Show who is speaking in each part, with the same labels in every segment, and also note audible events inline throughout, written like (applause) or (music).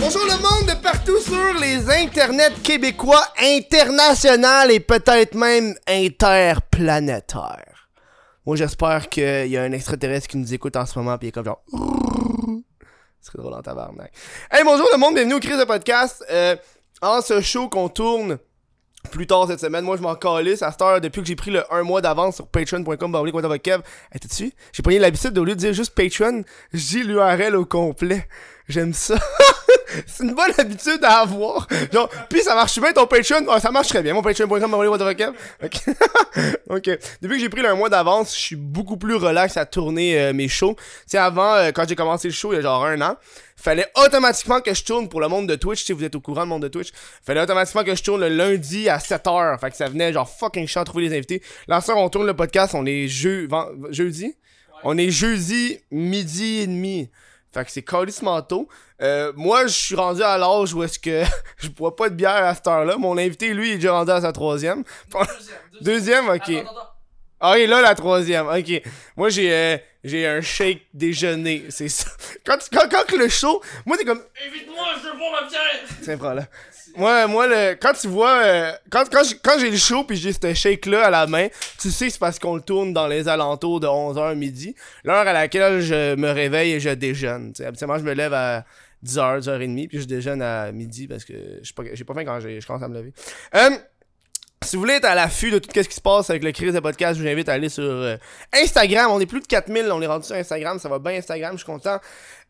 Speaker 1: Bonjour le monde de partout sur les internets québécois, international et peut-être même interplanétaire. Moi j'espère qu'il y a un extraterrestre qui nous écoute en ce moment puis il est comme genre... (laughs) C'est drôle en tabarnak. Hey bonjour le monde, bienvenue au Crise de Podcast. Euh, en ce show qu'on tourne plus tard cette semaine. Moi, je m'en calisse à cette heure depuis que j'ai pris le 1 mois d'avance sur patreon.com. Bah, avec Kev. Hey, t'es dessus? J'ai pris l'habitude, au lieu de dire juste Patreon, je dis l'URL au complet. J'aime ça. (laughs) C'est une bonne habitude à avoir. Genre, puis ça marche bien ton Patreon. Ah, ça marche très bien. Mon patreon.com, Bablé Kev. Ok. (laughs) ok. Depuis que j'ai pris le 1 mois d'avance, je suis beaucoup plus relax à tourner euh, mes shows. Tu sais, avant, euh, quand j'ai commencé le show il y a genre un an, fallait automatiquement que je tourne pour le monde de Twitch. Si vous êtes au courant, le monde de Twitch. Fallait automatiquement que je tourne le lundi à 7h. Fait que ça venait genre fucking chiant à trouver les invités. Là, ça, on tourne le podcast. On est jeu... ven- jeudi. On est jeudi midi et demi. Fait que c'est calissement tôt. Euh, moi, je suis rendu à l'âge où est-ce que (laughs) je bois pas de bière à cette heure-là. Mon invité, lui, il est déjà rendu à sa troisième. Deuxième, ok. Ah oui, là, la troisième, ok. Moi, j'ai euh, j'ai un shake déjeuner, c'est ça. (laughs) Quand, quand, quand que le show... Moi, t'es comme...
Speaker 2: Évite-moi, je veux voir ma bière!
Speaker 1: (laughs) Tiens, prends là. Moi, moi le, quand tu vois... euh, quand quand, j'- quand j'ai le show puis j'ai ce shake-là à la main, tu sais que c'est parce qu'on le tourne dans les alentours de 11h midi, l'heure à laquelle je me réveille et je déjeune. tu sais. habituellement, je me lève à 10h, 10h30, puis je déjeune à midi parce que je suis pas- j'ai pas faim quand j'ai- je commence à me lever. Hum, si vous voulez être à l'affût de tout ce qui se passe avec le crise de podcast, je vous invite à aller sur euh, Instagram. On est plus de 4000, on est rendu sur Instagram, ça va bien Instagram, je suis content.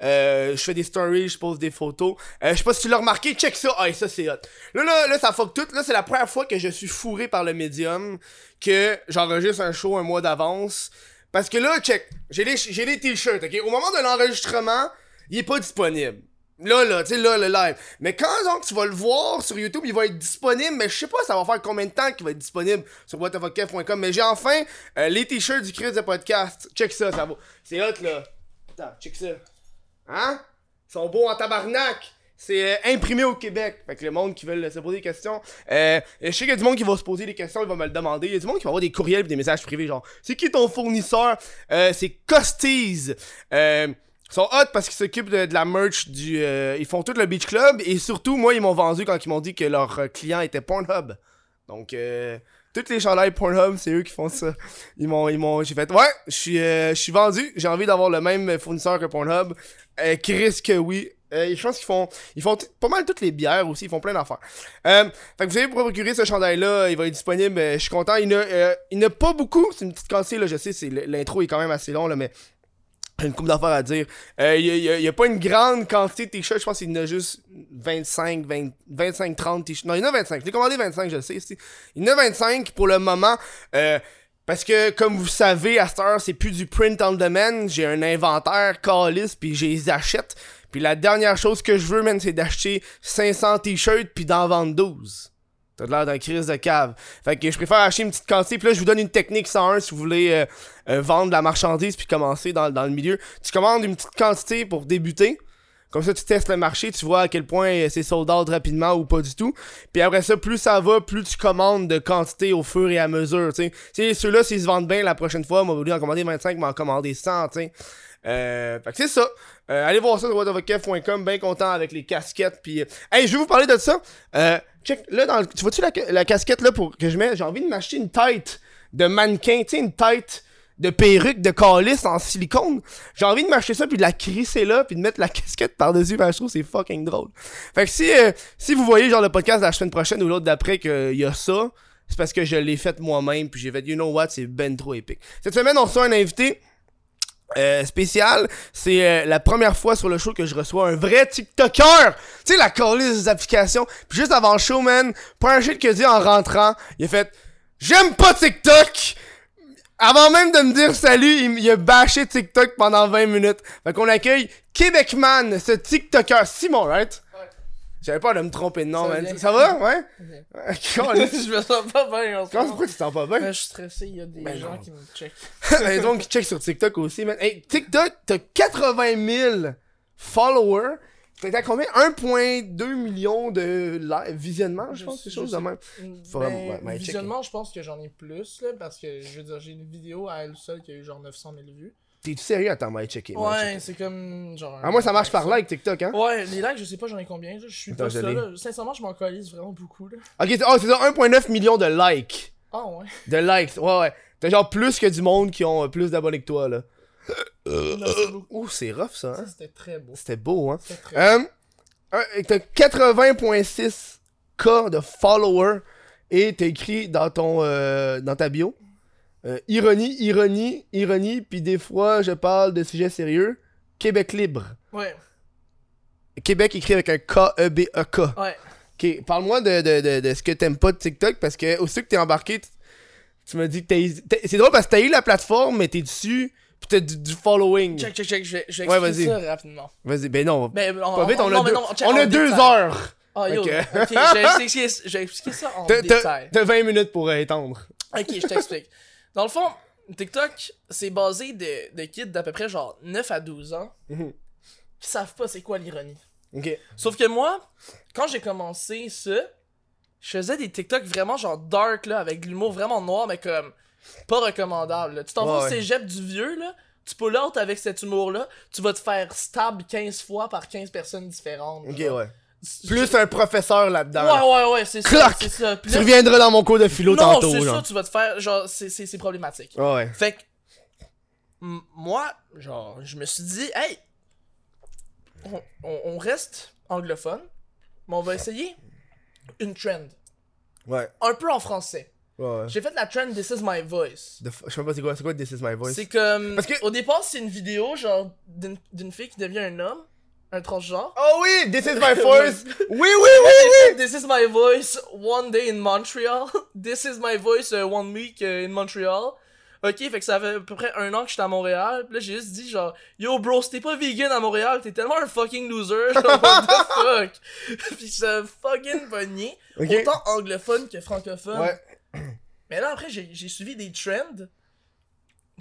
Speaker 1: Euh, je fais des stories, je pose des photos. Euh, je sais pas si tu l'as remarqué, check ça. Ah, et ça c'est hot. Là, là, là, ça fuck tout. Là, c'est la première fois que je suis fourré par le médium, que j'enregistre un show un mois d'avance. Parce que là, check, j'ai les, j'ai les t-shirts, ok? Au moment de l'enregistrement, il est pas disponible. Là, là, tu sais, là, le live. Mais quand donc tu vas le voir sur YouTube, il va être disponible, mais je sais pas, ça va faire combien de temps qu'il va être disponible sur whatthefuckf.com. Mais j'ai enfin euh, les t-shirts du Chris de podcast. Check ça, ça va. C'est hot, là. Attends, check ça. Hein? Ils sont beaux en tabarnak! C'est euh, imprimé au Québec. Fait que le monde qui veut se poser des questions. euh, je sais qu'il y a du monde qui va se poser des questions, il va me le demander. Il y a du monde qui va avoir des courriels et des messages privés, genre C'est qui ton fournisseur? Euh, c'est Costies. Euh, ils sont hot parce qu'ils s'occupent de, de la merch du. euh, ils font tout le Beach Club et surtout, moi, ils m'ont vendu quand ils m'ont dit que leur euh, client était Pornhub. Donc, euh, toutes les chandails Pornhub, c'est eux qui font ça. Ils m'ont, ils m'ont, j'ai fait, ouais, je suis, euh, je suis vendu. J'ai envie d'avoir le même fournisseur que Pornhub. Euh, Chris que oui. Euh, je pense qu'ils font, ils font t- pas mal toutes les bières aussi. Ils font plein d'affaires. Euh, fait que vous savez, pour procurer ce chandail-là, il va être disponible. Euh, Je suis content. Il n'a, euh, il n'a pas beaucoup. C'est une petite quantité, là. Je sais, c'est, l'intro est quand même assez long, là, mais j'ai une coupe d'affaires à dire. Euh, Il n'y a, il y a pas une grande quantité de t-shirts. Je pense qu'il y en a juste 25, 20, 25, 30 t-shirts. Non, il y en a 25. Je l'ai commandé 25, je le sais. c'est- Il y en a 25 pour le moment. Euh, parce que, comme vous savez, à cette heure, c'est plus du print on demand. J'ai un inventaire calice, puis je les achète. Puis la dernière chose que je veux, man, c'est d'acheter 500 t-shirts, puis d'en vendre 12. T'as de l'air d'un crise de cave. Fait que je préfère acheter une petite quantité. Puis là, je vous donne une technique 101 si vous voulez euh, euh, vendre de la marchandise puis commencer dans, dans le milieu. Tu commandes une petite quantité pour débuter. Comme ça, tu testes le marché, tu vois à quel point euh, c'est sold out rapidement ou pas du tout. Puis après ça, plus ça va, plus tu commandes de quantité au fur et à mesure. Tu sais. Tu sais, ceux-là, s'ils se vendent bien la prochaine fois, moi, au lieu d'en commander 25, m'en commander 100. tu sais. Euh, fait que c'est ça. Euh, allez voir ça sur whatofakef.com, bien content avec les casquettes. Puis, euh, hey, je vais vous parler de ça. Euh, check, là, dans le- tu vois-tu la, ca- la casquette là pour que je mets J'ai envie de m'acheter une tête de mannequin, tu sais, une tête de perruque, de calice en silicone. J'ai envie de m'acheter ça, puis de la crisser là, puis de mettre la (laughs) casquette par-dessus, parce que je trouve que c'est fucking drôle. Fait que si, euh, si vous voyez genre le podcast de la semaine prochaine ou l'autre d'après qu'il y a ça, c'est parce que je l'ai fait moi-même, puis j'ai fait, you know what, c'est ben trop épique. Cette semaine, on reçoit un invité. Euh, spécial, c'est euh, la première fois sur le show que je reçois un vrai TikToker. Tu sais, la colise des applications. Puis juste avant le show, man, un shit que dit en rentrant, il a fait « J'aime pas TikTok! » Avant même de me dire salut, il, m- il a bâché TikTok pendant 20 minutes. Fait qu'on accueille Québecman, ce TikToker. Simon, right? J'avais peur de me tromper de nom,
Speaker 2: Ça va
Speaker 1: man.
Speaker 2: bien.
Speaker 1: Ça va? Ouais? (laughs) Ouais. Colisse.
Speaker 2: (laughs) je me sens pas bien en ce
Speaker 1: Comment
Speaker 2: moment.
Speaker 1: pourquoi tu te sens pas bien?
Speaker 2: Mais Je suis stressé, il y a des
Speaker 1: Ben
Speaker 2: gens
Speaker 1: non.
Speaker 2: qui me checkent.
Speaker 1: (laughs) Et donc, check sur TikTok aussi, man. Hey, TikTok, t'as 80 000 followers. T'es à combien 1,2 million de li- visionnements, je
Speaker 2: Je
Speaker 1: pense,
Speaker 2: sais-
Speaker 1: quelque chose
Speaker 2: je
Speaker 1: de
Speaker 2: sais
Speaker 1: même. Faut vraiment- ouais,
Speaker 2: Ben,
Speaker 1: ouais, check.
Speaker 2: visuellement, je pense que j'en ai plus, là, parce que je veux dire, j'ai une vidéo à elle seule qui a eu genre 900 000 vues.
Speaker 1: T'es-tu sérieux? Attends, on va aller checker. on va aller checker.
Speaker 2: Ouais, c'est comme. genre
Speaker 1: Ah, moi, ça marche par
Speaker 2: là
Speaker 1: like TikTok, hein?
Speaker 2: Ouais, les likes, je sais pas j'en ai combien, là, je suis
Speaker 1: Attends,
Speaker 2: pas
Speaker 1: je
Speaker 2: ça,
Speaker 1: l'ai.
Speaker 2: là. Sincèrement, je m'en calise vraiment beaucoup, là.
Speaker 1: Ok, c'est- oh, c'est ça, 1,9 million de likes.
Speaker 2: Ah ouais. (laughs)
Speaker 1: De likes, ouais, ouais. T'as genre plus que du monde qui ont euh, plus d'abonnés que toi, là.
Speaker 2: Merci beaucoup.
Speaker 1: Ouh, c'est rough, ça, hein?
Speaker 2: Ça, c'était très beau.
Speaker 1: C'était beau, hein?
Speaker 2: C'était très
Speaker 1: Hum, un- et t'as 80.6k de followers et t'as écrit dans ton euh, dans ta bio euh, ironie, ironie, ironie, puis des fois je parle de sujets sérieux. Québec libre.
Speaker 2: Ouais,
Speaker 1: Québec écrit avec un E K-E-B-E-K.
Speaker 2: ouais.
Speaker 1: Ok, parle-moi de, de, de, de ce que t'aimes pas de TikTok parce que aussi que t'es embarqué, tu, tu me dis que t'as hési- t'as- C'est drôle parce que t'as eu la plateforme, mais t'es dessus, pis t'as du, du following.
Speaker 2: Check, check, check, je vais, je vais
Speaker 1: Ouais,
Speaker 2: expliquer
Speaker 1: vas-y.
Speaker 2: ça rapidement.
Speaker 1: Vas-y, ben non,
Speaker 2: Ben, on,
Speaker 1: pas vite, on, a
Speaker 2: non, mais
Speaker 1: deux,
Speaker 2: non, check,
Speaker 1: on a deux
Speaker 2: détaille.
Speaker 1: heures.
Speaker 2: Ah, yo,
Speaker 1: Ok.
Speaker 2: ok, je vais expliquer, je vais expliquer ça en
Speaker 1: T'as- T'as
Speaker 2: détail.
Speaker 1: t'as 20 minutes pour euh, étendre.
Speaker 2: Ok, je t'explique. Dans le fond, TikTok, c'est basé de, de kids d'à peu près genre 9 à 12 ans
Speaker 1: Mhm.
Speaker 2: qui savent pas c'est quoi l'ironie.
Speaker 1: Ok.
Speaker 2: Sauf que moi, quand j'ai commencé ça, je faisais des TikTok vraiment genre dark là, avec de l'humour vraiment noir, mais comme pas recommandable. là. Tu t'en vas
Speaker 1: Ouais,
Speaker 2: au
Speaker 1: ouais.
Speaker 2: cégep du vieux, là, tu pull out avec cet humour là, tu vas te faire stab 15 fois par 15 personnes différentes.
Speaker 1: Ok,
Speaker 2: genre.
Speaker 1: ouais.
Speaker 2: Tu-
Speaker 1: Plus un professeur là-dedans. là.
Speaker 2: Ouais, ouais, ouais, c'est ça.
Speaker 1: Clac!
Speaker 2: C'est ça. Puis
Speaker 1: Tu
Speaker 2: là-
Speaker 1: reviendras dans mon cours de philo
Speaker 2: non,
Speaker 1: tantôt,
Speaker 2: c'est
Speaker 1: genre.
Speaker 2: ça, tu vas te faire. Genre, c'est- c'est c'est problématique.
Speaker 1: Ouais, ouais.
Speaker 2: Fait que, m- moi, genre, je me suis dit, hey, on, on- on reste anglophone, mais on va essayer une trend.
Speaker 1: Ouais,
Speaker 2: Un peu en français.
Speaker 1: ouais. ouais.
Speaker 2: J'ai fait la trend This is my voice.
Speaker 1: The f- Je sais même pas c'est quoi, c'est quoi This is my voice.
Speaker 2: C'est comme.
Speaker 1: Parce que-
Speaker 2: Au départ, c'est une vidéo, genre, d'une d'une fille qui devient un homme, un transgenre.
Speaker 1: Oh oui, This is
Speaker 2: (laughs)
Speaker 1: my voice. oui, oui, oui,
Speaker 2: This is my voice one day in Montreal. (laughs) This is my voice uh, one week uh, in Montreal. Ok, fait que ça fait à peu près un an que j'étais à Montréal. Puis là, j'ai juste dit genre, yo bro, si t'es pas vegan à Montréal, t'es tellement un fucking loser. (laughs) Genre, what the fuck? (laughs) Puis ça a fucking pogné.
Speaker 1: oui.
Speaker 2: Autant anglophone que francophone.
Speaker 1: Ouais.
Speaker 2: Mais là, après, j'ai j'ai suivi des trends.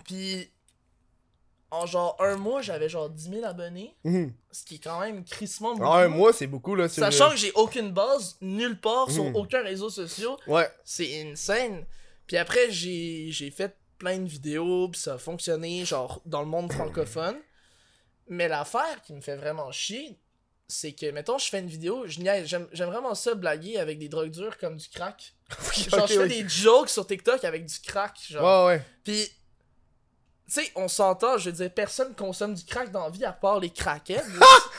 Speaker 2: Puis en genre un mois, j'avais genre 10 000 abonnés.
Speaker 1: Mhm.
Speaker 2: Ce qui est quand même crissement beaucoup.
Speaker 1: Ah, ouais, moi, c'est beaucoup, là. sur-
Speaker 2: Sachant que j'ai aucune base, nulle part,
Speaker 1: Mm.
Speaker 2: sur aucun réseau social,
Speaker 1: Ouais.
Speaker 2: c'est insane. Puis après, j'ai j'ai fait plein de vidéos, puis ça a fonctionné, genre, dans le monde francophone. Mais l'affaire qui me fait vraiment chier, c'est que, mettons, je fais une vidéo, je niaise, j'aime j'aime vraiment ça blaguer avec des drogues dures comme du crack. Genre,
Speaker 1: (laughs) Ok,
Speaker 2: je fais
Speaker 1: ouais.
Speaker 2: des jokes sur TikTok avec du crack, genre.
Speaker 1: Ouais, ouais.
Speaker 2: Puis, tu sais, on s'entend, je veux dire, personne consomme du crack dans la vie à part
Speaker 1: (laughs)
Speaker 2: les crackheads.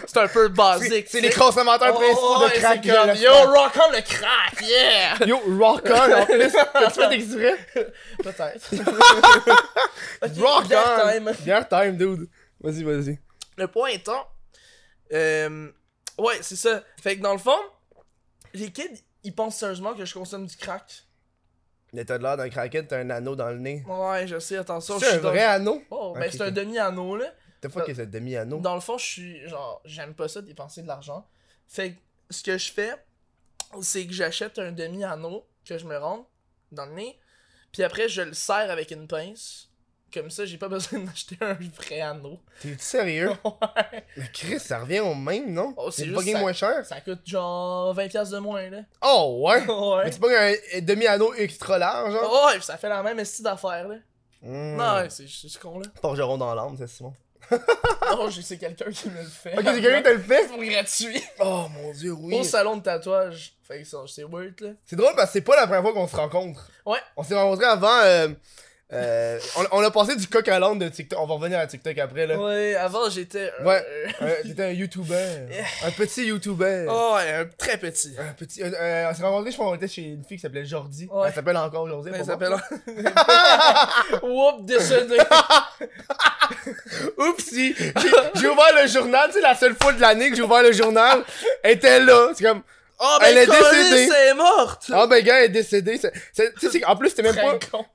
Speaker 2: c'est un peu
Speaker 1: C'est
Speaker 2: basique.
Speaker 1: c'est
Speaker 2: tu
Speaker 1: les
Speaker 2: sais.
Speaker 1: consommateurs principaux
Speaker 2: Oh, ouais,
Speaker 1: de crack.
Speaker 2: c'est comme,
Speaker 1: là,
Speaker 2: Yo, rock on le
Speaker 1: (laughs)
Speaker 2: crack, yeah!
Speaker 1: Yo, rock on, Ah, en plus. (laughs) T'as-tu fait exprès?
Speaker 2: (laughs)
Speaker 1: (laughs)
Speaker 2: Peut-être. Ok,
Speaker 1: rock
Speaker 2: bière
Speaker 1: on!
Speaker 2: time.
Speaker 1: Bière time, dude. Vas-y, vas-y.
Speaker 2: Le point étant, euh, ouais, c'est ça. Fait que dans le fond, les kids, ils pensent sérieusement que je consomme du crack.
Speaker 1: Mais t'as de l'air d'un crackhead, t'as un anneau dans le nez.
Speaker 2: Ouais, je sais, attention, je
Speaker 1: C'est un
Speaker 2: suis dans-
Speaker 1: vrai anneau?
Speaker 2: Oh, ben
Speaker 1: Ok,
Speaker 2: c'est un
Speaker 1: ok.
Speaker 2: demi-anneau, là.
Speaker 1: T'as pas que c'est un demi-anneau?
Speaker 2: Dans le fond, je suis genre, j'aime pas ça dépenser de l'argent. Fait que ce que je fais, c'est que j'achète un demi-anneau que je me rentre dans le nez, puis après je le serre avec une pince. Comme ça, j'ai pas (laughs) besoin d'acheter un vrai anneau.
Speaker 1: T'es
Speaker 2: (laughs)
Speaker 1: sérieux?
Speaker 2: Ouais.
Speaker 1: Mais Chris, ça revient au même, non?
Speaker 2: Oh, c'est
Speaker 1: c'est
Speaker 2: juste
Speaker 1: pas game
Speaker 2: ça.
Speaker 1: moins cher?
Speaker 2: Ça coûte genre 20$ de moins, là.
Speaker 1: Oh, ouais! Mais
Speaker 2: (laughs) ouais.
Speaker 1: tu pas un un demi-anneau extra large, genre?
Speaker 2: Ouais, puis ça fait la même estime d'affaires, là.
Speaker 1: Mmh.
Speaker 2: Oh. Non, ouais, c'est juste
Speaker 1: (laughs)
Speaker 2: con, là.
Speaker 1: Forgeron dans l'âme, c'est Simon.
Speaker 2: Non, j'ai- c'est quelqu'un qui me le fait.
Speaker 1: Ok, c'est quelqu'un qui te le fait?
Speaker 2: (laughs) pour gratuit.
Speaker 1: Oh mon dieu, oui!
Speaker 2: Au salon de tatouage. Fait que ça, c'est worth, là.
Speaker 1: C'est drôle parce que c'est pas la première fois qu'on se rencontre.
Speaker 2: Ouais.
Speaker 1: On s'est rencontrés avant. euh, euh, on, on a passé du coq à l'âne de TikTok. On va revenir à TikTok après, là.
Speaker 2: Ouais, avant j'étais. (laughs) un-
Speaker 1: Ouais.
Speaker 2: euh,
Speaker 1: Euh, T'étais un YouTuber. un petit YouTuber.
Speaker 2: Oh, ouais, un très petit.
Speaker 1: Un petit. euh, euh, on s'est rencontrés, je pense qu'on était chez une fille qui s'appelait Jordi.
Speaker 2: Ouais.
Speaker 1: Elle s'appelle encore Jordi.
Speaker 2: Il
Speaker 1: pour
Speaker 2: s'appelle. (laughs) Whoop, décédé.
Speaker 1: moi. Oupsie! J'ai- J'ai ouvert le journal, c'est la seule fois de l'année que j'ai ouvert le journal. Elle était là. C'est comme.
Speaker 2: Oh,
Speaker 1: Elle
Speaker 2: ben,
Speaker 1: est
Speaker 2: est décédée.
Speaker 1: décédée.
Speaker 2: c'est morte.
Speaker 1: Ah ben, gars, elle est décédée. C'est- c'est- tu sais, c'est- en plus, c'était même pas.
Speaker 2: Très con.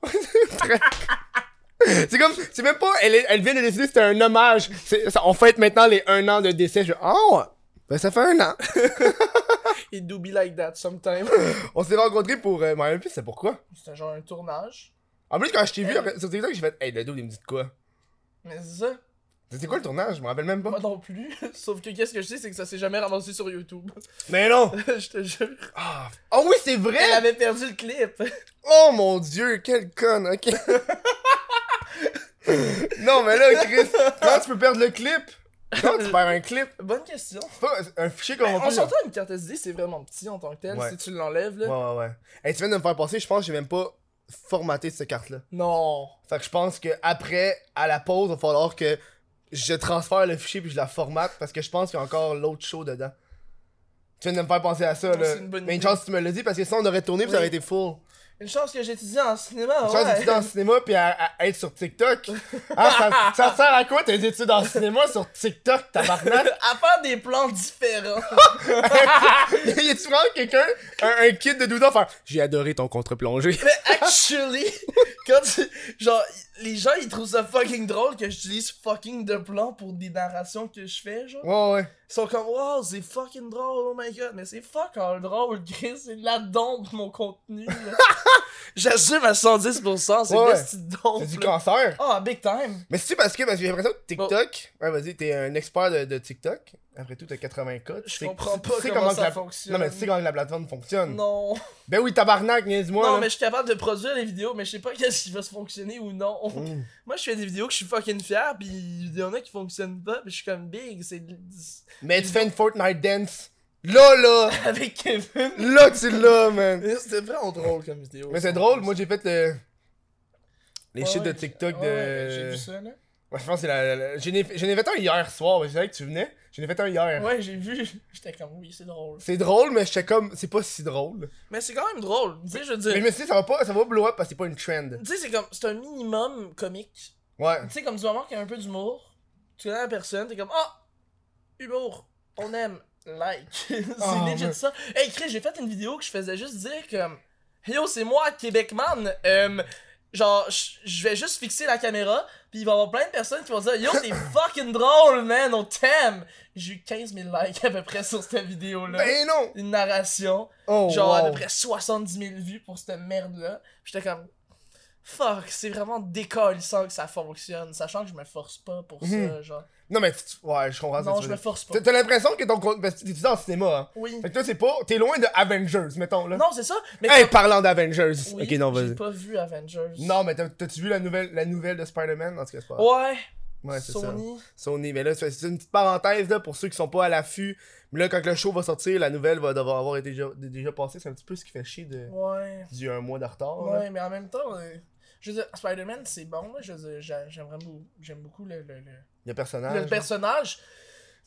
Speaker 1: C'est comme, c'est même pas, elle, est- elle vient de décider que c'était un hommage. C'est- ça- on fête maintenant les un an de décès. Je, oh, ben ça fait un an.
Speaker 2: (laughs) It do be like that (laughs) sometime.
Speaker 1: On s'est rencontrés pour, euh, moi, même plus, c'est pourquoi.
Speaker 2: C'était genre un tournage.
Speaker 1: En plus, quand je t'ai vu sur TikTok, j'ai fait, hey, le dude, il me dit de quoi?
Speaker 2: Mais c'est ça.
Speaker 1: C'était quoi le tournage Je me rappelle même pas.
Speaker 2: Moi non plus. (laughs) Sauf que qu'est-ce que je sais, c'est que ça s'est jamais ramassé sur YouTube. (laughs)
Speaker 1: Mais non
Speaker 2: je te jure.
Speaker 1: Ah Oh oui, c'est
Speaker 2: Elle
Speaker 1: vrai
Speaker 2: avait perdu le clip. (laughs)
Speaker 1: Oh mon dieu, quelle conne, ok. non, mais là, Chris, comment tu peux perdre le clip Comment tu perds un clip
Speaker 2: Bonne question.
Speaker 1: C'est pas un fichier
Speaker 2: Ben,
Speaker 1: qu'on
Speaker 2: on s'entend une carte SD, c'est vraiment petit en tant que tel.
Speaker 1: Ouais.
Speaker 2: Si tu l'enlèves, là.
Speaker 1: Ouais, ouais, ouais. Hey, tu viens de me faire passer, je pense que j'ai même pas formaté cette carte-là.
Speaker 2: Non.
Speaker 1: Fait que je pense que après, à la pause, il va falloir que je transfère le fichier puis je la formate parce que je pense qu'il y a encore l'autre show dedans. Tu viens de me faire penser à ça,
Speaker 2: Ouais,
Speaker 1: là.
Speaker 2: c'est une bonne
Speaker 1: Mais une
Speaker 2: idée.
Speaker 1: chance que tu me l'as dit parce que sinon on aurait tourné puis ça
Speaker 2: Oui.
Speaker 1: aurait été full.
Speaker 2: Une chance que j'étudie en cinéma.
Speaker 1: Une
Speaker 2: Ah ouais.
Speaker 1: chance d'étudier en cinéma puis à, à être sur TikTok. Ah, ça, ça te sert à quoi tes études en cinéma sur TikTok, tabarnak?
Speaker 2: (laughs) à faire des plans différents.
Speaker 1: y a-tu vraiment quelqu'un, un, un kid de 12 ans, faire J'ai adoré ton contre-plongée.
Speaker 2: Mais actually, (laughs) quand tu- Genre, les gens, ils trouvent ça fucking drôle que j'utilise fucking de plans pour des narrations que je fais, genre.
Speaker 1: Ouais, ouais.
Speaker 2: Ils sont comme, wow, c'est fucking drôle, oh my god, mais c'est fucking drôle, Chris, c'est de la dompe, mon contenu.
Speaker 1: (laughs)
Speaker 2: là. J'assume à 110%, c'est
Speaker 1: Ouais,
Speaker 2: une
Speaker 1: ouais.
Speaker 2: petite dompe.
Speaker 1: C'est du
Speaker 2: là.
Speaker 1: cancer.
Speaker 2: Ah, big time.
Speaker 1: Mais c'est parce que, parce que j'ai l'impression que TikTok, ouais, vas-y, t'es un expert de, de TikTok. Après tout, t'as 80 codes.
Speaker 2: Je
Speaker 1: Tu sais-
Speaker 2: comprends
Speaker 1: tu
Speaker 2: pas
Speaker 1: sais
Speaker 2: comment, ça
Speaker 1: que la...
Speaker 2: fonctionne.
Speaker 1: Non, mais tu sais comment la plateforme fonctionne.
Speaker 2: Non,
Speaker 1: Ben oui, tabarnak, niaise-moi.
Speaker 2: non
Speaker 1: là.
Speaker 2: mais je suis capable de produire les vidéos, mais je sais pas (laughs) qu'est-ce qui va se fonctionner ou non.
Speaker 1: Mm.
Speaker 2: Moi, je fais des vidéos que je suis fucking fier, pis il y en a qui fonctionnent pas, pis je suis comme big, c'est.
Speaker 1: Mais tu fais une Fortnite dance. Là, là.
Speaker 2: (laughs) Avec Kevin.
Speaker 1: là, tu l'as, man.
Speaker 2: Mais C'était vraiment drôle comme vidéo.
Speaker 1: Mais c'est drôle, moi, j'ai fait le. Les
Speaker 2: Ouais,
Speaker 1: shit de
Speaker 2: ouais,
Speaker 1: TikTok
Speaker 2: ouais,
Speaker 1: de.
Speaker 2: ouais, ben, J'ai vu ça, là.
Speaker 1: Ouais, je pense que c'est la. la- la- J'en ai... j'en ai fait un hier soir, mais je savais que tu venais. J'en ai fait un hier.
Speaker 2: Ouais, j'ai vu. (laughs) J'étais comme, oui, c'est drôle.
Speaker 1: C'est drôle, mais j'étais comme. C'est pas si drôle.
Speaker 2: Mais c'est quand même drôle. Tu sais, je veux
Speaker 1: Mais je
Speaker 2: dire.
Speaker 1: me suis dit, ça va pas, ça va blow up parce que c'est pas une trend.
Speaker 2: Tu sais, c'est comme. C'est un minimum comique.
Speaker 1: Ouais.
Speaker 2: Tu sais, comme du moment qu'il y a un peu d'humour, tu connais la personne, t'es comme, ah! humour, on aime, like. (laughs) c'est
Speaker 1: Ah,
Speaker 2: legit
Speaker 1: mais-
Speaker 2: ça. Hey, Chris, j'ai fait une vidéo que je faisais juste dire comme, yo, c'est moi, Québecman. Euh, genre, je- je vais juste fixer la caméra, puis il va y avoir plein de personnes qui vont dire, yo,
Speaker 1: (laughs)
Speaker 2: t'es fucking drôle, man, on t'aime. J'ai eu 15 000 likes à peu près sur cette vidéo-là.
Speaker 1: Ben non!
Speaker 2: Une narration,
Speaker 1: Oh,
Speaker 2: genre à
Speaker 1: wow.
Speaker 2: peu près 70 000 vues pour cette merde-là. J'étais comme, fuck, c'est vraiment décollissant que ça fonctionne, sachant que je me force pas pour ça,
Speaker 1: Mhm. Ah,
Speaker 2: genre.
Speaker 1: Non, mais tu- ouais, je comprends ce que
Speaker 2: Non,
Speaker 1: tu
Speaker 2: je
Speaker 1: veux
Speaker 2: me
Speaker 1: dire.
Speaker 2: force pas.
Speaker 1: T'as- T'as l'impression que ton ben, compte. Parce que t'es étudiant en cinéma, hein.
Speaker 2: Oui.
Speaker 1: Fait que toi, c'est pas. T'es loin de Avengers, mettons, là.
Speaker 2: Non, c'est ça. Mais
Speaker 1: Hey, parlant d'Avengers.
Speaker 2: Oui,
Speaker 1: ok, non, vas-y.
Speaker 2: J'ai pas vu Avengers.
Speaker 1: Non, mais t'as- t'as-tu vu la nouvelle, la nouvelle de Spider-Man? En tout cas, c'est pas.
Speaker 2: Ouais,
Speaker 1: ouais, c'est ça.
Speaker 2: Oh, Sony.
Speaker 1: Sony. Mais là, c'est c'est une petite parenthèse, là, pour ceux qui sont pas à l'affût. Mais là, quand le show va sortir, la nouvelle va devoir avoir été déjà, déjà passée. C'est un petit peu ce qui fait chier de.
Speaker 2: Ouais.
Speaker 1: Du un mois de retard. là.
Speaker 2: Ouais, mais en même temps, euh, je veux dire, Spider-Man, c'est bon. là, Je veux dire, j'a- j'aimerais beaucoup, j'aime beaucoup le, le, le,
Speaker 1: Le
Speaker 2: le
Speaker 1: personnage.
Speaker 2: personnage.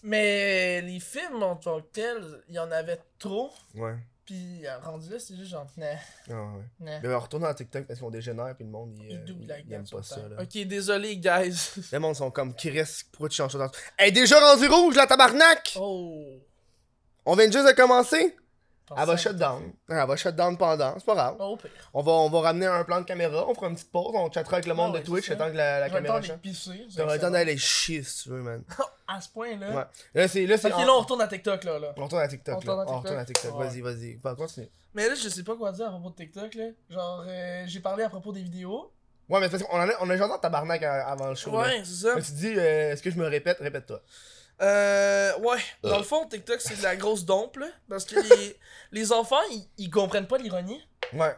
Speaker 2: Mais les films en tant que tels, il y en avait trop.
Speaker 1: Ouais.
Speaker 2: Puis euh, rendu là, c'est juste genre, nah,
Speaker 1: Ah, ouais.
Speaker 2: nah.
Speaker 1: Mais on retourne à TikTok parce qu'on dégénère, puis le monde, il, euh,
Speaker 2: Il double
Speaker 1: il-
Speaker 2: la
Speaker 1: il aime
Speaker 2: gamme
Speaker 1: pas
Speaker 2: sur
Speaker 1: ça, là.
Speaker 2: le temps. Ok,
Speaker 1: (laughs)
Speaker 2: désolé, guys.
Speaker 1: Les monde sont comme Chris, pourquoi tu changes ça? Hey, déjà rendu rouge la tabarnak!
Speaker 2: oh.
Speaker 1: On vient juste de commencer!
Speaker 2: Pensez
Speaker 1: Elle Ah, va
Speaker 2: à-
Speaker 1: shut down. Elle va shut down pendant, c'est pas grave.
Speaker 2: Oh, au pire.
Speaker 1: On va, on va ramener un plan de caméra, on fera une petite pause, on chattera avec le monde
Speaker 2: Ah ouais,
Speaker 1: de Twitch
Speaker 2: c'est ça.
Speaker 1: tant que la, la
Speaker 2: J'ai le temps
Speaker 1: caméra
Speaker 2: de
Speaker 1: change.
Speaker 2: pisser. c'est
Speaker 1: T'auras le temps
Speaker 2: excellent.
Speaker 1: d'aller chier si tu veux, man.
Speaker 2: (laughs) À ce point-là.
Speaker 1: Ouais. Ah. Là, c'est. Là, c'est
Speaker 2: Ok, là, on retourne à TikTok, là. là.
Speaker 1: on retourne à TikTok.
Speaker 2: on
Speaker 1: là.
Speaker 2: retourne à
Speaker 1: On retourne à
Speaker 2: TikTok.
Speaker 1: TikTok. Vas-y, vas-y. Bah, continue.
Speaker 2: Mais là, je sais pas quoi dire à propos de TikTok, là. Genre, euh, j'ai parlé à propos des vidéos.
Speaker 1: Ouais, mais parce qu'on en a, on a genre tabarnak à- avant le show. là.
Speaker 2: Ouais, c'est ça.
Speaker 1: Mais tu dis, euh, est-ce que je me répète? Répète-toi.
Speaker 2: Euh, ouais. Dans le fond, TikTok, c'est de la grosse dompe, là. Parce que les, (laughs) les enfants, ils, ils comprennent pas l'ironie.
Speaker 1: Ouais.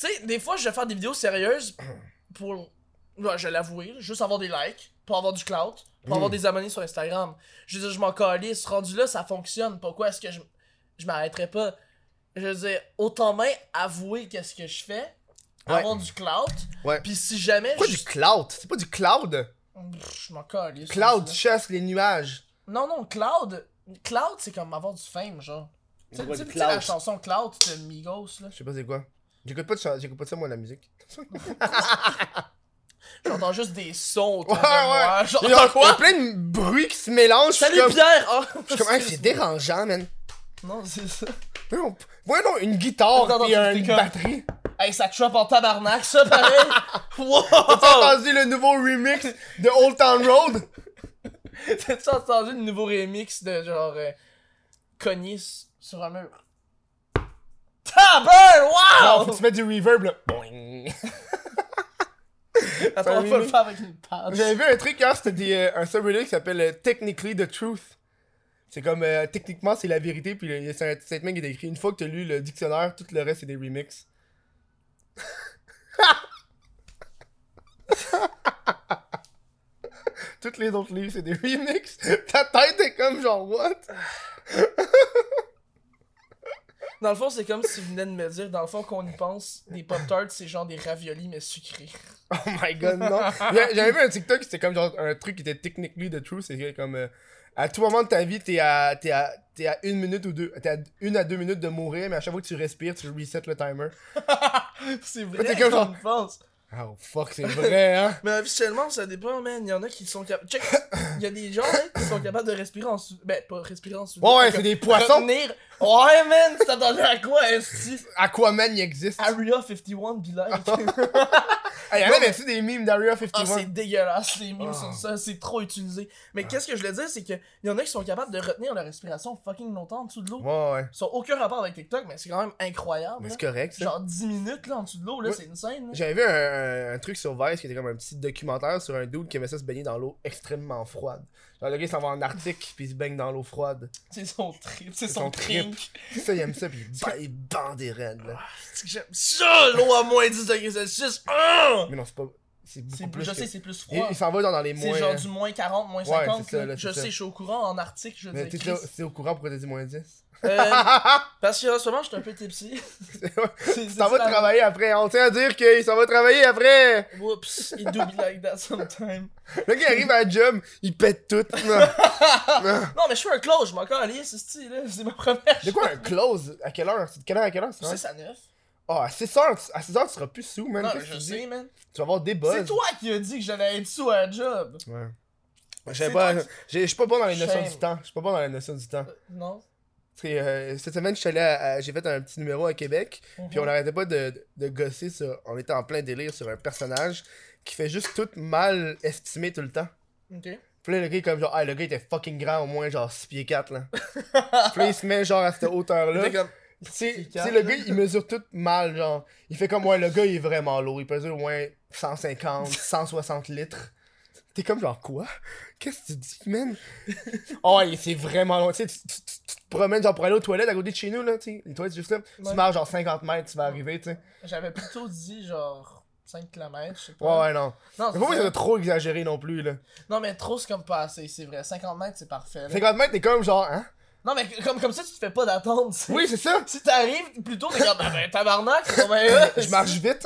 Speaker 2: Tu sais, des fois, je vais faire des vidéos sérieuses pour. Ouais, je vais l'avouer, juste avoir des likes, pour avoir du clout, pour avoir
Speaker 1: Mm.
Speaker 2: des abonnés sur Instagram. Je veux dire, je m'en calisse. Rendu là, ça fonctionne. Pourquoi est-ce que je, je m'arrêterais pas? Je veux dire, autant même avouer qu'est-ce que je fais,
Speaker 1: Ouais.
Speaker 2: avoir du clout.
Speaker 1: Ouais.
Speaker 2: Puis si jamais.
Speaker 1: Pourquoi
Speaker 2: je-
Speaker 1: du cloud? C'est pas du cloud?
Speaker 2: Pff, Je m'en calisse.
Speaker 1: Cloud chasse les nuages.
Speaker 2: Non, non, Cloud. Cloud, c'est comme avoir du fame, genre. Tu sais,
Speaker 1: Ouais,
Speaker 2: tu sais,
Speaker 1: du
Speaker 2: tu sais, la
Speaker 1: cloud.
Speaker 2: chanson Cloud de Migos, là.
Speaker 1: Je sais pas c'est quoi. J'écoute pas de chan- j'écoute pas ça moi la (laughs) musique.
Speaker 2: J'entends juste des sons autour
Speaker 1: Ouais,
Speaker 2: de moi.
Speaker 1: Ah, ouais.
Speaker 2: Genre,
Speaker 1: Il y a
Speaker 2: quoi?
Speaker 1: plein de bruits qui se mélangent.
Speaker 2: Salut
Speaker 1: je suis comme,
Speaker 2: Pierre! Ah,
Speaker 1: je suis comme, Hey, c'est dérangeant, man.
Speaker 2: Non, c'est ça.
Speaker 1: Ouais, on- ouais, non, une guitare
Speaker 2: Attends,
Speaker 1: et
Speaker 2: attends,
Speaker 1: une
Speaker 2: t'es comme-
Speaker 1: batterie.
Speaker 2: Hey, ça chope en tabarnak, ça,
Speaker 1: (laughs)
Speaker 2: pareil!
Speaker 1: T'as
Speaker 2: wow!
Speaker 1: entendu le nouveau remix de Old Town Road?
Speaker 2: T'as-tu entendu le nouveau remix de genre. Euh, cogner s- sur un mur? Tabarn!
Speaker 1: Ah,
Speaker 2: Wow! Ah, oh.
Speaker 1: faut que tu mettes du reverb là. Boing.
Speaker 2: Attends, on va pas le faire avec une pâte.
Speaker 1: J'avais vu un truc hier, c'était des, euh, un subreddit qui s'appelle euh, Technically the Truth. C'est comme, euh, techniquement, c'est la vérité, puis il y a un statement qui est écrit une fois que t'as lu le dictionnaire, tout le reste, c'est des remixes. (laughs) Toutes les autres livres, c'est des remixes. Ta tête est comme genre, what?
Speaker 2: Dans le fond, c'est comme si tu venais de me dire, dans le fond, qu'on y pense, des Pop-Tarts, c'est genre des raviolis, mais sucrés. (laughs)
Speaker 1: (laughs) Oh my god, non. J'a- J'avais vu un TikTok, c'était comme genre un truc qui était technically the truth. C'est comme euh, à tout moment de ta vie, t'es à, t'es à, t'es à une minute ou deux, t'es à une à deux minutes de mourir, mais à chaque fois que tu respires, tu resets le timer.
Speaker 2: c'est vrai,
Speaker 1: T'es
Speaker 2: c'est
Speaker 1: comme
Speaker 2: comme
Speaker 1: genre-
Speaker 2: on y pense.
Speaker 1: Oh fuck, c'est vrai, hein.
Speaker 2: Mais officiellement, ça dépend, man. Il y en a qui sont capables. Check! Il y a des gens, man, qui sont capables de respirer en sous. Ben, pas respirer en sous.
Speaker 1: Ouais, ouais, c'est des poissons.
Speaker 2: Retenir. Ouais, man, tu t'attendais à quoi, Esti?
Speaker 1: Aquaman, il existe. Ah,
Speaker 2: Area 51 bilingue.
Speaker 1: Hey, y'en avait-tu des mimes d'Area
Speaker 2: Ah,
Speaker 1: 51?
Speaker 2: (laughs) c'est dégueulasse, les mimes
Speaker 1: Ah.
Speaker 2: sur ça, c'est trop utilisé. Mais qu'est-ce que je voulais dire, c'est que il y en a qui sont capables de retenir leur respiration fucking longtemps en dessous de l'eau.
Speaker 1: ouais, ouais.
Speaker 2: Ça n'a aucun rapport avec TikTok, mais c'est quand même incroyable.
Speaker 1: Mais
Speaker 2: là.
Speaker 1: c'est correct, ça.
Speaker 2: Genre 10 minutes là en dessous de l'eau, là,
Speaker 1: Ouais.
Speaker 2: c'est une scène. là.
Speaker 1: J'avais vu un, un truc sur Vice qui était comme un petit documentaire sur un dude qui aimait ça se baigner dans l'eau extrêmement froide. Genre, le gars, il s'en va en Arctique, puis il se baigne dans l'eau froide.
Speaker 2: C'est son trip, c'est
Speaker 1: C'est
Speaker 2: son,
Speaker 1: son trip.
Speaker 2: trink.
Speaker 1: Ça, il aime ça, puis il ba- il bande des raides, là.
Speaker 2: C'est que J'aime ça, l'eau à moins 10 degrés Celsius. Ah!
Speaker 1: Mais non, c'est pas. C'est beaucoup
Speaker 2: C'est
Speaker 1: plus.
Speaker 2: plus, je
Speaker 1: que-
Speaker 2: sais, c'est plus
Speaker 1: il
Speaker 2: froid.
Speaker 1: il s'en va dans, dans les moins. euh,
Speaker 2: C'est genre du moins 40, moins
Speaker 1: Ouais,
Speaker 2: 50.
Speaker 1: c'est ça,
Speaker 2: là.
Speaker 1: là, c'est
Speaker 2: je
Speaker 1: ça.
Speaker 2: sais, je suis au courant en Arctique, je
Speaker 1: Mais
Speaker 2: veux
Speaker 1: t'es
Speaker 2: dire. euh, Chris.
Speaker 1: c'est au courant pourquoi t'as dit moins (laughs) 10.
Speaker 2: Euh, parce que en ce moment, je suis un peu tipsy. (laughs) C'est- c'est
Speaker 1: Il s'en va
Speaker 2: ça.
Speaker 1: travailler après. On tient à dire qu'il s'en va travailler après.
Speaker 2: Whoops, it do be like that sometime.
Speaker 1: Le gars arrive à la job, il pète tout. Non.
Speaker 2: (laughs)
Speaker 1: Non.
Speaker 2: Non, mais je suis un close, je m'en calais, ce style, là. C'est ma première
Speaker 1: De quoi un close À quelle heure C'est De quelle heure à quelle heure c'est
Speaker 2: chose.
Speaker 1: vrai?
Speaker 2: 6 à 9.
Speaker 1: Ah, à 6 heures, tu- à 6 heures, tu seras plus sous, man.
Speaker 2: Non, mais
Speaker 1: Qu'est-ce que
Speaker 2: je
Speaker 1: tu dis?
Speaker 2: sais, man.
Speaker 1: Tu vas avoir des buzz.
Speaker 2: C'est toi qui as dit que j'allais être sous à un job.
Speaker 1: Ouais. Je
Speaker 2: C'est
Speaker 1: sais pas,
Speaker 2: toi
Speaker 1: j'ai- je suis pas bon dans les notions
Speaker 2: Shame.
Speaker 1: du temps. Je suis pas bon dans les notions du temps.
Speaker 2: Euh, Non.
Speaker 1: Parce que, euh, cette semaine, je suis allé à- à- j'ai fait un petit numéro à Québec. Puis on arrêtait pas de, de gosser sur. On était en plein délire sur un personnage qui fait juste tout mal estimé tout le temps.
Speaker 2: Ok.
Speaker 1: Puis là, le gars, est comme genre, ah, le gars était fucking grand, au moins genre 6 pieds 4, là. Puis là, il se met genre à cette hauteur-là.
Speaker 2: T'es comme-
Speaker 1: Tu sais,
Speaker 2: pieds
Speaker 1: tu sais,
Speaker 2: quatre,
Speaker 1: le
Speaker 2: là.
Speaker 1: gars, il mesure tout mal, genre. Il fait comme, ouais, le gars, il est vraiment lourd. Il pèse au moins
Speaker 2: (laughs)
Speaker 1: 150, 160 litres. T'es comme, genre, quoi? Qu'est-ce que tu dis,
Speaker 2: (laughs)
Speaker 1: man? oh, il- c'est vraiment long. Tu sais, tu, tu- tu- tu te promènes, genre, pour aller aux toilettes à côté de chez nous, là, tu sais. Les toilettes, juste là.
Speaker 2: Ouais.
Speaker 1: Tu marches, genre, 50 mètres, tu vas arriver, tu sais.
Speaker 2: J'avais plutôt dit genre 5 km, je sais
Speaker 1: Ouais,
Speaker 2: pas.
Speaker 1: ouais, non.
Speaker 2: Non,
Speaker 1: Mais faut pas
Speaker 2: c'est
Speaker 1: que
Speaker 2: ça.
Speaker 1: ça soit trop exagéré non plus, là.
Speaker 2: non, mais trop, c'est comme pas assez, c'est vrai. 50 mètres, c'est parfait. là.
Speaker 1: 50 mètres, t'es comme, genre,
Speaker 2: (laughs)
Speaker 1: hein?
Speaker 2: Non, mais comme, comme ça, tu te fais pas d'attente. tu sais.
Speaker 1: Oui, c'est ça!
Speaker 2: Si t'arrives, plutôt, t'es comme, ah ben, tabarnak, c'est comme, hey, là,
Speaker 1: (laughs) Je marche
Speaker 2: (laughs)
Speaker 1: vite.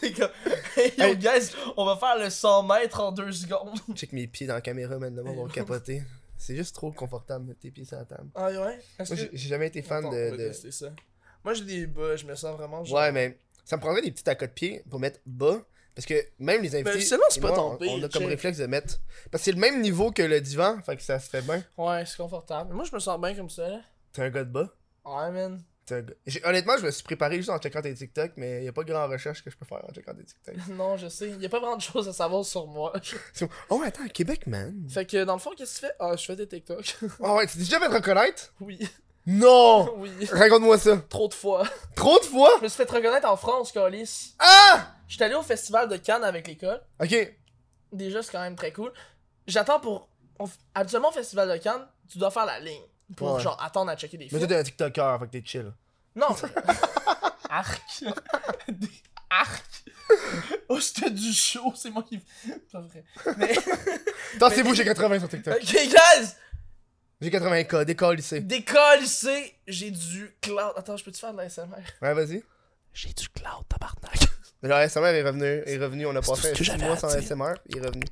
Speaker 2: T'es comme, hey, yo,
Speaker 1: Hey.
Speaker 2: guys, on va faire le 100 mètres en 2 secondes.
Speaker 1: Check mes pieds dans la caméra maintenant, on va capoter. C'est juste trop confortable mettre tes pieds sur la table.
Speaker 2: (laughs) Ah ouais?
Speaker 1: Moi, j'ai j'ai jamais été fan
Speaker 2: Attends, on
Speaker 1: de.
Speaker 2: va
Speaker 1: de-
Speaker 2: tester ça. Moi, j'ai des bas, je me sens vraiment. genre-
Speaker 1: Ouais, mais ça me prendrait des petits tacos de pied pour mettre bas. Parce que même les invités.
Speaker 2: Ben, sinon, c'est
Speaker 1: et
Speaker 2: pas
Speaker 1: moi,
Speaker 2: tant
Speaker 1: on-
Speaker 2: pire,
Speaker 1: On a comme
Speaker 2: check.
Speaker 1: réflexe de mettre. Parce que c'est le même niveau que le divan, fait que ça se fait bien.
Speaker 2: Ouais, c'est confortable. Moi, je me sens bien comme ça. là.
Speaker 1: T'es un gars de bas.
Speaker 2: Ouais, man.
Speaker 1: T'es un gars- J'ai- Honnêtement, je me suis préparé juste en checkant tes TikTok, mais y a pas grand recherche que je peux faire en checkant tes TikTok.
Speaker 2: (laughs) Non, je sais. Y a pas vraiment de choses à savoir sur (laughs) moi.
Speaker 1: (laughs) C'est comme, Oh, attends, Québec, man.
Speaker 2: fait que, dans le fond, qu'est-ce que tu fais? Ah, je fais des TikTok. (laughs)
Speaker 1: Oh, ouais, tu t'es déjà fait reconnaître
Speaker 2: oui. (laughs)
Speaker 1: Non
Speaker 2: oui.
Speaker 1: Raconte-moi ça.
Speaker 2: Trop de fois. (laughs)
Speaker 1: Trop de fois
Speaker 2: Je me suis fait reconnaître en France, Colis.
Speaker 1: Ah
Speaker 2: J'étais allé au festival de Cannes avec l'école.
Speaker 1: Ok,
Speaker 2: Déjà, c'est quand même très cool. J'attends pour. on f- Habituellement, au festival de Cannes, tu dois faire la ligne. Pour
Speaker 1: Ouais.
Speaker 2: genre attendre à checker des
Speaker 1: Mais
Speaker 2: films.
Speaker 1: toi, t'es un TikToker, fait que t'es chill.
Speaker 2: Non! (laughs) Arc! Des arcs! Oh, c'était du show, c'est moi qui. C'est Pas vrai. Mais. (laughs) Euh,
Speaker 1: Tassez-vous, j'ai 80 sur TikTok.
Speaker 2: ok, guys!
Speaker 1: J'ai 80K, décolle lycée.
Speaker 2: Décolle, lycée, j'ai du cloud. Attends, je peux te faire de la SMR?
Speaker 1: Ouais, vas-y.
Speaker 2: J'ai du cloud,
Speaker 1: (laughs)
Speaker 2: tabarnak.
Speaker 1: Le SMR est revenu, est revenu, on a
Speaker 2: tout ce
Speaker 1: passé
Speaker 2: que
Speaker 1: 6
Speaker 2: j'avais
Speaker 1: mois
Speaker 2: à
Speaker 1: sans
Speaker 2: dire.
Speaker 1: SMR, il est revenu.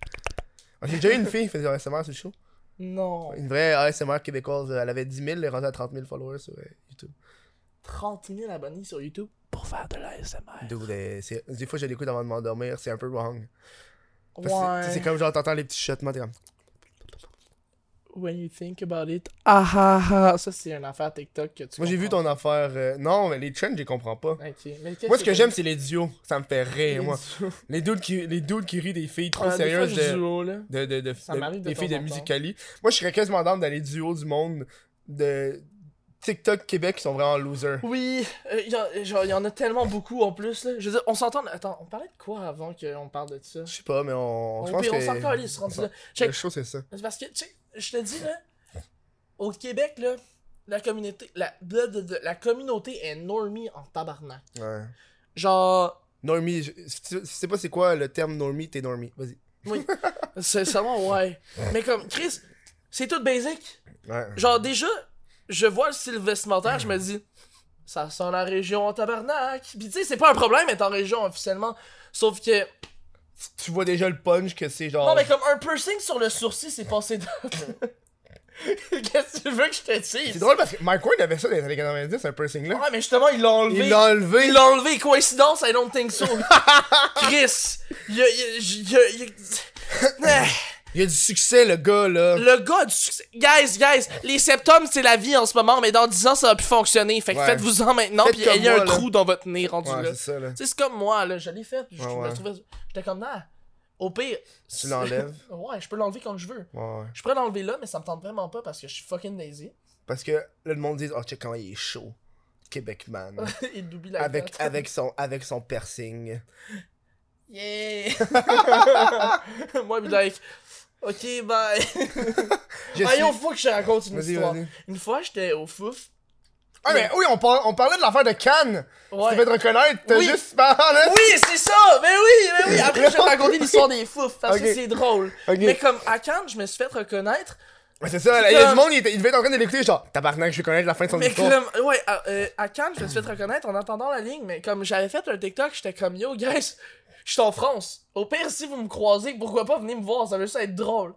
Speaker 1: Ah, J'ai déjà eu une fille qui faisait un SMR sur le show.
Speaker 2: Non.
Speaker 1: Une vraie ASMR québécoise, elle avait 10 000, elle est rendue à 30 000 followers sur euh, YouTube.
Speaker 2: 30 000 abonnés sur YouTube pour faire de la SMR.
Speaker 1: Dude, euh, c'est- des fois, je l'écoute avant de m'endormir, c'est un peu wrong. Parce que c'est-
Speaker 2: Ouais.
Speaker 1: C'est comme genre, t'entends les petits chuchotements, t'es comme.
Speaker 2: When you think about it. Ah ah ah. Ça, c'est une affaire TikTok que tu.
Speaker 1: Moi, j'ai vu ton affaire. euh, Non, mais les trends, je les comprends pas.
Speaker 2: comprends. Ok. Mais
Speaker 1: Moi, ce que j'aime, c'est les duos. Ça me fait rire, moi.
Speaker 2: Trop
Speaker 1: Les dudes qui, les dudes qui rient des filles trop
Speaker 2: Ah,
Speaker 1: sérieuses. de-
Speaker 2: là.
Speaker 1: de, de, de,
Speaker 2: Ça
Speaker 1: de-
Speaker 2: m'arrive de
Speaker 1: des filles
Speaker 2: temps
Speaker 1: de
Speaker 2: en temps.
Speaker 1: Musicali. Moi, je serais quasiment d'âme d'aller du haut du monde de TikTok Québec qui sont vraiment losers.
Speaker 2: Oui, euh, y a- genre, il y en a tellement beaucoup en plus. Là. Je veux dire, on s'entend. Attends, on parlait de quoi avant qu'on parle de ça
Speaker 1: Je sais pas, mais on.
Speaker 2: On,
Speaker 1: je
Speaker 2: on,
Speaker 1: pense
Speaker 2: on
Speaker 1: que-
Speaker 2: s'en calisse, rendu
Speaker 1: on
Speaker 2: là.
Speaker 1: Je
Speaker 2: Check.
Speaker 1: trouve que c'est ça.
Speaker 2: C'est Parce que, tu sais, je te dis, là, au Québec, là, la communauté, la, de- de- de- la communauté est normie en tabarnak.
Speaker 1: Ouais.
Speaker 2: Genre,
Speaker 1: Normie, je- si tu si tu sais pas c'est quoi le terme normie, t'es normie. Vas-y.
Speaker 2: oui, c'est seulement ouais. Mais comme, Chris, c'est tout basic.
Speaker 1: Ouais.
Speaker 2: Genre, déjà, je vois le style vestimentaire, je me dis, ça sent la région en tabarnak. Puis, tu sais, c'est pas un problème être en région officiellement. Sauf que,
Speaker 1: Tu vois déjà le punch que c'est genre.
Speaker 2: non, mais comme un piercing sur le sourcil, c'est passé de. (laughs) Qu'est-ce que tu veux que je te dise?
Speaker 1: C'est drôle parce que Mike Ward avait ça dans les années 90, un piercing là.
Speaker 2: Ouais, mais justement, il l'a enlevé.
Speaker 1: Il l'a enlevé.
Speaker 2: Il l'a enlevé, coïncidence, I don't
Speaker 1: (laughs)
Speaker 2: think so. Chris, il a- il a- il a- il a-
Speaker 1: Il a du succès, le gars là.
Speaker 2: le gars a du succès. Guys, guys, les septums, c'est la vie en ce moment, mais dans 10 ans, ça va plus fonctionner. Fait que
Speaker 1: Ouais.
Speaker 2: faites-vous-en maintenant,
Speaker 1: Faites
Speaker 2: puis
Speaker 1: comme
Speaker 2: ayez
Speaker 1: moi, là.
Speaker 2: un trou dans votre nez rendu
Speaker 1: Ouais,
Speaker 2: là.
Speaker 1: c'est ça là.
Speaker 2: Tu sais, c'est comme moi, là, je l'ai fait, puis je
Speaker 1: Ouais,
Speaker 2: me
Speaker 1: ouais.
Speaker 2: trouvais- J'étais comme, non, au pire.
Speaker 1: Tu l'enlèves.
Speaker 2: Ouais, je peux l'enlever quand je veux.
Speaker 1: Ouais, ouais.
Speaker 2: Je pourrais l'enlever là, mais ça me tente vraiment pas parce que je suis fucking lazy. (laughs)
Speaker 1: Parce que là, le monde dit Oh, check comment il est chaud. Québec man.
Speaker 2: Il double la
Speaker 1: avec, (laughs)
Speaker 2: tête.
Speaker 1: avec, son, avec son piercing.
Speaker 2: Yeah! (laughs) Moi, be like, ok, bye.
Speaker 1: Je
Speaker 2: Ah, yo,
Speaker 1: suis-
Speaker 2: faut que je te raconte une
Speaker 1: Vas-y,
Speaker 2: histoire.
Speaker 1: vas-y.
Speaker 2: Une fois, j'étais au fouf.
Speaker 1: Ah, mais oui, on, par- on parlait de l'affaire de Cannes. Tu
Speaker 2: Ouais.
Speaker 1: devais te reconnaître. T'as
Speaker 2: Oui.
Speaker 1: juste parlé. là.
Speaker 2: Oui, c'est ça! Mais oui, mais oui!
Speaker 1: (laughs)
Speaker 2: Après, je vais te raconter l'histoire des fouf parce
Speaker 1: Ok.
Speaker 2: que c'est drôle.
Speaker 1: Ok.
Speaker 2: Mais comme à Cannes, je me suis fait reconnaître.
Speaker 1: Ouais, C'est ça, là, il y a du monde, il, était- il devait être en train de l'écouter, genre, tabarnak, je vais connaître la fin de son
Speaker 2: Mais
Speaker 1: histoire.
Speaker 2: comme, ouais, à, euh, à Cannes, je me suis fait reconnaître en attendant la ligne. Mais comme j'avais fait un TikTok, j'étais comme, yo, guys, je suis en France. Au pire, si vous me croisez, pourquoi pas venir me voir? Ça veut juste être drôle.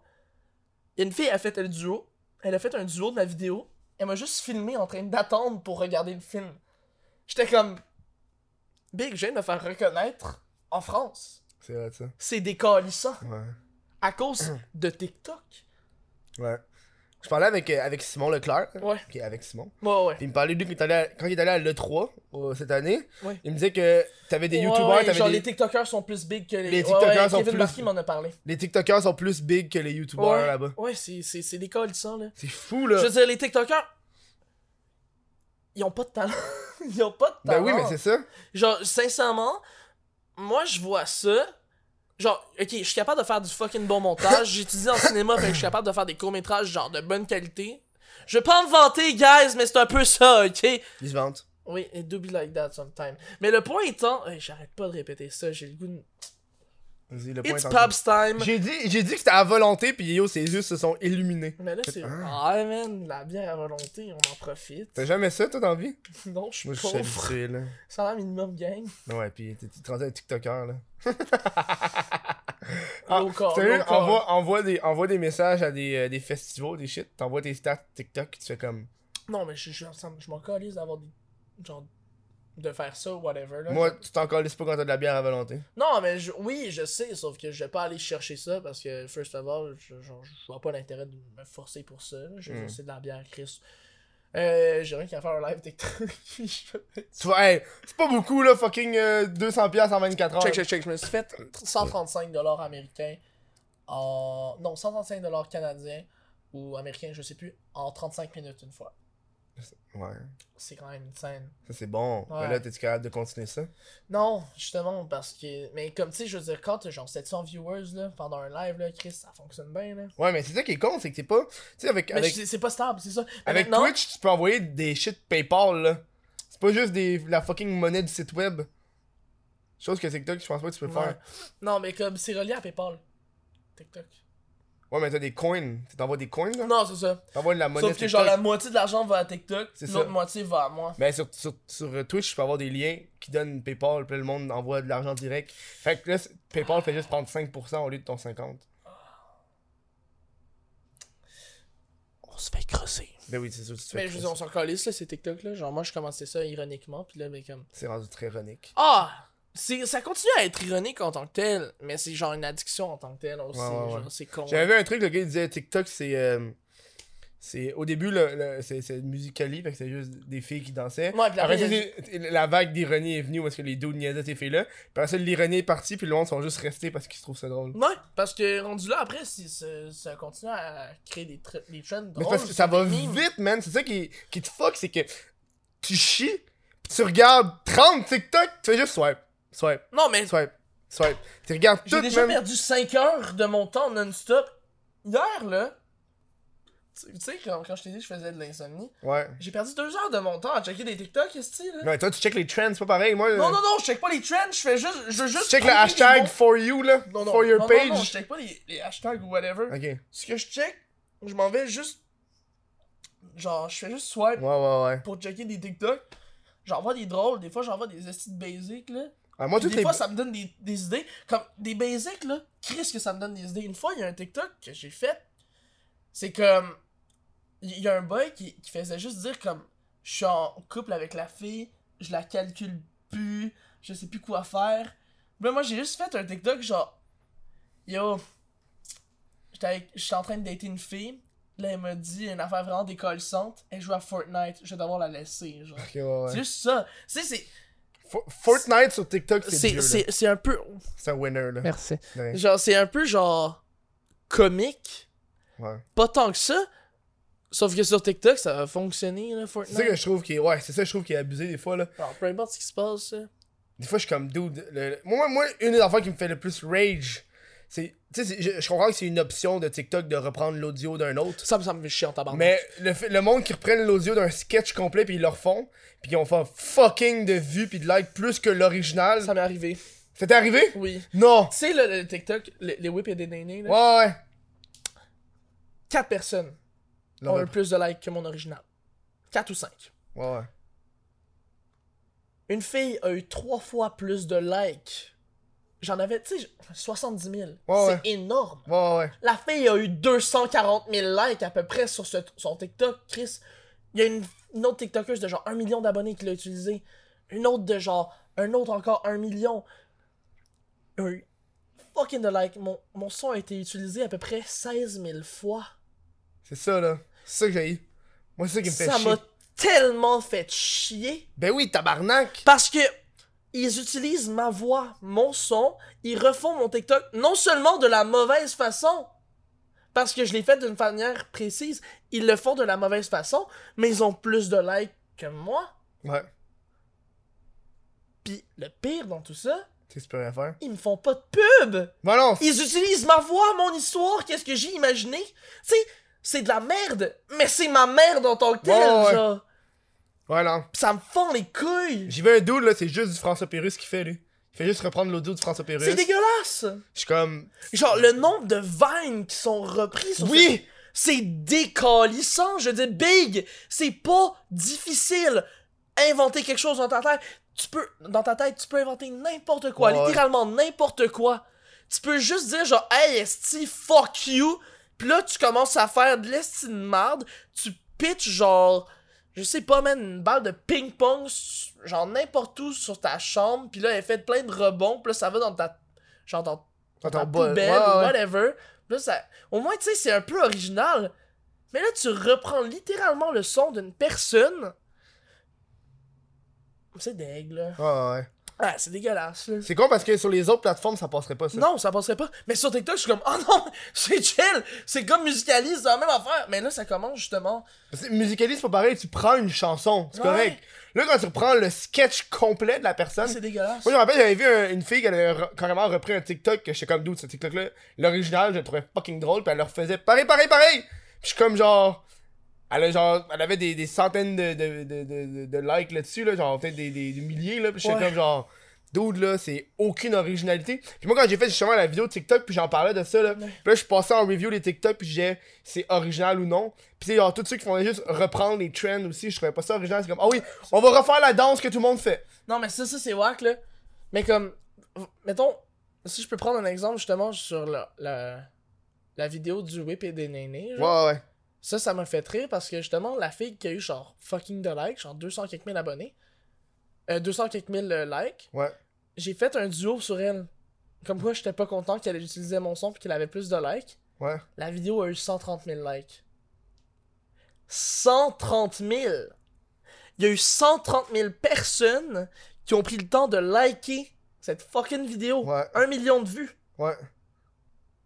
Speaker 2: Il y a une fille, elle a fait le duo. Elle a fait un duo de ma vidéo. Elle m'a juste filmé en train d'attendre pour regarder le film. J'étais comme. Big, je viens de me faire reconnaître en France.
Speaker 1: C'est vrai, ça.
Speaker 2: C'est décalissant.
Speaker 1: Ouais.
Speaker 2: À cause de TikTok.
Speaker 1: Ouais. Je parlais avec, euh, avec Simon Leclerc.
Speaker 2: Ouais.
Speaker 1: Qui est avec Simon.
Speaker 2: Ouais, ouais.
Speaker 1: Puis il me parlait de lui quand il est allé à- quand il est allé à l'E3 euh, cette année.
Speaker 2: Ouais.
Speaker 1: Il me disait que t'avais des
Speaker 2: Ouais,
Speaker 1: YouTubers,
Speaker 2: ouais,
Speaker 1: t'avais
Speaker 2: genre
Speaker 1: des-
Speaker 2: les TikTokers sont plus big que les.
Speaker 1: Les
Speaker 2: Ouais,
Speaker 1: TikTokers
Speaker 2: ouais,
Speaker 1: sont
Speaker 2: Kevin
Speaker 1: plus-
Speaker 2: Barky m'en a parlé.
Speaker 1: les TikTokers sont plus big que les YouTubers
Speaker 2: Ouais,
Speaker 1: là-bas. Euh.
Speaker 2: ouais c'est, c'est, c'est des colissants, là.
Speaker 1: C'est fou,
Speaker 2: Je
Speaker 1: là.
Speaker 2: veux dire, les TikTokers, ils ont pas de talent. (laughs) ils ont pas de
Speaker 1: Ben
Speaker 2: talent.
Speaker 1: oui, mais c'est ça.
Speaker 2: Genre, sincèrement, moi, je vois ça. Genre, ok, je suis capable de faire du fucking
Speaker 1: (laughs)
Speaker 2: bon montage. J'étudie en cinéma, fait que je suis capable de faire des courts-métrages, genre, de bonne qualité. Je vais pas me vanter, guys, mais c'est un peu ça, ok?
Speaker 1: Ils se vantent.
Speaker 2: Oui, it do be like that sometimes. Mais le point étant... Hey, j'arrête pas de répéter ça, j'ai le goût de...
Speaker 1: Vas-y, le point
Speaker 2: It's
Speaker 1: est en-
Speaker 2: Pab's time!
Speaker 1: J'ai dit, j'ai dit que c'était à volonté, puis yo, ses yeux se sont illuminés.
Speaker 2: Mais là, c'est... Ah, man, la bière à volonté, on en profite.
Speaker 1: T'as jamais ça, toi, dans la vie?
Speaker 2: Non, je suis
Speaker 1: Moi, je suis
Speaker 2: pauvre.
Speaker 1: habitué, là.
Speaker 2: Salaire minimum gang.
Speaker 1: Ouais, puis t'es t'es rendu un TikToker, là. Ah,
Speaker 2: Low call,
Speaker 1: Sérieux,
Speaker 2: low call.
Speaker 1: envoie, envoie, des, envoie des messages à des, euh, des festivals, des shit, t'envoies tes stats TikTok, tu fais comme...
Speaker 2: Non, mais je, je, ça me- je m'en calise d'avoir des. Genre. De faire ça, whatever. Là.
Speaker 1: Moi, tu t'en calisses pas quand t'as de la bière à volonté.
Speaker 2: Non, mais je- oui, je sais, sauf que je vais pas aller chercher ça parce que, first of all, je, genre, je vois pas l'intérêt de me forcer pour ça. là. Je vais
Speaker 1: Mm.
Speaker 2: forcer de la bière, Chris. Euh, j'ai rien qu'à faire un live TikTok. (laughs) Je-
Speaker 1: Tu vois, hey, c'est pas beaucoup, là, fucking euh, 200 piastres en 24 heures.
Speaker 2: check, check, check. Je me suis fait 135$ américains. En... Non, 135$ canadiens ou américains, je sais plus, en 35 minutes une fois.
Speaker 1: Ouais,
Speaker 2: C'est quand même une scène.
Speaker 1: ça c'est bon.
Speaker 2: Ouais.
Speaker 1: Mais là, t'es-tu capable de continuer ça?
Speaker 2: Non, justement, parce que. Mais comme tu sais, je veux dire, quand t'as genre 700 viewers là, pendant un live, là, Chris, ça fonctionne bien. Là.
Speaker 1: Ouais, mais c'est ça qui est con, c'est que t'es pas... Tu sais, avec,
Speaker 2: Mais
Speaker 1: avec,
Speaker 2: c'est- c'est pas stable, c'est ça. Mais
Speaker 1: avec
Speaker 2: maintenant-
Speaker 1: Twitch, tu peux envoyer des shit Paypal, là. C'est pas juste des, la fucking monnaie du site web. Chose que TikTok, je pense pas que tu peux
Speaker 2: Ouais.
Speaker 1: faire.
Speaker 2: Non, mais comme c'est relié à PayPal. TikTok.
Speaker 1: Ouais, mais t'as des coins. Tu t'envoies des coins, là?
Speaker 2: Non, c'est ça.
Speaker 1: T'envoies de la monnaie
Speaker 2: Sauf que
Speaker 1: TikTok.
Speaker 2: genre la moitié de l'argent va à TikTok,
Speaker 1: C'est ça.
Speaker 2: l'autre moitié va à moi.
Speaker 1: Ben sur, sur, sur, euh, Twitch, tu peux avoir des liens qui donnent PayPal, puis là, le monde envoie de l'argent direct. Fait que là, c'est- PayPal fait juste prendre 5% au lieu de ton 50.
Speaker 2: On se fait crosser.
Speaker 1: Ben oui, c'est sûr, tu te fais
Speaker 2: Mais je veux dire, on s'en calisse, là, ces TikTok, là. Genre, moi, je commençais ça ironiquement, puis là, mais comme.
Speaker 1: C'est rendu très ironique.
Speaker 2: Ah! C'est- Ça continue à être ironique en tant que tel, mais c'est genre une addiction en tant que tel aussi.
Speaker 1: Ouais, ouais, ouais.
Speaker 2: Genre, c'est con.
Speaker 1: J'avais vu un truc, le gars, il disait TikTok, c'est. euh, c'est au début le, le- c'est c'est musically fait que c'est juste des filles qui dansaient
Speaker 2: Ouais, puis
Speaker 1: après,
Speaker 2: après,
Speaker 1: ça, c'est- la vague d'ironie est venue parce que les deux niaisaient ces filles là puis après ça l'ironie est partie puis le monde sont juste restés parce qu'ils se trouvent ça drôle
Speaker 2: Ouais, parce que rendu là, après, si, ça- ça continue à créer des, tr- des trends
Speaker 1: mais
Speaker 2: drôles.
Speaker 1: c'est parce que ça va vite man c'est ça qui, qui te fuck c'est que tu chies puis tu regardes 30 TikTok tu fais juste swipe swipe
Speaker 2: Non, mais
Speaker 1: swipe swipe tu regardes tout
Speaker 2: j'ai déjà
Speaker 1: man.
Speaker 2: perdu 5 heures de mon temps non-stop. Hier, là, tu tu sais, quand, quand je t'ai dit que je faisais de l'insomnie,
Speaker 1: ouais
Speaker 2: j'ai perdu 2 heures de mon temps à checker des TikTok, est-ce que là?
Speaker 1: non mais toi tu check les trends c'est pas pareil moi
Speaker 2: Non, non, non, je check pas les trends, je fais juste. Je veux
Speaker 1: tu
Speaker 2: juste
Speaker 1: check le
Speaker 2: trouver des
Speaker 1: hashtag
Speaker 2: bons-
Speaker 1: for you là
Speaker 2: Non, non,
Speaker 1: for your
Speaker 2: non,
Speaker 1: page
Speaker 2: Non, non, je check pas les, les hashtags ou whatever.
Speaker 1: ok ouais
Speaker 2: Ce que je check, je m'en vais juste. Genre, je fais juste swipe
Speaker 1: ouais ouais
Speaker 2: pour checker des TikTok. J'envoie des drôles, des fois j'envoie des estis de basic là.
Speaker 1: Ah, moi
Speaker 2: Puis
Speaker 1: toutes
Speaker 2: des
Speaker 1: les
Speaker 2: fois ça me donne des, des idées. Comme des basics là, Chris que ça me donne des idées. Une fois il y a un TikTok que j'ai fait, c'est comme. Il y a un boy qui, qui faisait juste dire comme. Je suis en couple avec la fille, je la calcule plus, je sais plus quoi faire. Ben moi j'ai juste fait un TikTok genre. Yo. J'étais avec- j'étais en train de dater une fille. Là, elle m'a dit une affaire vraiment décollissante. Elle joue à Fortnite. Je vais devoir la laisser. Genre.
Speaker 1: Ok, ouais, ouais.
Speaker 2: C'est juste ça. Tu sais, c'est-
Speaker 1: Fo- Fortnite sur TikTok, c'est
Speaker 2: c'est-
Speaker 1: vieux, là.
Speaker 2: c'est c'est un peu.
Speaker 1: C'est un winner, là.
Speaker 2: Merci.
Speaker 1: Ouais.
Speaker 2: Genre, c'est un peu genre. comique.
Speaker 1: Ouais.
Speaker 2: Pas tant que ça. Sauf que sur TikTok, ça va fonctionner, là,
Speaker 1: C'est ça que
Speaker 2: Fortnite.
Speaker 1: je trouve qui est... Ouais, c'est ça que je trouve qui est abusé des fois, là.
Speaker 2: Alors, peu importe ce qui se passe, là.
Speaker 1: Des fois, je suis comme, dude... le- Moi, moi, une des affaires qui me fait le plus rage, c'est... Tu sais, c'est- je, je comprends que c'est une option de TikTok de reprendre l'audio d'un autre.
Speaker 2: Ça, me- ça me fait chier en tabarnak.
Speaker 1: Mais le, fait- le monde qui reprennent l'audio d'un sketch complet, puis ils le refont, puis ils ont fait fucking de vues puis de likes plus que l'original.
Speaker 2: Ça m'est arrivé.
Speaker 1: C'était arrivé?
Speaker 2: Oui. Tu
Speaker 1: Non!
Speaker 2: sais, là, le TikTok, les, les whips et des nénés, là.
Speaker 1: Ouais, ouais.
Speaker 2: 4 personnes
Speaker 1: Là,
Speaker 2: ont
Speaker 1: ouais.
Speaker 2: eu plus de likes que mon original. 4 ou 5.
Speaker 1: Ouais, ouais.
Speaker 2: Une fille a eu 3 fois plus de likes. J'en avais, tu sais, 70 000.
Speaker 1: Ouais, ouais.
Speaker 2: C'est énorme.
Speaker 1: Ouais, ouais.
Speaker 2: La fille a eu 240 000 likes à peu près sur ce- son TikTok, Chris. Il y a une, une autre TikTokeuse de genre 1 million d'abonnés qui l'a utilisé. Une autre de genre, un autre encore 1 million. Un fucking de likes. Mon, mon son a été utilisé à peu près 16 000 fois.
Speaker 1: C'est ça, là. C'est ça que j'ai eu. Moi, c'est ça qui me fait
Speaker 2: Ça
Speaker 1: chier.
Speaker 2: m'a tellement fait chier.
Speaker 1: Ben oui, tabarnak!
Speaker 2: Parce que ils utilisent ma voix, mon son, ils refont mon TikTok non seulement de la mauvaise façon, parce que je l'ai fait d'une manière précise, ils le font de la mauvaise façon, mais ils ont plus de likes que moi.
Speaker 1: Ouais.
Speaker 2: Puis le pire dans tout ça,
Speaker 1: Tu sais, tu peux rien faire.
Speaker 2: ils me font pas de pub.
Speaker 1: Bah non,
Speaker 2: Ils utilisent ma voix, mon histoire, qu'est-ce que j'ai imaginé. Tu sais, c'est de la merde, mais c'est ma merde en tant que telle,
Speaker 1: Ouais, ouais.
Speaker 2: genre.
Speaker 1: Ouais, non.
Speaker 2: Ça me fend les couilles.
Speaker 1: J'y vais un dude, là, c'est juste du François Pérus qui fait, lui. Il fait juste reprendre l'audio du François Pérus.
Speaker 2: C'est dégueulasse.
Speaker 1: Je suis comme.
Speaker 2: Genre, le nombre de vines qui sont repris sur
Speaker 1: Oui!
Speaker 2: ce- C'est décalissant, je dis big! C'est pas difficile! Inventer quelque chose dans ta tête, tu peux... Dans ta tête, tu peux inventer n'importe quoi,
Speaker 1: Ouais.
Speaker 2: littéralement n'importe quoi. Tu peux juste dire genre « Hey, esti, fuck you! » Puis là, tu commences à faire de l'esti de merde, tu pitches genre... Je sais pas, man, une balle de ping-pong, su- genre n'importe où sur ta chambre, puis là, elle fait plein de rebonds, puis là, ça va dans ta... Genre dans
Speaker 1: Quand
Speaker 2: ta
Speaker 1: on bol.
Speaker 2: poubelle
Speaker 1: Ouais,
Speaker 2: ou
Speaker 1: ouais.
Speaker 2: whatever. Là, ça... Au moins, tu sais, c'est un peu original. Mais là, tu reprends littéralement le son d'une personne. C'est dégueu, là.
Speaker 1: Ouais, ouais.
Speaker 2: Ah, c'est dégueulasse, là.
Speaker 1: C'est con parce que sur les autres plateformes, ça passerait pas, ça.
Speaker 2: Non, ça passerait pas. Mais sur TikTok, je suis comme, oh non, (laughs) c'est chill, c'est comme musicaliste, c'est la même affaire. Mais là, ça commence justement.
Speaker 1: Parce que Musicaliste, c'est pas pareil, tu prends une chanson, c'est
Speaker 2: Ouais.
Speaker 1: correct. Là, quand tu reprends le sketch complet de la personne.
Speaker 2: Ah, C'est dégueulasse.
Speaker 1: Moi, je me rappelle, j'avais vu un- une fille qui avait re- carrément repris un TikTok, que j'étais comme dude, ce TikTok-là. L'original, je le trouvais fucking drôle, puis elle le refaisait pareil, pareil, pareil! Puis je suis comme genre. Elle, a genre, elle avait des, des centaines de, de, de, de, de- de likes là-dessus, là, genre peut-être des, des, des milliers, là, puis j'étais
Speaker 2: Ouais.
Speaker 1: comme genre. Dude, là, c'est aucune originalité. Puis moi, quand j'ai fait justement la vidéo TikTok, puis j'en parlais de ça, là, puis là, je suis passé en review les TikTok, puis j'ai c'est original ou non. Puis c'est genre, tous ceux qui font juste reprendre les trends aussi, je trouvais pas ça original. C'est comme, ah oui, on va refaire la danse que tout le monde fait.
Speaker 2: Non, mais ça, ça, c'est whack, là. Mais comme, mettons, si je peux prendre un exemple justement sur la, la, la vidéo du whip et des nénés. genre.
Speaker 1: Ouais, ouais, ouais.
Speaker 2: Ça, ça m'a fait rire parce que justement, la fille qui a eu genre fucking de likes, genre 200 quelques mille abonnés, euh, 200 quelques mille euh, likes,
Speaker 1: Ouais.
Speaker 2: j'ai fait un duo sur elle. Comme quoi, j'étais pas content qu'elle utilisait mon son puis qu'elle avait plus de likes.
Speaker 1: Ouais.
Speaker 2: La vidéo a eu 130 000 likes. 130 000. Il y a eu 130 000 personnes qui ont pris le temps de liker cette fucking vidéo.
Speaker 1: Ouais.
Speaker 2: Un million de vues.
Speaker 1: Ouais.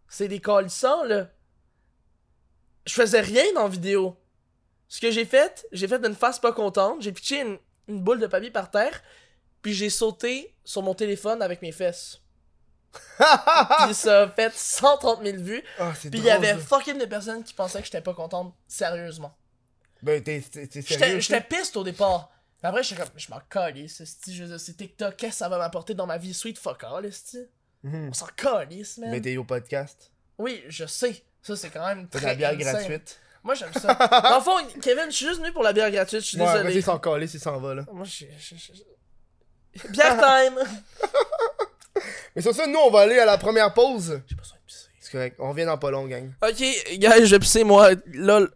Speaker 2: C'est des calissants, là. Je faisais rien dans la vidéo. Ce que j'ai fait, j'ai fait d'une face pas contente. J'ai pitché une, une boule de papier par terre, puis j'ai sauté sur mon téléphone avec
Speaker 1: (laughs)
Speaker 2: mes fesses. puis ça a fait 130 000 vues.
Speaker 1: Ah, c'est
Speaker 2: Puis il
Speaker 1: drôle.
Speaker 2: y avait
Speaker 1: ça.
Speaker 2: fucking des personnes qui pensaient que j'étais pas contente, sérieusement.
Speaker 1: Ben, t'es t'es- t'es sérieux.
Speaker 2: J'étais j'étais piste au départ. Mais après, j'étais comme, je m'en colle, c'est c'est TikTok, qu'est-ce que ça va m'apporter dans ma vie? Sweet fuck all, esti.
Speaker 1: Mhm.
Speaker 2: On s'en calisse, man.
Speaker 1: Mais t'es au podcast.
Speaker 2: Oui, je sais. Ça, c'est quand même
Speaker 1: T'as
Speaker 2: très.
Speaker 1: de la bière
Speaker 2: insane.
Speaker 1: gratuite.
Speaker 2: Moi,
Speaker 1: (laughs)
Speaker 2: j'aime ça. Dans le fond, Kevin, je suis juste venu pour la bière gratuite, je suis
Speaker 1: Ouais,
Speaker 2: désolé.
Speaker 1: vas-y, s'en coller s'il s'en va, là.
Speaker 2: Moi, je. je- je- je- Bière time! (laughs)
Speaker 1: Mais sur ça, nous, on va aller à la première pause.
Speaker 2: J'ai besoin de pisser.
Speaker 1: C'est correct. On revient dans pas long, gang.
Speaker 2: Ok, gars, je vais pisser, moi. Lol.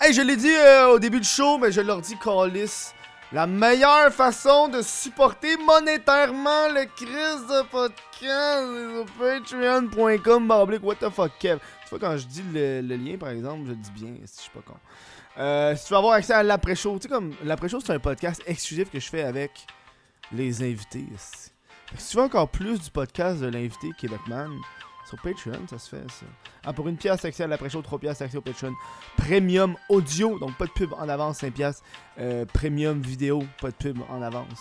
Speaker 1: Hey, je l'ai dit euh, au début du show, mais je leur dis, Callis, la meilleure façon de supporter monétairement le Chris de podcast, c'est sur patreon.com, baroblique, what the fuck, Kev. Tu vois, quand je dis le, le lien, par exemple, je le dis bien, si je suis pas con. Euh, si tu veux avoir accès à l'après-show, tu sais, comme l'après-show, c'est un podcast exclusif que je fais avec les invités. esti. Fait que Si tu veux encore plus du podcast de l'invité Québecman, sur Patreon, ça se fait, ça. Ah, pour une pièce, accès à l'après-show, trois pièces, accès au Patreon. Premium audio, donc pas de pub en avance, 5 piastres. Euh, premium vidéo, pas de pub en avance.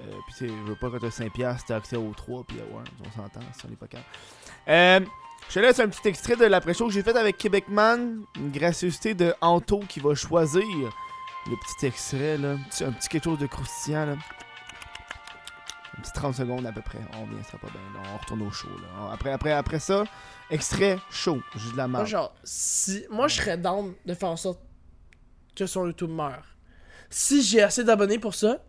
Speaker 1: Euh, puis tu sais, je veux pas que t'as 5 piastres, t'as accès aux 3 puis à 1, on s'entend, si on n'est pas calme. Euh, je te laisse un petit extrait de l'après-show que j'ai fait avec Québecman, une gracieuseté de Anto qui va choisir le petit extrait, là, Tu sais, un petit quelque chose de croustillant, là. Un petit 30 secondes à peu près, on vient, ça sera pas bien, long. on retourne au show, là. Après, après, après ça, extrait chaud, juste de la
Speaker 2: Moi,
Speaker 1: marge.
Speaker 2: genre, si. Moi, je serais down de faire en sorte que son YouTube meure. Si j'ai assez d'abonnés pour ça,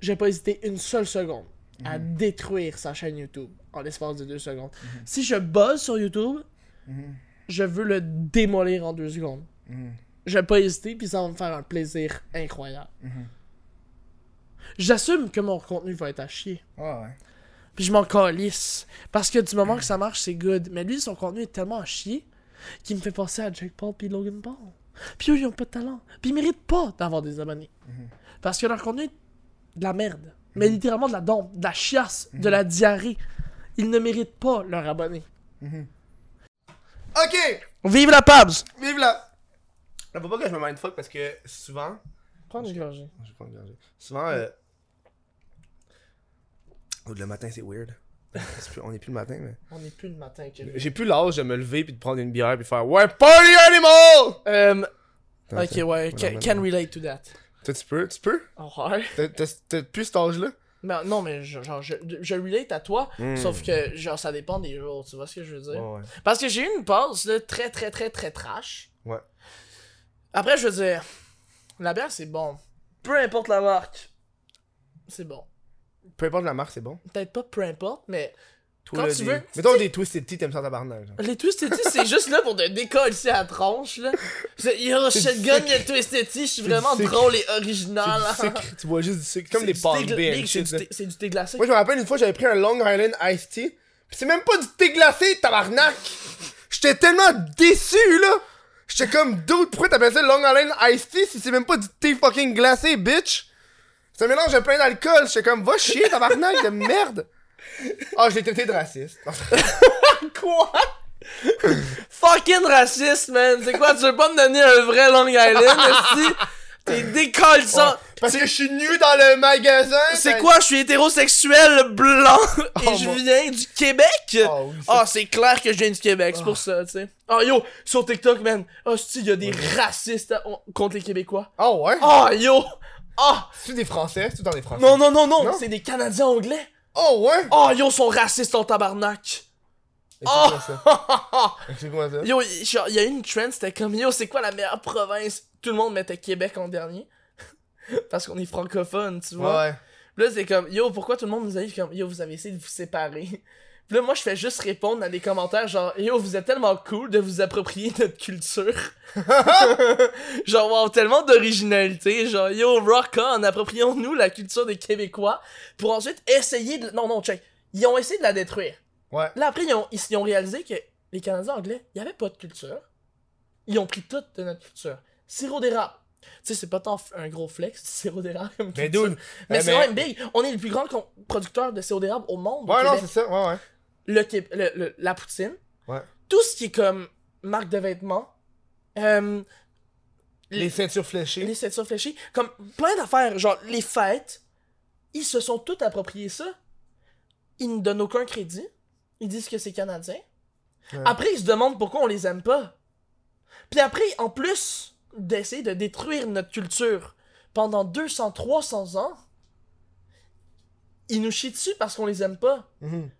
Speaker 2: j'ai pas hésité une seule seconde à détruire sa chaîne YouTube en l'espace de deux secondes. Si je buzz sur YouTube, je veux le démolir en deux secondes. Je vais pas hésiter, puis ça va me faire un plaisir incroyable. J'assume que mon contenu va être à chier.
Speaker 1: ouais.
Speaker 2: Puis je m'en calisse. Parce que du moment que ça marche, c'est good. Mais lui, son contenu est tellement à chier qu'il me fait penser à Jake Paul puis Logan Paul. Puis eux, ils ont pas de talent. Puis ils méritent pas d'avoir des abonnés. Parce que leur contenu est de la merde. Mais littéralement de la dompe, de la chiasse, de la diarrhée. Ils ne méritent pas leurs abonnés.
Speaker 1: Ok!
Speaker 2: Vive la Pabs!
Speaker 1: Vive la. Là, faut pas que je me mindfuck parce que souvent.
Speaker 2: Prends une gorgée.
Speaker 1: Je vais pas me gorger. Souvent. Euh... oh, le matin, c'est weird. C'est plus- On est plus le matin, mais.
Speaker 2: On est plus le matin, Kevin.
Speaker 1: J'ai plus l'âge de me lever puis de prendre une bière puis de faire Ouais, party animal!
Speaker 2: Euh,
Speaker 1: Attends,
Speaker 2: ok, ouais, can,
Speaker 1: non,
Speaker 2: can
Speaker 1: non.
Speaker 2: relate to that.
Speaker 1: Toi, tu peux? Tu peux?
Speaker 2: Alright.
Speaker 1: T'as- T'as t'as plus cet âge-là?
Speaker 2: Mais, non, mais je- genre, je, je relate à toi,
Speaker 1: Mm.
Speaker 2: sauf que, genre, ça dépend des jours, tu vois ce que je veux dire?
Speaker 1: ouais.
Speaker 2: Parce que j'ai eu une pause, là, très, très, très, très trash.
Speaker 1: Ouais.
Speaker 2: Après, je veux dire, la bière, c'est bon. Peu importe la marque, c'est bon.
Speaker 1: Peu importe la marque, c'est bon.
Speaker 2: Peut-être pas peu importe, mais
Speaker 1: Toi,
Speaker 2: Quand
Speaker 1: là,
Speaker 2: tu
Speaker 1: des-
Speaker 2: veux-
Speaker 1: Mettons des twisted tea, t'aimes ça en tabarnak. genre.
Speaker 2: les Twisted Tea, c'est juste là pour te décoller ici à la tronche, là. C'est- Yo, shotgun, il y a Twisted Tea, je suis vraiment
Speaker 1: sucre.
Speaker 2: drôle et
Speaker 1: C'est
Speaker 2: original.
Speaker 1: du sucre, tu bois juste du sucre. Comme
Speaker 2: Ah, C'est
Speaker 1: des
Speaker 2: du
Speaker 1: palm
Speaker 2: thé gla-
Speaker 1: beer
Speaker 2: Nick,
Speaker 1: and
Speaker 2: c'est
Speaker 1: shit.
Speaker 2: du
Speaker 1: là.
Speaker 2: thé- C'est du thé glacé.
Speaker 1: Moi, je me rappelle une fois, j'avais pris un Long Island Iced Tea. Pis c'est même pas du thé glacé, tabarnak! J'étais tellement déçu, là! J'étais comme, dude, pourquoi t'appelles ça Long Island Iced Tea si c'est même pas du thé fucking glacé, bitch? C'est un mélange de plein d'alcool. J'étais comme, va chier, tabarnak, de merde! Ah, je l'ai traité de raciste.
Speaker 2: Quoi? (laughs) Fucking raciste, man! C'est quoi, tu veux pas me donner un vrai Long Island, si T'es décollissant!
Speaker 1: (laughs) Parce que je suis nu dans le magasin.
Speaker 2: Ah, C'est
Speaker 1: ben-
Speaker 2: quoi, je suis hétérosexuel blanc et
Speaker 1: Oh,
Speaker 2: je
Speaker 1: mon-
Speaker 2: viens du Québec?
Speaker 1: Ah oui, ça-
Speaker 2: Ah, c'est clair que je viens du Québec, c'est pour ça, tu sais. Ah, yo, sur TikTok, man, ah, il y a des racistes à- on- contre les Québécois.
Speaker 1: Ah ouais?
Speaker 2: Ah, yo! Ah!
Speaker 1: C'est des Français? C'est dans des Français?
Speaker 2: Non, non, non, non,
Speaker 1: Non?
Speaker 2: c'est des Canadiens anglais.
Speaker 1: Oh ouais?
Speaker 2: Ah, yo, ils sont racistes
Speaker 1: (laughs)
Speaker 2: en tabarnak.
Speaker 1: Explique-moi ça. Explique-moi ça.
Speaker 2: Ah. Yo, y- genre, il y a eu une trend, c'était comme yo, c'est quoi la meilleure province Tout le monde mettait Québec en dernier. (laughs) Parce qu'on est francophone, tu vois.
Speaker 1: Ouais.
Speaker 2: Puis là, c'est comme yo, pourquoi tout le monde nous arrive comme yo, vous avez essayé de vous séparer Puis là, moi, je fais juste répondre à des commentaires genre yo, vous êtes tellement cool de vous approprier (laughs) notre culture. genre, wow, tellement d'originalité. Genre, yo, rock on, approprions-nous la culture des Québécois pour ensuite essayer de. Non, non, check. Ils ont essayé de la détruire.
Speaker 1: Ouais.
Speaker 2: Là, après, ils ont, ils, ils ont réalisé que les Canadiens anglais, il n'y avait pas de culture. ils ont pris tout de notre culture. Sirop d'érable. Tu sais, c'est pas tant f- un gros flex, (laughs) sirop d'érable comme
Speaker 1: Mais
Speaker 2: culture.
Speaker 1: dude,
Speaker 2: Mais
Speaker 1: euh,
Speaker 2: c'est
Speaker 1: mais-
Speaker 2: quand même big. On est le plus grand con- producteur de sirop d'érable au monde. au
Speaker 1: Ouais, non,
Speaker 2: Québec.
Speaker 1: c'est ça, ouais, ouais.
Speaker 2: le, Qué- le- le- la poutine.
Speaker 1: Ouais.
Speaker 2: Tout ce qui est comme marque de vêtements. euh,
Speaker 1: Les ceintures fléchées.
Speaker 2: les ceintures fléchées. Comme plein d'affaires. Genre, les fêtes. Ils se sont tous appropriés ça. Ils ne donnent aucun crédit. Ils disent que c'est canadien.
Speaker 1: Ouais.
Speaker 2: Après, ils se demandent pourquoi on les aime pas. Puis après, en plus d'essayer de détruire notre culture pendant 200, 300 ans, ils nous chient dessus parce qu'on les aime pas.
Speaker 1: Mhm.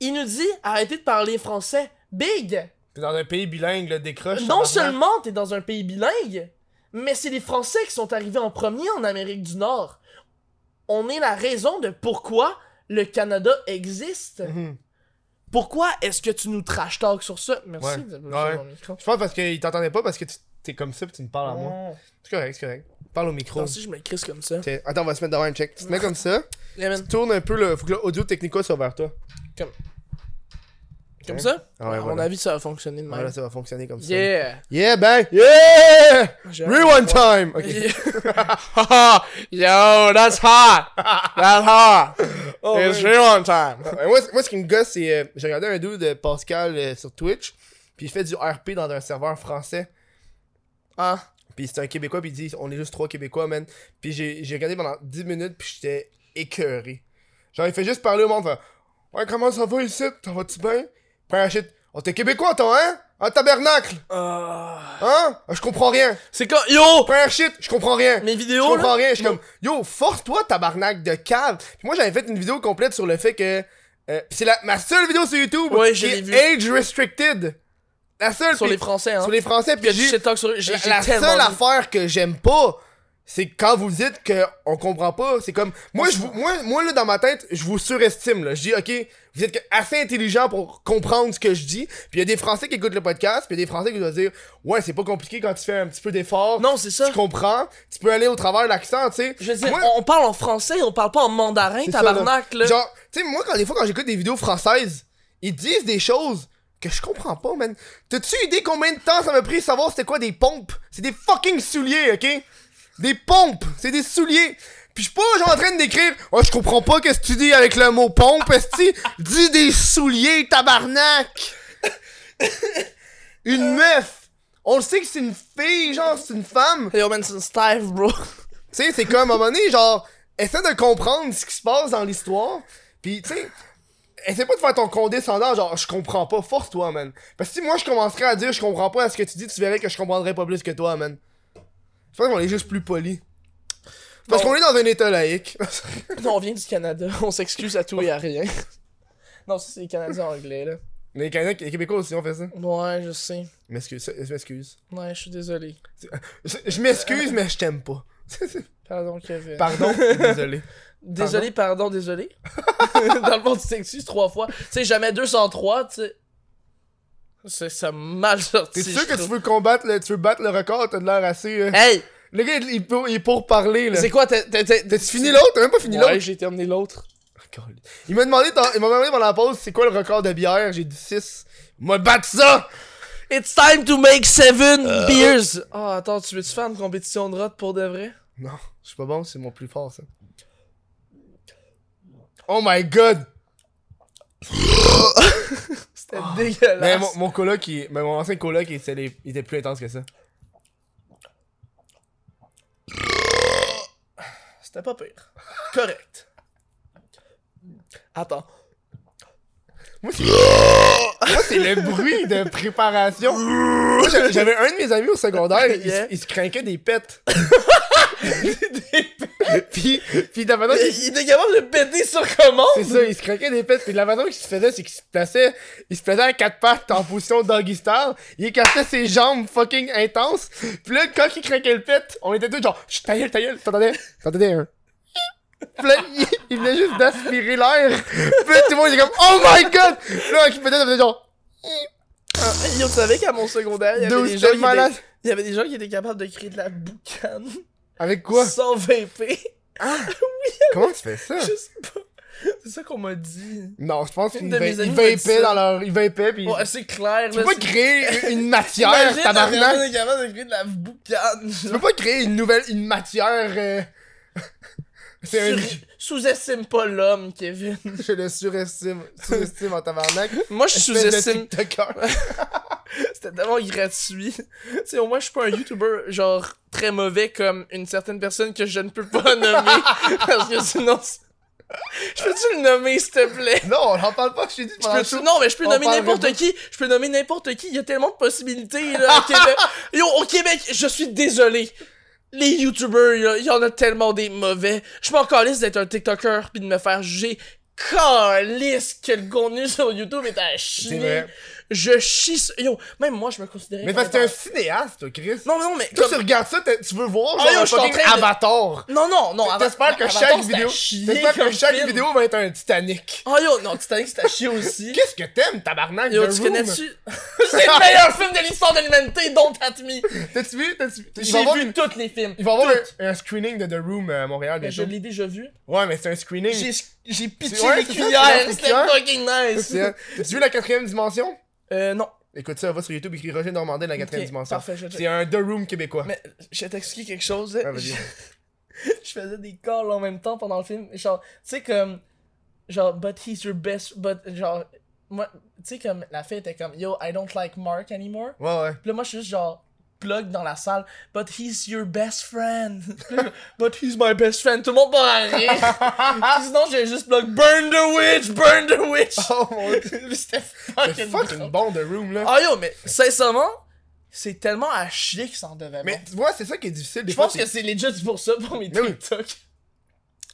Speaker 2: Il nous dit arrêtez de parler français. Big!
Speaker 1: Puis dans un pays bilingue, le décroche.
Speaker 2: Non
Speaker 1: tabarnak.
Speaker 2: seulement t'es dans un pays bilingue, mais c'est les Français qui sont arrivés en premier en Amérique du Nord. On est la raison de pourquoi le Canada existe.
Speaker 1: Mhm.
Speaker 2: Pourquoi est-ce que tu nous trash talk sur ça? Merci
Speaker 1: Ouais.
Speaker 2: de me
Speaker 1: Ouais.
Speaker 2: mon micro.
Speaker 1: Je pense parce qu'il t'entendait pas parce que tu t'es comme ça puis tu me parles à moi.
Speaker 2: Moi,
Speaker 1: C'est correct, c'est correct. Parle au micro.
Speaker 2: si je me crisse comme ça.
Speaker 1: Tiens, Attends, on va se mettre devant un check. Tu te mets comme ça.
Speaker 2: Yeah, man.
Speaker 1: Tu tournes un peu le. Faut que l'audio technica soit vers toi.
Speaker 2: Comme ça?
Speaker 1: Ah ouais,
Speaker 2: à mon
Speaker 1: voilà.
Speaker 2: avis, ça va fonctionner de même.
Speaker 1: Voilà, ça va fonctionner comme ça. (laughs)
Speaker 2: yeah!
Speaker 1: Yeah, bang! Yeah!
Speaker 2: J'ai hâte de
Speaker 1: Rewind time! Ok.
Speaker 2: voir. Yo, that's hot! That's hot!
Speaker 1: Oh,
Speaker 2: It's
Speaker 1: ouais.
Speaker 2: rewind time!
Speaker 1: Euh, moi, c- moi, ce qui me gosse, c'est. euh, J'ai regardé un dude de Pascal euh, sur Twitch, puis il fait du RP dans un serveur français.
Speaker 2: Ah.
Speaker 1: Puis c'est un Québécois, puis il dit on est juste trois Québécois, man. Puis j'ai j'ai regardé pendant 10 minutes, puis j'étais écœuré. Genre, il fait juste parler au monde, fait, Ouais, comment ça va ici T'en vas-tu bien Première shit, on t'es Québécois, toi, hein Un tabernacle
Speaker 2: Ah.
Speaker 1: Hein Ah, Je comprends rien.
Speaker 2: C'est quand. Yo!
Speaker 1: Première shit, je comprends rien.
Speaker 2: Mes
Speaker 1: Je
Speaker 2: vidéos, là.
Speaker 1: comprends rien. Je suis comme, yo, force-toi, tabarnak de cave. Puis moi, j'avais fait une vidéo complète sur le fait que. euh, pis c'est la, ma seule vidéo sur YouTube
Speaker 2: Ouais, je
Speaker 1: qui
Speaker 2: l'ai
Speaker 1: est
Speaker 2: vue.
Speaker 1: age restricted. La seule.
Speaker 2: Sur
Speaker 1: puis-
Speaker 2: les Français, hein.
Speaker 1: Sur les Français.
Speaker 2: Il y
Speaker 1: Puis
Speaker 2: a du
Speaker 1: j'ai-
Speaker 2: shit talk sur eux. J'ai j'ai
Speaker 1: la, la
Speaker 2: tellement.
Speaker 1: seule
Speaker 2: vu.
Speaker 1: affaire que j'aime pas, c'est quand vous dites que on comprend pas. C'est comme, moi, je vous, moi, moi là, dans ma tête, je vous surestime. Là. Je dis, ok, vous êtes que- assez intelligent pour comprendre ce que je dis. Puis il y a des Français qui écoutent le podcast, puis il y a des Français qui doivent dire, ouais, c'est pas compliqué quand tu fais un petit peu d'effort.
Speaker 2: Non, c'est ça.
Speaker 1: Tu comprends, tu peux aller au travers de l'accent, tu sais.
Speaker 2: Je veux dire,
Speaker 1: Moi-
Speaker 2: on parle en français, on parle pas en mandarin,
Speaker 1: c'est ça,
Speaker 2: tabarnak, là.
Speaker 1: Genre, tu sais, moi, quand des fois, quand j'écoute des vidéos françaises, ils disent des choses que je comprends pas, man. T'as-tu idée combien de temps ça m'a pris de savoir c'était quoi des pompes? C'est des fucking souliers, ok? Des pompes, c'est des souliers. Puis je suis pas genre en train de d'écrire « Oh, je comprends pas qu'est-ce que tu dis avec le mot pompe, esti! Dis des souliers, tabarnak! » Une meuf! On le sait que c'est une fille, genre, c'est une femme.
Speaker 2: Yo, man, c'est une style, bro.
Speaker 1: Tu sais, c'est comme à un moment donné, genre, essaie de comprendre ce qui se passe dans l'histoire. Puis, tu sais, essaie pas de faire ton condescendant, genre, je comprends pas, force-toi, man. Parce que si moi, je commencerais à dire, je comprends pas à ce que tu dis, tu verrais que je comprendrais pas plus que toi, man. Je pense qu'on est juste plus poli. Parce
Speaker 2: Bon.
Speaker 1: qu'on est dans un état laïque.
Speaker 2: (laughs)
Speaker 1: (laughs)
Speaker 2: Non, on vient du Canada. On s'excuse à tout et à rien. (laughs) Non, ça, c'est les Canadiens anglais, là.
Speaker 1: les Canadiens, les Québécois aussi ont fait ça.
Speaker 2: Ouais, je sais.
Speaker 1: Je m'excuse, je m'excuse.
Speaker 2: Ouais, je suis désolé.
Speaker 1: Je, je m'excuse, mais je t'aime pas.
Speaker 2: Pardon, Kevin. (laughs)
Speaker 1: Pardon, désolé.
Speaker 2: Désolé, pardon, désolé. (laughs) Dans le fond, tu t'excuses trois fois. Tu sais, jamais 203, tu sais. C'est- Ça m'a mal sorti.
Speaker 1: T'es sûr
Speaker 2: je
Speaker 1: que tu
Speaker 2: trouve. Eh.
Speaker 1: veux combattre, le, tu veux battre le record, t'as de l'air assez... euh,
Speaker 2: Hey!
Speaker 1: Le gars, il, il, il est pour parler, là.
Speaker 2: C'est quoi? t'as- t'as- t'as-
Speaker 1: T'as-tu fini l'autre? T'as même pas fini
Speaker 2: Ouais,
Speaker 1: l'autre? Ah,
Speaker 2: j'ai terminé l'autre.
Speaker 1: Il m'a demandé, ton- il m'a demandé pendant la pause, c'est quoi le record de bière? J'ai dit 6. Moi, battre ça!
Speaker 2: It's time to make seven beers! Ah, attends, tu veux-tu faire une compétition de rot pour de vrai?
Speaker 1: Non, je suis pas bon, c'est mon plus fort, ça. Oh my god!
Speaker 2: C'était
Speaker 1: Ah.
Speaker 2: dégueulasse.
Speaker 1: Mais mon, mon coloc, il- mais mon ancien coloc, il, était les- il était plus intense que ça.
Speaker 2: C'était pas pire. Correct. Attends.
Speaker 1: Moi, c'est, (laughs) Moi, c'est le bruit de préparation. Moi, j'a- j'avais un de mes amis au secondaire, il,
Speaker 2: Yeah.
Speaker 1: se- il se craquait des pets. (laughs) puis, puis de la façon
Speaker 2: Il,
Speaker 1: qu'il-
Speaker 2: il était capable de péter sur commande!
Speaker 1: C'est ça, il se craquait des pets. Puis la façon qu'il se faisait, c'est qu'il se plaçait, il se plaçait à quatre pattes en position doggy style. Il écartait ses jambes fucking intenses. Puis là, quand il craquait le pet, on était tous genre, chut, ta gueule, ta gueule. T'entendais, t'entendais un. Puis là, il, il venait juste d'aspirer l'air. Puis là, tout le monde était comme, oh my god! Puis là, quand il pétait, ça faisait genre,
Speaker 2: Yo, tu savais qu'à mon secondaire, il y, avait
Speaker 1: Dude,
Speaker 2: des gens qui
Speaker 1: c'était malade.
Speaker 2: étaient, il y avait des gens qui étaient capables de créer de la boucane.
Speaker 1: Avec quoi?
Speaker 2: Sans VP.
Speaker 1: (laughs) Comment tu fais ça?
Speaker 2: Je sais pas. C'est ça qu'on m'a dit.
Speaker 1: Non, je pense
Speaker 2: Une
Speaker 1: qu'ils
Speaker 2: de
Speaker 1: va-
Speaker 2: mes
Speaker 1: ils
Speaker 2: amies m'a dit
Speaker 1: vapaient
Speaker 2: ça.
Speaker 1: dans leur. Ils vapaient pis.
Speaker 2: Ouais, c'est clair,
Speaker 1: tu
Speaker 2: là.
Speaker 1: peux pas
Speaker 2: c'est-
Speaker 1: créer une matière,
Speaker 2: Imagine,
Speaker 1: tabarnak!
Speaker 2: on est capable de créer de la boucane.
Speaker 1: Tu peux pas créer une nouvelle. une matière. euh, (laughs) C'est un.
Speaker 2: Sur- Sous-estime pas l'homme, Kevin.
Speaker 1: (laughs) Je le surestime. Surestime en
Speaker 2: (laughs)
Speaker 1: tabarnak.
Speaker 2: Moi, je sous-estime.
Speaker 1: Espèce de TikToker.
Speaker 2: C'était tellement gratuit. (laughs) tu sais, au moins, je suis pas un YouTuber, genre, très mauvais comme une certaine personne que je ne peux pas (laughs) nommer. parce que sinon. c'est- (laughs) Je peux-tu le nommer, s'il te plaît?
Speaker 1: (laughs) Non, on en parle pas, je t'ai dit
Speaker 2: Je
Speaker 1: pendant le
Speaker 2: peux-
Speaker 1: show.
Speaker 2: non, mais je peux
Speaker 1: on
Speaker 2: nommer
Speaker 1: parlera pas.
Speaker 2: n'importe qui. Je peux nommer n'importe qui. Il y a tellement de possibilités là, au
Speaker 1: (laughs)
Speaker 2: Québec. Yo, au Québec, je suis désolé. Les YouTubers, là, il y en a tellement des mauvais. Je m'en calisse d'être un TikToker puis de me faire juger. Calisse que le contenu sur YouTube est à
Speaker 1: C'est
Speaker 2: chier.
Speaker 1: vrai.
Speaker 2: Je chie. sur- Yo, même moi, je me considérais.
Speaker 1: Mais
Speaker 2: comme
Speaker 1: parce que t'es un
Speaker 2: un-
Speaker 1: cinéaste, toi, Chris.
Speaker 2: Non, mais non, mais.
Speaker 1: Toi,
Speaker 2: comme-
Speaker 1: tu regardes ça, t'es- tu veux voir
Speaker 2: Ah,
Speaker 1: genre
Speaker 2: yo,
Speaker 1: un
Speaker 2: je suis en
Speaker 1: fucking
Speaker 2: train de-
Speaker 1: avatar.
Speaker 2: Non, non, non. avant-
Speaker 1: T'espères que
Speaker 2: avant-
Speaker 1: chaque
Speaker 2: avant, c'était
Speaker 1: vidéo,
Speaker 2: à chier
Speaker 1: t'espères que
Speaker 2: comme
Speaker 1: chaque
Speaker 2: film.
Speaker 1: vidéo va être un Titanic.
Speaker 2: Oh yo, non, Titanic, c'était à
Speaker 1: (laughs)
Speaker 2: chier aussi.
Speaker 1: Qu'est-ce que t'aimes, tabarnak?
Speaker 2: Yo,
Speaker 1: The
Speaker 2: tu
Speaker 1: Room?
Speaker 2: connais-tu?
Speaker 1: (laughs)
Speaker 2: C'est le meilleur film de l'histoire de l'humanité, Don't At Me.
Speaker 1: T'as-tu vu? T'as-tu vu? Il va y
Speaker 2: J'ai
Speaker 1: avoir,
Speaker 2: vu tous les films.
Speaker 1: il va y avoir
Speaker 2: Toutes.
Speaker 1: un, un screening de The Room euh, à Montréal
Speaker 2: Mais Ben, je
Speaker 1: bientôt.
Speaker 2: l'ai déjà vu.
Speaker 1: Ouais, mais c'est un screening.
Speaker 2: J'ai j'ai
Speaker 1: C'est-
Speaker 2: pitché
Speaker 1: ouais,
Speaker 2: les
Speaker 1: c'est ça, c'est la
Speaker 2: cuillères. C'était
Speaker 1: cuillère.
Speaker 2: fucking nice.
Speaker 1: C'est- (laughs) T'as-tu vu la quatrième dimension?
Speaker 2: Euh, non.
Speaker 1: Écoute ça, va sur YouTube, écris Roger Normandin de la quatrième
Speaker 2: Ok,
Speaker 1: dimension.
Speaker 2: Parfait, je
Speaker 1: C'est un The Room québécois.
Speaker 2: Mais je vais t'expliquer quelque chose.
Speaker 1: Ah,
Speaker 2: je,
Speaker 1: vas-y.
Speaker 2: (laughs) je faisais des calls en même temps pendant le film. Genre, tu sais, comme. Genre, but he's your best. But, genre. Moi, tu sais, comme la fille était comme Yo, I don't like Mark anymore.
Speaker 1: Ouais, ouais.
Speaker 2: Puis là, moi, je suis juste genre plug dans la salle. But he's your best friend. (laughs) Puis là, But he's my best friend. Tout le monde part
Speaker 1: (laughs)
Speaker 2: à rire. Puis sinon, j'ai juste plug Burn the witch, burn the witch.
Speaker 1: Oh
Speaker 2: (laughs)
Speaker 1: mon dieu.
Speaker 2: Puis C'était
Speaker 1: C'est
Speaker 2: fucking
Speaker 1: fucking
Speaker 2: drôle.
Speaker 1: bon The Room là.
Speaker 2: Ah yo, mais sincèrement, c'est tellement à chier qu'ils s'en devaient.
Speaker 1: Mais
Speaker 2: bon.
Speaker 1: tu vois, c'est ça qui est difficile. Des
Speaker 2: je
Speaker 1: fois,
Speaker 2: pense que c'est legit pour ça, pour mes
Speaker 1: Mais oui.
Speaker 2: TikTok.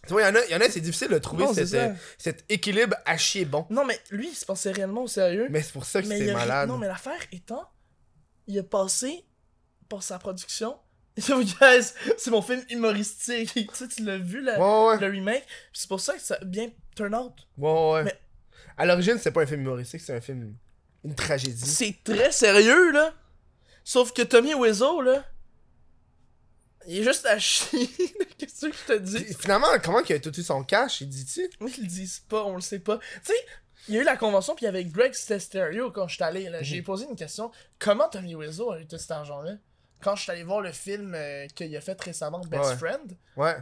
Speaker 1: Tu vois, il y en a, y en a c'est difficile de trouver
Speaker 2: Non, c'est
Speaker 1: cet, euh, cet équilibre à chier bon.
Speaker 2: Non, mais lui, il se pensait réellement au sérieux.
Speaker 1: Mais c'est pour ça que
Speaker 2: Mais il
Speaker 1: c'est
Speaker 2: a ri-
Speaker 1: malade.
Speaker 2: Non, mais l'affaire étant, il a passé pour sa production. (laughs) Yo, guys, c'est mon film humoristique. (laughs) tu sais, tu l'as vu, le,
Speaker 1: Ouais, ouais, ouais.
Speaker 2: le remake. Puis C'est pour ça que ça a bien turn out.
Speaker 1: ouais, ouais.
Speaker 2: Mais-
Speaker 1: À l'origine, c'est pas un film humoristique, c'est un film. Une tragédie.
Speaker 2: C'est très sérieux, là. Sauf que Tommy Wiseau, là, il est juste à chier. (laughs) Qu'est-ce que je te dis?
Speaker 1: Puis, Finalement, comment qu'il a tout eu son cash, il dit-tu?
Speaker 2: Moi, ils le disent pas, on le sait pas. Tu sais, il y a eu la convention, puis avec Greg Sestero, quand je suis allé, là,
Speaker 1: Mhm.
Speaker 2: j'ai posé une question. Comment Tommy Wiseau a eu tout cet argent-là? Quand je suis allé voir le film euh, qu'il a fait récemment, Best
Speaker 1: Ouais.
Speaker 2: Friend,
Speaker 1: Ouais.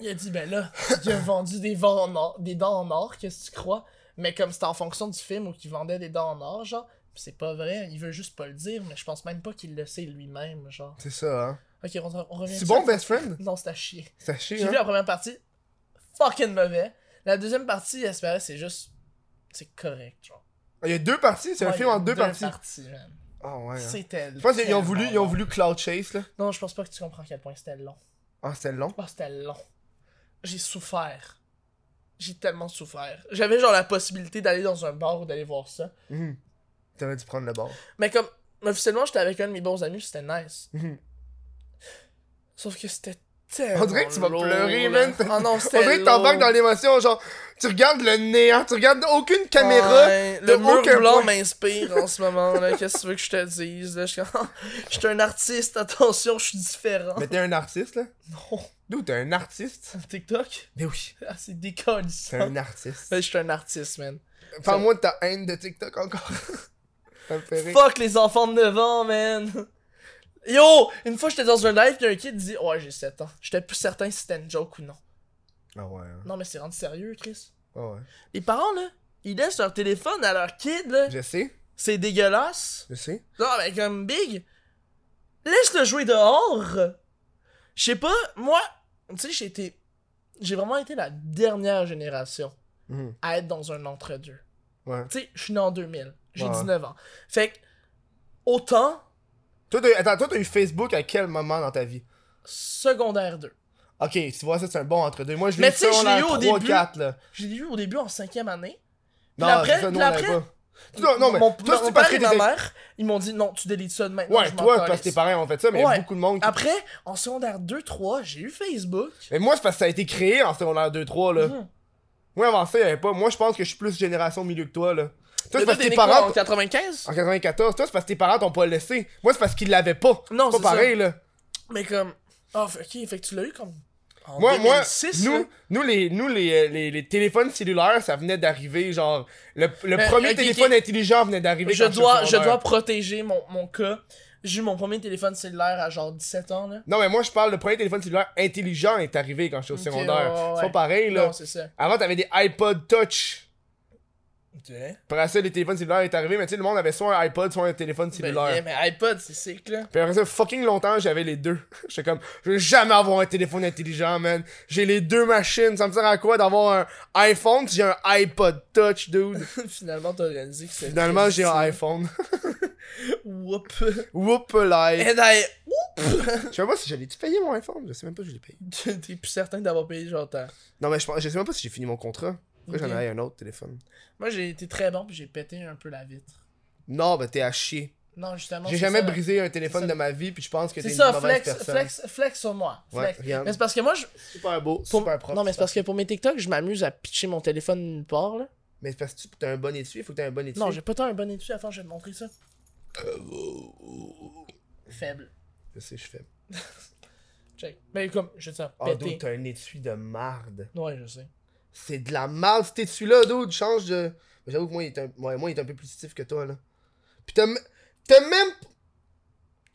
Speaker 2: il a dit, ben là, il a vendu des, vents en or- des dents en or, qu'est-ce que tu crois? Mais comme c'était en fonction du film où il vendait des dents en or, genre, pis c'est pas vrai, il veut juste pas le dire, mais je pense même pas qu'il le sait lui-même, genre.
Speaker 1: C'est ça, hein.
Speaker 2: Ok, on, on revient
Speaker 1: C'est
Speaker 2: dessus.
Speaker 1: bon, Ben. best friend?
Speaker 2: Non, c'est à chier.
Speaker 1: Sachez,
Speaker 2: J'ai vu
Speaker 1: hein.
Speaker 2: la première partie, fucking mauvais. La deuxième partie, espérait, c'est juste. C'est correct, genre.
Speaker 1: Il y a deux parties, c'est un
Speaker 2: Ouais,
Speaker 1: film
Speaker 2: il y a
Speaker 1: en deux, parties.
Speaker 2: man.
Speaker 1: Ah ouais. hein.
Speaker 2: C'était.
Speaker 1: Je pense qu'ils ont voulu,
Speaker 2: tellement
Speaker 1: ils ont
Speaker 2: long.
Speaker 1: voulu Cloud Chase, là.
Speaker 2: Non, je pense pas que tu comprends à quel point c'était long.
Speaker 1: Ah, c'était long.
Speaker 2: Oh, c'était long. J'ai souffert. J'ai tellement souffert. J'avais genre la possibilité d'aller dans un bar ou d'aller voir ça.
Speaker 1: Mhm. T'aurais dû prendre le bord.
Speaker 2: Mais comme, officiellement, j'étais avec un de mes bons amis, puis c'était nice.
Speaker 1: Mhm.
Speaker 2: Sauf que c'était tellement.
Speaker 1: On dirait que tu vas
Speaker 2: lourd,
Speaker 1: pleurer,
Speaker 2: là.
Speaker 1: man.
Speaker 2: Ah non,
Speaker 1: (laughs) On
Speaker 2: c'était.
Speaker 1: dirait que t'embarques dans
Speaker 2: lourd.
Speaker 1: l'émotion, genre, tu regardes le néant, tu regardes aucune caméra.
Speaker 2: Ouais,
Speaker 1: de
Speaker 2: le mur
Speaker 1: aucun
Speaker 2: blanc
Speaker 1: point.
Speaker 2: m'inspire en ce moment. là. Qu'est-ce que tu veux que je te dise? là? Je suis comme, (laughs) je suis un artiste, attention, je suis différent. (laughs)
Speaker 1: Mais t'es un artiste, là.
Speaker 2: Non,
Speaker 1: D'où t'es un artiste?
Speaker 2: TikTok, (laughs)
Speaker 1: Mais oui,
Speaker 2: ah, c'est déconne
Speaker 1: t'es
Speaker 2: ça. (laughs)
Speaker 1: un artiste.
Speaker 2: Ouais, Je suis un artiste, man.
Speaker 1: Parle-moi de ta haine de TikTok encore. (laughs) ça me fait rire.
Speaker 2: Fuck les enfants de 9 ans, man. (laughs) Yo, une fois j'étais dans un live, y'a un kid dit Ouais, j'ai 7 ans. J'étais plus certain si c'était une joke ou non.
Speaker 1: Ah ouais, hein.
Speaker 2: Non, mais c'est rendu sérieux, Chris.
Speaker 1: Ah ouais.
Speaker 2: Les parents, là, ils laissent leur téléphone à leur kid, là.
Speaker 1: Je sais,
Speaker 2: C'est dégueulasse.
Speaker 1: je sais.
Speaker 2: Non, mais comme Big, laisse-le jouer dehors. Je sais pas, moi, tu sais, j'ai été. J'ai vraiment été la dernière génération
Speaker 1: Mhm.
Speaker 2: à être dans un entre-deux.
Speaker 1: Ouais.
Speaker 2: Tu sais, je suis né en 2000. J'ai
Speaker 1: Ouais.
Speaker 2: 19 ans. Fait que, autant
Speaker 1: Toi, t'as- attends, toi, t'as eu Facebook à quel moment dans ta vie?
Speaker 2: secondaire 2.
Speaker 1: Ok, tu vois, ça, c'est un bon entre deux. Moi, je
Speaker 2: Mais
Speaker 1: l'ai eu
Speaker 2: tu sais, je l'ai eu au
Speaker 1: secondaire 3,
Speaker 2: début.
Speaker 1: 4, là.
Speaker 2: J'ai eu au début en cinquième année. Puis
Speaker 1: Non,
Speaker 2: après-
Speaker 1: c'est ça, nous,
Speaker 2: puis
Speaker 1: on l'avait
Speaker 2: après,
Speaker 1: pas. Non, non, mais
Speaker 2: mon,
Speaker 1: toi,
Speaker 2: mon
Speaker 1: c'est parce
Speaker 2: père
Speaker 1: que
Speaker 2: et ma
Speaker 1: t'étais-
Speaker 2: mère, ils m'ont dit non, tu délites ça de maintenant.
Speaker 1: Ouais,
Speaker 2: je m'en
Speaker 1: toi,
Speaker 2: calisse.
Speaker 1: parce que tes parents ont fait ça, mais il y a
Speaker 2: Ouais.
Speaker 1: beaucoup de monde qui...
Speaker 2: Après, en secondaire 2-3, j'ai eu Facebook.
Speaker 1: Mais moi, c'est parce que ça a été créé en secondaire 2-3, là.
Speaker 2: Mhm.
Speaker 1: Moi, avant ça, il y avait pas. Moi, je pense que je suis plus génération milieu que toi, là. Toi,
Speaker 2: Mais
Speaker 1: c'est
Speaker 2: toi,
Speaker 1: parce que tes
Speaker 2: t'es né quoi,
Speaker 1: parents.
Speaker 2: en 95
Speaker 1: En 94, toi, c'est parce que tes parents t'ont pas laissé. Moi, c'est parce qu'ils l'avaient pas.
Speaker 2: Non,
Speaker 1: C'est
Speaker 2: c'est
Speaker 1: pas
Speaker 2: ça.
Speaker 1: pareil, là.
Speaker 2: Mais comme. Ah, fait- ok, fait que tu l'as eu comme. En
Speaker 1: Moi, moi,
Speaker 2: 2006, là.
Speaker 1: nous, nous, les, nous les, euh, les, les téléphones cellulaires, ça venait d'arriver, genre, le, le
Speaker 2: Mais,
Speaker 1: premier
Speaker 2: Euh, ok,
Speaker 1: téléphone
Speaker 2: ok.
Speaker 1: intelligent venait d'arriver.
Speaker 2: je
Speaker 1: quand j'étais
Speaker 2: dois, je
Speaker 1: secondaire.
Speaker 2: dois protéger mon, mon cas. J'ai eu mon premier téléphone cellulaire à genre 17 ans, là.
Speaker 1: Non, mais moi, je parle, le premier téléphone cellulaire intelligent est arrivé quand j'étais au
Speaker 2: Ok,
Speaker 1: secondaire.
Speaker 2: ouais, ouais,
Speaker 1: C'est
Speaker 2: ouais.
Speaker 1: pas pareil, là.
Speaker 2: Non, c'est ça.
Speaker 1: Avant, t'avais des iPod Touch.
Speaker 2: Ben,
Speaker 1: Après ça, les téléphones cellulaires est arrivé, mais tu sais, le monde avait soit un iPod, soit un téléphone
Speaker 2: Ben,
Speaker 1: cellulaire.
Speaker 2: yeah, mais iPod, c'est sick, là. (laughs)
Speaker 1: Puis après ça, fucking longtemps, j'avais les deux. (laughs) J'étais comme, je vais jamais avoir un téléphone intelligent, man. J'ai les deux machines. Ça me sert à quoi d'avoir un iPhone si j'ai un iPod Touch,
Speaker 2: (laughs)
Speaker 1: dude?
Speaker 2: Finalement, t'as réalisé que c'est.
Speaker 1: Finalement, j'ai un iPhone. (laughs)
Speaker 2: Whoop. (laughs)
Speaker 1: Whoop là.
Speaker 2: And I. (laughs)
Speaker 1: Je sais même pas si j'allais tu payer mon iPhone. Je sais même pas si je l'ai payé.
Speaker 2: T'es t'es plus certain d'avoir payé, genre, ta-
Speaker 1: Non, mais je, pense- je sais même pas si j'ai fini mon contrat. Pourquoi
Speaker 2: Ok.
Speaker 1: j'en avais un autre téléphone?
Speaker 2: Moi, j'ai été très bon, puis j'ai pété un peu la vitre.
Speaker 1: Non, ben t'es à chier.
Speaker 2: Non, justement.
Speaker 1: J'ai
Speaker 2: c'est
Speaker 1: jamais
Speaker 2: ça.
Speaker 1: brisé un téléphone
Speaker 2: C'est ça.
Speaker 1: de ma vie, puis je pense que t'es
Speaker 2: C'est
Speaker 1: une
Speaker 2: ça,
Speaker 1: mauvaise
Speaker 2: flex,
Speaker 1: personne.
Speaker 2: flex, flex sur moi.
Speaker 1: Ouais,
Speaker 2: Flex.
Speaker 1: regarde.
Speaker 2: Mais c'est parce que moi, je.
Speaker 1: Super beau,
Speaker 2: pour-
Speaker 1: super propre.
Speaker 2: non, mais c'est parce que pour mes TikTok, je m'amuse à pitcher mon téléphone nulle part, là.
Speaker 1: Mais c'est parce que tu- t'as un bon étui, il faut que t'aies un bon étui. Euh,
Speaker 2: Non, j'ai pas tant un bon étui. Attends, je vais te montrer ça. Faible.
Speaker 1: Je sais, je fais.
Speaker 2: Check. Mais comme, je te sens
Speaker 1: Ah, dude,
Speaker 2: pété.
Speaker 1: t'as un étui de marde.
Speaker 2: ouais, je sais.
Speaker 1: C'est de la merde cet étui-là, dude. Change de. Mais J'avoue que moi il, est un... ouais, moi, il est un peu plus stiff que toi, là. Puis t'as m- t'as même...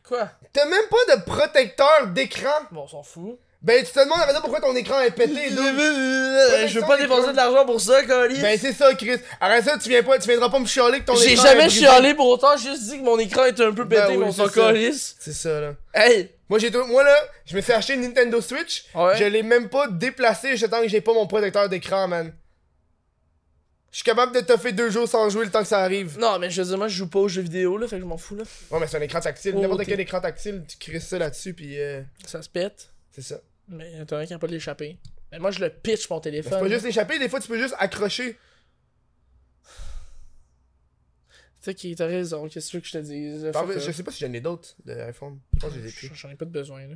Speaker 2: Quoi
Speaker 1: t'as même pas de protecteur d'écran.
Speaker 2: Bon, on s'en fout.
Speaker 1: Ben, tu te demandes maintenant pourquoi ton écran est pété, dude.
Speaker 2: Je veux pas dépenser de l'argent pour ça, Colis.
Speaker 1: Ben, c'est ça, Chris. Arrête ça, tu viens pas, tu viendras pas me chialer que ton écran.
Speaker 2: J'ai
Speaker 1: est
Speaker 2: jamais
Speaker 1: brisé.
Speaker 2: chialé pour autant, j'ai juste dit que mon écran était un peu
Speaker 1: Ben
Speaker 2: pété,
Speaker 1: oui,
Speaker 2: mais on
Speaker 1: c'est
Speaker 2: s'en
Speaker 1: ça.
Speaker 2: calisse.
Speaker 1: C'est ça, là.
Speaker 2: Hey!
Speaker 1: Moi, j'ai tout... Moi, là, je me suis acheté une Nintendo Switch.
Speaker 2: Ouais.
Speaker 1: Je l'ai même pas déplacé j'attends que j'ai pas mon protecteur d'écran, man. Je suis capable de toffer deux jours sans jouer le temps que ça arrive.
Speaker 2: Non, mais je veux dire, moi, je joue pas aux jeux vidéo, là, fait que je m'en fous, là.
Speaker 1: Ouais, mais c'est un écran tactile.
Speaker 2: Oh,
Speaker 1: N'importe
Speaker 2: ok.
Speaker 1: quel écran tactile, tu crisses ça là-dessus, puis euh,
Speaker 2: Ça se pète,
Speaker 1: c'est ça.
Speaker 2: mais t'as rien qui a pas de l'échapper. Mais moi, je le pitch, mon
Speaker 1: Mais tu
Speaker 2: téléphone.
Speaker 1: peux Ben, juste l'échapper, des fois, tu peux juste accrocher.
Speaker 2: Tu sais, qui- t'as raison, qu'est-ce que tu veux que je te dise?
Speaker 1: Par-
Speaker 2: Fuck
Speaker 1: je
Speaker 2: off.
Speaker 1: sais pas si j'en ai d'autres de iPhone. Je pense que j'ai plus.
Speaker 2: J'en ai pas de besoin, là.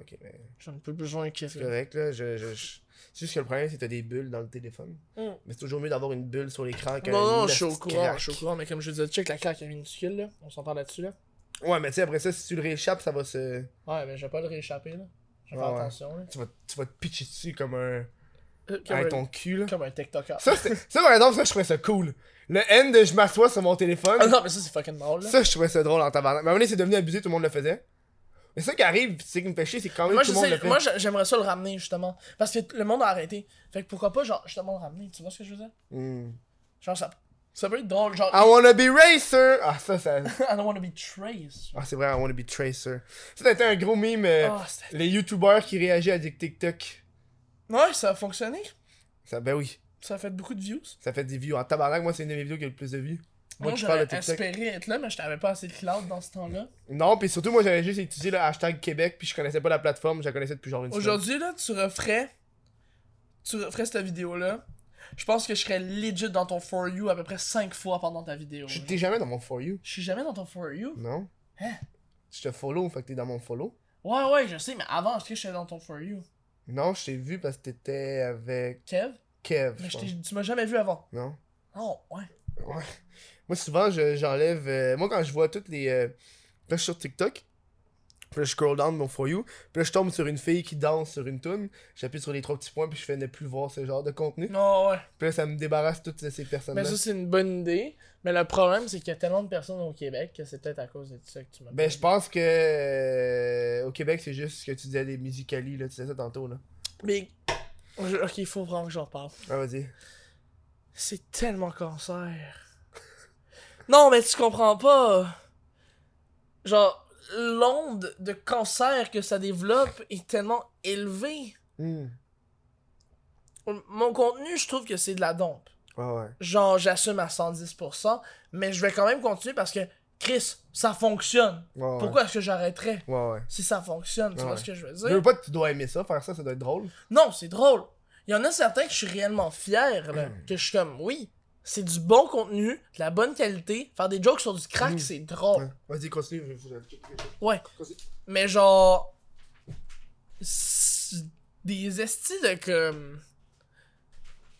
Speaker 1: Ok, mais
Speaker 2: J'en ai pas besoin, qu'est-ce
Speaker 1: c'est
Speaker 2: que.
Speaker 1: correct, là. Je, je, je- C'est juste que le problème, c'est que t'as des bulles dans le téléphone.
Speaker 2: Mm.
Speaker 1: Mais c'est toujours mieux d'avoir une bulle sur l'écran qu'un.
Speaker 2: Non, non, je
Speaker 1: nasty
Speaker 2: suis au courant,
Speaker 1: crack.
Speaker 2: je suis au courant, mais comme je disais, check la claque est minuscule, là. On s'entend là-dessus, là.
Speaker 1: Ouais, mais tu sais, après ça, si tu le rééchappes, ça va se.
Speaker 2: Ouais, mais je vais pas le rééchapper, là. Je vais
Speaker 1: Ouais,
Speaker 2: faire
Speaker 1: ouais.
Speaker 2: attention, là.
Speaker 1: Tu vas, tu vas te pitcher dessus comme un.
Speaker 2: Euh, Comme,
Speaker 1: Avec
Speaker 2: un,
Speaker 1: ton cul, là.
Speaker 2: comme un TikToker.
Speaker 1: Ça, c'est- ça, par exemple, ça, je trouvais ça cool. Le N de je m'assois sur mon téléphone.
Speaker 2: Ah non, mais ça, c'est fucking drôle, là.
Speaker 1: Ça, je trouvais ça drôle en tabarnak. Mais à un moment donné, c'est devenu abusé, tout le monde le faisait. Mais ça qui arrive, c'est qui me fait chier, c'est que quand même
Speaker 2: Moi,
Speaker 1: tout le monde
Speaker 2: j'essaie-
Speaker 1: le fait.
Speaker 2: moi, j'a- j'aimerais ça le ramener, justement. Parce que le monde a arrêté. Fait que pourquoi pas, genre, justement, le ramener. Tu vois ce que je veux dire?
Speaker 1: Hmm.
Speaker 2: Genre, ça, ça peut être drôle. Genre, (laughs)
Speaker 1: I wanna be racer! Ah, ça, ça.
Speaker 2: I don't want to be traced.
Speaker 1: Ah, c'est vrai, I wanna be tracer. Ça, c'était un gros mime. euh,
Speaker 2: Ah, c'était-
Speaker 1: Les youtubeurs qui réagissent à des TikTok.
Speaker 2: ouais, ça a fonctionné.
Speaker 1: Ça, ben oui,
Speaker 2: Ça a fait beaucoup de views.
Speaker 1: ça fait des vues. En tabarnak, moi, c'est une des vidéos qui a le plus de vues. Moi,
Speaker 2: Moi,
Speaker 1: qui parle de
Speaker 2: j'avais
Speaker 1: TikTok.
Speaker 2: espéré être là, mais je t'avais pas assez de cloud dans ce temps-là.
Speaker 1: Non, puis surtout, moi, j'avais juste étudié le hashtag Québec, puis je connaissais pas la plateforme, je la connaissais depuis genre une semaine.
Speaker 2: Aujourd'hui, là, tu referais. Tu referais cette vidéo-là. Je pense que je serais legit dans ton For You à peu près 5 fois pendant ta vidéo.
Speaker 1: Je
Speaker 2: là.
Speaker 1: t'es jamais dans mon For You.
Speaker 2: Je suis jamais dans ton For You.
Speaker 1: Non?
Speaker 2: Hein?
Speaker 1: Je te follow, fait que t'es dans mon follow.
Speaker 2: Ouais, ouais, je sais, mais avant, est-ce que j'étais dans ton For You?
Speaker 1: Non, je t'ai vu parce que t'étais avec
Speaker 2: Kev?
Speaker 1: Kev.
Speaker 2: Mais
Speaker 1: je
Speaker 2: je
Speaker 1: pense.
Speaker 2: t'ai- tu m'as jamais vu avant.
Speaker 1: Non?
Speaker 2: Non, ouais.
Speaker 1: Ouais. Moi, souvent, je- j'enlève. euh, moi, quand je vois toutes les. euh, là, je suis sur TikTok. Puis là, je scroll down mon For You. Puis là, je tombe sur une fille qui danse sur une tune. J'appuie sur les trois petits points. Puis je fais ne plus voir ce genre de contenu.
Speaker 2: Non, ouais.
Speaker 1: Puis là, ça me débarrasse toutes ces personnes-là.
Speaker 2: Mais ça, c'est une bonne idée. Mais le problème, c'est qu'il y a tellement de personnes au Québec que c'est peut-être à cause de ça que tu m'as
Speaker 1: Ben, je pense que. euh, au Québec, c'est juste ce que tu disais des musicali. Là, tu disais ça tantôt. là.
Speaker 2: Mais. je- Ok, il faut vraiment que j'en parle.
Speaker 1: Ah, vas-y.
Speaker 2: C'est tellement cancer. non, mais tu comprends pas. Genre, l'onde de cancer que ça développe est tellement élevée.
Speaker 1: Hmm.
Speaker 2: Mon contenu, je trouve que c'est de la dompe.
Speaker 1: Ouais, ouais.
Speaker 2: Genre, j'assume à 110%, mais je vais quand même continuer parce que, Chris, ça fonctionne.
Speaker 1: Ouais, ouais.
Speaker 2: Pourquoi est-ce que j'arrêterais
Speaker 1: Ouais, ouais.
Speaker 2: si ça fonctionne? Tu
Speaker 1: Ouais.
Speaker 2: vois ce que je veux
Speaker 1: Je
Speaker 2: dire?
Speaker 1: veux pas que tu dois aimer ça, faire ça, ça doit être drôle.
Speaker 2: Non, c'est drôle. Il y en a certains que je suis réellement fier, là, que je suis comme, oui, c'est du bon contenu, de la bonne qualité. Faire des jokes sur du crack,
Speaker 1: Mm.
Speaker 2: c'est drôle.
Speaker 1: Ouais. Vas-y, continue. je- je-
Speaker 2: Ouais.
Speaker 1: Continue.
Speaker 2: Mais genre, c'est des estis de comme,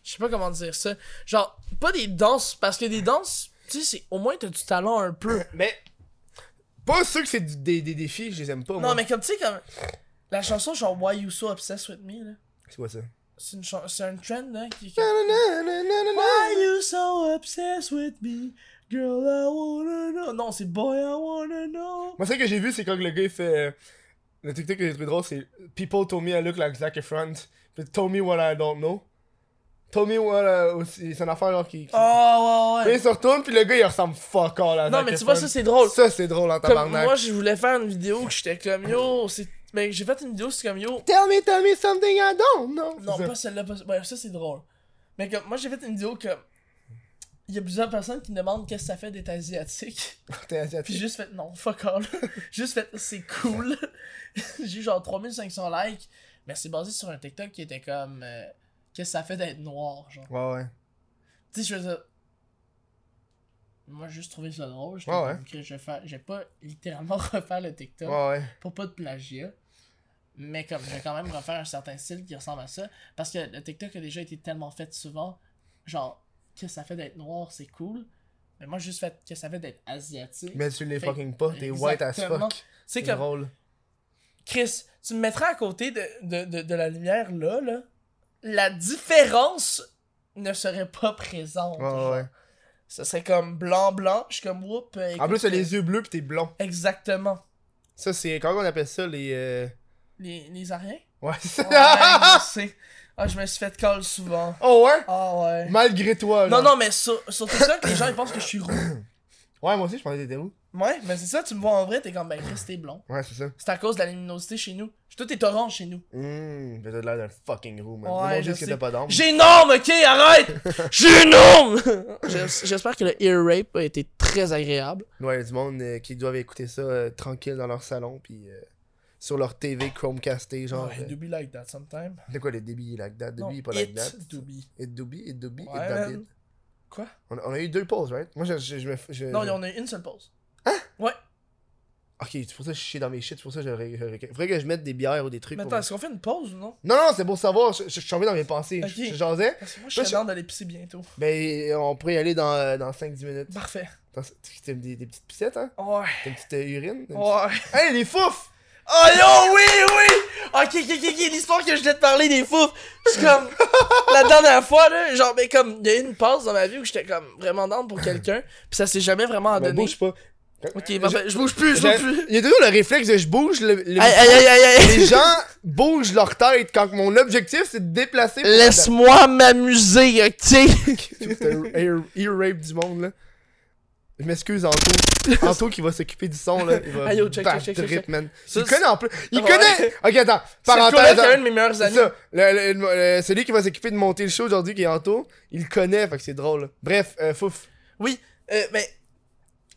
Speaker 2: je sais pas comment dire ça. Genre, pas des danses, parce que des danses, tu sais, c'est- au moins t'as du talent un peu.
Speaker 1: Mais. Pas ceux que c'est du- des, des défis, je les aime pas.
Speaker 2: Non,
Speaker 1: moi.
Speaker 2: mais comme tu sais, comme. La chanson genre Why You So Obsessed With Me, là.
Speaker 1: C'est quoi ça?
Speaker 2: C'est une chan- c'est un trend, là, qui... qui-
Speaker 1: Nananananana.
Speaker 2: Why you so obsessed with me? Girl, I wanna know. Non, c'est boy, I wanna know.
Speaker 1: Moi, ce que j'ai vu, c'est quand le gars il fait. euh, Le TikTok que j'ai trouvé drôle, c'est People told me I look like Zac Efron. Puis told me what I don't know. Told me what I. aussi- C'est une affaire genre qui. qui-
Speaker 2: Oh, ouais,
Speaker 1: Puis
Speaker 2: ouais.
Speaker 1: il se retourne, puis le gars il ressemble fuck all à
Speaker 2: Non,
Speaker 1: Zac
Speaker 2: mais tu vois,
Speaker 1: Efron.
Speaker 2: ça, c'est drôle.
Speaker 1: Ça, c'est drôle en
Speaker 2: Comme
Speaker 1: tabarnak.
Speaker 2: moi, je voulais faire une vidéo que j'étais comme yo. c'est- Mais j'ai fait une vidéo, c'est comme yo.
Speaker 1: Tell me, tell me something I don't know.
Speaker 2: Non,
Speaker 1: C'est ça.
Speaker 2: pas celle-là. Pas... Ouais, ça, c'est drôle. Mais comme moi, j'ai fait une vidéo que. Il y a plusieurs personnes qui me demandent qu'est-ce que ça fait d'être asiatique. (laughs)
Speaker 1: T'es asiatique.
Speaker 2: Puis juste fait non, fuck all. (laughs) juste fait c'est cool. (laughs) J'ai eu genre 3500 likes. Mais c'est basé sur un TikTok qui était comme. euh, qu'est-ce que ça fait d'être noir, genre.
Speaker 1: Ouais, ouais.
Speaker 2: Tu sais, je veux dire. Moi, j'ai juste trouvé ça drôle. J'étais
Speaker 1: Ouais, ouais.
Speaker 2: comme, Chris, Je vais, faire- je vais pas littéralement (laughs) refaire le TikTok
Speaker 1: Ouais, ouais.
Speaker 2: pour pas de plagiat. Mais comme, je vais quand même refaire un certain style qui ressemble à ça. Parce que le TikTok a déjà été tellement fait souvent. Genre, que ça fait d'être noir, c'est cool. Mais moi, j'ai juste fait que ça fait d'être asiatique.
Speaker 1: Mais tu les
Speaker 2: Fait-
Speaker 1: fucking pas, t'es white as
Speaker 2: Exactement.
Speaker 1: fuck.
Speaker 2: C'est
Speaker 1: C'est
Speaker 2: comme,
Speaker 1: drôle.
Speaker 2: Chris, tu me mettrais à côté de, de, de, de la lumière là, là. La différence ne serait pas présente.
Speaker 1: Ouais, ouais,
Speaker 2: genre.
Speaker 1: ouais.
Speaker 2: Ça serait comme blanc blanc, je suis comme whoop. euh,
Speaker 1: En
Speaker 2: écoute,
Speaker 1: plus, t'as
Speaker 2: euh,
Speaker 1: les yeux bleus, pis t'es blond.
Speaker 2: Exactement.
Speaker 1: Ça, c'est. Comment on appelle ça les. euh,
Speaker 2: Les,
Speaker 1: (laughs)
Speaker 2: les Ariens?
Speaker 1: Ouais,
Speaker 2: Ouais,
Speaker 1: ça.
Speaker 2: je sais. Ah, je me suis fait call souvent.
Speaker 1: (laughs) Oh ouais?
Speaker 2: Ah ouais.
Speaker 1: Malgré toi,
Speaker 2: Non,
Speaker 1: genre.
Speaker 2: non, mais sur, sur TikTok, les gens ils pensent que je suis roux.
Speaker 1: Ouais, moi aussi, je pensais que t'étais où?
Speaker 2: Ouais, mais c'est ça, tu me vois en vrai, t'es comme ben Chris, t'es blond.
Speaker 1: Ouais, c'est ça.
Speaker 2: C'est à cause de la luminosité chez nous. Tout est orange chez nous.
Speaker 1: Hum, t'as l'air d'un fucking roux, man.
Speaker 2: Ouais,
Speaker 1: Ouais,
Speaker 2: je
Speaker 1: juste que
Speaker 2: sais.
Speaker 1: t'as pas d'ombre.
Speaker 2: Génome, ok, arrête!
Speaker 1: (laughs)
Speaker 2: Génome! J'es- J'espère que le ear rape a été très agréable.
Speaker 1: Ouais, il y a du monde euh, qui doivent écouter ça euh, tranquille dans leur salon, puis euh, sur leur TV Chromecasté, genre.
Speaker 2: Ouais,
Speaker 1: euh,
Speaker 2: do be like that sometime.
Speaker 1: C'est quoi les débits, like that?
Speaker 2: Non,
Speaker 1: Débit, pas like
Speaker 2: it
Speaker 1: that.
Speaker 2: do be.
Speaker 1: Et Doobie, et Doobie,
Speaker 2: Ouais,
Speaker 1: et David.
Speaker 2: man. Quoi?
Speaker 1: On, on a eu deux pauses, right? Moi, je, je, je me. f- je-
Speaker 2: Non, on a eu une seule pause. Hein? Ouais.
Speaker 1: Ok, c'est pour ça que je chie dans mes shit, c'est pour ça que je. ré- ré- Faudrait que je mette des bières ou des trucs.
Speaker 2: Mais
Speaker 1: pour-
Speaker 2: attends, est-ce qu'on fait une pause ou non?
Speaker 1: Non, non, c'est pour savoir, je, je- je suis tombé dans mes pensées.
Speaker 2: Ok.
Speaker 1: Je, je jasais.
Speaker 2: Parce que moi, je suis
Speaker 1: je-
Speaker 2: dans d'aller pisser bientôt.
Speaker 1: Ben, on pourrait y aller dans, euh, dans 5-10 minutes.
Speaker 2: Parfait.
Speaker 1: Attends, c'est- T'as des, des petites pissettes, hein?
Speaker 2: Ouais.
Speaker 1: T'as une petite euh, urine? T'as une
Speaker 2: Ouais.
Speaker 1: petite- Hey, les fouf!
Speaker 2: Oh yo, oui, oui! Ok, ok, ok, ok, l'histoire que je voulais te parler des fouf. C'est (laughs) comme. la dernière fois, là, genre, mais comme, il y a eu une pause dans ma vie où j'étais comme vraiment down pour quelqu'un, pis ça s'est jamais vraiment
Speaker 1: Ben,
Speaker 2: donné.
Speaker 1: bouge pas.
Speaker 2: Ok, bah, ben, je bouge plus, je bouge plus.
Speaker 1: Il y a toujours le réflexe de je bouge. Le, le-
Speaker 2: Aïe, aïe, aïe, aïe, (laughs) aïe.
Speaker 1: les gens (laughs) bougent leur tête quand mon objectif c'est de déplacer. pour-
Speaker 2: Laisse-moi m'amuser, ok?
Speaker 1: T'as
Speaker 2: (laughs)
Speaker 1: air- ear rape du monde là. Je m'excuse Anto. Anto qui va s'occuper du son là. Il va
Speaker 2: Ah, yo, check,
Speaker 1: battre
Speaker 2: check, check,
Speaker 1: drip,
Speaker 2: check.
Speaker 1: man.
Speaker 2: Ça,
Speaker 1: il connaît en plus. Il
Speaker 2: Ouais.
Speaker 1: connaît. Ok attends.
Speaker 2: C'est le
Speaker 1: Parenthèse.
Speaker 2: collègue à un
Speaker 1: hein.
Speaker 2: de mes meilleurs
Speaker 1: C'est
Speaker 2: amis.
Speaker 1: ça. Le- le- le- le- celui qui va s'occuper de monter le show aujourd'hui qui est Anto, il le connaît. Fait que c'est drôle. Bref, euh, fouf.
Speaker 2: Oui, euh, mais.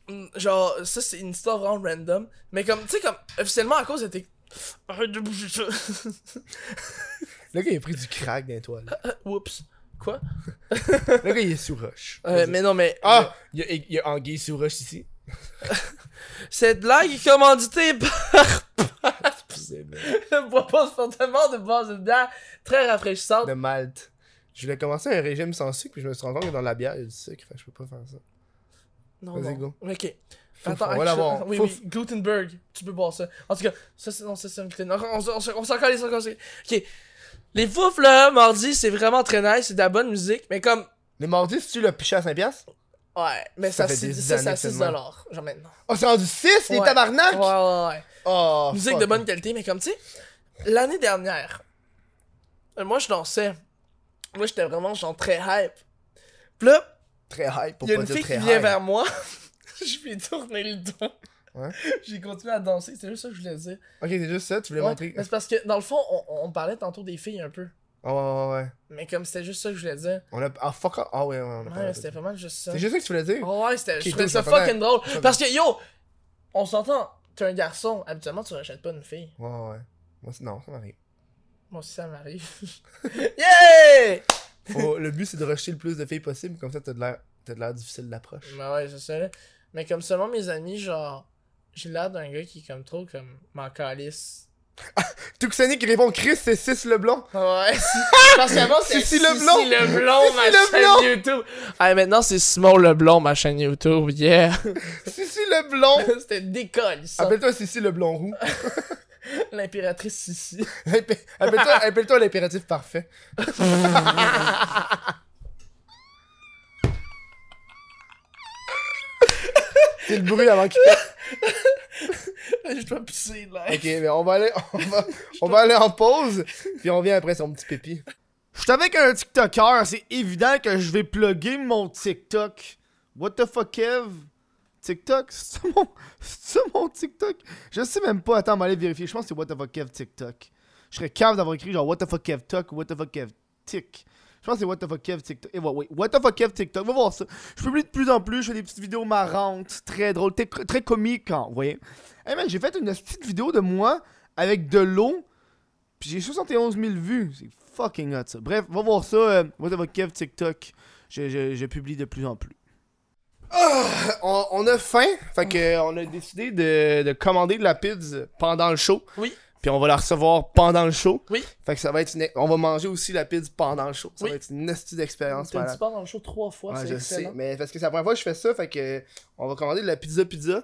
Speaker 2: mm, Genre, ça, c'est une histoire vraiment random. Mais comme, tu sais, comme, officiellement, à cause de tes. Arrête de bouger (laughs) ça.
Speaker 1: Le gars il a pris du crack dans toi. Là.
Speaker 2: Oups. Quoi?
Speaker 1: Le gars il est sous
Speaker 2: (laughs)
Speaker 1: roche.
Speaker 2: Euh, mais non, mais.
Speaker 1: Ah! Il y a, il y a Anguille sous roche ici.
Speaker 2: Cette blague est commanditée (laughs)
Speaker 1: C'est bon.
Speaker 2: par bois pas fortement de base de bière très rafraîchissante.
Speaker 1: de Malte. Je voulais commencer un régime sans sucre, puis je me suis rendu compte que dans la bière, il y a du sucre. Fait que je peux pas faire ça.
Speaker 2: Non,
Speaker 1: Vas-y,
Speaker 2: non.
Speaker 1: go.
Speaker 2: Ok.
Speaker 1: Fouf,
Speaker 2: Attends,
Speaker 1: on va
Speaker 2: je-
Speaker 1: l'avoir.
Speaker 2: Oui,
Speaker 1: Fouf.
Speaker 2: oui, Gutenberg, tu peux boire ça. En tout cas, ça c'est non, ça c'est un gluten. On, on, on, on s'en calisse, on s'en calisse. Ok. Les fouf là, mardi, c'est vraiment très nice, c'est de la bonne musique, mais comme.
Speaker 1: Les mardis, c'est-tu le pichet à 5 piastres?
Speaker 2: Ouais, mais
Speaker 1: Ça
Speaker 2: ça,
Speaker 1: fait
Speaker 2: c'est
Speaker 1: des
Speaker 2: ça, c'est
Speaker 1: années
Speaker 2: à
Speaker 1: que c'est
Speaker 2: 6
Speaker 1: de même.
Speaker 2: dollars, genre maintenant.
Speaker 1: Oh, c'est rendu 6, les
Speaker 2: Ouais.
Speaker 1: tabarnak! (laughs)
Speaker 2: Ouais, ouais, ouais.
Speaker 1: Oh,
Speaker 2: Musique
Speaker 1: fuck.
Speaker 2: de bonne qualité, mais comme tu sais, l'année dernière, euh, moi je dansais. Moi j'étais vraiment genre très hype. Puis là,
Speaker 1: Très hype, pour
Speaker 2: Il y a
Speaker 1: pas
Speaker 2: une
Speaker 1: dire
Speaker 2: fille qui
Speaker 1: très
Speaker 2: vient
Speaker 1: hype.
Speaker 2: vers moi. (laughs) je lui ai tourné le dos.
Speaker 1: Ouais.
Speaker 2: (laughs) J'ai continué à danser. C'est juste ça que je voulais dire.
Speaker 1: Ok, c'est juste ça, tu voulais
Speaker 2: Ouais,
Speaker 1: montrer.
Speaker 2: mais c'est parce que, dans le fond, on, on parlait tantôt des filles un peu.
Speaker 1: Oh, ouais, ouais, ouais.
Speaker 2: Mais comme c'était juste ça que je voulais dire.
Speaker 1: On a. Ah, fuck off. Ah, ouais, ouais, on a
Speaker 2: Ouais,
Speaker 1: parlé de
Speaker 2: c'était
Speaker 1: ça.
Speaker 2: pas mal juste ça.
Speaker 1: C'est juste ça que tu voulais dire?
Speaker 2: Oh ouais, c'était.
Speaker 1: Ok,
Speaker 2: je trouvais
Speaker 1: cool,
Speaker 2: ça
Speaker 1: j'entendais.
Speaker 2: fucking drôle.
Speaker 1: J'entendais.
Speaker 2: Parce que, yo, on s'entend. T'es un garçon. Habituellement, tu rachètes pas une fille.
Speaker 1: Ouais, ouais, ouais. Moi, c'est- non, ça m'arrive.
Speaker 2: Moi aussi, ça m'arrive. (laughs) yeah!
Speaker 1: Faut- le but, c'est de rejeter le plus de filles possible, comme ça, t'as de l'air t'as de l'air difficile d'approche.
Speaker 2: Mais Bah ouais, c'est ça. là. Mais comme selon mes amis, genre, j'ai l'air d'un gars qui est comme trop, comme, m'en calisse.
Speaker 1: Tuxani qui répond Chris, c'est 6 le blond.
Speaker 2: Ouais, (laughs) si- parce qu'avant c'était
Speaker 1: Sissi
Speaker 2: Sissi
Speaker 1: Leblanc.
Speaker 2: Leblanc, ma
Speaker 1: Sissi
Speaker 2: chaîne
Speaker 1: Leblanc.
Speaker 2: YouTube. Ah, maintenant c'est Simon Leblanc, ma chaîne YouTube, yeah.
Speaker 1: Sissi le blond.
Speaker 2: (laughs) c'était décolle, ça.
Speaker 1: Appelle-toi Sissi le blond roux.
Speaker 2: L'impératrice Sissi. (laughs)
Speaker 1: Appelle- Appelle-toi appelle-toi l'impératif parfait. C'est le bruit avant qu'il pète.
Speaker 2: Je dois pisser là.
Speaker 1: Ok, mais on va aller, on va, on va aller en pause, puis on revient après son petit pépi. Je suis avec un TikToker, c'est évident que je vais plugger mon TikTok. What the fuck, Kev? TikTok? (laughs) C'est ça mon, c'est ça mon TikTok? Je sais même pas, attends, on va aller vérifier. Je pense que c'est What the fuck, Kev TikTok. Je serais capable d'avoir écrit genre What the fuck, Kev Tok ou What the fuck, Kev Tik. Je pense que c'est What the fuck, Kev TikTok. Et ouais, ouais, What the fuck, Kev TikTok. Va voir ça. Je publie de plus en plus, je fais des petites vidéos marrantes, très drôles, très, très comiques, hein, vous voyez. Eh man, j'ai fait une petite vidéo de moi avec de l'eau. Puis j'ai 71 000 vues. C'est fucking hot ça. Bref, va voir ça. euh, What the fuck Kev TikTok. Je, je, je publie de plus en plus. Ah, on, on a faim. Fait que euh, on a décidé de, de commander de la pizza pendant le show.
Speaker 2: Oui.
Speaker 1: Puis on va la recevoir pendant le show.
Speaker 2: Oui.
Speaker 1: Fait que ça va être une... On va manger aussi la pizza pendant le show. Ça
Speaker 2: Oui.
Speaker 1: va être une astuce d'expérience.
Speaker 2: T'as
Speaker 1: malade.
Speaker 2: dit pas dans le show trois fois,
Speaker 1: Ouais,
Speaker 2: c'est
Speaker 1: je
Speaker 2: excellent.
Speaker 1: sais, mais parce que c'est la première fois que je fais ça, fait que euh, on va commander de la pizza pizza.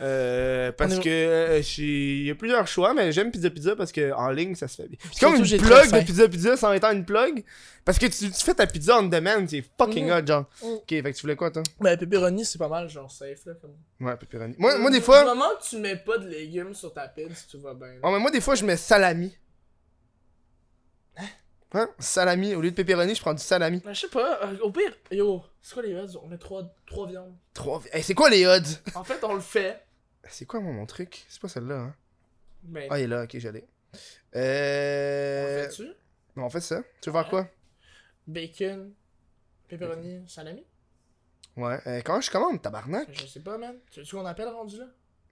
Speaker 1: Euh, parce
Speaker 2: On est-
Speaker 1: que euh, j'ai- il y a plusieurs choix, mais j'aime pizza pizza parce que en ligne ça se fait bien. C'est comme
Speaker 2: surtout,
Speaker 1: une
Speaker 2: j'ai
Speaker 1: plug
Speaker 2: très faim.
Speaker 1: de pizza pizza sans étant une plug. Parce que tu, tu fais ta pizza on demand, c'est fucking
Speaker 2: Mhm.
Speaker 1: hot, genre.
Speaker 2: Mhm.
Speaker 1: Ok, fait que tu voulais quoi, toi
Speaker 2: Mais Ben, pepperoni, c'est pas mal, genre safe là. Comme...
Speaker 1: Ouais, pepperoni. Moi, moi des fois,
Speaker 3: Du moment que tu mets pas de légumes sur ta pizza, tout va bien.
Speaker 1: ouais, mais moi des fois je mets salami. Hein? Salami, au lieu de pepperoni, je prends du salami.
Speaker 2: Mais je sais pas, euh, au pire, yo, c'est quoi les odds On met trois, trois viandes.
Speaker 1: Trois. Hey, c'est quoi les odds
Speaker 2: En fait, on le fait,
Speaker 1: C'est quoi moi, mon truc C'est pas celle-là, hein.
Speaker 2: mais.
Speaker 1: Ah, il est là, ok, j'allais. Euh.
Speaker 2: Fais-tu
Speaker 1: Non, on fait ça. Tu veux faire quoi?
Speaker 2: Bacon, pepperoni, salami
Speaker 1: Ouais. Euh, comment je commande, tabarnak?
Speaker 2: Je sais pas, man. Tu sais qu'on appelle rendu là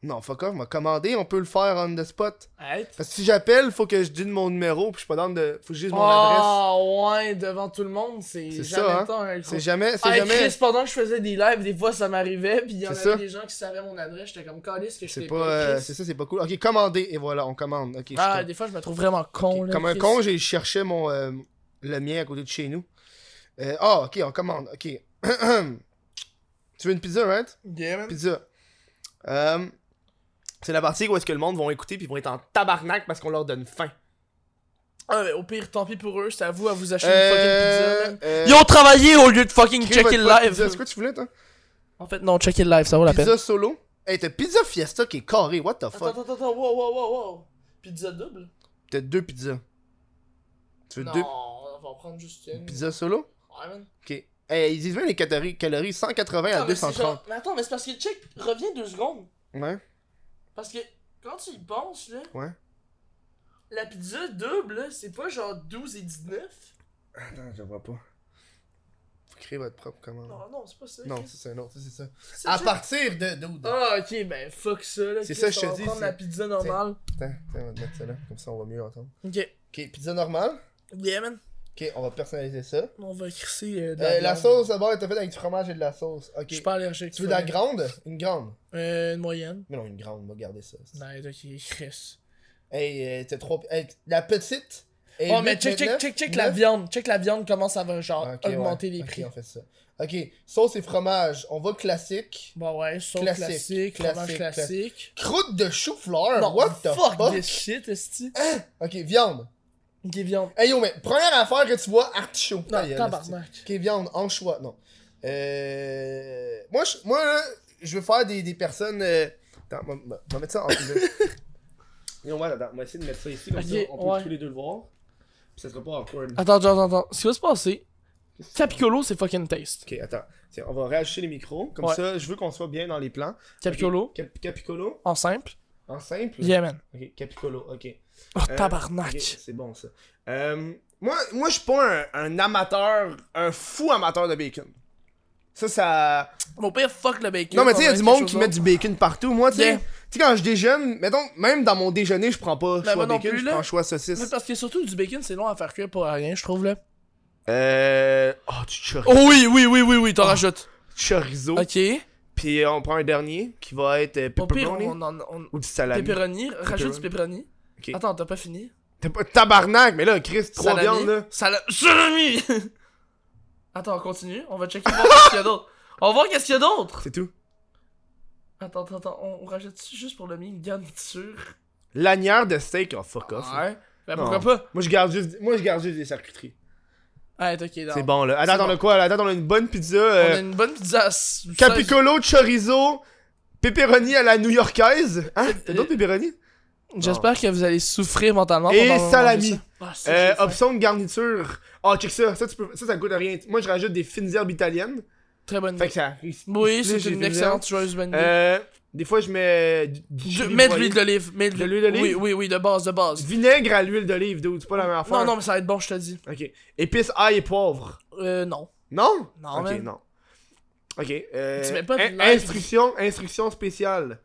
Speaker 1: Non, fuck off, m'a commandé, on peut le faire on the spot.
Speaker 2: Arrête.
Speaker 1: Parce que si j'appelle, faut que je dise mon numéro, puis je suis pas dans de. Faut que je dise mon adresse.
Speaker 2: Ah ouais, devant tout le monde, c'est
Speaker 1: C'est
Speaker 2: jamais
Speaker 1: ça, hein.
Speaker 2: le temps, hein, gros.
Speaker 1: C'est jamais. C'est
Speaker 2: Ah,
Speaker 1: jamais.
Speaker 2: Chris, pendant que je faisais des lives, des fois ça m'arrivait, puis il y en
Speaker 1: C'est
Speaker 2: avait
Speaker 1: ça.
Speaker 2: des gens qui savaient mon adresse, j'étais comme calé ce que je
Speaker 1: C'est
Speaker 2: t'ai
Speaker 1: pas. euh,
Speaker 2: Chris.
Speaker 1: c'est ça, c'est pas cool. Ok, commander, et voilà, on commande. Ok, je
Speaker 2: Ah,
Speaker 1: commande.
Speaker 2: des fois je me trouve vraiment con.
Speaker 1: Ok,
Speaker 2: là,
Speaker 1: Comme un
Speaker 2: Chris.
Speaker 1: con, j'ai cherché mon. euh, le mien à côté de chez nous. Euh, Ah, ok, on commande. Ok. (clears throat) tu veux une pizza, right?
Speaker 2: Yeah, man.
Speaker 1: Pizza. Euh, c'est la partie où est-ce que le monde vont écouter puis ils vont être en tabarnak parce qu'on leur donne faim.
Speaker 2: Ah, mais au pire, tant pis pour eux, c'est à vous à vous acheter une fucking pizza, man.
Speaker 1: Euh, euh,
Speaker 2: Ils ont travaillé au lieu de fucking
Speaker 1: écrivez
Speaker 2: checker le
Speaker 1: votre quoi de
Speaker 2: live.
Speaker 1: pizza. C'est quoi tu voulais, toi
Speaker 2: En fait, non, checker le live, ça vaut la peine.
Speaker 1: Pizza solo Hey, t'as Pizza Fiesta qui est carré, what the fuck
Speaker 2: Attends, attends, attends, wow, wow, wow, wow. Pizza double
Speaker 1: T'as deux pizzas. Tu veux
Speaker 2: Non,
Speaker 1: deux
Speaker 2: on va en prendre juste une.
Speaker 1: pizzas solo
Speaker 2: Ouais, man.
Speaker 1: Ok. Hey, ils disent bien les calories, calories 180
Speaker 2: Ah,
Speaker 1: à
Speaker 2: mais c'est
Speaker 1: 230.
Speaker 2: genre- Mais attends, mais c'est parce que check, reviens deux secondes.
Speaker 1: Ouais.
Speaker 2: Parce que quand tu y penses, là.
Speaker 1: Ouais.
Speaker 2: La pizza double, là, c'est pas genre 12 et 19
Speaker 1: Attends, je vois pas. Faut créer votre propre commande. Non,
Speaker 2: Non, non, c'est pas ça.
Speaker 1: non
Speaker 2: Chris.
Speaker 1: ça c'est un autre, ça c'est ça.
Speaker 2: C'est
Speaker 1: À
Speaker 2: check-
Speaker 1: partir de 12.
Speaker 2: Ah, ok, ben fuck ça, là.
Speaker 1: C'est
Speaker 2: Chris,
Speaker 1: ça, je
Speaker 2: on
Speaker 1: te
Speaker 2: va
Speaker 1: dis,
Speaker 2: prendre
Speaker 1: c'est-
Speaker 2: la pizza normale.
Speaker 1: Attends, attends, on va te mettre ça là, comme ça on va mieux entendre.
Speaker 2: Ok.
Speaker 1: Ok, pizza normale.
Speaker 2: Yeah, man.
Speaker 1: Ok, on va personnaliser ça.
Speaker 2: On va crisser euh, de
Speaker 1: Euh, la
Speaker 2: viande.
Speaker 1: sauce d'abord était faite avec du fromage et de la sauce. Ok.
Speaker 2: Je suis pas allergique.
Speaker 1: Tu veux de la
Speaker 2: fuck.
Speaker 1: grande Une grande
Speaker 2: Euh, une moyenne.
Speaker 1: Mais non, une grande, on va garder ça.
Speaker 2: Nice, ok, (laughs) Chris.
Speaker 1: Hey, euh, t'as trois. hey, la petite. et
Speaker 2: Oh, mais
Speaker 1: huit,
Speaker 2: check, check,
Speaker 1: neuf,
Speaker 2: check, check
Speaker 1: neuf.
Speaker 2: la viande. Check la viande, comment ça va, genre,
Speaker 1: Ah, ok,
Speaker 2: augmenter
Speaker 1: ouais.
Speaker 2: les
Speaker 1: Ok,
Speaker 2: prix.
Speaker 1: on fait ça. Ok, sauce et fromage. On va classique.
Speaker 2: Bon, Bah ouais, sauce
Speaker 1: Classique,
Speaker 2: classique, fromage
Speaker 1: classique,
Speaker 2: classique.
Speaker 1: Croûte de chou-fleur.
Speaker 2: Non,
Speaker 1: What the
Speaker 2: fuck,
Speaker 1: fuck? Eh.
Speaker 2: this shit, esti.
Speaker 1: Ok, viande.
Speaker 2: Ok, viande.
Speaker 1: Hey yo, mais première affaire que tu vois, artichaut. Ta
Speaker 2: Non,
Speaker 1: gueule,
Speaker 2: tabarnak.
Speaker 1: Ok, viande, anchois, non. Euh... Moi, je, moi là, je veux faire des, des personnes... euh, Attends, on va- on va mettre ça en deux. (laughs) Yo, moi, attends, on va essayer de mettre ça ici, comme
Speaker 2: Ok,
Speaker 1: ça, on
Speaker 2: ouais. Ah.
Speaker 1: peut tous les deux le voir. Puis ça sera pas awkward.
Speaker 2: Attends, attends, attends. Ce qui va se passer, Capicolo, c'est fucking taste.
Speaker 1: Ok, attends. Tiens, on va réajuster les micros, comme
Speaker 2: Ouais.
Speaker 1: ça, je veux qu'on soit bien dans les plans.
Speaker 2: Capicolo,
Speaker 1: Cap- Capicolo,
Speaker 2: en simple.
Speaker 1: en simple.
Speaker 2: Yeah, man.
Speaker 1: Ok, Capicolo, ok.
Speaker 2: Oh,
Speaker 1: Euh,
Speaker 2: tabarnak.
Speaker 1: Ok, c'est bon ça. Euh, moi, moi je suis pas un, un amateur, un fou amateur de bacon. Ça, ça.
Speaker 2: Mon père, fuck le bacon.
Speaker 1: non, mais tu sais, il y a
Speaker 2: on
Speaker 1: du
Speaker 2: quelque
Speaker 1: monde
Speaker 2: chose
Speaker 1: qui met
Speaker 2: d'autre.
Speaker 1: du bacon partout. Moi, tu sais,
Speaker 2: Yeah.
Speaker 1: tu sais, quand je déjeune, mettons, même dans mon déjeuner, je prends pas
Speaker 2: Ben,
Speaker 1: choix
Speaker 2: moi non
Speaker 1: bacon,
Speaker 2: plus,
Speaker 1: je
Speaker 2: là.
Speaker 1: prends choix
Speaker 2: Mais
Speaker 1: saucisse.
Speaker 2: parce que surtout, du bacon, c'est long à faire cuire pour rien, je trouve, là.
Speaker 1: Euh. Oh, du chorizo.
Speaker 2: Oh oui, oui, oui, oui, oui, t'en rajoutes.
Speaker 1: chorizo.
Speaker 2: Ah. Oh! Ok.
Speaker 1: Puis euh, on prend un dernier qui va être euh,
Speaker 2: Au pire,
Speaker 1: pepperoni
Speaker 2: on en. on-
Speaker 1: ou du salami.
Speaker 2: Pepperoni, rajoute du pepperoni.
Speaker 1: Ok.
Speaker 2: Attends, t'as pas fini.
Speaker 1: T'as pas tabarnak, mais là, Chris, trois
Speaker 2: Salami.
Speaker 1: viandes là.
Speaker 2: Sala- Salami! (laughs) Attends, on continue. On va checker voir qu'est-ce qu'il y a d'autre. On va voir qu'est-ce qu'il y a d'autre.
Speaker 1: C'est tout.
Speaker 2: Attends, attends, attends. On, on rajoute juste pour le meme garniture.
Speaker 1: Lanière de steak, oh fuck off. là.
Speaker 2: Ouais. Ben
Speaker 1: Non.
Speaker 2: pourquoi pas?
Speaker 1: Moi je garde juste moi je garde juste des charcuteries.
Speaker 2: Ouais, t'es ok,
Speaker 1: C'est
Speaker 2: donc.
Speaker 1: bon là. Attends,
Speaker 2: C'est
Speaker 1: on a
Speaker 2: bon.
Speaker 1: quoi là? Attends, on a une bonne pizza euh,
Speaker 2: On a une bonne pizza. à s-
Speaker 1: capicolo chorizo pepperoni à la new-yorkaise. Hein, t'as d'autres pepperoni
Speaker 2: seize- J'espère que vous allez souffrir mentalement.
Speaker 1: Et
Speaker 2: pendant-
Speaker 1: salami.
Speaker 2: pendant ça. Ah, ça,
Speaker 1: Euh,
Speaker 2: j'ai faim.
Speaker 1: option de garniture. Ah, check ça, ça, tu peux... ça, ça coûte rien. Moi, je rajoute des fines herbes italiennes.
Speaker 2: Très bonne
Speaker 1: Fait que ça. ils- ils
Speaker 2: Oui,
Speaker 1: split les
Speaker 2: c'est
Speaker 1: fines
Speaker 2: une
Speaker 1: herbes.
Speaker 2: excellente joueuse bonne idée.
Speaker 1: Euh, des fois, je mets. du- du
Speaker 2: Je-
Speaker 1: chili
Speaker 2: mets de
Speaker 1: poivré.
Speaker 2: l'huile d'olive. Mets
Speaker 1: De l'huile d'olive?
Speaker 2: Oui, oui, oui, de base, de base.
Speaker 1: Vinaigre à l'huile d'olive, dude, c'est pas la même affaire.
Speaker 2: Non, non, mais ça va être bon, je te dis.
Speaker 1: Ok. Épices, ail et poivre.
Speaker 2: Euh, non.
Speaker 1: Non
Speaker 2: Non,
Speaker 1: Ok,
Speaker 2: man.
Speaker 1: non. Ok. Euh,
Speaker 2: Tu mets pas de
Speaker 1: in-
Speaker 2: l'ail.
Speaker 1: instruction, instruction spéciale.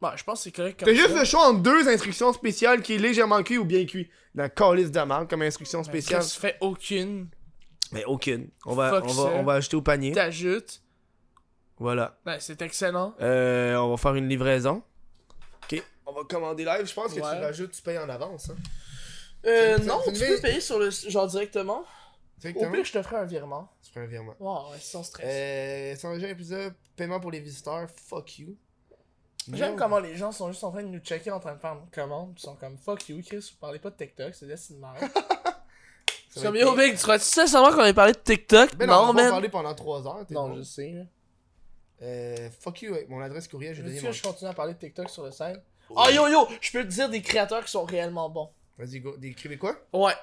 Speaker 2: Bah, je pense que c'est correct comme
Speaker 1: T'as juste
Speaker 2: ça. Ben,
Speaker 1: le choix entre deux instructions spéciales qui est légèrement cuit ou bien cuit. Dans calice de marde comme instruction
Speaker 2: Ben,
Speaker 1: spéciale.
Speaker 2: Chris, Tu fais aucune.
Speaker 1: Mais aucune. On va,
Speaker 2: Fuck
Speaker 1: on va,
Speaker 2: ça.
Speaker 1: on va acheter au panier.
Speaker 2: T'ajoutes.
Speaker 1: Voilà.
Speaker 2: Ben, c'est excellent.
Speaker 1: Euh, on va faire une livraison. Ok. On va commander live. Je pense que
Speaker 2: Ouais.
Speaker 1: tu rajoutes, tu payes en avance. Hein.
Speaker 4: Euh,
Speaker 1: C'est-
Speaker 4: non,
Speaker 1: c'est une
Speaker 4: tu
Speaker 1: vieille-
Speaker 4: peux payer sur le. genre directement.
Speaker 1: Exactement.
Speaker 4: Au pire, je te ferai un virement.
Speaker 1: Tu feras un virement.
Speaker 2: Wow, ouais, sans stress.
Speaker 1: Euh, sans déjà épisode, paiement pour les visiteurs, fuck you.
Speaker 2: J'aime
Speaker 1: Yo.
Speaker 2: comment les gens sont juste en train de nous checker en train de faire une commande. Ils sont comme fuck you, Chris, vous parlez pas de TikTok, c'est de merde.
Speaker 1: (laughs) Ça
Speaker 2: C'est
Speaker 1: va
Speaker 2: comme
Speaker 1: être
Speaker 2: yo, big, tu crois tu sincèrement qu'on avait parlé de TikTok?
Speaker 1: Ben non, on
Speaker 2: non,
Speaker 1: va pas en
Speaker 2: man.
Speaker 1: parler pendant 3 heures. t'es
Speaker 2: Non,
Speaker 1: bon.
Speaker 2: je sais. là.
Speaker 1: Euh, fuck you, ouais. mon adresse courriel, je vais
Speaker 2: Veux-tu
Speaker 1: donner
Speaker 2: que
Speaker 1: mon...
Speaker 2: je continue à parler de TikTok sur le site?
Speaker 1: Ouais.
Speaker 2: Oh yo yo, je peux te dire des créateurs qui sont réellement bons.
Speaker 1: Vas-y, go. Des Québécois?
Speaker 2: Ouais.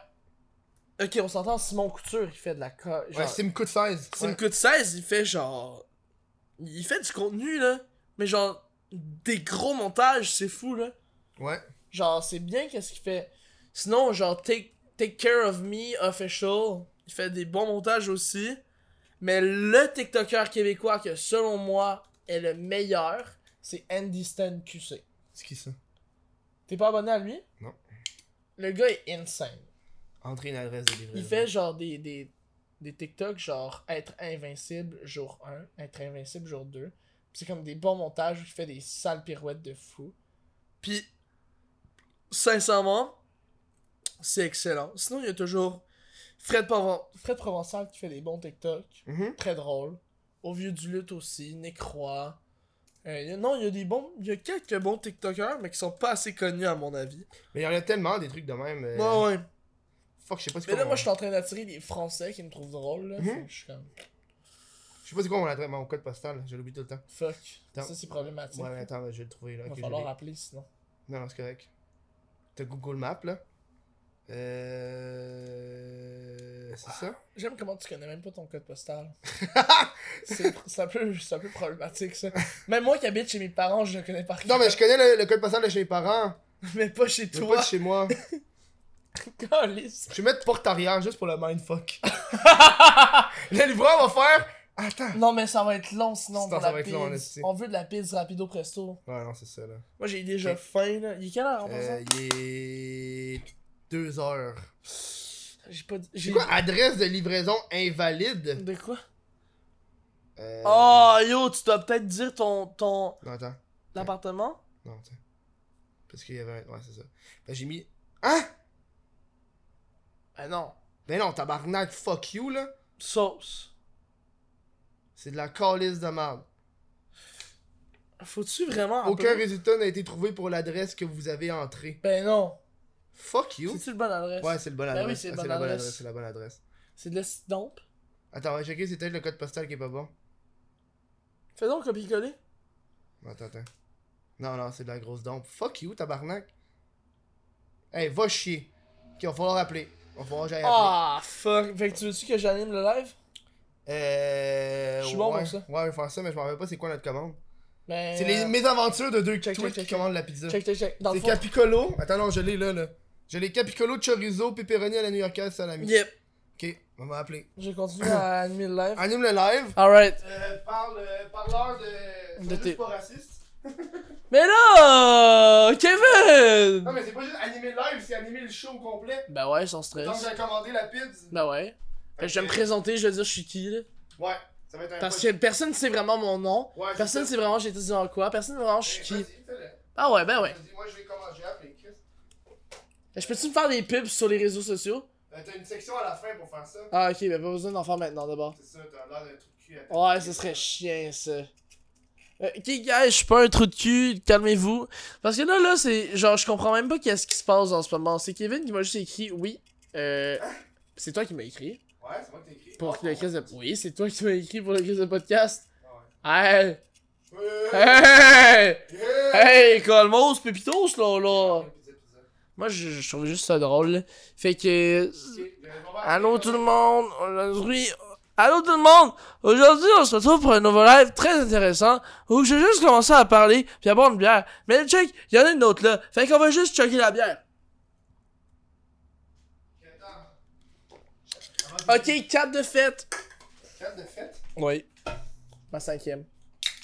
Speaker 2: Ok, on s'entend, Simon Couture, il fait de la co...
Speaker 1: Ouais,
Speaker 2: Genre,
Speaker 1: Sim Coup de 16.
Speaker 2: Sim Coûte 16, il fait genre. Il fait du contenu, là. Mais genre, des gros montages, c'est fou, là.
Speaker 1: Ouais.
Speaker 2: Genre, c'est bien qu'est-ce qu'il fait. Sinon, genre, take, take Care of Me Official, il fait des bons montages aussi. Mais le TikToker québécois que, selon moi, est le meilleur, c'est Andy Stan QC.
Speaker 1: C'est qui ça?
Speaker 2: T'es pas abonné à lui?
Speaker 1: Non.
Speaker 2: Le gars est insane.
Speaker 1: Entrer une adresse de livraison.
Speaker 2: Il fait genre des, des, des TikTok genre être invincible jour 1, être invincible jour 2. Puis C'est comme des bons montages où il fait des sales pirouettes de fou.
Speaker 4: Puis, sincèrement, c'est excellent. Sinon, il y a toujours Fred Pavant.
Speaker 2: Fred Provençal qui fait des bons TikTok,
Speaker 1: Mhm.
Speaker 2: très drôle. Au vieux du lutte aussi, Nécroix. Euh, il y a- non, il y a des bons. Il y a quelques bons TikTokers, mais qui sont pas assez connus à mon avis.
Speaker 1: Mais il y en a tellement des trucs de même. euh,
Speaker 4: Ouais, ouais.
Speaker 1: Fuck, je sais pas c'est
Speaker 2: Mais
Speaker 1: quoi.
Speaker 2: là,
Speaker 1: mon-
Speaker 2: moi, je suis en train d'attirer des Français qui me trouvent drôle. Là.
Speaker 1: Mhm.
Speaker 2: Fait que Je suis comme
Speaker 1: Je sais pas c'est quoi mon adresse, mon code postal. Je l'oublie tout le temps.
Speaker 2: fuck.
Speaker 1: Attends.
Speaker 2: Ça, c'est problématique.
Speaker 1: Ouais, mais attends, je vais le trouver là.
Speaker 2: Il va
Speaker 1: ok, je
Speaker 2: falloir
Speaker 1: l'ai.
Speaker 2: appeler sinon.
Speaker 1: Non, non, c'est correct. T'as Google Maps là? Euh. C'est ça?
Speaker 2: J'aime comment tu connais même pas ton code
Speaker 1: (laughs)
Speaker 2: postal. c'est c'est un, peu- c'est un peu problématique, ça. Même moi qui habite chez mes parents, je le connais par
Speaker 1: Non, mais je connais le, le code postal de chez mes parents.
Speaker 2: Mais pas chez
Speaker 1: Mais pas
Speaker 2: (laughs) toi.
Speaker 1: de chez moi.
Speaker 2: Calisse.
Speaker 1: Je vais mettre porte arrière juste pour
Speaker 2: (laughs)
Speaker 1: le mindfuck. le livreur va faire. Attends.
Speaker 2: Non, mais ça va être long sinon.
Speaker 1: Ça,
Speaker 2: pour
Speaker 1: ça
Speaker 2: la
Speaker 1: va être
Speaker 2: pizza.
Speaker 1: long, en esti.
Speaker 2: On veut de la pizza rapido presto.
Speaker 1: Ouais, non, c'est ça là.
Speaker 2: Moi, j'ai déjà faim, là. Il est quelle heure en
Speaker 1: Euh,
Speaker 2: passant?
Speaker 1: il est. 2 heures.
Speaker 2: J'ai pas. dit-
Speaker 1: C'est
Speaker 2: J'ai.
Speaker 1: quoi adresse de livraison invalide?
Speaker 2: De quoi Ah,
Speaker 1: Euh...
Speaker 4: Oh, yo, tu dois peut-être dire ton. ton.
Speaker 1: Non, attends.
Speaker 4: appartement.
Speaker 1: Non, attends. Parce qu'il y avait un. Ouais, c'est ça. Ben, j'ai mis. Hein?
Speaker 2: Ah non.
Speaker 1: Ben non, tabarnak, fuck you là.
Speaker 4: Sauce.
Speaker 1: C'est de la calice de merde.
Speaker 4: Faut-tu vraiment.
Speaker 1: Aucun
Speaker 4: appeler?
Speaker 1: résultat n'a été trouvé pour l'adresse que vous avez entrée.
Speaker 2: Ben non.
Speaker 1: Fuck you.
Speaker 2: C'est-tu le bonne adresse? Ben
Speaker 1: Ouais, c'est le bon adresse.
Speaker 2: oui, c'est
Speaker 1: Ah,
Speaker 2: la bonne
Speaker 1: la bonne
Speaker 2: adresse.
Speaker 1: adresse. C'est la bonne adresse.
Speaker 2: C'est de la petite dompe.
Speaker 1: Attends, on va checker, c'est peut-être le code postal qui est pas bon.
Speaker 2: Fais donc copier-coller.
Speaker 1: Attends, attends. Non, non, c'est de la grosse dompe. Fuck you, tabarnak. Hey, va chier. Ok, on va falloir appeler. On va falloir que j'aille appeler.
Speaker 2: Ah, fuck. Fait que tu veux-tu que j'anime le live?
Speaker 1: Euh.
Speaker 2: Je suis bon
Speaker 1: ouais.
Speaker 2: pour ça.
Speaker 1: Ouais, on va faire ça, mais je m'en rappelle pas c'est quoi notre commande.
Speaker 2: Ben.
Speaker 1: C'est les
Speaker 2: euh,
Speaker 1: mésaventures de deux
Speaker 2: check,
Speaker 1: tweets
Speaker 2: check,
Speaker 1: qui
Speaker 2: check.
Speaker 1: commandent la pizza.
Speaker 2: Check, check, check. Dans le
Speaker 1: C'est
Speaker 2: fond,
Speaker 1: Capicolo. Attends, non, je l'ai là, là. Je l'ai Capicolo, chorizo, pepperoni à la New Yorkaise, salami.
Speaker 4: Yep.
Speaker 1: Ok, on va appeler.
Speaker 2: Je continue
Speaker 1: (coughs)
Speaker 2: à animer le live.
Speaker 1: Anime le live.
Speaker 2: Alright.
Speaker 1: Euh, parle, euh, parleur de.
Speaker 2: De
Speaker 1: c'est
Speaker 2: tes-
Speaker 1: juste pas raciste.
Speaker 2: Mais là, Kevin!
Speaker 1: Non, mais c'est pas juste animer le live, c'est animer le show au complet.
Speaker 2: Ben ouais, sans
Speaker 1: Donc,
Speaker 2: stress.
Speaker 1: j'ai commandé la pizza.
Speaker 2: Ben ouais. Fait que Je vais me
Speaker 1: Ok.
Speaker 2: présenter, je vais dire je suis qui, là.
Speaker 1: Ouais, ça va être un.
Speaker 2: Parce
Speaker 1: pod-
Speaker 2: que personne sait vraiment mon nom.
Speaker 1: Ouais,
Speaker 2: Personne
Speaker 1: Ah, c'est
Speaker 2: sait vraiment j'étais dans quoi. Personne sait vraiment je suis
Speaker 1: Vas-y,
Speaker 2: qui.
Speaker 1: fais-le.
Speaker 2: Ah ouais, ben ouais.
Speaker 1: Vas-y, Moi, je vais commander, j'ai appelé Chris.
Speaker 2: Je peux-tu me faire des pubs sur les réseaux sociaux?
Speaker 1: Euh, T'as une section à la fin pour faire ça.
Speaker 2: Ah ok, ben pas besoin d'en faire maintenant d'abord.
Speaker 1: C'est ça, t'as l'air d'un truc de cul. à-
Speaker 2: Ouais, ce serait chien ça. euh, ok, guys, je suis pas un trou de cul, calmez-vous. Parce que là, là, c'est. Genre, je comprends même pas qu'est-ce qui se passe en ce moment. C'est Kevin qui m'a juste écrit, oui. Euh. C'est toi qui m'as écrit.
Speaker 1: Ouais, c'est moi qui t'ai écrit.
Speaker 2: Pour le crise de. Oui, c'est toi qui m'as écrit pour le crise de podcast. (laughs) Hey!
Speaker 1: Ah, Ouais.
Speaker 2: Hey!
Speaker 1: Yeah.
Speaker 2: Hey, Colmos, Pépitos, là, là!
Speaker 1: Ok, épisode, épisode.
Speaker 2: Moi, je, je trouvais juste ça drôle. là. Fait que.
Speaker 1: Ok, ben, on va-
Speaker 2: Allô tout le monde, aujourd'hui... Allô tout le monde! Aujourd'hui, on se retrouve pour un nouveau live très intéressant où j'ai juste commencé à parler puis à boire une bière. Mais check, il y en a une autre là. Fait qu'on va juste checker la bière. Ok, 4 de fête.
Speaker 1: Fête de fête.
Speaker 2: Oui. Ma cinquième.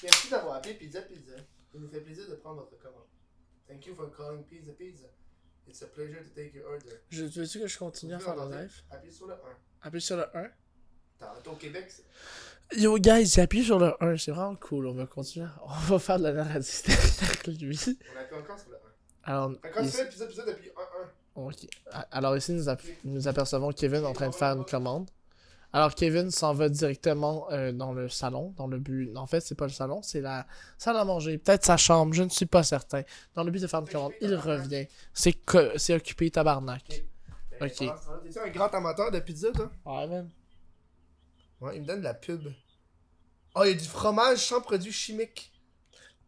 Speaker 1: Merci d'avoir appelé Pizza Pizza. Il nous fait plaisir de prendre votre commande. Thank you for calling Pizza Pizza. It's a pleasure to take your order.
Speaker 2: Je veux-tu que je continue à faire le live?
Speaker 1: Appuyez sur le 1.
Speaker 2: Appuie sur le 1.
Speaker 1: T'es au Québec, c'est-
Speaker 2: Yo guys, j'ai appuyé sur le 1, c'est vraiment cool, on va continuer. (laughs) On va faire de la narrative (laughs) avec lui.
Speaker 1: on appuie encore sur le 1.
Speaker 2: Alors,
Speaker 1: Fait que quand tu
Speaker 2: ici- Oh,
Speaker 1: fais Pizza Pizza depuis 1-1.
Speaker 2: Ok. A- Alors ici, nous, app- nous apercevons Kevin en train de faire une commande. Alors Kevin s'en va directement euh, dans le salon, dans le but... En fait, c'est pas le salon, c'est la salle à manger, peut-être sa chambre, je ne suis pas certain. Dans le but de faire une commande, il revient. C'est co- c'est occupé, tabarnak.
Speaker 1: Ben,
Speaker 2: Ok.
Speaker 1: pendant ce temps-là, T'es-tu un grand amateur de pizza, toi?
Speaker 2: Ouais, man.
Speaker 1: Ouais, il me donne de la pub. Oh, il y a du fromage sans produits chimiques.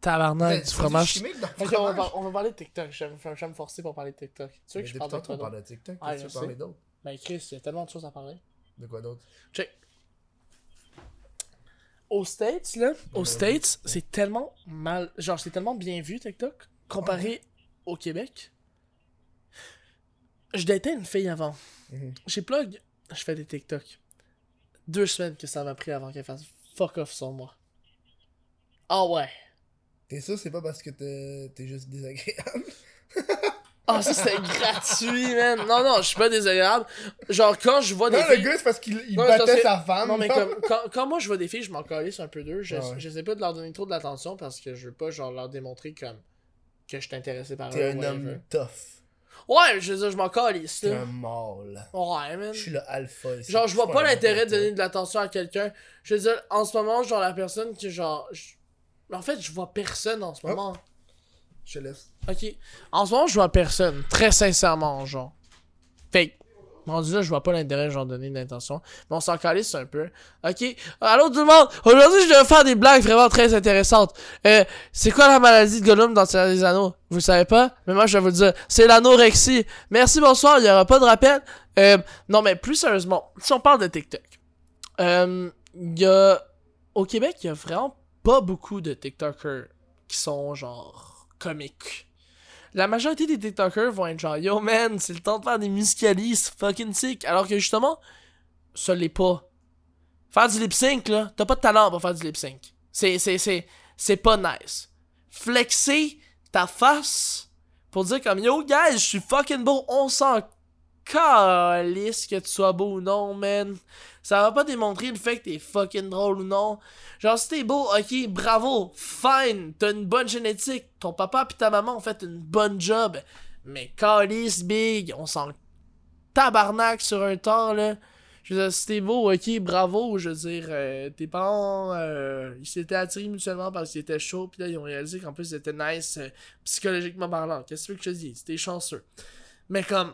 Speaker 2: Tabarnak,
Speaker 1: Ben,
Speaker 2: du fromage.
Speaker 1: chimique dans
Speaker 2: (laughs)
Speaker 1: le
Speaker 2: Ok, on va,
Speaker 1: fromage.
Speaker 2: par- on va parler de TikTok. Je vais me faire- je vais me forcer pour parler de TikTok. Tu veux
Speaker 1: Mais
Speaker 2: que je
Speaker 1: depuis
Speaker 2: parle de
Speaker 1: tantôt,
Speaker 2: quoi
Speaker 1: on parle
Speaker 2: d'autre?
Speaker 1: de TikTok.
Speaker 2: Ah,
Speaker 1: tu
Speaker 2: je
Speaker 1: veux parler
Speaker 2: sais.
Speaker 1: d'autre?
Speaker 2: Ben Chris, il y a tellement de choses à parler.
Speaker 1: De quoi d'autre?
Speaker 2: aux States, là,
Speaker 1: Euh,
Speaker 2: aux
Speaker 1: Ouais.
Speaker 2: States, c'est tellement mal. Genre, c'est tellement bien vu, TikTok, comparé au Québec. Je datais une fille avant.
Speaker 1: Mhm.
Speaker 2: J'ai plug, je fais des TikTok. Deux semaines que ça m'a pris avant qu'elle fasse fuck off sur moi. Ah ouais.
Speaker 1: T'es sûr, c'est pas parce que t'es t'es juste désagréable?
Speaker 2: Ah, ça c'était (laughs) gratuit, man. Non, non, je suis pas désagréable. Genre, quand je vois des
Speaker 1: Non,
Speaker 2: filles.
Speaker 1: le gars, c'est parce qu'il il
Speaker 2: Ah, Non, parce
Speaker 1: battait
Speaker 2: que-
Speaker 1: sa femme.
Speaker 2: Non, mais comme, quand, quand moi je vois des filles, je m'en calisse un peu d'eux. Je,
Speaker 1: Ah ouais.
Speaker 2: j'essaie pas de leur donner trop de l'attention parce que je veux pas genre leur démontrer comme que je suis intéressé par
Speaker 1: T'es
Speaker 2: eux.
Speaker 1: un
Speaker 2: whatever.
Speaker 1: homme tough.
Speaker 2: Ouais, je veux dire, je m'en calisse.
Speaker 1: T'es un
Speaker 2: Là.
Speaker 1: mâle.
Speaker 2: Ouais, man.
Speaker 1: Je suis le alpha ici.
Speaker 2: Genre, je vois
Speaker 1: suis
Speaker 2: pas
Speaker 1: un
Speaker 2: l'intérêt de
Speaker 1: alpha.
Speaker 2: donner de l'attention à quelqu'un. Je veux dire, en ce moment, genre la personne qui genre. je- En fait, je vois personne en ce
Speaker 1: Hop.
Speaker 2: moment.
Speaker 1: Je te laisse.
Speaker 2: Ok. En ce moment, je vois personne. Très sincèrement, genre. Fait que, rendu là, je vois pas l'intérêt de leur donner d'intention. Mais on s'en calisse un peu. Ok. Allô tout le monde! Aujourd'hui, je vais faire des blagues vraiment très intéressantes. Euh, c'est quoi la maladie de Gollum dans le Seigneur des Anneaux? Vous le savez pas? Mais moi, je vais vous le dire. C'est l'anorexie. Merci, bonsoir. Il y aura pas de rappel. Euh, non, mais plus sérieusement, si on parle de TikTok, euh, il y a. Au Québec, il y a vraiment pas beaucoup de TikTokers qui sont genre comiques. La majorité des TikTokers vont être genre Yo man, c'est le temps de faire des musicalies, c'est fucking sick. Alors que justement, ça l'est pas. Faire du lip sync là, t'as pas de talent pour faire du lip sync. C'est, c'est, c'est, c'est pas nice. Flexer ta face pour dire comme Yo guys, je suis fucking beau, on s'en calisse que tu sois beau ou non, man. Ça va pas démontrer le fait que t'es fucking drôle ou non. Genre, si t'es beau, ok, bravo, fine, t'as une bonne génétique, ton papa pis ta maman ont fait une bonne job, mais calice big, on s'en tabarnak sur un temps, là. Je veux dire, si t'es beau, ok, bravo, je veux dire, euh, tes parents, euh, ils s'étaient attirés mutuellement parce qu'ils étaient chauds, pis là, ils ont réalisé qu'en plus, ils étaient nice, euh, psychologiquement parlant. Qu'est-ce que tu veux que je te dise? T'es chanceux. Mais comme,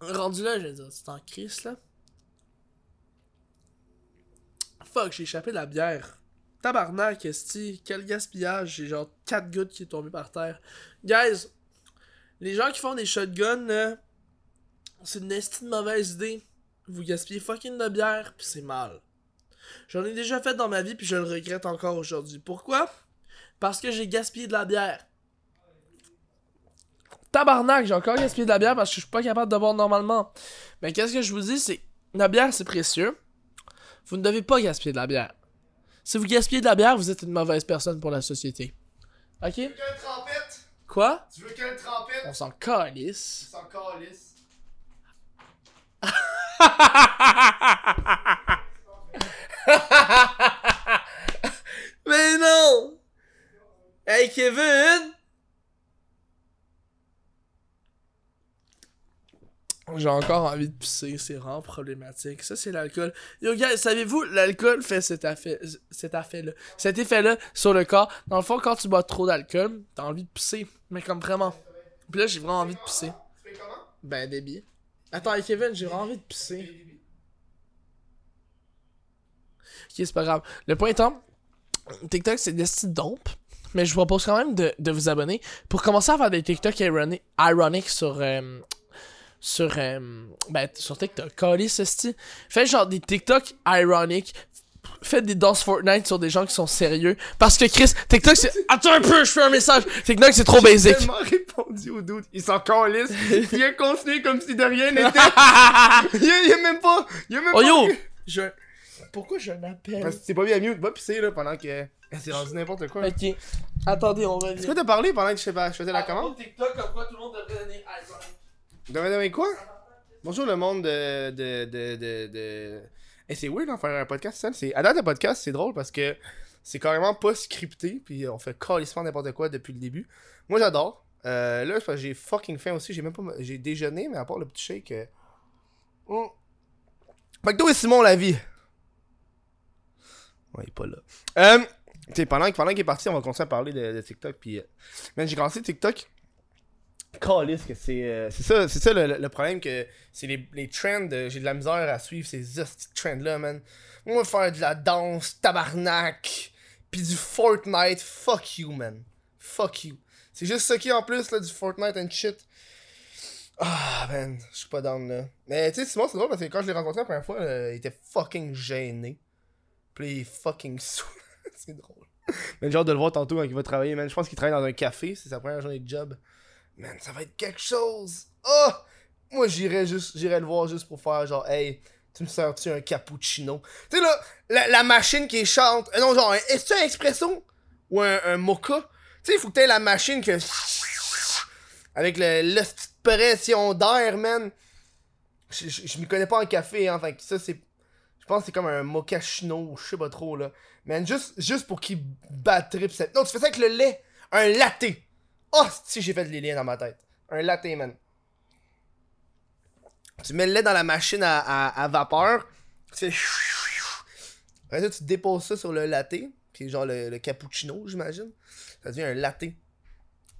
Speaker 2: rendu là, je veux dire, c'est en crise, là. Fuck, j'ai échappé de la bière. Tabarnak, esti, quel gaspillage. J'ai genre 4 gouttes qui est tombé par terre. Guys, les gens qui font des shotguns, là, c'est une esti de mauvaise idée. Vous gaspillez fucking de bière, pis c'est mal. J'en ai déjà fait dans ma vie, puis je le regrette encore aujourd'hui. Pourquoi? Parce que j'ai gaspillé de la bière. Tabarnak, j'ai encore gaspillé de la bière parce que je suis pas capable de boire normalement. Mais qu'est-ce que je vous dis, c'est... La bière, c'est précieux vous ne devez pas gaspiller de la bière. Si vous gaspillez de la bière, vous êtes une mauvaise personne pour la société. Ok?
Speaker 1: Tu veux qu'un trempette?
Speaker 2: Quoi?
Speaker 1: Tu veux qu'un trempette?
Speaker 2: On s'en
Speaker 1: Tu
Speaker 2: calisse.
Speaker 1: s'en calisse.
Speaker 2: Mais non! Hey Kevin! j'ai encore envie de pisser, c'est vraiment problématique. Ça, c'est l'alcool. Yo, gars, savez-vous, l'alcool fait cet effet, cet effet-là, cet effet-là sur le corps. Dans le fond, quand tu bois trop d'alcool, t'as envie de pisser, mais comme vraiment. Puis là, j'ai vraiment envie de pisser. Ben, débile. Attends, hey, Kevin, j'ai vraiment envie de pisser. Ok, c'est pas grave. Le point étant, TikTok, c'est des petites dompes. Mais je vous propose quand même de, de vous abonner pour commencer à faire des TikTok ironi- ironiques sur. euh, sur. euh, ben, sur TikTok. Calé, ceci. Faites genre des TikTok ironiques. Faites des danses Fortnite sur des gens qui sont sérieux. Parce que Chris, TikTok c'est. Attends un peu, je fais un message. TikTok c'est trop basic.
Speaker 1: tellement répondu au doute. Il s'en calisse. Il a continué comme si de
Speaker 2: (laughs)
Speaker 1: rien n'était. il, a, il a même pas. Il a même
Speaker 2: Oh
Speaker 1: pas.
Speaker 2: yo! Je... Pourquoi je l'appelle?
Speaker 1: Parce que c'est pas bien mieux. Va pisser là pendant que. C'est rendu n'importe quoi. Est-ce
Speaker 2: Ok. Attendez, on
Speaker 1: que
Speaker 2: revient.
Speaker 1: t'as parlé pendant que je fais- je faisais la commande?
Speaker 3: Ah, TikTok, comme quoi tout le monde devrait donner Alzheimer.
Speaker 1: Demain, demain, quoi? Bonjour le monde de. de, de, de, de... Eh, c'est weird d'en faire un podcast seul. C'est... À date de podcast, c'est drôle parce que c'est carrément pas scripté, puis on fait calissement n'importe quoi depuis le début. Moi, j'adore. Euh, là, c'est parce que j'ai fucking faim aussi. J'ai même pas. J'ai déjeuné, mais à part le petit shake. Euh... Mm. McDo et Simon, la vie. Ouais, il est pas là. Euh, tu sais, pendant, pendant qu'il est parti, on va continuer à parler de, de TikTok. Puis, euh, man, j'ai commencé TikTok. Calisse que c'est. euh, c'est ça, c'est ça le, le problème que c'est les, les trends. euh, j'ai de la misère à suivre ces hosties de trends-là, man. Moi, faire de la danse, tabarnak, puis du Fortnite, fuck you, man. Fuck you. C'est juste ce qui est en plus, là, du Fortnite and shit. Ah, man, je suis pas down, là. Mais tu sais, Simon, c'est drôle parce que quand je l'ai rencontré la première fois, euh, il était fucking gêné. Puis il est fucking (laughs) saoul. c'est drôle. Mais j'ai hâte de le voir tantôt quand il va travailler, man. Je pense qu'il travaille dans un café, c'est sa première journée de job. Man, ça va être quelque chose. Oh! Moi, j'irais juste, j'irais le voir juste pour faire genre, hey, tu me sers-tu un cappuccino? Tu sais, là, la, la machine qui chante. euh, non, genre, un- est-ce que c'est un expresso? Ou un, un mocha? Tu sais, il faut que t'aies la machine que. (laughs) Avec le, la petite pression d'air, man. Je, je, je m'y connais pas en café, hein. Fait que ça, c'est. Je pense que c'est comme un mochaccino, je sais pas trop, là. Man, juste, juste pour qu'il batterait. pis ça- Non, tu fais ça avec le lait. Un latte. Oh, si j'ai fait les liens dans ma tête. Un latte, man. Tu mets le lait dans la machine à, à- à vapeur. Tu fais. Après ça, tu déposes ça sur le latte. Puis genre le, le cappuccino, j'imagine. Ça devient un latte.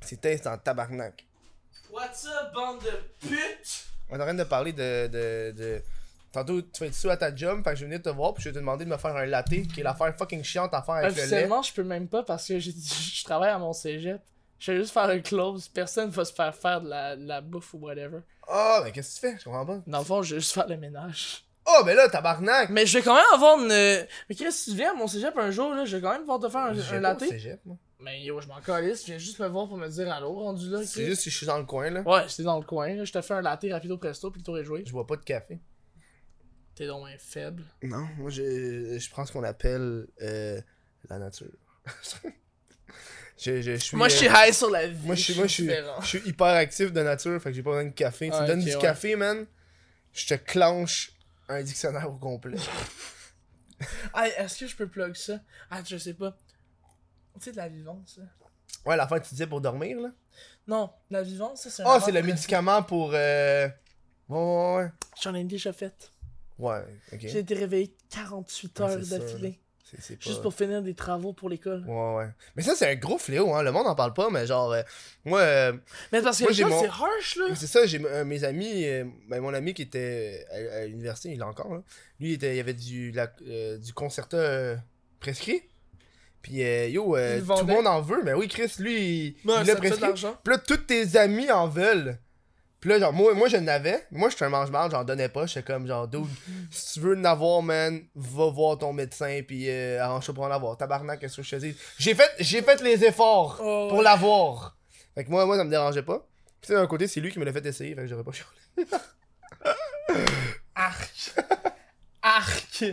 Speaker 1: C'est intense en tabarnak.
Speaker 3: What's up, bande de putes?
Speaker 1: On est en train de parler de. de, de- Tantôt, tu vas être sous à ta job, fait que je vais venir te voir, puis je vais te demander de me faire un latte, qui est l'affaire fucking chiante à faire avec le lait.
Speaker 2: Officiellement, je peux même pas parce que j'ai dit- je travaille à mon cégep. Je vais juste faire un close. Personne va se faire faire de la, de la bouffe ou whatever.
Speaker 1: Oh, mais qu'est-ce que tu fais? Je comprends pas.
Speaker 2: Dans le fond, je vais juste faire le ménage.
Speaker 1: Oh, mais là, tabarnak!
Speaker 2: Mais je vais quand même avoir une. Mais Chris, si tu viens à mon cégep un jour, là, je vais quand même pouvoir te faire un,
Speaker 1: J'ai
Speaker 2: un
Speaker 1: pas au
Speaker 2: latte.
Speaker 1: cégep, moi.
Speaker 2: Mais yo, je m'en calisse. Je viens juste me voir pour me dire allô, rendu là.
Speaker 1: C'est
Speaker 2: Chris.
Speaker 1: juste si je suis dans le coin, là.
Speaker 2: Ouais, c'était dans le coin. là. Je te fais un latte rapido presto, puis le tour est joué.
Speaker 1: Je bois pas de café.
Speaker 2: T'es donc bien faible.
Speaker 1: Non, moi je, je prends ce qu'on appelle euh, la nature. (laughs) je, je, je suis,
Speaker 2: Moi, je
Speaker 1: euh,
Speaker 2: suis high sur la vie.
Speaker 1: moi je suis, moi, je suis,
Speaker 2: différent.
Speaker 1: je suis hyper actif de nature, fait que j'ai pas besoin de café. tu
Speaker 2: Ah,
Speaker 1: me donnes
Speaker 2: ok,
Speaker 1: du
Speaker 2: ouais.
Speaker 1: café, man, je te clenche un dictionnaire au complet.
Speaker 2: Ah, est-ce que je peux plug ça Ah, je sais pas. Tu sais, de la vivance, ça.
Speaker 1: Ouais, la fin tu disais pour dormir là.
Speaker 2: Non, la vivance, ça, c'est un.
Speaker 1: Ah,
Speaker 2: rapport
Speaker 1: c'est le
Speaker 2: avec-
Speaker 1: médicament pour. Euh... Ouais, ouais, ouais.
Speaker 2: J'en ai déjà fait.
Speaker 1: Ouais, ok.
Speaker 2: J'ai été réveillé 48
Speaker 1: Ouais,
Speaker 2: heures
Speaker 1: c'est ça, là.
Speaker 2: d'affilée.
Speaker 1: C'est- c'est
Speaker 2: Juste
Speaker 1: pas-
Speaker 2: pour finir des travaux pour l'école.
Speaker 1: Ouais, ouais. Mais ça, c'est un gros fléau, hein. Le monde en parle pas, mais genre, euh, moi, euh,
Speaker 2: Mais parce que
Speaker 1: Moi,
Speaker 2: l'école,
Speaker 1: j'ai mon-
Speaker 2: c'est harsh, là.
Speaker 1: Mais C'est ça, j'ai euh, mes amis, euh, ben, mon ami qui était à, à l'université, il l'a encore, là. lui, il, était, il avait du, la- euh, du concerta euh, prescrit. Puis euh, yo, euh,
Speaker 2: Il le
Speaker 1: tout le
Speaker 2: vendait.
Speaker 1: monde en veut, mais oui, Chris, lui, il-
Speaker 2: Ouais,
Speaker 1: il l'a
Speaker 2: ça te fait de
Speaker 1: prescrit.
Speaker 2: l'argent.
Speaker 1: Puis là, tous tes amis en veulent. Puis là, genre, moi, moi je n'avais. Moi, j'étais un mange-marde, j'en donnais pas. J'étais comme, genre,
Speaker 2: (laughs)
Speaker 1: dude, si tu veux en avoir, man, va voir ton médecin, puis euh, arrange-toi pour en avoir. Tabarnak, qu'est-ce que je te dis? J'ai fait, j'ai fait les efforts
Speaker 2: Oh,
Speaker 1: pour
Speaker 2: ouais.
Speaker 1: l'avoir. Fait que moi, moi, ça me dérangeait pas. Puis tu sais, d'un côté, c'est lui qui me l'a fait essayer, fait que j'aurais pas
Speaker 2: (laughs)
Speaker 1: chialé.
Speaker 2: Arc. Arc.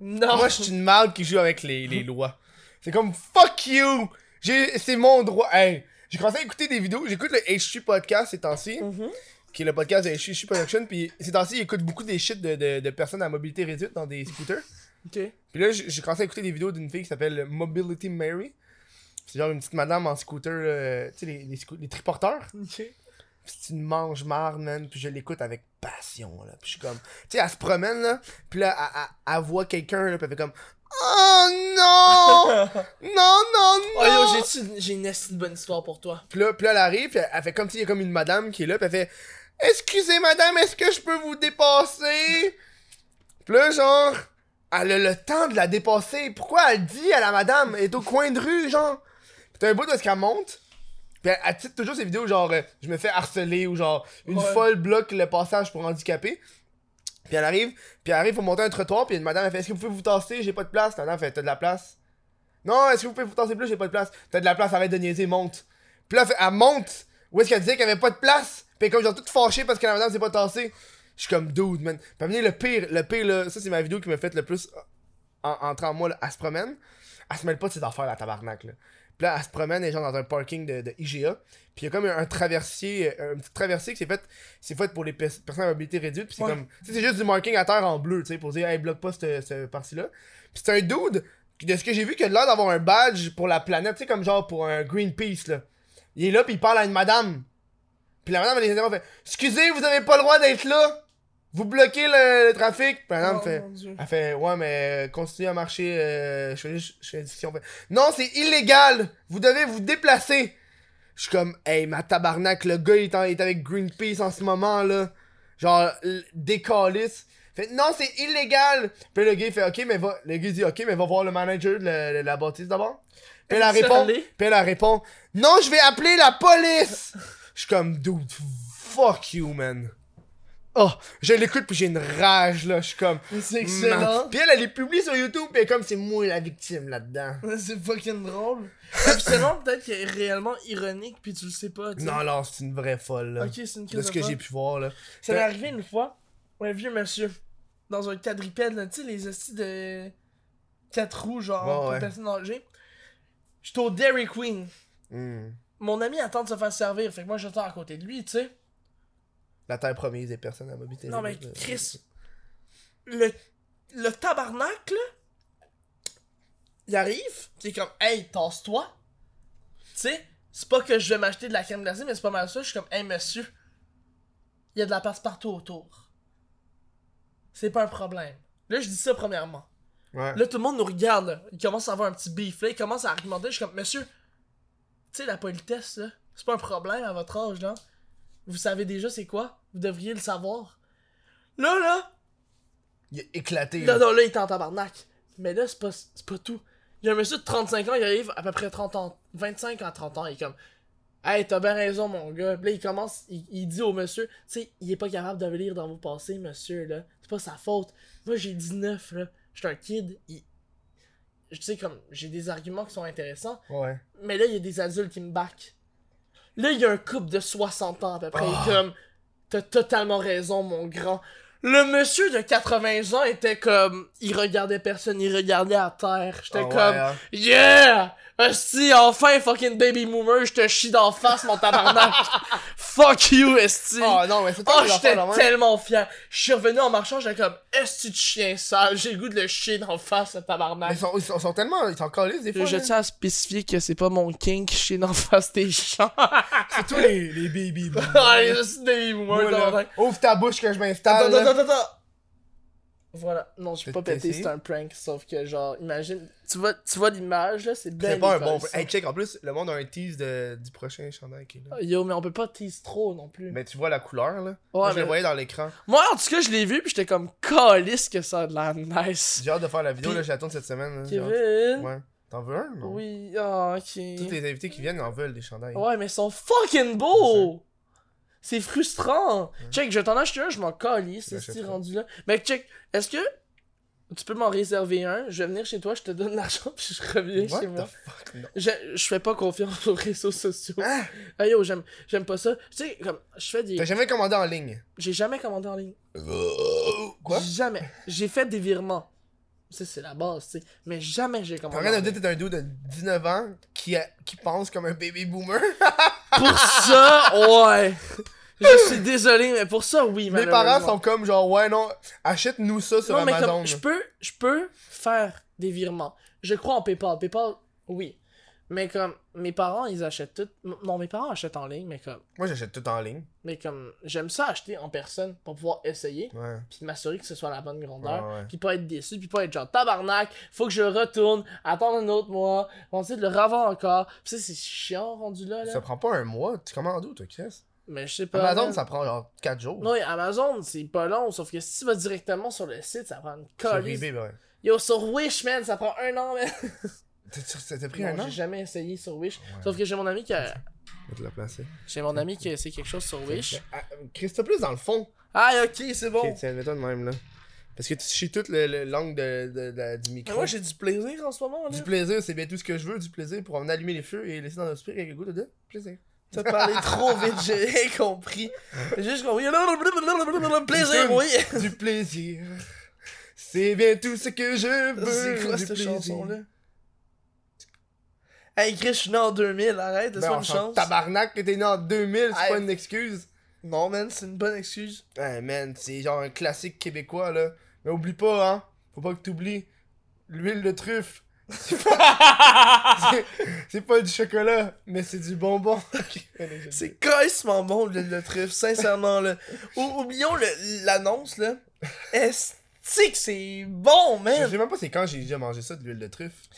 Speaker 2: Non.
Speaker 1: Moi, je suis une marde qui joue avec les, les lois. C'est comme, fuck you! J'ai- C'est mon droit. Hey, j'ai commencé à écouter des vidéos. J'écoute le HQ podcast ces temps-ci.
Speaker 2: (laughs) Mhm.
Speaker 1: qui est le podcast de Shishi Production. Puis ces temps-ci, ils écoutent beaucoup des shit de, de, de personnes à mobilité réduite dans des scooters.
Speaker 2: Ok.
Speaker 1: Puis là, j'ai j'ai commencé à écouter des vidéos d'une fille qui s'appelle Mobility euh, Mary. C'est genre une petite madame en scooter, là, tu sais, les, les, scoo- les triporteurs.
Speaker 2: Ok.
Speaker 1: c'est une mange marre man puis je l'écoute avec passion là puis je suis comme tu sais elle se promène là puis là elle, elle- elle voit quelqu'un là puis elle fait comme oh non
Speaker 5: (laughs)
Speaker 1: non non non
Speaker 5: Oh yo, j'ai-tu- j'ai une esti de bonne histoire pour toi.
Speaker 1: puis là, puis là, elle arrive, puis elle, elle fait comme s'il y a comme une madame qui est là, puis elle fait Excusez madame, est-ce que je peux vous dépasser Puis là, genre, elle a le temps de la dépasser. Pourquoi elle dit à la madame Elle est au coin de rue, genre Puis t'as un bout où est-ce qu'elle monte Puis elle, elle titre toujours ses vidéos, genre, euh, je me fais harceler, ou genre, une
Speaker 5: Ouais.
Speaker 1: folle bloque le passage pour handicapés. Puis elle arrive, puis elle arrive pour monter un trottoir, puis une madame elle fait Est-ce que vous pouvez vous tasser J'ai pas de place. La madame fait T'as de la place Non, est-ce que vous pouvez vous tasser plus J'ai pas de place. T'as de la place, arrête de niaiser, monte. Puis là, elle fait- elle monte où est-ce qu'elle disait qu'elle avait pas de place. Puis elle est comme genre toute fâchée parce que la madame s'est pas tassée. Je suis comme dude, man. Puis amener le pire, le pire, là, ça c'est ma vidéo qui m'a fait le plus en, entrant en moi, là. Elle se promène. Elle se mêle pas de ses affaires, la tabarnak, là. Puis là, elle se promène, elle est genre dans un parking de, de IGA. Puis il y a comme un, un traversier, euh, un petit traversier qui s'est fait, c'est fait pour les pe- personnes à mobilité réduite. Puis c'est
Speaker 2: Ouais.
Speaker 1: comme, tu sais, c'est juste du marking à terre en bleu, tu sais, pour dire, hey, bloque pas cette, cette partie-là. Puis c'est un dude, de ce que j'ai vu, qui a l'air d'avoir un badge pour la planète, tu sais, comme genre pour un Greenpeace, là. Il est là, puis il parle à une madame. Puis la madame, elle les interrompt, elle fait Excusez, vous avez pas le droit d'être là Vous bloquez le, le trafic. Puis la madame
Speaker 2: Oh,
Speaker 1: fait
Speaker 2: mon Dieu.
Speaker 1: Elle fait Ouais, mais euh, continuez à marcher, euh, je fais juste je fais une discussion. Elle fait, Non, c'est illégal Vous devez vous déplacer Je suis comme Hey, ma tabarnak, le gars, il est, en- il est avec Greenpeace en ce moment, là. Genre, l- décalisse. Fait non, c'est illégal! Puis le gars, il fait ok, mais va. Le gars, il dit ok, mais va voir le manager de la, de la bâtisse d'abord. Puis elle
Speaker 5: Est-ce
Speaker 1: répond.
Speaker 5: allé?
Speaker 1: Puis elle répond Non, je vais appeler la police! Je suis comme, dude, fuck you, man. Oh, je l'écoute, puis j'ai une rage, là. Je suis comme. Man.
Speaker 2: C'est excellent.
Speaker 1: Puis elle, elle les publie sur YouTube, puis elle est comme, c'est moi la victime là-dedans.
Speaker 2: C'est fucking drôle.
Speaker 5: Ah, puis c'est vraiment peut-être qu'elle est réellement ironique, puis tu le sais pas. tu sais.
Speaker 1: Non, non, c'est une vraie folle, là.
Speaker 5: Ok,
Speaker 2: Ok, c'est une
Speaker 1: Euh, de
Speaker 2: crise
Speaker 1: ce
Speaker 2: de
Speaker 1: que
Speaker 2: folle.
Speaker 1: j'ai pu voir, là.
Speaker 2: Ça m'est arrivé une fois, un vieux monsieur, dans un quadripède, là, tu sais, les hosties de quatre roues, genre,
Speaker 1: Ouais,
Speaker 2: pour
Speaker 1: ouais.
Speaker 2: personnes âgées. J'étais au Dairy Queen.
Speaker 1: Hmm.
Speaker 2: Mon ami attend de se faire servir, fait que moi j'attends à côté de lui, tu sais.
Speaker 1: La terre promise des personnes à mobilité.
Speaker 2: Non, mais
Speaker 1: réduite, là.
Speaker 2: Chris, le, le tabarnak, là, il arrive, qui est comme, hey, tasse-toi. Tu sais, c'est pas que je vais m'acheter de la crème glacée, mais c'est pas mal ça. Je suis comme, hey, monsieur, il y a de la place partout autour. C'est pas un problème. Là, je dis ça premièrement.
Speaker 1: Ouais.
Speaker 2: Là, tout le monde nous regarde. Là. Il commence à avoir un petit beef. Là, il commence à argumenter. Je suis comme, monsieur, tu sais, la politesse, là, c'est pas un problème à votre âge, non? Vous savez déjà c'est quoi? Vous devriez le savoir. Là, là,
Speaker 1: Il a éclaté.
Speaker 2: là,
Speaker 1: là.
Speaker 2: non, là, il est en tabarnak. Mais là, c'est pas, c'est pas tout. Il y a un monsieur de 35 ans, il arrive à peu près 30 ans, 25 à 30 ans, il est comme, hey, t'as bien raison, mon gars. Puis là, il commence, il, il dit au monsieur, tu sais, il est pas capable de lire dans vos passés, monsieur, là. C'est pas sa faute. Moi, j'ai 19, là. J'étais un kid, il. Je sais, comme, j'ai des arguments qui sont intéressants,
Speaker 1: Ouais.
Speaker 2: mais là, il y a des adultes qui me back. Là, il y a un couple de 60 ans à peu près.
Speaker 1: Ah.
Speaker 2: Comme, t'as totalement raison, mon grand. Le monsieur de 80 ans était comme, il regardait personne, il regardait à terre. J'étais
Speaker 1: Ah ouais,
Speaker 2: comme,
Speaker 1: hein.
Speaker 2: yeah! Esti, enfin, fucking baby boomer, je te chie d'en face, mon tabarnak!
Speaker 1: (laughs)
Speaker 2: Fuck you, Esti!
Speaker 1: Ah non, mais c'est
Speaker 2: Oh,
Speaker 1: toi qui
Speaker 2: j'étais
Speaker 1: l'as fait,
Speaker 2: tellement fier. Je suis revenu en marchant, j'étais comme, esti de chien sale, j'ai le goût de le chier d'en face, ce
Speaker 1: Mais
Speaker 2: tabarnak.
Speaker 1: ils sont, ils sont- ils sont tellement. Ils sont calés, des fois.
Speaker 5: Je
Speaker 1: là.
Speaker 5: tiens à spécifier que c'est pas mon kink chez d'en (laughs) face des gens.
Speaker 1: C'est tous les, les baby boomers.
Speaker 2: (laughs) Ah, les hosties de baby
Speaker 1: Moi,
Speaker 2: boomer,
Speaker 1: là,
Speaker 2: tabarnak.
Speaker 1: Ouvre ta bouche que je
Speaker 5: Ah,
Speaker 1: m'installe.
Speaker 2: Attends,
Speaker 1: là.
Speaker 2: attends, attends, attends. Voilà. Non, je vais
Speaker 1: T'as
Speaker 2: pas pété,
Speaker 1: essayé?
Speaker 2: c'est un prank, sauf que genre, imagine, tu vois, tu vois l'image là, c'est bien.
Speaker 1: C'est pas un bon.
Speaker 2: école, ça. Ah,
Speaker 1: Hey, check, en plus, le monde a un tease de- du prochain chandail qui est là.
Speaker 2: Yo, mais on peut pas tease trop non plus.
Speaker 1: Mais tu vois la couleur, là.
Speaker 5: Ouais,
Speaker 1: Moi, je le
Speaker 5: mais-
Speaker 1: voyais dans l'écran.
Speaker 5: Moi, en tout cas, je l'ai vu, puis j'étais comme, calisse que ça a de la nice.
Speaker 1: J'ai hâte de faire la vidéo,
Speaker 5: Puis-
Speaker 1: là, je l'attends cette semaine. là. J'ai hâte.
Speaker 5: Kevin?
Speaker 1: Ouais. T'en veux un? non?
Speaker 5: Oui, ah, ok.
Speaker 1: Tous les invités qui viennent en veulent des chandails.
Speaker 5: Ouais, mais ils sont fucking beaux! C'est frustrant! Check, je vais t'en acheter un, je m'en calisse, c'est ce
Speaker 1: l'achèteras.
Speaker 5: rendu là. Mais check, est-ce que tu peux m'en réserver un? Je vais venir chez toi, je te donne l'argent, (laughs) puis je reviens
Speaker 1: What
Speaker 5: chez
Speaker 1: the
Speaker 5: moi.
Speaker 1: fuck? Non.
Speaker 5: Je, je fais pas confiance aux réseaux sociaux.
Speaker 1: Ah!
Speaker 5: Ah yo, j'aime, j'aime pas ça. Tu sais, comme, je fais
Speaker 1: T'as
Speaker 5: des.
Speaker 1: jamais commandé en ligne?
Speaker 5: J'ai jamais commandé en ligne.
Speaker 1: Quoi?
Speaker 5: Jamais. J'ai fait des virements. Ça, c'est la base, tu sais. Mais jamais j'ai
Speaker 1: T'es en
Speaker 5: commandé.
Speaker 1: train de
Speaker 5: en
Speaker 1: me dire que t'es un dude de 19 ans qui, a- qui pense comme un baby
Speaker 5: (laughs)
Speaker 1: boomer?
Speaker 5: ligne. Pour ça,
Speaker 1: (laughs)
Speaker 5: ouais. Je suis désolé, mais pour ça, oui,
Speaker 1: Mes parents sont comme genre, ouais, non, achète-nous ça sur
Speaker 5: Non, mais
Speaker 1: Amazon.
Speaker 5: comme, je peux, je peux faire des virements. Je crois en PayPal. PayPal, oui.
Speaker 2: Mais comme, mes parents, ils achètent tout. M- Non, mes parents achètent en ligne, mais comme,
Speaker 1: Moi, j'achète tout en ligne.
Speaker 2: mais comme, j'aime ça acheter en personne pour pouvoir essayer,
Speaker 1: Ouais.
Speaker 2: puis de m'assurer que ce soit la bonne grandeur,
Speaker 1: Ouais, ouais.
Speaker 2: puis pas être déçu, puis pas être genre tabarnak, faut que je retourne, attendre un autre mois, on essaie de le revoir encore. Puis ça, c'est chiant rendu là, là.
Speaker 1: Ça prend pas un mois. Tu commandes où, toi, Chris?
Speaker 2: Mais je sais
Speaker 5: Bah,
Speaker 2: pas.
Speaker 1: Amazon,
Speaker 2: man.
Speaker 1: ça prend genre 4 jours.
Speaker 2: Non, et Amazon, c'est pas long, sauf que si tu vas directement sur le site, ça prend une
Speaker 1: Sur
Speaker 2: colise.
Speaker 1: eBay, ouais.
Speaker 2: Yo, sur Wish, man, ça prend un an, man.
Speaker 1: T'as- t'as- T'as pris un
Speaker 2: Non,
Speaker 1: an?
Speaker 2: j'ai
Speaker 1: Je
Speaker 2: jamais essayé sur Wish.
Speaker 1: Ouais.
Speaker 2: Sauf que j'ai mon ami qui a...
Speaker 1: vais te la placer.
Speaker 2: J'ai mon ami qui a essayé quelque chose sur Wish.
Speaker 1: Ah, Chris, t'as plus dans le fond.
Speaker 2: Ah, ok, c'est bon.
Speaker 1: Ok, tiens, mets-toi de même, là. Parce que tu chies tout le, le- l'angle de, de- de- du
Speaker 2: Mais
Speaker 1: micro.
Speaker 2: moi, j'ai du plaisir en ce moment, là.
Speaker 1: Du plaisir, c'est bien tout ce que je veux, du plaisir pour en allumer les feux et laisser dans notre esprit avec le goût de plaisir.
Speaker 2: T'as parlé trop vite,
Speaker 1: (laughs)
Speaker 2: j'ai rien compris. J'ai juste compris. Plaisir,
Speaker 1: (laughs)
Speaker 2: oui.
Speaker 1: du plaisir. C'est bien tout ce que je veux.
Speaker 2: C'est quoi
Speaker 1: du
Speaker 2: cette
Speaker 1: plaisir.
Speaker 2: chanson-là? Hey, Chris, je suis né en 2000, arrête,
Speaker 1: Ben,
Speaker 2: laisse-moi
Speaker 1: on
Speaker 2: une
Speaker 1: s'en
Speaker 2: chance.
Speaker 1: Tabarnak que t'es né en 2000, c'est
Speaker 2: Hey.
Speaker 1: pas une excuse.
Speaker 2: Non, man, c'est une bonne excuse.
Speaker 1: (laughs) Hey man, c'est genre un classique québécois là. Mais oublie pas, hein. Faut pas que t'oublies. L'huile de truffe. C'est pas... c'est- c'est pas du chocolat, mais c'est du bonbon. (laughs)
Speaker 2: C'est carrément bon le, le truffe, sincèrement là. Ou- oublions le- l'annonce là. Est-ce que c'est bon,
Speaker 1: Je
Speaker 2: man?
Speaker 1: sais même pas c'est quand j'ai déjà mangé ça, de l'huile de truffe.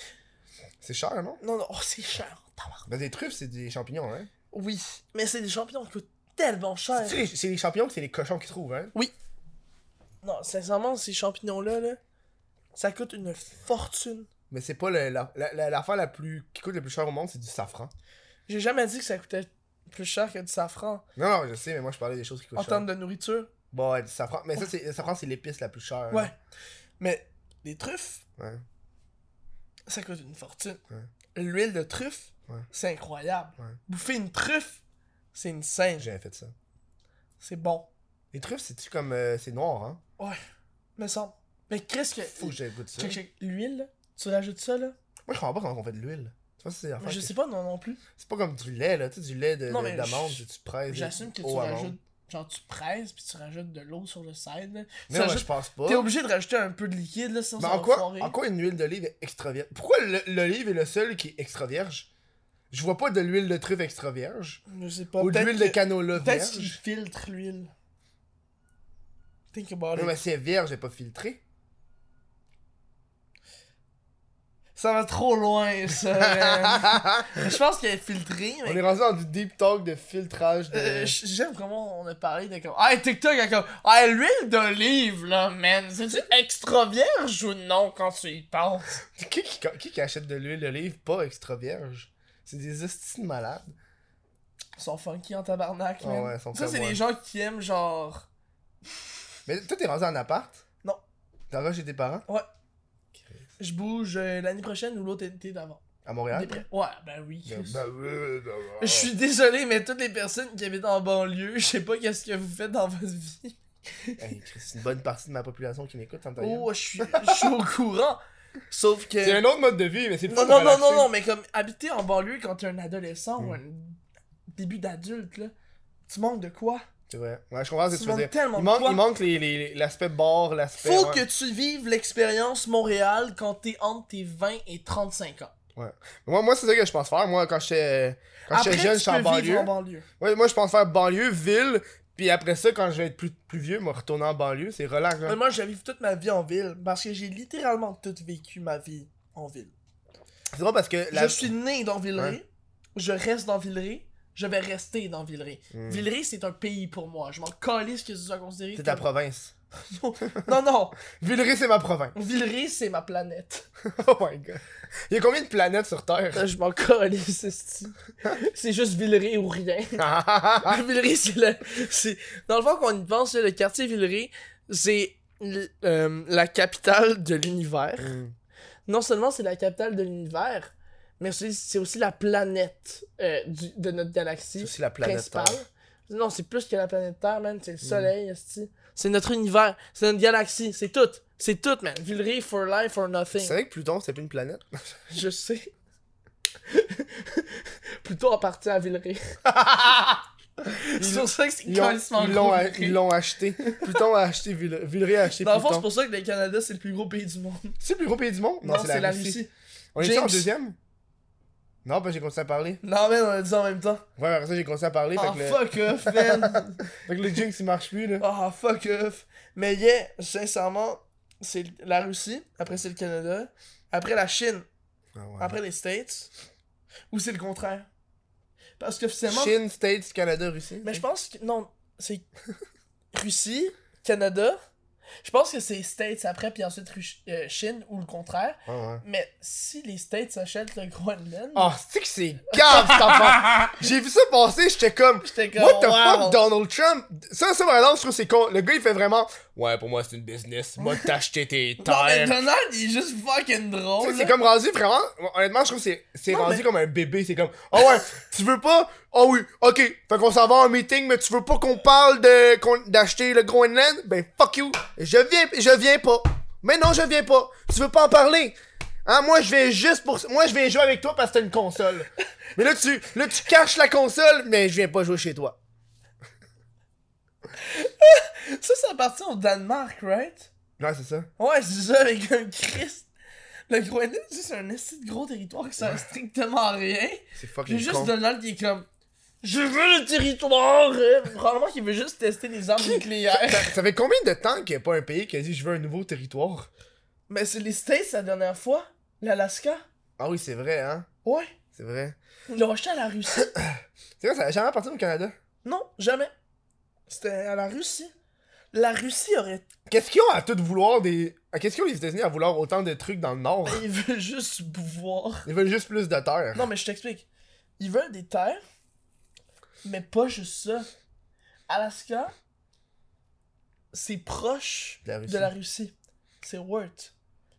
Speaker 1: C'est cher, non?
Speaker 2: Non, non, oh, c'est cher. tabarnak.
Speaker 1: Ben, des truffes, c'est des champignons, hein.
Speaker 2: Oui, mais c'est des champignons qui coûtent tellement cher.
Speaker 1: C'est c'est les champignons que c'est les cochons qui trouvent, hein.
Speaker 2: Non, sincèrement, ces champignons là, là ça coûte une fortune.
Speaker 1: Mais c'est pas le- la, la, la- l'affaire la plus. qui coûte le plus cher au monde, c'est du safran.
Speaker 2: J'ai jamais dit que ça coûtait plus cher que du safran
Speaker 1: Non, non, je sais, mais moi je parlais des choses qui coûtent
Speaker 2: en
Speaker 1: cher.
Speaker 2: termes de nourriture.
Speaker 1: Bon, ouais, du safran. Mais ça, c'est, le safran, c'est l'épice la plus chère. hein.
Speaker 2: Ouais. Mais les truffes,
Speaker 1: Ouais.
Speaker 2: ça coûte une fortune.
Speaker 1: Ouais.
Speaker 2: L'huile de truffe,
Speaker 1: Ouais.
Speaker 2: c'est incroyable.
Speaker 1: Ouais.
Speaker 2: Bouffer une truffe, c'est une singe.
Speaker 1: J'avais fait ça.
Speaker 2: C'est bon.
Speaker 1: Les truffes, c'est-tu comme. euh, c'est noir, hein?
Speaker 2: Ouais, me semble. Mais qu'est-ce que.
Speaker 1: Faut que je goûte ça.
Speaker 2: Check, check. L'huile, là, tu rajoutes ça, là
Speaker 1: Moi, je comprends pas comment on fait de l'huile. Tu vois, c'est, l'affaire
Speaker 2: Mais Je
Speaker 1: que-
Speaker 2: sais pas, non, non plus.
Speaker 1: c'est pas comme du lait, là. Tu sais, du lait de,
Speaker 2: Non,
Speaker 1: de-
Speaker 2: mais
Speaker 1: d'amande,
Speaker 2: je-
Speaker 1: que tu presses.
Speaker 2: J'assume que tu
Speaker 1: au amande.
Speaker 2: rajoutes. Genre, tu presses, puis tu rajoutes de l'eau sur le side, là. Tu
Speaker 1: Non, moi,
Speaker 2: rajoutes-
Speaker 1: je pense pas.
Speaker 2: T'es obligé de rajouter un peu de liquide, là, sinon
Speaker 1: Mais
Speaker 2: ça
Speaker 1: en
Speaker 2: va
Speaker 1: quoi,
Speaker 2: foirer.
Speaker 1: en quoi une huile d'olive est extra vierge Pourquoi le- l'olive est le seul qui est extra vierge Je vois pas de l'huile de truffe extra vierge.
Speaker 2: Je sais pas.
Speaker 1: ou de
Speaker 2: peut-être
Speaker 1: l'huile
Speaker 2: que-
Speaker 1: de canola
Speaker 2: Peut-être que
Speaker 1: vierge.
Speaker 2: je filtre l'huile. Think about
Speaker 1: Non,
Speaker 2: it.
Speaker 1: mais si elle est vierge, elle est pas filtrée.
Speaker 2: Ça va trop
Speaker 1: (laughs)
Speaker 2: loin, ça. man. je pense qu'elle est filtrée, mais.
Speaker 1: On est rendu dans du deep talk de filtrage de.
Speaker 2: Euh, j- J'aime comment on a parlé de comme. Ah, TikTok, elle comme. Ah, l'huile d'olive, là, man. C'est-tu extra vierge ou non quand tu y penses?
Speaker 1: Qui, qui, qui qui achète de l'huile d'olive pas extra vierge C'est des hosties de malades.
Speaker 2: Ils sont funky en tabarnak,
Speaker 1: Ah
Speaker 2: man.
Speaker 1: ouais, ils sont
Speaker 2: ça,
Speaker 1: comme
Speaker 2: c'est
Speaker 1: moi.
Speaker 2: des gens qui aiment genre.
Speaker 1: Mais toi, t'es rendu en appart
Speaker 2: Non.
Speaker 1: T'es rendu chez tes parents
Speaker 2: Je bouge euh, l'année prochaine ou l'autre été d'avant.
Speaker 1: À Montréal
Speaker 2: Des prêts. Ouais, ben oui.
Speaker 1: Ah,
Speaker 2: (laughs)
Speaker 1: Ben,
Speaker 2: Chris.
Speaker 1: ben, oui, ben,
Speaker 2: Je
Speaker 1: ben.
Speaker 2: suis désolé, mais toutes les personnes qui habitent en banlieue, je sais pas qu'est-ce que vous faites dans votre vie.
Speaker 1: Hey, Chris, c'est une bonne partie de ma population qui m'écoute, ça me taille.
Speaker 2: Oh, je suis je suis au courant. Sauf que.
Speaker 1: C'est un autre Mm. mode de vie, mais c'est
Speaker 2: Non,
Speaker 1: pour
Speaker 2: non, non,
Speaker 1: relaxer.
Speaker 2: non, non, mais comme habiter en banlieue quand t'es un adolescent ou un début d'adulte, là, tu manques de quoi?
Speaker 1: C'est vrai. Ouais, je comprends ce que
Speaker 2: Tu
Speaker 1: tu veux
Speaker 2: manques
Speaker 1: dire.
Speaker 2: tellement
Speaker 1: Il
Speaker 2: de
Speaker 1: manque,
Speaker 2: quoi.
Speaker 1: il manque les- les- l'aspect bar, l'aspect.
Speaker 2: Faut
Speaker 1: ouais.
Speaker 2: que tu vives l'expérience Montréal quand t'es entre tes 20 et 35 ans.
Speaker 1: Moi, moi c'est ça que je pense faire. Moi, quand j'étais quand j'étais
Speaker 2: Après,
Speaker 1: jeune,
Speaker 2: tu
Speaker 1: j'étais
Speaker 2: peux
Speaker 1: en
Speaker 2: vivre
Speaker 1: banlieue.
Speaker 2: en banlieue.
Speaker 1: Ouais, moi, je pense faire banlieue, ville. Puis après ça, quand je vais être plus, plus vieux, moi, retourner en banlieue, c'est relax. hein.
Speaker 2: Mais
Speaker 1: genre.
Speaker 2: moi, je vis toute ma vie en ville parce que j'ai littéralement toute vécu ma vie en ville.
Speaker 1: C'est drôle parce que.
Speaker 2: Je suis né dans Villeray, je reste dans Villeray, je vais rester dans Villeray.
Speaker 1: Hmm.
Speaker 2: Villeray, c'est un pays pour moi. Je m'en calisse que ce soit considéré.
Speaker 1: C'est ta
Speaker 2: comme-
Speaker 1: province.
Speaker 2: Non, non,
Speaker 1: Villeray, c'est ma province. (laughs)
Speaker 2: Villeray, c'est ma planète.
Speaker 1: Oh my god. Il y a combien de planètes sur Terre
Speaker 2: (laughs) Ah, Je m'en calisse, esti. C'est juste Villeray ou rien.
Speaker 1: Ah.
Speaker 2: (laughs) Villeray, c'est le. c'est- Dans le fond, quand on y pense, là, le quartier Villeray, c'est l- euh, la capitale de l'univers.
Speaker 1: Mm.
Speaker 2: Non seulement c'est la capitale de l'univers, mais c'est- c'est aussi la planète euh, du- de notre
Speaker 1: C'est
Speaker 2: galaxie
Speaker 1: aussi la planète
Speaker 2: principale.
Speaker 1: Terre. Mm.
Speaker 2: Non, c'est plus que la planète Terre, man. C'est le soleil, esti. C'est notre univers, c'est notre galaxie, c'est tout. C'est tout, man. Villeray, for life, or
Speaker 1: Tu
Speaker 2: nothing.
Speaker 1: savais que Pluton, c'était plus une
Speaker 2: (laughs)
Speaker 1: planète
Speaker 2: Je sais. (laughs) Plutôt en partie à Villeray.
Speaker 1: (laughs)
Speaker 2: c'est pour ça que c'est
Speaker 1: Ils l'ont-
Speaker 2: calissement
Speaker 1: ils
Speaker 2: gros,
Speaker 1: l'ont
Speaker 2: Villeray.
Speaker 1: ils l'ont acheté. Pluton a acheté Ville- Villeray a acheté
Speaker 2: Dans le fond, c'est
Speaker 1: Pluton.
Speaker 2: pour ça que le Canada, c'est le plus gros pays du monde.
Speaker 1: C'est le plus gros pays du monde
Speaker 2: Non, c'est la Russie.
Speaker 1: On est
Speaker 2: James.
Speaker 1: en deuxième Non, ben j'ai continué à parler.
Speaker 2: Non, mais on a dit en même temps.
Speaker 1: Ouais, après ça, j'ai continué à parler.
Speaker 2: Ah,
Speaker 1: fait, que le...
Speaker 2: fuck
Speaker 1: (laughs)
Speaker 2: off, man.
Speaker 1: fait que le jinx, il marche plus, là.
Speaker 2: Ah, fuck off. Mais yeah, sincèrement, c'est la Russie, après c'est le Canada, après la Chine,
Speaker 1: Ah, ouais.
Speaker 2: après les States, ou c'est le contraire. Parce qu'officiellement,
Speaker 1: Chine, States, Canada, Russie.
Speaker 2: Mais je pense que. Non, c'est. (laughs) Russie, Canada. Je pense que c'est States après, puis ensuite Ru- euh, Chine, ou le contraire.
Speaker 1: Ah,
Speaker 2: (laughs)
Speaker 1: ouais.
Speaker 2: Mais si les States achètent le Groenland.
Speaker 1: Oh, c'est que c'est grave, cette
Speaker 2: (laughs)
Speaker 1: affaire. J'ai vu ça passer, j'étais comme.
Speaker 2: J'étais comme.
Speaker 1: What the
Speaker 2: wow.
Speaker 1: fuck, Donald Trump? Ça, ça, par exemple, je trouve que c'est con. Le gars, il fait vraiment. Ouais, pour moi, c'est une business. Moi, t'as acheté tes
Speaker 2: (laughs) Non, mais
Speaker 1: terres.
Speaker 2: Donald, il est juste fucking
Speaker 1: Tu
Speaker 2: drôle.
Speaker 1: sais, C'est
Speaker 2: là.
Speaker 1: comme rendu vraiment. Honnêtement, je trouve que c'est- c'est
Speaker 2: Non,
Speaker 1: rendu
Speaker 2: mais-
Speaker 1: comme un bébé. C'est comme. Oh ouais, tu veux pas? Oh oui, ok. Fait qu'on s'en va en meeting, mais tu veux pas qu'on parle de qu'on- d'acheter le Groenland? Ben fuck you. Je viens, je viens pas. Mais non, je viens pas. Tu veux pas en parler? Hein, moi, je viens juste pour. Moi, je viens jouer avec toi parce que t'as une console. mais là, tu, là, tu caches la console, mais je viens pas jouer chez toi.
Speaker 2: Ça, c'est parti au Danemark, right?
Speaker 1: Ouais, c'est ça.
Speaker 2: Ouais, c'est ça, avec un Christ. Le Groenland, tu sais, c'est un esti de gros territoire qui sert strictement à rien.
Speaker 1: C'est fucking
Speaker 2: Puis juste
Speaker 1: con.
Speaker 2: Donald qui est comme. Je veux le territoire! euh. Probablement qu'il veut juste tester les armes nucléaires.
Speaker 1: (laughs) Ça, ça fait combien de temps qu'il n'y a pas un pays qui a dit je veux un nouveau territoire?
Speaker 2: Mais c'est les States la dernière fois. L'Alaska.
Speaker 1: Ah oui, c'est vrai, hein?
Speaker 2: Ouais.
Speaker 1: C'est vrai.
Speaker 2: Ils l'ont acheté à la Russie.
Speaker 1: C'est vrai, ça a jamais appartenu au Canada.
Speaker 2: non, jamais. C'était à la Russie. La Russie aurait.
Speaker 1: Qu'est-ce qu'ils ont à tout vouloir des. à- Qu'est-ce qu'ils ont les États-Unis à vouloir autant de trucs dans le Nord?
Speaker 2: Ils veulent juste pouvoir.
Speaker 1: Ils veulent juste plus de terre.
Speaker 2: Non, mais je t'explique. Ils veulent des terres. Mais pas juste ça. Alaska. C'est proche
Speaker 1: De la Russie.
Speaker 2: de la Russie. C'est Worth.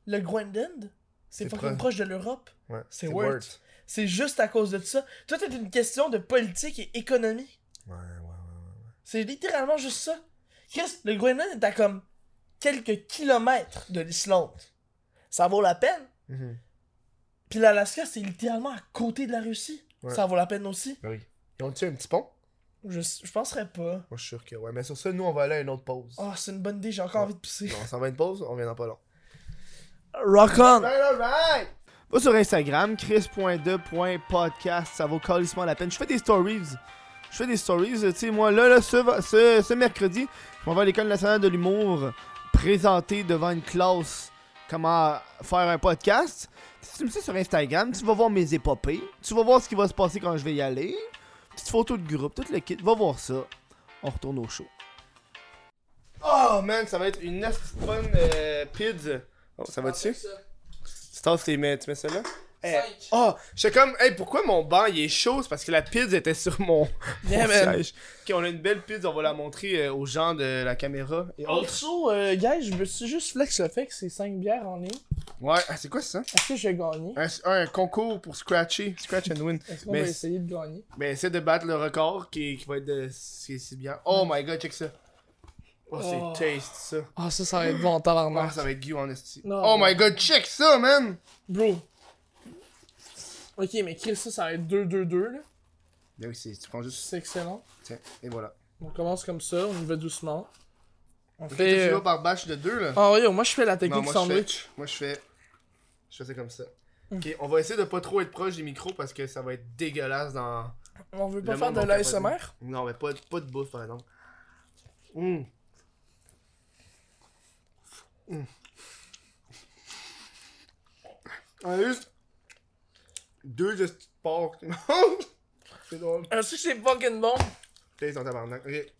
Speaker 2: Le Groenland. C'est
Speaker 1: C'est
Speaker 2: fucking
Speaker 1: pro-
Speaker 2: proche de l'Europe.
Speaker 1: Ouais,
Speaker 2: C'est Worth. C'est juste à cause de ça. Tout est une question de politique et économie.
Speaker 1: Ouais, ouais, ouais.
Speaker 2: C'est littéralement juste ça. Chris, le Groenland est à comme quelques kilomètres de l'Islande. Ça vaut la peine.
Speaker 1: ouais. Mhm.
Speaker 2: Puis l'Alaska, c'est littéralement à côté de la Russie.
Speaker 1: Ouais.
Speaker 2: Ça vaut la peine aussi.
Speaker 1: Ben oui. Ils ont-tu un petit pont?
Speaker 2: Je, je penserais pas.
Speaker 1: Moi, je suis sûr que ouais. Mais sur ça, nous, on va aller à une autre pause.
Speaker 2: Oh, c'est une bonne idée, j'ai encore
Speaker 1: Ouais.
Speaker 2: envie de pisser.
Speaker 1: On s'en va à une pause, on vient dans pas long.
Speaker 2: (laughs) Rock on!
Speaker 1: Va sur Instagram, chris.de.podcast, ça vaut calissement la peine. Je fais des stories. Je fais des stories, tu sais, moi, là, là, ce, ce, ce mercredi, je m'en vais à l'École nationale de l'humour présenter devant une classe comment faire un podcast. Si tu me suis sur Instagram, tu vas voir mes épopées, tu vas voir ce qui va se passer quand je vais y aller. Petite photo de groupe, tout le kit, va voir ça. On retourne au show. Oh man, ça va être une bonne euh, pids. Oh, ça va dessus? Tu tasses tes mets, tu mets ça là? Eh,
Speaker 2: Cinq.
Speaker 1: Oh, j'étais comme, hey, pourquoi mon banc il est chaud? C'est parce que la pizza était sur mon,
Speaker 2: (laughs) Yeah,
Speaker 1: mon
Speaker 2: Eh, man.
Speaker 1: siège. Ok, on a une belle pizza, on va la montrer euh, aux gens de la caméra et autres.
Speaker 2: Also, euh, guys, je veux-tu juste flex le fait que c'est 5 bières en ligne?
Speaker 1: Ouais, ah, c'est quoi ça?
Speaker 2: Est-ce que j'ai gagné?
Speaker 1: Un, un concours pour scratcher, scratch and win.
Speaker 2: Est-ce qu'on
Speaker 1: Mais
Speaker 2: va
Speaker 1: c'est-
Speaker 2: essayer de gagner?
Speaker 1: Mais essaie de battre le record qui, qui va être de c'est c'est bien. Oh my god, check ça. Oh, c'est
Speaker 2: Oh.
Speaker 1: taste ça.
Speaker 2: Ah, ça, ça va être bon,
Speaker 1: Ah,
Speaker 2: tabarnak.
Speaker 1: ça va être Guy en esti.
Speaker 2: Non.
Speaker 1: Oh my god, check ça, man!
Speaker 2: Bro. Ok, mais Chris, ça, ça va être 2-2-2, là.
Speaker 1: Ben oui, c'est- tu prends juste.
Speaker 2: C'est excellent.
Speaker 1: Tiens, et voilà.
Speaker 2: On commence comme ça, on y va doucement. On
Speaker 1: Toi, tu
Speaker 2: fait... euh,
Speaker 1: vas par batch de deux, là.
Speaker 2: Ah oui, moi, je fais la
Speaker 1: Non,
Speaker 2: technique
Speaker 1: moi, je
Speaker 2: sandwich. Mmh.
Speaker 1: fais, moi je fais. Je fais ça comme ça. Ok, on va essayer de pas trop être proche des micros parce que ça va être dégueulasse dans.
Speaker 2: On veut pas
Speaker 1: Le
Speaker 2: faire
Speaker 1: monde
Speaker 2: de
Speaker 1: va capoter.
Speaker 2: l'ASMR?
Speaker 1: Non, mais pas, pas de bouffe par exemple. Hum. Hum. On a juste. Deux de petites (laughs) porcs. C'est drôle.
Speaker 2: Est-ce que Ah, c'est fucking bon?
Speaker 1: T'es en tabarnak. Ok.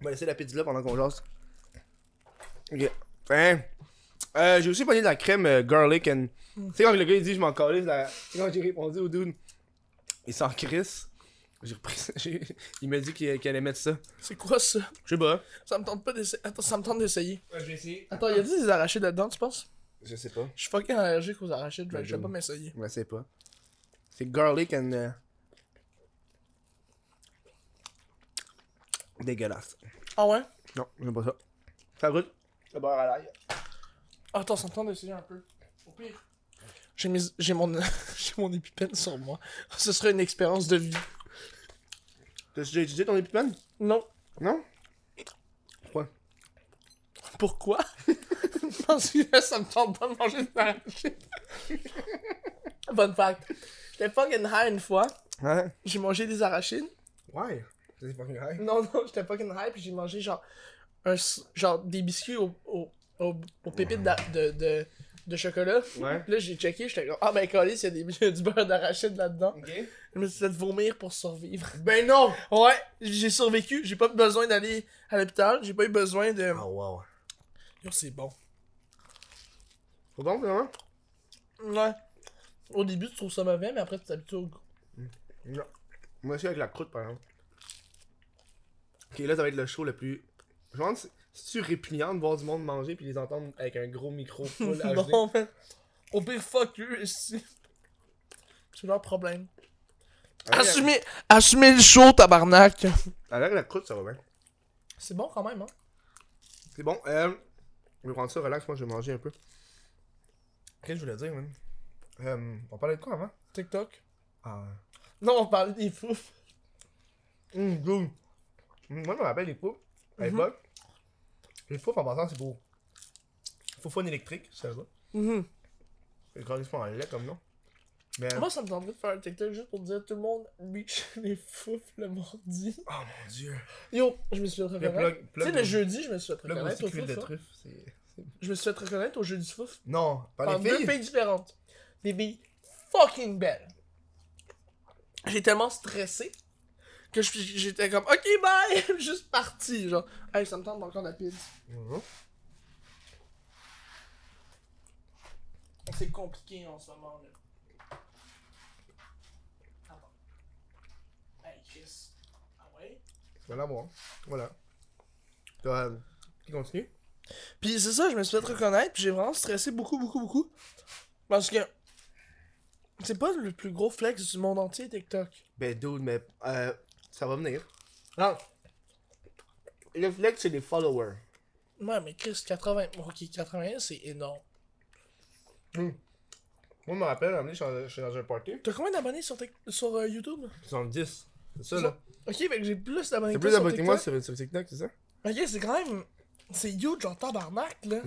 Speaker 1: On va laisser la pizza là pendant qu'on jase. Ok. Hein. Euh, j'ai aussi pogné de la crème euh, garlic and. Tu sais, quand le gars il dit je m'en calisse, la... (laughs) tu sais, quand j'ai répondu au dude, il s'en crisse. J'ai repris ça. (laughs) j'ai- Il m'a dit qu'il qu'il allait mettre ça.
Speaker 2: C'est quoi ça?
Speaker 1: Je sais pas.
Speaker 2: Ça me tente pas d'essayer. Attends, ça me tente d'essayer.
Speaker 1: je vais essayer.
Speaker 2: Attends, y a des arachides là-dedans, tu penses?
Speaker 1: Je sais pas.
Speaker 2: Je suis fucking allergique aux arachides, fait que je vais
Speaker 1: Ben,
Speaker 2: pas
Speaker 1: oui.
Speaker 2: m'essayer.
Speaker 1: Je sais pas. C'est garlic and. euh, Dégueulasse.
Speaker 2: Ah ouais?
Speaker 1: Non, j'aime pas ça. Ça goûte. Le beurre à l'ail.
Speaker 2: Ah, Attends, ça me tente d'essayer un peu. Au pire. J'ai mis... j'ai mon... (laughs) j'ai mon épipène sur moi. Ce serait une expérience de vie.
Speaker 1: T'as déjà utilisé ton épipène?
Speaker 2: Non.
Speaker 1: Non?
Speaker 2: Pourquoi? (laughs) Parce que là, ça me tente pas de manger de l'arachide. (laughs) Bonne fact. J'étais fucking high une fois.
Speaker 1: Hein?
Speaker 2: J'ai mangé des arachides.
Speaker 1: Ouais. C'est fucking high.
Speaker 2: Non, (laughs) non, j'étais fucking high, puis j'ai mangé genre, un, s- genre des biscuits au, au, au- aux pépites d'a- de, de, de chocolat.
Speaker 1: Ouais.
Speaker 2: Puis Là, j'ai checké, j'étais comme, ah ben, Colis, il y a des- (laughs) il y a du beurre d'arachide là-dedans.
Speaker 1: Ok.
Speaker 2: Je me suis fait vomir pour survivre.
Speaker 1: (laughs) Ben non!
Speaker 2: Ouais, j'ai survécu, j'ai pas eu besoin d'aller à l'hôpital, j'ai pas eu besoin de.
Speaker 1: Oh wow.
Speaker 2: Yo, c'est bon.
Speaker 1: C'est bon, vraiment?
Speaker 2: Ouais. Au début, tu trouves ça mauvais, mais après, tu t'habitues au goût.
Speaker 1: Non. Moi aussi avec la croûte, par exemple. Ok, là, ça va être le show le plus. Je me demande si c'est répugnant de voir du monde manger puis les entendre avec un gros (laughs) micro full HD.
Speaker 2: Non, mais. Au pire, fuck (laughs) eux ici. C'est leur problème.
Speaker 1: Avec la-
Speaker 2: Assumez, assumez le show, tabarnak.
Speaker 1: Avec la croûte, ça va bien.
Speaker 2: C'est bon quand même, hein.
Speaker 1: C'est bon. Euh, je vais prendre ça relax, moi je vais manger un peu. Qu'est-ce que je voulais dire, man? Euh, on parlait de quoi avant?
Speaker 2: TikTok.
Speaker 1: Ah.
Speaker 2: Non, on parlait des fouf.
Speaker 1: Hum, good. Hum, Moi je me rappelle les poufs. À
Speaker 2: Mhm.
Speaker 1: l'époque. Les poufs en passant, c'est beau. Foufoune électrique, ça va. C'est quand ils font un lait comme non. Mais.
Speaker 2: Moi, ça me tenterait de faire un TikTok juste pour dire tout le monde reach (laughs) les fouf le mardi.
Speaker 1: Oh mon dieu.
Speaker 2: Yo, je me suis fait
Speaker 1: Le
Speaker 2: reconnaître.
Speaker 1: plug,
Speaker 2: Tu sais,
Speaker 1: plug,
Speaker 2: le jeudi, je me suis fait
Speaker 1: plug
Speaker 2: reconnaître
Speaker 1: aussi
Speaker 2: au
Speaker 1: cuile de
Speaker 2: fouf. hein.
Speaker 1: truffe. c'est-
Speaker 2: Je me suis fait reconnaître au jeu du fouf.
Speaker 1: Non, par
Speaker 2: Par
Speaker 1: Ah, les
Speaker 2: deux
Speaker 1: filles.
Speaker 2: filles différentes. Des filles fucking belles. J'ai tellement stressé que je- j'étais comme OK bye, (laughs) juste parti genre. Hey, ça me tente encore la pizza.
Speaker 1: Mhm.
Speaker 2: C'est compliqué en ce moment là. Ah bon. Hey Chris. Ah ouais.
Speaker 1: Voilà, bon. Voilà. Toi, euh, qui continue?
Speaker 2: Puis c'est ça, je me suis fait reconnaître, puis j'ai vraiment stressé beaucoup beaucoup beaucoup parce que c'est pas le plus gros flex du monde entier TikTok.
Speaker 1: Ben, dude, mais euh, ça va venir. Non. Le flex, c'est les followers.
Speaker 2: Ouais, mais Chris 80, OK, 80 c'est énorme.
Speaker 1: Moi, je me rappelle, un moment donné, je suis dans- je suis dans un party.
Speaker 2: T'as combien d'abonnés sur, Tik- sur euh, YouTube?
Speaker 1: 70. C'est ça,
Speaker 2: C'est
Speaker 1: là.
Speaker 2: Ok, fait que j'ai plus d'abonnés
Speaker 1: T'as
Speaker 2: que
Speaker 1: plus
Speaker 2: toi sur
Speaker 1: d'abonnés que moi
Speaker 2: TikTok.
Speaker 1: sur, sur TikTok, c'est ça?
Speaker 2: Ok, c'est quand même... C'est huge, genre tabarnak, là.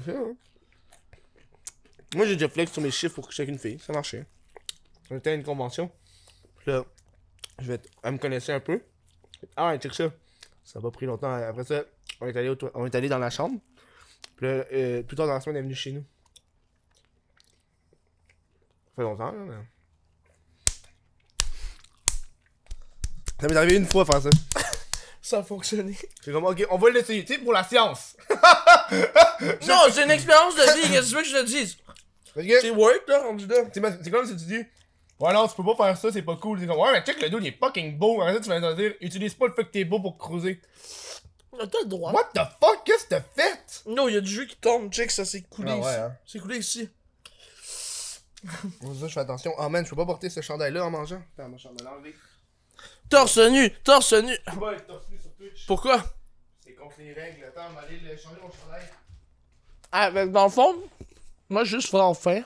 Speaker 1: Moi, j'ai déjà flex sur mes chiffres pour chacune fille. Ça marchait. On était à une convention. Puis là, je vais t- elle me connaissait un peu. Ah, ouais, check ça. Ça n'a pas pris longtemps. Après ça, on est allé, au to- on est allé dans la chambre. Puis là, euh, plus tard dans la semaine, elle est venue chez nous. Ça fait longtemps, là, mais... Ça m'est arrivé une fois faire ça.
Speaker 2: Ça
Speaker 1: (laughs)
Speaker 2: a fonctionné.
Speaker 1: C'est comme, ok, on va l'essayer, tu sais, pour la science.
Speaker 2: Non, c'est une expérience de vie, qu'est-ce que tu veux que je
Speaker 1: (laughs)
Speaker 2: te dise?
Speaker 1: Ok?
Speaker 2: C'est work, là, rendu là.
Speaker 1: C'est ma- c'est comme si tu dis Ouais non tu peux pas faire ça c'est pas cool C'est comme ouais mais check le dude il est fucking beau Après ça tu vas leur dire utilise pas le fait que t'es beau pour cruiser
Speaker 2: Ah, T'as le droit.
Speaker 1: What the fuck qu'est-ce que t'as fait
Speaker 2: Non, y'a du jus qui tombe, check, ça s'est coulé
Speaker 1: Ah ouais,
Speaker 2: ici.
Speaker 1: hein.
Speaker 2: C'est coulé ici.
Speaker 1: Pour ça je fais attention Ah man je peux pas porter ce chandail là en mangeant Attends mon chandail enlevé
Speaker 2: Torse nu, torse nu.
Speaker 1: Tu vas être torsu sur Twitch
Speaker 2: Pourquoi?
Speaker 1: C'est contre les règles Attends on va aller le- changer mon chandail
Speaker 2: Ah, ben, dans le fond, moi, juste faire faim.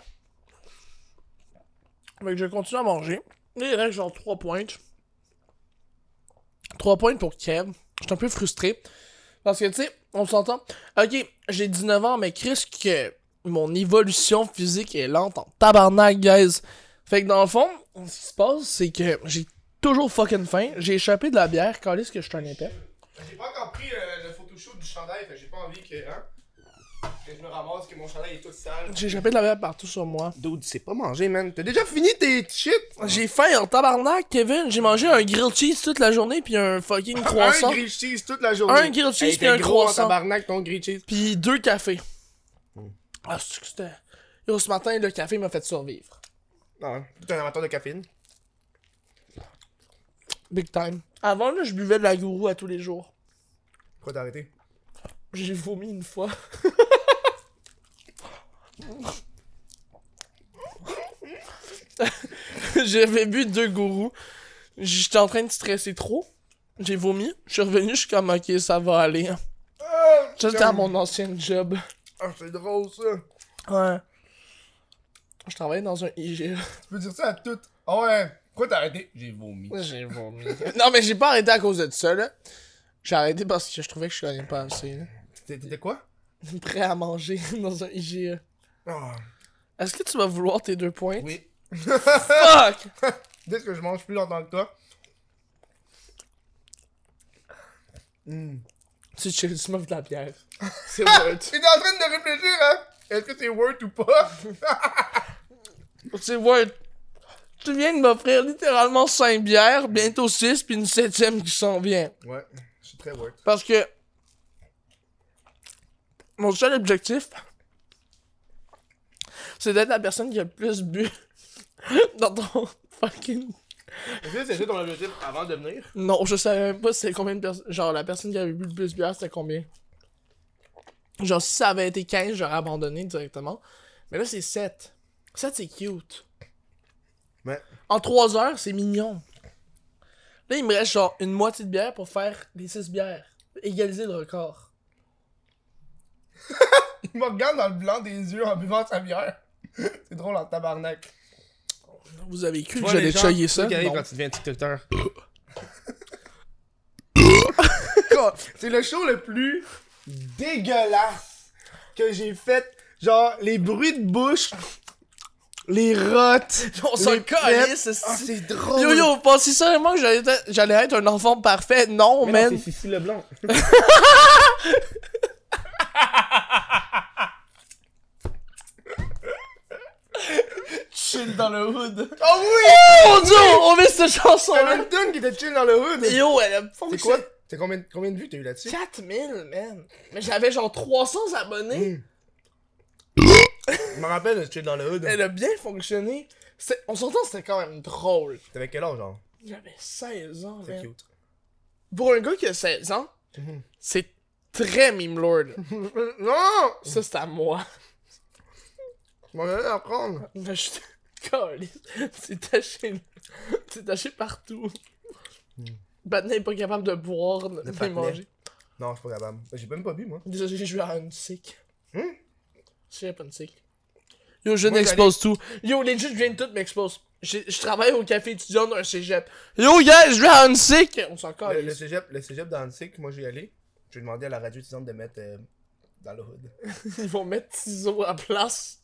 Speaker 2: Fait que je continue à manger. Et il reste genre 3 pointes. 3 pointes pour Kev. Je suis un peu frustré. Parce que, tu sais, on s'entend. Ok, j'ai 19 ans, mais Chris, que mon évolution physique est lente en tabarnak, guys. Fait que dans le fond, ce qui se passe, c'est que j'ai toujours fucking faim. J'ai échappé de la bière. Calisse que je suis un épais.
Speaker 1: Ben, J'ai pas encore pris euh, le photoshoot du chandail Fait que j'ai pas envie que hein Que je me ramasse que mon chandail est tout sale
Speaker 2: J'ai échappé de la bière partout sur moi.
Speaker 1: Dude c'est pas mangé man T'as déjà fini tes shit
Speaker 2: J'ai faim en tabarnak, Kevin. J'ai mangé un grilled cheese toute la journée puis un fucking croissant.
Speaker 1: Un grilled cheese toute la journée
Speaker 2: Un grilled cheese
Speaker 1: Hey,
Speaker 2: puis
Speaker 1: t'es
Speaker 2: un
Speaker 1: gros en
Speaker 2: croissant.
Speaker 1: tabarnak ton grilled cheese
Speaker 2: puis deux cafés. Ah, c'est que c'était... Yo, ce matin, le café m'a fait survivre.
Speaker 1: Non, Ah t'es un amateur de caféine.
Speaker 2: Big time. Avant, là, je buvais de la gourou à tous les jours.
Speaker 1: Pourquoi t'as arrêté?
Speaker 2: J'ai vomi une fois. (laughs) J'avais bu deux gourous. J'étais en train de stresser trop. J'ai vomi. Je suis revenu, je suis comme, ok, ça va aller. Ça, c'était à mon ancien job.
Speaker 1: Ah, c'est drôle ça.
Speaker 2: Ouais. Je travaillais dans un IGA.
Speaker 1: Tu peux dire ça à toutes. Ah ouais. Pourquoi t'as arrêté? J'ai vomi.
Speaker 2: J'ai vomi. (laughs) non, mais j'ai pas arrêté à cause de ça, là. J'ai arrêté parce que je trouvais que je gagnais pas assez, là.
Speaker 1: T'étais t'étais quoi?
Speaker 2: Prêt à manger (laughs) dans un IGA.
Speaker 1: Ah, (laughs)
Speaker 2: Est-ce que tu vas vouloir tes deux points?
Speaker 1: oui.
Speaker 2: Fuck!
Speaker 1: Dès que je mange plus longtemps que toi. Hmm.
Speaker 2: Tu, tu, tu m'offres de la bière.
Speaker 1: C'est worth. (laughs) Il est en train de réfléchir, hein? Est-ce que c'est worth ou pas?
Speaker 2: C'est Word. Tu viens de m'offrir littéralement 5 bières, bientôt 6, puis une septième qui s'en vient.
Speaker 1: (laughs) ouais, c'est très worth.
Speaker 2: Parce que mon seul objectif, c'est d'être la personne qui a le plus bu (laughs) dans ton fucking...
Speaker 1: Est-ce que c'était ton objectif avant de venir?
Speaker 2: Non, je savais même pas c'était combien de personnes... Genre, la personne qui avait bu le plus de bières, c'était combien? Genre, si ça avait été 15, j'aurais abandonné directement. Mais là, c'est 7. 7, c'est cute.
Speaker 1: (laughs) Ouais.
Speaker 2: En 3 heures, c'est mignon. Là, il me reste genre une moitié de bière pour faire les 6 bières. Égaliser le record.
Speaker 1: Il me regarde dans le blanc des yeux en buvant sa bière. (laughs) c'est drôle en tabarnak.
Speaker 2: Vous avez cru
Speaker 1: Tu
Speaker 2: que
Speaker 1: vois,
Speaker 2: j'allais
Speaker 1: les gens,
Speaker 2: chugger
Speaker 1: c'est
Speaker 2: ça?
Speaker 1: qui arrive
Speaker 2: Non.
Speaker 1: quand tu deviens TikToker. c'est le show le plus dégueulasse que j'ai fait. Genre, les bruits de bouche, les rottes.
Speaker 2: (laughs) On s'en
Speaker 1: les
Speaker 2: calisse,
Speaker 1: pets.
Speaker 2: c'est-
Speaker 1: Ah, c'est drôle.
Speaker 2: Yo yo, pensez sérieusement que j'allais être- j'allais être un enfant parfait? Non,
Speaker 1: Mais non,
Speaker 2: man.
Speaker 1: c'est Sissi Leblanc.
Speaker 3: Chill dans le hood.
Speaker 1: Oh oui!
Speaker 2: Ah Mon dieu, on met cette chanson
Speaker 1: T'avais
Speaker 2: là.
Speaker 1: une tune qui était chill dans le hood.
Speaker 2: Yo, elle a
Speaker 1: C'est quoi? T'as combien, combien de vues t'as eu là-dessus?
Speaker 2: 4000, man. Mais j'avais genre 300 abonnés.
Speaker 1: Mm. Je me rappelle de chill dans le hood.
Speaker 2: Elle a bien fonctionné. C'est- On s'entend, c'était quand même drôle.
Speaker 1: T'avais quel âge, genre?
Speaker 2: J'avais 16 ans,
Speaker 1: C'est
Speaker 2: man.
Speaker 1: cute.
Speaker 2: Pour un gars qui a 16 ans,
Speaker 1: Mhm.
Speaker 2: c'est très
Speaker 1: (laughs)
Speaker 2: meme lord.
Speaker 1: Non!
Speaker 2: Ça, c'est à moi.
Speaker 1: Je m'en allais en prendre.
Speaker 2: Mais Bah, je (laughs) Calisse. C'est taché. C'est taché partout.
Speaker 1: Hmm.
Speaker 2: Batman n'est pas capable de boire, de
Speaker 1: Batman.
Speaker 2: manger.
Speaker 1: Non, je suis pas capable. J'ai même pas bu, moi.
Speaker 2: Désolé, j'ai joué à une sick.
Speaker 1: Hum?
Speaker 2: J'ai pas une sick. Yo, je
Speaker 1: Moi,
Speaker 2: n'expose tout. Yo, les je viens de tout m'expose. J'ai- Je travaille au café étudiant d'un cégep. Yo, yeah, je vais à une sick! On s'en
Speaker 1: Le, le
Speaker 2: calisse.
Speaker 1: cégep, le cégep dans le cycle, moi j'y allais. J'ai demandé à la radio étudiante de mettre euh, dans le
Speaker 2: (laughs)
Speaker 1: hood.
Speaker 2: Ils vont mettre Tizo à place.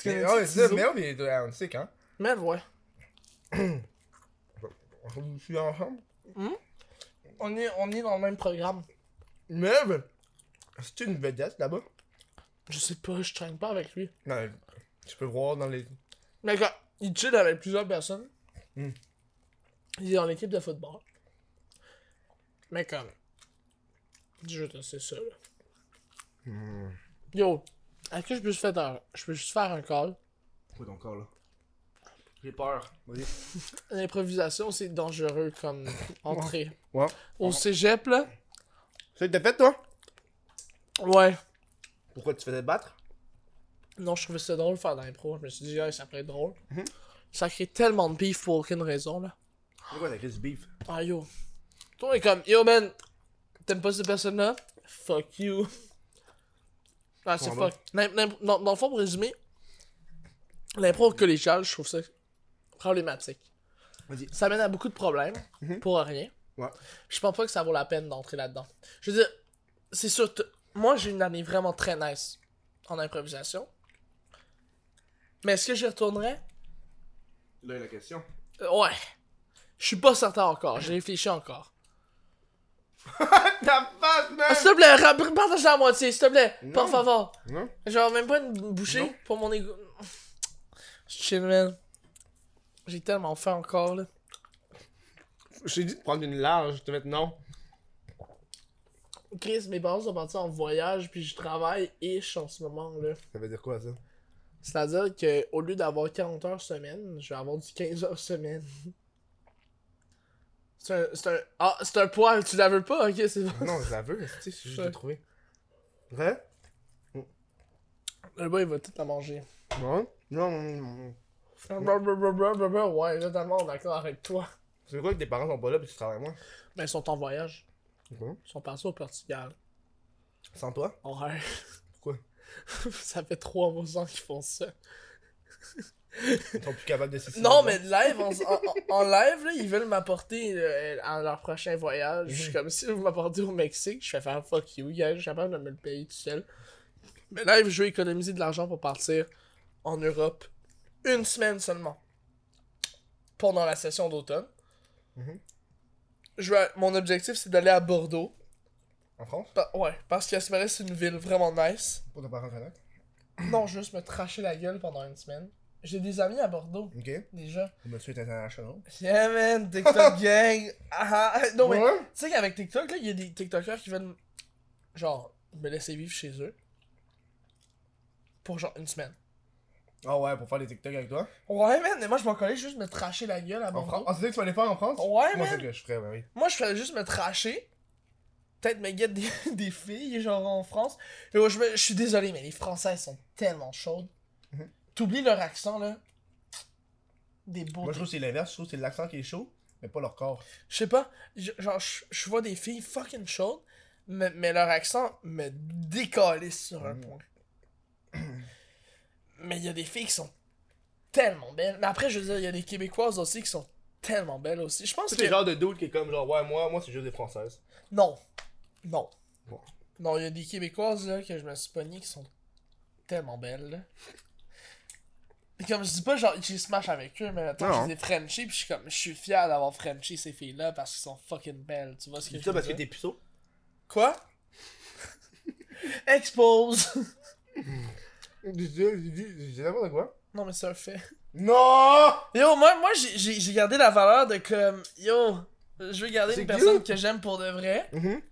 Speaker 2: Tu
Speaker 1: Mais
Speaker 2: connais
Speaker 1: ouais, oh, c'est ça,
Speaker 2: Tizo?
Speaker 1: mais on est dans le cycle, hein.
Speaker 2: Merde, ouais.
Speaker 1: On suis ensemble.
Speaker 2: On est, on est dans le même programme.
Speaker 1: Mais, mais, c'est une vedette là-bas.
Speaker 2: Je sais pas, je traîne pas avec lui.
Speaker 1: Non, mais tu peux voir dans les.
Speaker 2: Mais quand il chill avec plusieurs personnes,
Speaker 1: Hmm.
Speaker 2: il est dans l'équipe de football. Mais comme. Je te sais ça, là.
Speaker 1: Hmm.
Speaker 2: Yo, est-ce que je peux juste faire un, je peux juste faire un call?
Speaker 1: Quoi ton corps là J'ai peur. Vas-y.
Speaker 2: L'improvisation, c'est dangereux
Speaker 1: (laughs)
Speaker 2: comme entrée.
Speaker 1: Ouais.
Speaker 2: Au cégep, là?
Speaker 1: Ça, t'as fait toi
Speaker 2: Ouais.
Speaker 1: Pourquoi tu faisais battre
Speaker 2: Non, je trouvais ça drôle de faire de l'impro. Je me suis dit, ah, ça pourrait être drôle.
Speaker 1: Hmm.
Speaker 2: Ça crée tellement de pif pour aucune raison, là.
Speaker 1: C'est quoi ta crise beef
Speaker 2: Ah yo. Toi, est comme, yo man, t'aimes pas cette personne-là? Fuck you. Ah, c'est
Speaker 1: Comment
Speaker 2: fuck. L'im- l'im- Dans, dans le fond, pour résumer, l'impro collégiale, je trouve ça problématique.
Speaker 1: Vas-y. Mhm.
Speaker 2: Ça mène à beaucoup de problèmes, pour rien.
Speaker 1: Ouais.
Speaker 2: Je pense pas que ça vaut la peine d'entrer là-dedans. Je veux dire, c'est sûr, t- moi j'ai une année vraiment très nice en improvisation. Mais est-ce que j'y retournerais?
Speaker 1: Là, la question.
Speaker 2: Euh, Ouais. Je suis pas certain encore, j'ai réfléchi encore.
Speaker 1: (laughs) Ta face, man
Speaker 2: Ah, s'il te plaît, ra- partage la moitié, s'il te plaît.
Speaker 1: Non.
Speaker 2: Par favor.
Speaker 1: Non
Speaker 2: Genre, même pas une bouchée
Speaker 1: Non.
Speaker 2: pour mon égo. Je chill, man. J'ai tellement faim encore, là.
Speaker 1: Je t'ai dit de prendre une large, je te mets non.
Speaker 2: Chris, mes parents sont partis en voyage, puis je travaille ish en ce moment, là.
Speaker 1: Ça veut dire quoi ça
Speaker 2: C'est-à-dire que au lieu d'avoir 40 heures semaine, je vais avoir du 15 heures semaine. (laughs) C'est un, c'est un. Ah, c'est un poil, tu la veux pas, ok, c'est bon.
Speaker 1: Non, je la veux, tu sais, c'est juste de
Speaker 2: Ouais.
Speaker 1: trouver. Vrai
Speaker 2: Le boy, il va tout la manger.
Speaker 1: Non, non, non, non.
Speaker 2: Blablabla, Ouais, là, totalement d'accord avec toi.
Speaker 1: C'est quoi que tes parents sont pas là puis tu travailles moins?
Speaker 2: Mais Ben, ils sont en voyage.
Speaker 1: Mhm.
Speaker 2: Ils sont partis au Portugal.
Speaker 1: Sans toi?
Speaker 2: Ouais.
Speaker 1: Pourquoi?
Speaker 2: (laughs) ça fait trois beaux ans qu'ils font ça.
Speaker 1: Ils sont plus capables de s'y
Speaker 2: Non, mais live, en, en- en live, là, ils veulent m'apporter euh, à leur prochain voyage.
Speaker 1: Mhm.
Speaker 2: Je suis comme si vous m'apportez au Mexique, je vais faire fuck you, gars, je suis capable de me le payer tout seul. Mais live, je veux économiser de l'argent pour partir en Europe une semaine seulement pendant la session d'automne.
Speaker 1: Mhm.
Speaker 2: Je vais- mon objectif, c'est d'aller à Bordeaux.
Speaker 1: En France
Speaker 2: Pa- ouais, parce qu'Asmeris, c'est une ville vraiment nice. (clears throat)
Speaker 1: Pour tes parents connects
Speaker 2: Non, juste me tracher la gueule pendant une semaine. J'ai des amis à Bordeaux,
Speaker 1: Ok.
Speaker 2: déjà.
Speaker 1: Monsieur est international.
Speaker 2: Yeah, man, TikTok gang. Ah, ah, non, mais
Speaker 1: Ouais.
Speaker 2: tu sais qu'avec TikTok, là, il y a des TikTokers qui veulent, genre, me laisser vivre chez eux. Pour genre une semaine.
Speaker 1: Ah ouais, pour faire des TikTok avec toi.
Speaker 2: Ouais, man, mais moi, je m'en collais juste me tracher la gueule à
Speaker 1: En France
Speaker 2: Bordeaux.
Speaker 1: Ah, c'est ça que tu vas aller faire en France
Speaker 2: Ouais,
Speaker 1: Moi, c'est
Speaker 2: man.
Speaker 1: ce que je ferais, bah oui.
Speaker 2: Moi, je ferais juste me tracher. Peut-être me guette des, (laughs) des filles, genre en France. Mais ouais, je, me- je suis désolé, mais les Françaises sont tellement chaudes.
Speaker 1: Mhm.
Speaker 2: T'oublies leur accent, là. Des beaux.
Speaker 1: Moi, je trouve que c'est l'inverse. Je trouve que c'est l'accent qui est chaud, mais pas leur corps.
Speaker 2: Je sais pas, je- genre, je, je vois des filles fucking chaudes, mais, mais leur accent me décalisse sur un
Speaker 1: Mm.
Speaker 2: point. (clears throat) mais il y a des filles qui sont tellement belles. Mais après, je veux dire, il y a des Québécoises aussi qui sont tellement belles aussi. Je pense
Speaker 1: C'est
Speaker 2: que.
Speaker 1: le genre de doute qui est comme genre, ouais, moi, moi c'est juste des françaises.
Speaker 2: Non. Non.
Speaker 1: Bon.
Speaker 2: Non, il y a des Québécoises là, que je me suis pogné qui sont tellement belles. là. Et comme je dis pas, genre, j'ai smash avec eux, mais attends,
Speaker 1: Non.
Speaker 2: j'ai des Frenchies, puis je suis comme, je suis fier d'avoir Frenchie ces filles-là parce qu'elles sont fucking belles. Tu vois ce que
Speaker 1: C'est
Speaker 2: je
Speaker 1: ça
Speaker 2: veux
Speaker 1: parce que
Speaker 2: dire?
Speaker 1: t'es puceau. (laughs)
Speaker 2: Quoi? Expose!
Speaker 1: Je dis- je dis je dis n'importe quoi.
Speaker 2: non, mais c'est un fait.
Speaker 1: Non
Speaker 2: Yo, moi, moi j'ai- j'ai j'ai gardé la valeur de comme, yo, je veux garder
Speaker 1: C'est
Speaker 2: une personne
Speaker 1: cute.
Speaker 2: que j'aime pour de vrai.
Speaker 1: Mhm.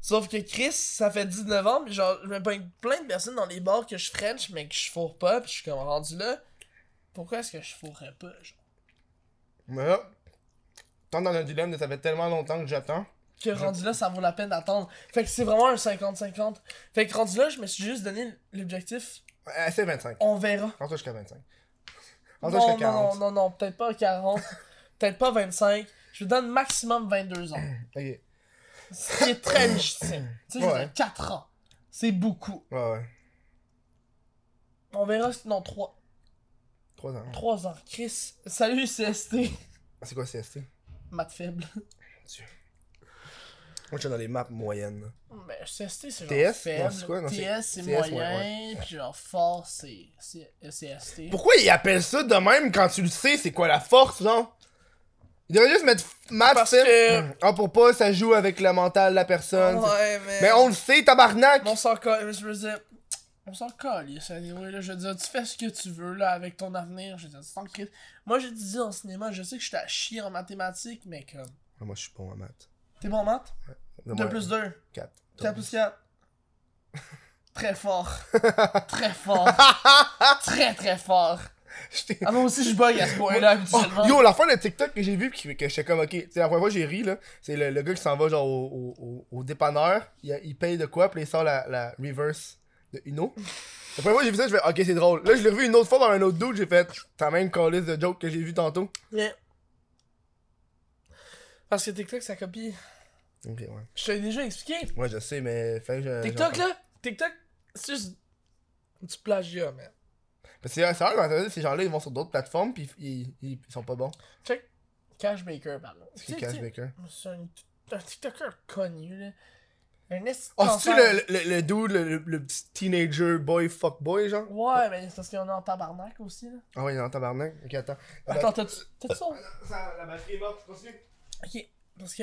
Speaker 2: Sauf que Chris, ça fait 19 ans, mais genre, je me pogne plein de personnes dans les bars que je French, mais que je fourre pas, pis je suis comme rendu là. Pourquoi est-ce que je fourrais pas, genre?
Speaker 1: Mais là, tant dans un dilemme de ça fait tellement longtemps que j'attends.
Speaker 2: Que rendu là, ça vaut la peine d'attendre. Fait que c'est vraiment un 50-50. Fait que rendu là, je me suis juste donné l'objectif,
Speaker 1: Euh, c'est 25.
Speaker 2: on verra.
Speaker 1: Rends-toi jusqu'à 25.
Speaker 2: Non,
Speaker 1: Rends-toi jusqu'à
Speaker 2: non,
Speaker 1: 40.
Speaker 2: non, non, non, peut-être pas 40, (laughs) peut-être pas 25. Je vous donne maximum 22 ans.
Speaker 1: Ok.
Speaker 2: Ce qui est très légitime. Tu sais, je veux
Speaker 1: Ouais.
Speaker 2: dire, 4 ans. C'est beaucoup.
Speaker 1: Ouais, ouais.
Speaker 2: On verra si. Non, 3,
Speaker 1: 3 ans.
Speaker 2: 3 ans. Chris. Salut CST.
Speaker 1: C'est quoi CST
Speaker 2: Mat faible.
Speaker 1: Moi, je suis dans les maps moyennes.
Speaker 2: Mais CST,
Speaker 1: TS? Non,
Speaker 2: Ben, c'est genre. faible.
Speaker 1: c'est quoi? Non, c'est-
Speaker 2: TS, c'est
Speaker 1: TS, ouais,
Speaker 2: moyen. Puis genre, fort, c'est c'est- CST.
Speaker 1: Pourquoi ils appellent ça de même quand tu le sais c'est quoi la force, genre Ils devraient juste mettre maths
Speaker 2: Parce
Speaker 1: simple.
Speaker 2: que-
Speaker 1: Ah, pour pas, ça joue avec le mental de la personne.
Speaker 2: Ouais,
Speaker 1: Mais
Speaker 2: mais.
Speaker 1: Ben, on le sait, tabarnak!
Speaker 2: Mais on s'en colle. Je veux dire. On s'en colle, yes, anyway, là. Je veux dire, tu fais ce que tu veux, là, avec ton avenir. Je veux dire, tu t'en crises. Moi, j'ai dit en cinéma, je sais que j'étais à chier en mathématiques, mais comme.
Speaker 1: Ah, Moi, je suis bon en maths.
Speaker 2: T'es bon en maths? 2 plus 2.
Speaker 1: 4. (laughs)
Speaker 2: 4 plus 4. Très fort. très
Speaker 1: (laughs)
Speaker 2: fort. très très fort. Ah moi aussi je bug à ce point-là habituellement.
Speaker 1: Oh, yo, la fin de TikTok que j'ai vu, que, que j'étais comme, ok, tu sais, la première fois j'ai ri, là, c'est le, le gars qui s'en va, genre, au, au, au, au dépanneur, il, a- il paye de quoi, puis il sort la, la reverse de
Speaker 2: (laughs)
Speaker 1: Uno. La première fois j'ai vu ça, je fais, ok, c'est drôle. Là, je l'ai revu une autre fois dans un autre dude, j'ai fait, ta même calice de joke que j'ai vu tantôt.
Speaker 2: Yeah. Parce que TikTok ça copie.
Speaker 1: Ok, ouais.
Speaker 2: Je te l'ai déjà expliqué.
Speaker 1: Ouais, je sais, mais. Fait, que je,
Speaker 2: TikTok
Speaker 1: je-
Speaker 2: là, TikTok, c'est juste du plagiat, man.
Speaker 1: Parce que c'est c'est vrai, que ces gens-là, ils vont sur d'autres plateformes, puis ils, ils, ils sont pas bons.
Speaker 2: Check Cashmaker par là.
Speaker 1: C'est Cash Baker.
Speaker 2: C'est un, un TikToker connu là. Un esti de
Speaker 1: Oh, c'est-tu
Speaker 2: cancer.
Speaker 1: le, le, le dude, le, le- le petit teenager boy fuck boy, genre?
Speaker 2: Ouais, mais c'est parce qu'on est en tabarnak aussi là.
Speaker 1: Ah ouais, il est en tabarnak. Ok, attends.
Speaker 2: Attends, t'as-tu t'as-tu ça?
Speaker 1: Ça, la batterie est morte, continue.
Speaker 2: Ok, parce que.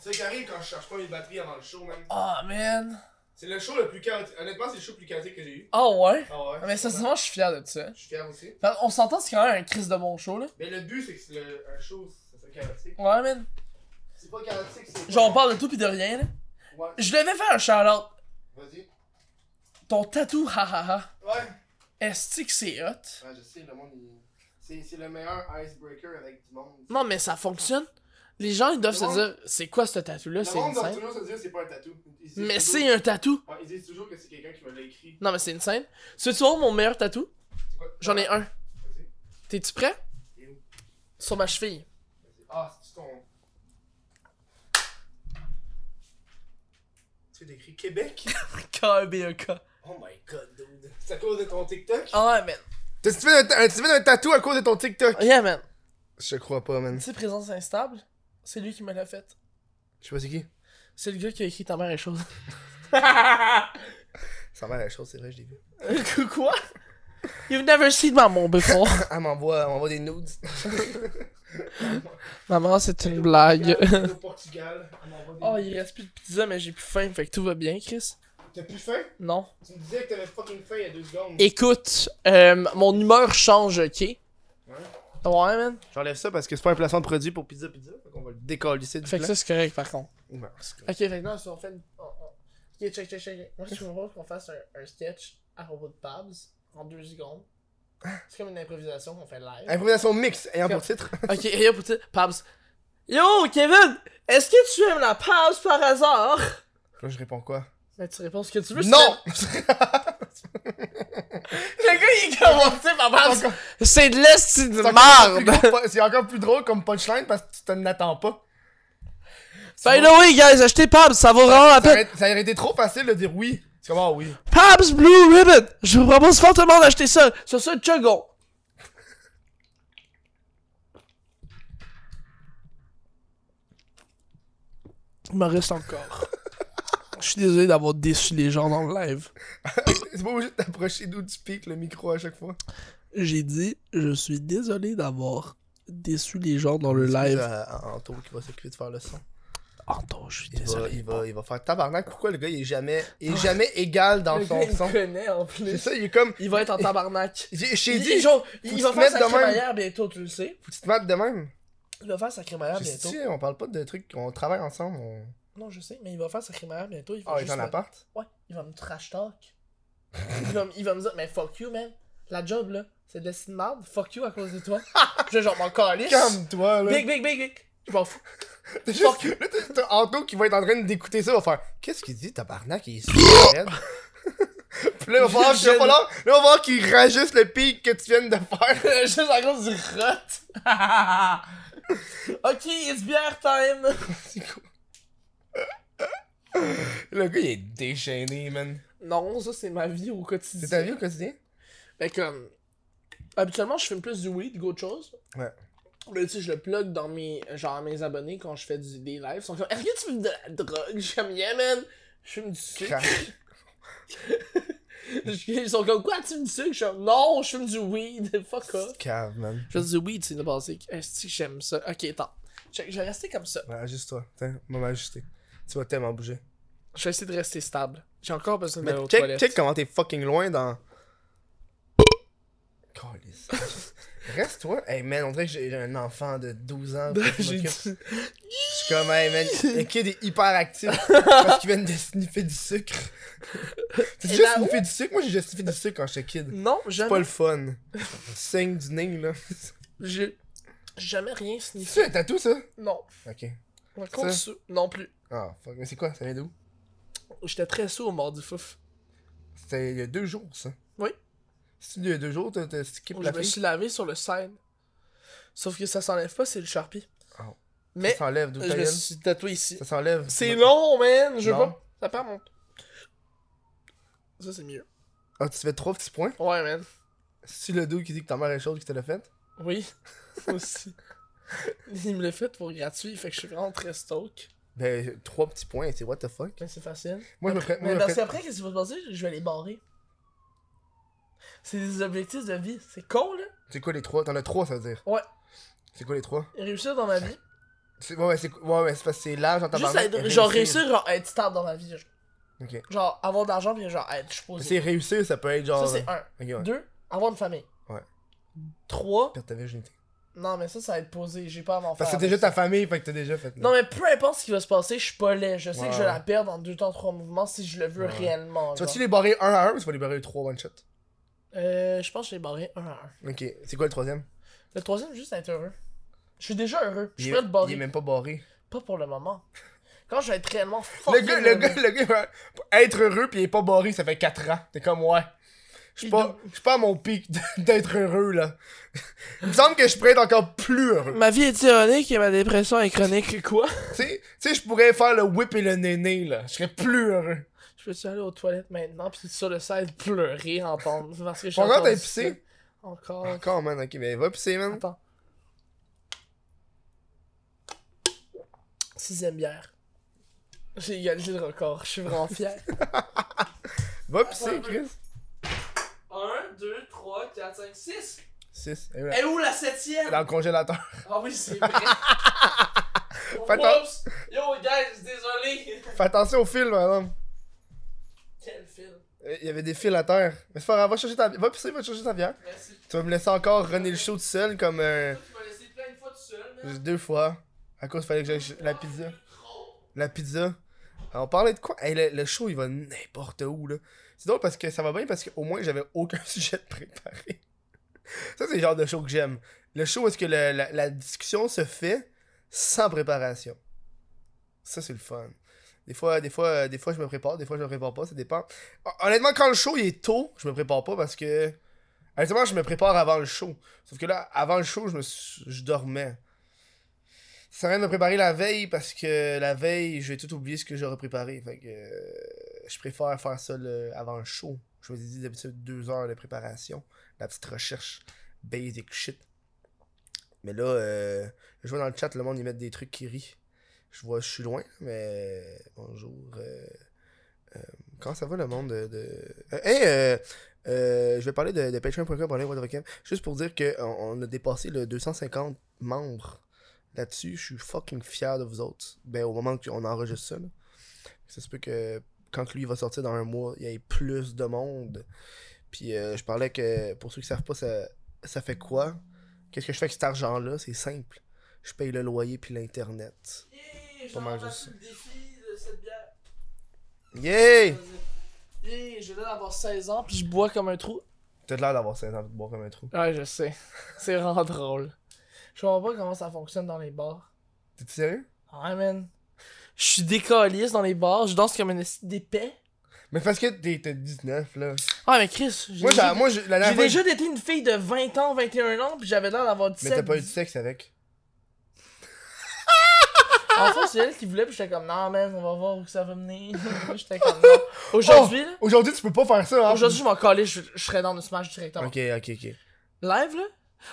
Speaker 1: C'est ce qui arrive quand je charge pas mes batteries avant le show, même.
Speaker 2: Ah man!
Speaker 1: C'est le show le plus chaotique. Honnêtement, c'est le show le plus chaotique que j'ai eu.
Speaker 2: Ah ouais?
Speaker 1: Ah ouais.
Speaker 2: Mais sincèrement, je suis fier de ça.
Speaker 1: Je suis fier aussi.
Speaker 2: Fait- On s'entend, c'est quand même un crise de bon show, là.
Speaker 1: Mais le but, c'est que c'est le- un show, c'est ça chaotique.
Speaker 2: Ouais, man.
Speaker 1: C'est pas chaotique, c'est.
Speaker 2: Genre, on parle de tout pis de rien, là.
Speaker 1: Ouais,
Speaker 2: Je devais faire un shout-out.
Speaker 1: vas-y.
Speaker 2: Ton tatou, hahaha.
Speaker 1: Ouais.
Speaker 2: Est-ce que c'est hot?
Speaker 1: Ouais, je sais, le monde, il... c'est, c'est le meilleur icebreaker avec du monde.
Speaker 2: Non, mais ça fonctionne. Les gens, ils doivent se dire, c'est quoi ce tatou-là?
Speaker 1: le
Speaker 2: C'est
Speaker 1: monde
Speaker 2: une
Speaker 1: doit
Speaker 2: scène.
Speaker 1: toujours se dire que c'est pas un tatou. Ils disent
Speaker 2: Mais
Speaker 1: toujours-
Speaker 2: c'est un tatou.
Speaker 1: Ouais, Ils disent toujours que c'est quelqu'un qui me l'a écrit.
Speaker 2: Non, mais c'est une scène. Tu veux tu voir mon meilleur tatou?
Speaker 1: C'est quoi-
Speaker 2: J'en ai un.
Speaker 1: Vas-y.
Speaker 2: T'es-tu prêt?
Speaker 1: Et où?
Speaker 2: Sur ma (laughs) cheville.
Speaker 1: Vas-y. Ah, c'est ton. Tu décris Québec?
Speaker 2: K-B-E-K.
Speaker 1: Oh my god, dude. C'est à cause de ton TikTok?
Speaker 2: Ah ouais, man.
Speaker 1: T'as tu fait un, tu fais un tatou à cause de ton TikTok?
Speaker 2: Yeah, man.
Speaker 1: Je crois pas, man.
Speaker 2: Tu sais, Présence Instable, c'est lui qui me l'a fait.
Speaker 1: Je sais pas c'est qui.
Speaker 2: C'est le gars qui a écrit Ta mère est (laughs) chose.
Speaker 1: Ça m'a la chose, c'est vrai, je l'ai vu.
Speaker 2: Euh, Quoi? (laughs) You've never seen maman (laughs) before.
Speaker 1: (laughs) Elle m'envoie, elle m'envoie des nudes.
Speaker 2: maman, c'est une blague.
Speaker 1: Au Portugal, elle m'envoie des
Speaker 2: oh,
Speaker 1: nudes.
Speaker 2: il reste plus de pizza, mais j'ai plus faim, fait que tout va bien, Chris.
Speaker 1: T'as plus faim?
Speaker 2: Non.
Speaker 1: Tu me disais que t'avais fucking faim il y a deux secondes.
Speaker 2: Écoute, euh, mon humeur change, ok? Ouais. Ouais, man.
Speaker 1: J'enlève ça parce que c'est pas un placement de produit pour Pizza Pizza. Fait qu'on va le décoller ici du
Speaker 2: Fait que ça, c'est correct, par contre.
Speaker 1: plan.
Speaker 2: Ok, fait que là, si on fait une... on- on- Ok, check, check, check. Moi, je suis heureux qu'on fasse un, un sketch à propos de Pabs en deux secondes. C'est comme une improvisation qu'on fait live.
Speaker 1: Improvisation mix, ayant pour titre.
Speaker 2: (laughs)
Speaker 1: (laughs)
Speaker 2: ok, yo, putain, Pabs. Yo, Kevin! Est-ce que tu aimes la Pabs par hasard?
Speaker 1: Là, je réponds quoi?
Speaker 2: Mais Ben, tu réponds ce que tu veux.
Speaker 1: Non! (laughs)
Speaker 2: c'est- Le gars, il est commenté par Pabs.
Speaker 1: Encore-
Speaker 2: C'est de l'estime de
Speaker 1: C'est encore plus
Speaker 2: marde!
Speaker 1: gros- C'est encore plus drôle comme punchline parce que tu t'en attends pas.
Speaker 2: By the way, guys, achetez Pabs, ça vaut vraiment la
Speaker 1: Ça
Speaker 2: peine.
Speaker 1: aurait, ça aurait été trop facile de dire oui. C'est comme, ah oui.
Speaker 2: Pabs Blue Ribbon! Je vous propose fortement d'acheter ça! Sur ce, Chuggle! Il m'en reste encore. Je suis désolé d'avoir déçu les gens dans le live.
Speaker 1: C'est pas obligé de t'approcher d'où tu piques le micro à chaque fois.
Speaker 2: J'ai dit, je suis désolé d'avoir déçu les gens dans le live.
Speaker 1: Euh, Anto qui va s'occuper de faire le son.
Speaker 2: Anton, je suis
Speaker 1: Il va,
Speaker 2: désolé. Ah.
Speaker 1: il va, il va faire tabarnak. Pourquoi le gars il est jamais, il est jamais égal dans son son?
Speaker 2: connaît en
Speaker 1: C'est ça, il est comme.
Speaker 2: Il va être en tabarnak.
Speaker 1: J'ai j'ai dit, genre, il va faire sa
Speaker 2: bientôt, tu le sais.
Speaker 1: faut que tu te mates de même.
Speaker 2: Il va faire sa crémaillère
Speaker 1: J'ai dit, on parle pas de trucs, on travaille ensemble. On...
Speaker 2: Non, je sais, mais il va faire sa crémaillère bientôt. Il va
Speaker 1: Ah, il est
Speaker 2: juste
Speaker 1: dans
Speaker 2: me-
Speaker 1: l'appart.
Speaker 2: Ouais, il va me trash talk. il, va, me- il va me dire, mais fuck you, man. La job, là, c'est de la cine de marde. Fuck you à cause
Speaker 1: (laughs)
Speaker 2: de toi. je vais genre m'en calisse.
Speaker 1: Calme-toi, là.
Speaker 2: Big, big, big, big. Je m'en fous. (laughs)
Speaker 1: T'as
Speaker 2: fuck.
Speaker 1: juste- Là, t'as- t'as Anto qui va être en train d'écouter ça, va faire Qu'est-ce qu'il dit, tabarnak, il est
Speaker 2: (laughs)
Speaker 1: super raide. Puis là, il va falloir, il va falloir- là, il va falloir qu'il rajuste le pic que tu viens de faire. (laughs)
Speaker 2: Juste à cause du rot. (laughs) ok, it's beer time.
Speaker 1: C'est quoi? Le gars, il est déchaîné, man.
Speaker 2: Non, ça, c'est ma vie au quotidien.
Speaker 1: C'est ta vie au quotidien?
Speaker 2: Fait que, euh, habituellement, je fume plus du weed qu'autre chose.
Speaker 1: Ouais.
Speaker 2: Mais tu sais, je le plug dans mes, genre, mes abonnés quand je fais du, des lives. Ils sont comme, est-ce que tu fumes de la drogue? Je suis comme, yeah, man. Je fume du sucre. (laughs)
Speaker 1: Crac.
Speaker 2: Ils sont comme, quoi, tu fumes du sucre? Je suis comme, non, je fume du weed. (laughs) Fuck off.
Speaker 1: Cave, man.
Speaker 2: Je fume du weed, c'est une basique. Est-ce que j'aime ça? Ok, attends. Je, je vais rester comme ça.
Speaker 1: Ouais, Ajuste-toi. Tiens, on va m'ajuster. Tu vas tellement bouger.
Speaker 2: Je vais essayer de rester stable. J'ai encore besoin
Speaker 1: Mais
Speaker 2: d'aller Ben, aux
Speaker 1: check,
Speaker 2: toilettes.
Speaker 1: check comment t'es fucking loin dans. Calisse.
Speaker 2: (laughs)
Speaker 1: Reste-toi. Hey man, on dirait que j'ai j'ai un enfant de 12 ans. faut que je
Speaker 2: (laughs) Ben, J'ai
Speaker 1: m'occupe.
Speaker 2: dit-
Speaker 1: Je suis comme, hey man,
Speaker 2: (laughs)
Speaker 1: le kid est hyper actif parce qu'il vient de sniffer du
Speaker 2: (laughs)
Speaker 1: sucre. T'as
Speaker 2: Et
Speaker 1: déjà
Speaker 2: là,
Speaker 1: sniffé du sucre? Moi, j'ai déjà sniffé du sucre quand j'étais kid.
Speaker 2: Non,
Speaker 1: C'est pas
Speaker 2: jamais.
Speaker 1: le fun. Signe du nez,
Speaker 2: (laughs)
Speaker 1: là.
Speaker 2: J'ai jamais rien
Speaker 1: C'est
Speaker 2: sniffé.
Speaker 1: un tatou, ça?
Speaker 2: Non.
Speaker 1: Ok.
Speaker 2: Par contre,
Speaker 1: Ça?
Speaker 2: sou- Non plus.
Speaker 1: Ah, fuck. Mais c'est quoi? Ça vient d'où?
Speaker 2: J'étais très sourd au mort du fouf.
Speaker 1: C'était il y a deux jours, ça.
Speaker 2: Oui.
Speaker 1: C'est-tu il y a deux jours, t'as t'as skippé
Speaker 2: Je
Speaker 1: la
Speaker 2: me
Speaker 1: fille?
Speaker 2: suis lavé sur le scène. Sauf que ça s'enlève pas, c'est le Sharpie.
Speaker 1: Oh.
Speaker 2: Mais
Speaker 1: Ça s'enlève d'où
Speaker 2: je
Speaker 1: ta
Speaker 2: me
Speaker 1: gueule?
Speaker 2: suis tatoué ici.
Speaker 1: Ça s'enlève.
Speaker 2: C'est
Speaker 1: long
Speaker 2: long, man! Je veux
Speaker 1: Non.
Speaker 2: pas. Ça perd mon. Ça, c'est mieux.
Speaker 1: Ah, tu fais trois petits points?
Speaker 2: Ouais, man.
Speaker 1: C'est le dos qui dit que ta mère est chaude qui te l'a fait? (laughs)
Speaker 2: Oui. Aussi. Il me l'a fait pour gratuit, fait que je suis vraiment très stoke.
Speaker 1: Ben, trois petits points, c'est what the fuck?
Speaker 2: Mais c'est facile.
Speaker 1: Moi, je me ferais. moi,
Speaker 2: Mais
Speaker 1: je me
Speaker 2: parce
Speaker 1: ferais-
Speaker 2: qu'après, qu'est-ce qui va se passer? Je vais les barrer. C'est des objectifs de vie. C'est con, là.
Speaker 1: C'est quoi les trois? T'en as trois, ça veut dire?
Speaker 2: Ouais.
Speaker 1: C'est quoi les trois?
Speaker 2: Réussir dans ma vie.
Speaker 1: C'est- Ouais, ouais, c'est ouais, ouais, c'est parce que c'est large en
Speaker 2: Juste
Speaker 1: tabarnak.
Speaker 2: être, genre réussir genre, à être stable dans la vie. genre.
Speaker 1: Ok.
Speaker 2: Genre avoir de l'argent puis genre être je suis posé.
Speaker 1: C'est réussir, ça peut être
Speaker 2: Ça
Speaker 1: genre. euh,
Speaker 2: c'est un.
Speaker 1: Ok, ouais.
Speaker 2: Deux, avoir une famille.
Speaker 1: Ouais.
Speaker 2: Trois,
Speaker 1: Perdre ta virginité.
Speaker 2: non mais ça ça va être posé, j'ai pas à m'en faire.
Speaker 1: Parce que c'est
Speaker 2: avec
Speaker 1: déjà
Speaker 2: ça.
Speaker 1: ta famille, fait que t'as déjà fait.
Speaker 2: Non mais peu importe ce qui va se passer, je suis pas laid. Je sais
Speaker 1: Ouais.
Speaker 2: que je vais la perdre en deux temps trois mouvements si je le veux
Speaker 1: Ouais.
Speaker 2: réellement.
Speaker 1: Tu vas-tu
Speaker 2: genre.
Speaker 1: les barrer un à un ou tu vas les barrer trois one shot?
Speaker 2: Euh, je pense que je l'ai barré un à un.
Speaker 1: Ok. C'est quoi le troisième?
Speaker 2: Le troisième juste être heureux. Je suis déjà heureux. Je
Speaker 1: Il
Speaker 2: suis
Speaker 1: est-
Speaker 2: prêt de barrer.
Speaker 1: Il est même pas barré.
Speaker 2: Pas pour
Speaker 1: (laughs)
Speaker 2: le moment. Quand je vais être réellement
Speaker 1: Le
Speaker 2: fucking
Speaker 1: gars, le
Speaker 2: heureux.
Speaker 1: gars, le gars, il va être heureux pis il est pas barré, ça fait 4 ans. T'es comme, ouais. Je suis
Speaker 2: Il
Speaker 1: pas, je suis pas à mon pic de- d'être heureux, là. Il me semble que je pourrais être encore plus heureux.
Speaker 2: Ma vie est ironique et ma dépression est
Speaker 1: (laughs)
Speaker 2: chronique. Quoi?
Speaker 1: Tu sais, tu sais, je pourrais faire le whip et le néné, là. Je serais plus heureux.
Speaker 2: Je peux-tu aller aux toilettes maintenant, puis sur le site pleurer, entendre, parce que je suis
Speaker 1: Encore
Speaker 2: entendu
Speaker 1: t'as
Speaker 2: ça.
Speaker 1: pissé?
Speaker 2: Encore.
Speaker 1: Encore, man. Ok, ben va pisser, man.
Speaker 2: Attends. Sixième bière. J'ai égalisé le record, je suis vraiment (laughs) fier.
Speaker 1: Va pisser, Chris.
Speaker 6: 1, 2, 3,
Speaker 2: 4, 5, 6.
Speaker 1: 6. Et voilà.
Speaker 2: Et où la septième?
Speaker 1: Eh, Dans le congélateur.
Speaker 2: Ah oui, c'est vrai. Oh,
Speaker 1: Fais atten-
Speaker 2: Oups! Yo, guys, désolé.
Speaker 1: Fais attention au fil, madame. Euh,
Speaker 2: Quel film.
Speaker 1: Il y avait des fils à terre. Mais c'est pas grave, va chercher ta bière. Va pisser, va chercher ta bière.
Speaker 2: Merci.
Speaker 1: Tu vas me laisser encore runner le show tout seul comme un.
Speaker 2: Toi, tu m'as laissé plein de fois tout seul, man.
Speaker 1: Deux fois. À cause, fallait que j'aille ch- la pizza. La pizza. Alors, on parlait de quoi Hey, le, le show, il va n'importe où, là. C'est drôle parce que ça va bien parce qu'au moins, j'avais aucun (laughs) sujet de préparé. ça, c'est le genre de show que j'aime. Le show, est-ce que le- la, la discussion se fait sans préparation Ça, c'est le fun. Des fois, des, fois, des fois, je me prépare, des fois, je me prépare pas, ça dépend. Hon- Honnêtement, quand le show il est tôt, je me prépare pas parce que. Honnêtement, je me prépare avant le show. Sauf que là, avant le show, je, me suis- je dormais. Ça sert à rien de me préparer la veille parce que la veille, je vais tout oublier ce que j'aurais préparé. Fait que euh, je préfère faire ça le- avant le show. Je me dis d'habitude deux heures de préparation. La petite recherche. Basic shit. Mais là, euh, je vois dans le chat, le monde, ils mettent des trucs qui rient. Je vois, je suis loin, mais bonjour. euh, euh, comment ça va le monde de. de- Euh, hey, euh, euh, je vais parler de, de patreon.com pour aller voir Dovecam. Juste pour dire qu'on on a dépassé le 250 membres là-dessus. Je suis fucking fier de vous autres. Ben, au moment qu'on enregistre ça, là. ça se peut que quand que lui va sortir dans un mois, il y ait plus de monde. Puis euh, je parlais que pour ceux qui savent pas, ça, ça fait quoi Qu'est-ce que je fais avec cet argent-là C'est simple. Je paye le loyer puis l'internet.
Speaker 2: Yeah, je
Speaker 1: Pas mal, je
Speaker 2: lance
Speaker 1: sais.
Speaker 2: le défi de cette bière.
Speaker 1: Yay
Speaker 2: Vas-y. Yeah, j'ai l'air d'avoir 16 ans, puis je bois comme un trou.
Speaker 1: T'as l'air d'avoir 16 ans de boire comme un trou.
Speaker 2: Ouais, je sais. C'est vraiment drôle. Je comprends pas comment ça fonctionne dans les bars.
Speaker 1: T'es sérieux
Speaker 2: Ouais, man. Je suis décaliste dans les bars, je danse comme une esti d'épais.
Speaker 1: Mais parce que t'es t'as 19 là.
Speaker 2: Ah, mais Chris, j'ai
Speaker 1: Moi,
Speaker 2: déjà,
Speaker 1: j'ai- moi j'ai- la
Speaker 2: j'ai
Speaker 1: dernière fois,
Speaker 2: déjà daté une fille de 20 ans, 21 ans, puis j'avais l'air d'avoir
Speaker 1: Mais
Speaker 2: 17.
Speaker 1: t'as pas eu de sexe avec.
Speaker 2: En fait, c'est elle qui voulait, puis j'étais comme, non, man, on va voir où ça va mener. (laughs) j'étais comme,
Speaker 1: (laughs)
Speaker 2: non. Aujourd'hui, là,
Speaker 1: Aujourd'hui, tu peux pas faire ça, hein.
Speaker 2: aujourd'hui, je m'en calais, je, je serais dans le smash directement.
Speaker 1: Ok, ok, ok.
Speaker 2: Live, là?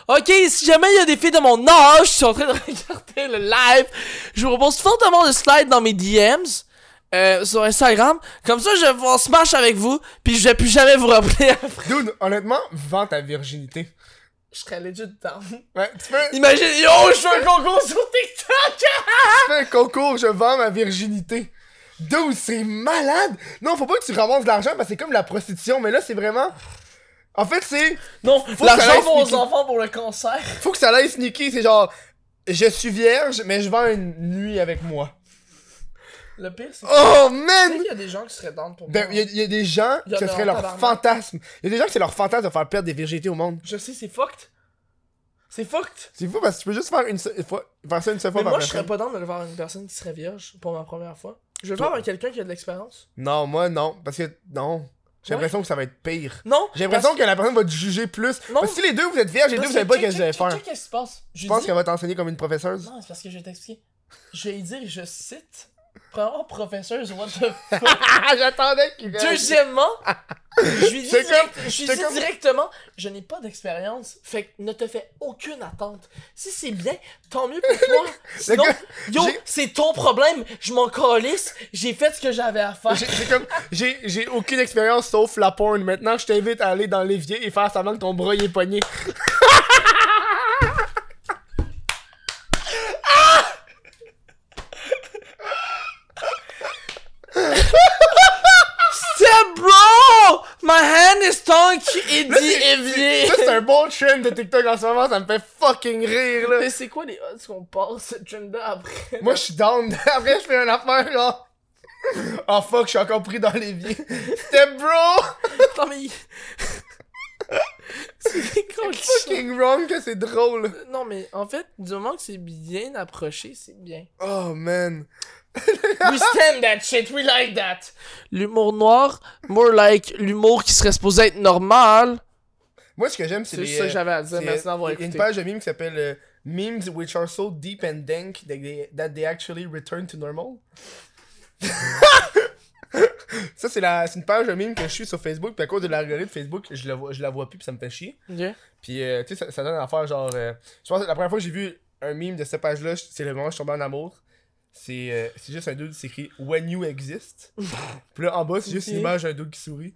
Speaker 2: Ok, si jamais il y a des filles de mon âge qui sont en train de (laughs) regarder le live, je vous propose fortement de slide dans mes DMs euh, sur Instagram. Comme ça, je vais voir smash avec vous, puis je vais plus jamais vous rappeler après.
Speaker 1: Dude, honnêtement, vends ta virginité.
Speaker 2: Je serais
Speaker 1: (laughs)
Speaker 2: legit dedans.
Speaker 1: Ouais, tu fais, tu
Speaker 2: Imagine, yo, je fais un concours sur TikTok!
Speaker 1: fais
Speaker 2: Ah!
Speaker 1: un concours, je vends ma virginité. Dude, c'est malade! Non, faut pas que tu ramasses de l'argent parce que c'est comme la prostitution, mais là, c'est vraiment. En fait, c'est.
Speaker 2: Non,
Speaker 1: que ça
Speaker 2: l'argent
Speaker 1: reste
Speaker 2: va aux
Speaker 1: Mickey.
Speaker 2: enfants pour le concert.
Speaker 1: Faut que ça aille sneaky, c'est genre. Je suis vierge, mais je vends une nuit avec moi.
Speaker 2: Le pire, c'est que
Speaker 1: Oh
Speaker 2: tu sais
Speaker 1: man!
Speaker 2: qu'il y a des gens qui seraient dans pour moi.
Speaker 1: Ben, Il y, a- il y a des gens,
Speaker 2: Il y en
Speaker 1: ce
Speaker 2: a
Speaker 1: serait
Speaker 2: en
Speaker 1: leur
Speaker 2: tabarnak.
Speaker 1: fantasme. Il y a des gens que c'est leur fantasme de faire perdre des virginités au monde.
Speaker 2: Je sais, c'est fucked. C'est fucked.
Speaker 1: C'est fou parce que tu peux juste faire, une seule fois, faire ça une seule fois par
Speaker 2: Mais moi, je
Speaker 1: personne.
Speaker 2: serais pas dans de le voir à une personne qui serait vierge pour ma première fois. Je vais le
Speaker 1: Toi-
Speaker 2: voir avec quelqu'un qui a de l'expérience.
Speaker 1: Non, moi, non. Parce que, non. J'ai
Speaker 2: Ouais.
Speaker 1: l'impression que ça va être pire.
Speaker 2: Non!
Speaker 1: J'ai l'impression que... la personne va te juger plus.
Speaker 2: Non.
Speaker 1: Parce que si les deux, vous êtes vierges, les deux, vous savez pas qu'est-ce que vous allez faire.
Speaker 2: Qu'est-ce qui se passe?
Speaker 1: Je pense qu'elle va t'enseigner comme une professeuse.
Speaker 2: Non, c'est parce que je vais t'expliquer. Je vais lui dire, je cite. Premièrement, professeuse, what the
Speaker 1: Ah,
Speaker 2: fuck.
Speaker 1: (laughs) j'attendais qu'il
Speaker 2: Deuxièmement, je
Speaker 1: (laughs)
Speaker 2: lui dis,
Speaker 1: C'est
Speaker 2: direct-
Speaker 1: comme-
Speaker 2: je lui
Speaker 1: c'est
Speaker 2: dis
Speaker 1: comme-
Speaker 2: directement, je n'ai pas d'expérience, fait que ne te fais aucune attente. Si c'est bien, tant mieux pour
Speaker 1: (laughs)
Speaker 2: toi. Sinon,
Speaker 1: gars,
Speaker 2: yo,
Speaker 1: j'ai-
Speaker 2: c'est ton problème, je m'en calisse, j'ai fait ce que j'avais à faire.
Speaker 1: J'ai j'ai comme. J'ai j'ai aucune expérience sauf la porn. Maintenant, je t'invite à aller dans l'évier et faire semblant que ton bras il est pogné.
Speaker 2: Step bro! My hand
Speaker 1: (laughs)
Speaker 2: is tonky et
Speaker 1: Là, (laughs)
Speaker 2: dit
Speaker 1: c'est-
Speaker 2: évier.
Speaker 1: Ça, c'est un bon trend de TikTok en ce moment. Ça me fait fucking rire, là.
Speaker 2: Mais c'est quoi les odds qu'on passe cette trend-là après? (laughs)
Speaker 1: Moi, je suis down. (laughs) Après, je fais une affaire, genre. (laughs) Oh fuck, je suis encore pris dans l'évier. Step (laughs) bro!
Speaker 2: Non mais... (laughs) c'est con,
Speaker 1: Fucking wrong que c'est drôle.
Speaker 2: Non mais en fait, du moment que c'est bien approché, c'est bien.
Speaker 1: Oh man.
Speaker 2: We stand that shit, we like that. L'humour noir, more like l'humour qui serait supposé être normal.
Speaker 1: Moi, ce que j'aime, c'est
Speaker 2: C'est
Speaker 1: les. euh,
Speaker 2: juste ça que j'avais à dire,
Speaker 1: C'est-
Speaker 2: merci d'avoir
Speaker 1: Il y a une
Speaker 2: écouté.
Speaker 1: page de memes qui s'appelle euh, Memes which are so deep and dank that they, that they actually return to normal. (laughs) ça, c'est la- c'est une page de memes que je suis sur Facebook, puis à cause de l'algorithme Facebook, je la, vois, je la vois plus, puis ça me fait chier.
Speaker 2: Yeah.
Speaker 1: Puis, euh, tu sais, ça, ça donne à faire genre. euh, je pense que la première fois que j'ai vu un meme de cette page-là, je- c'est le moment où je suis tombé en amour. C'est euh, c'est juste un dude qui s'écrit When You
Speaker 2: (laughs)
Speaker 1: Exist. puis là, en bas, c'est juste
Speaker 2: Ok.
Speaker 1: une image d'un dude qui sourit.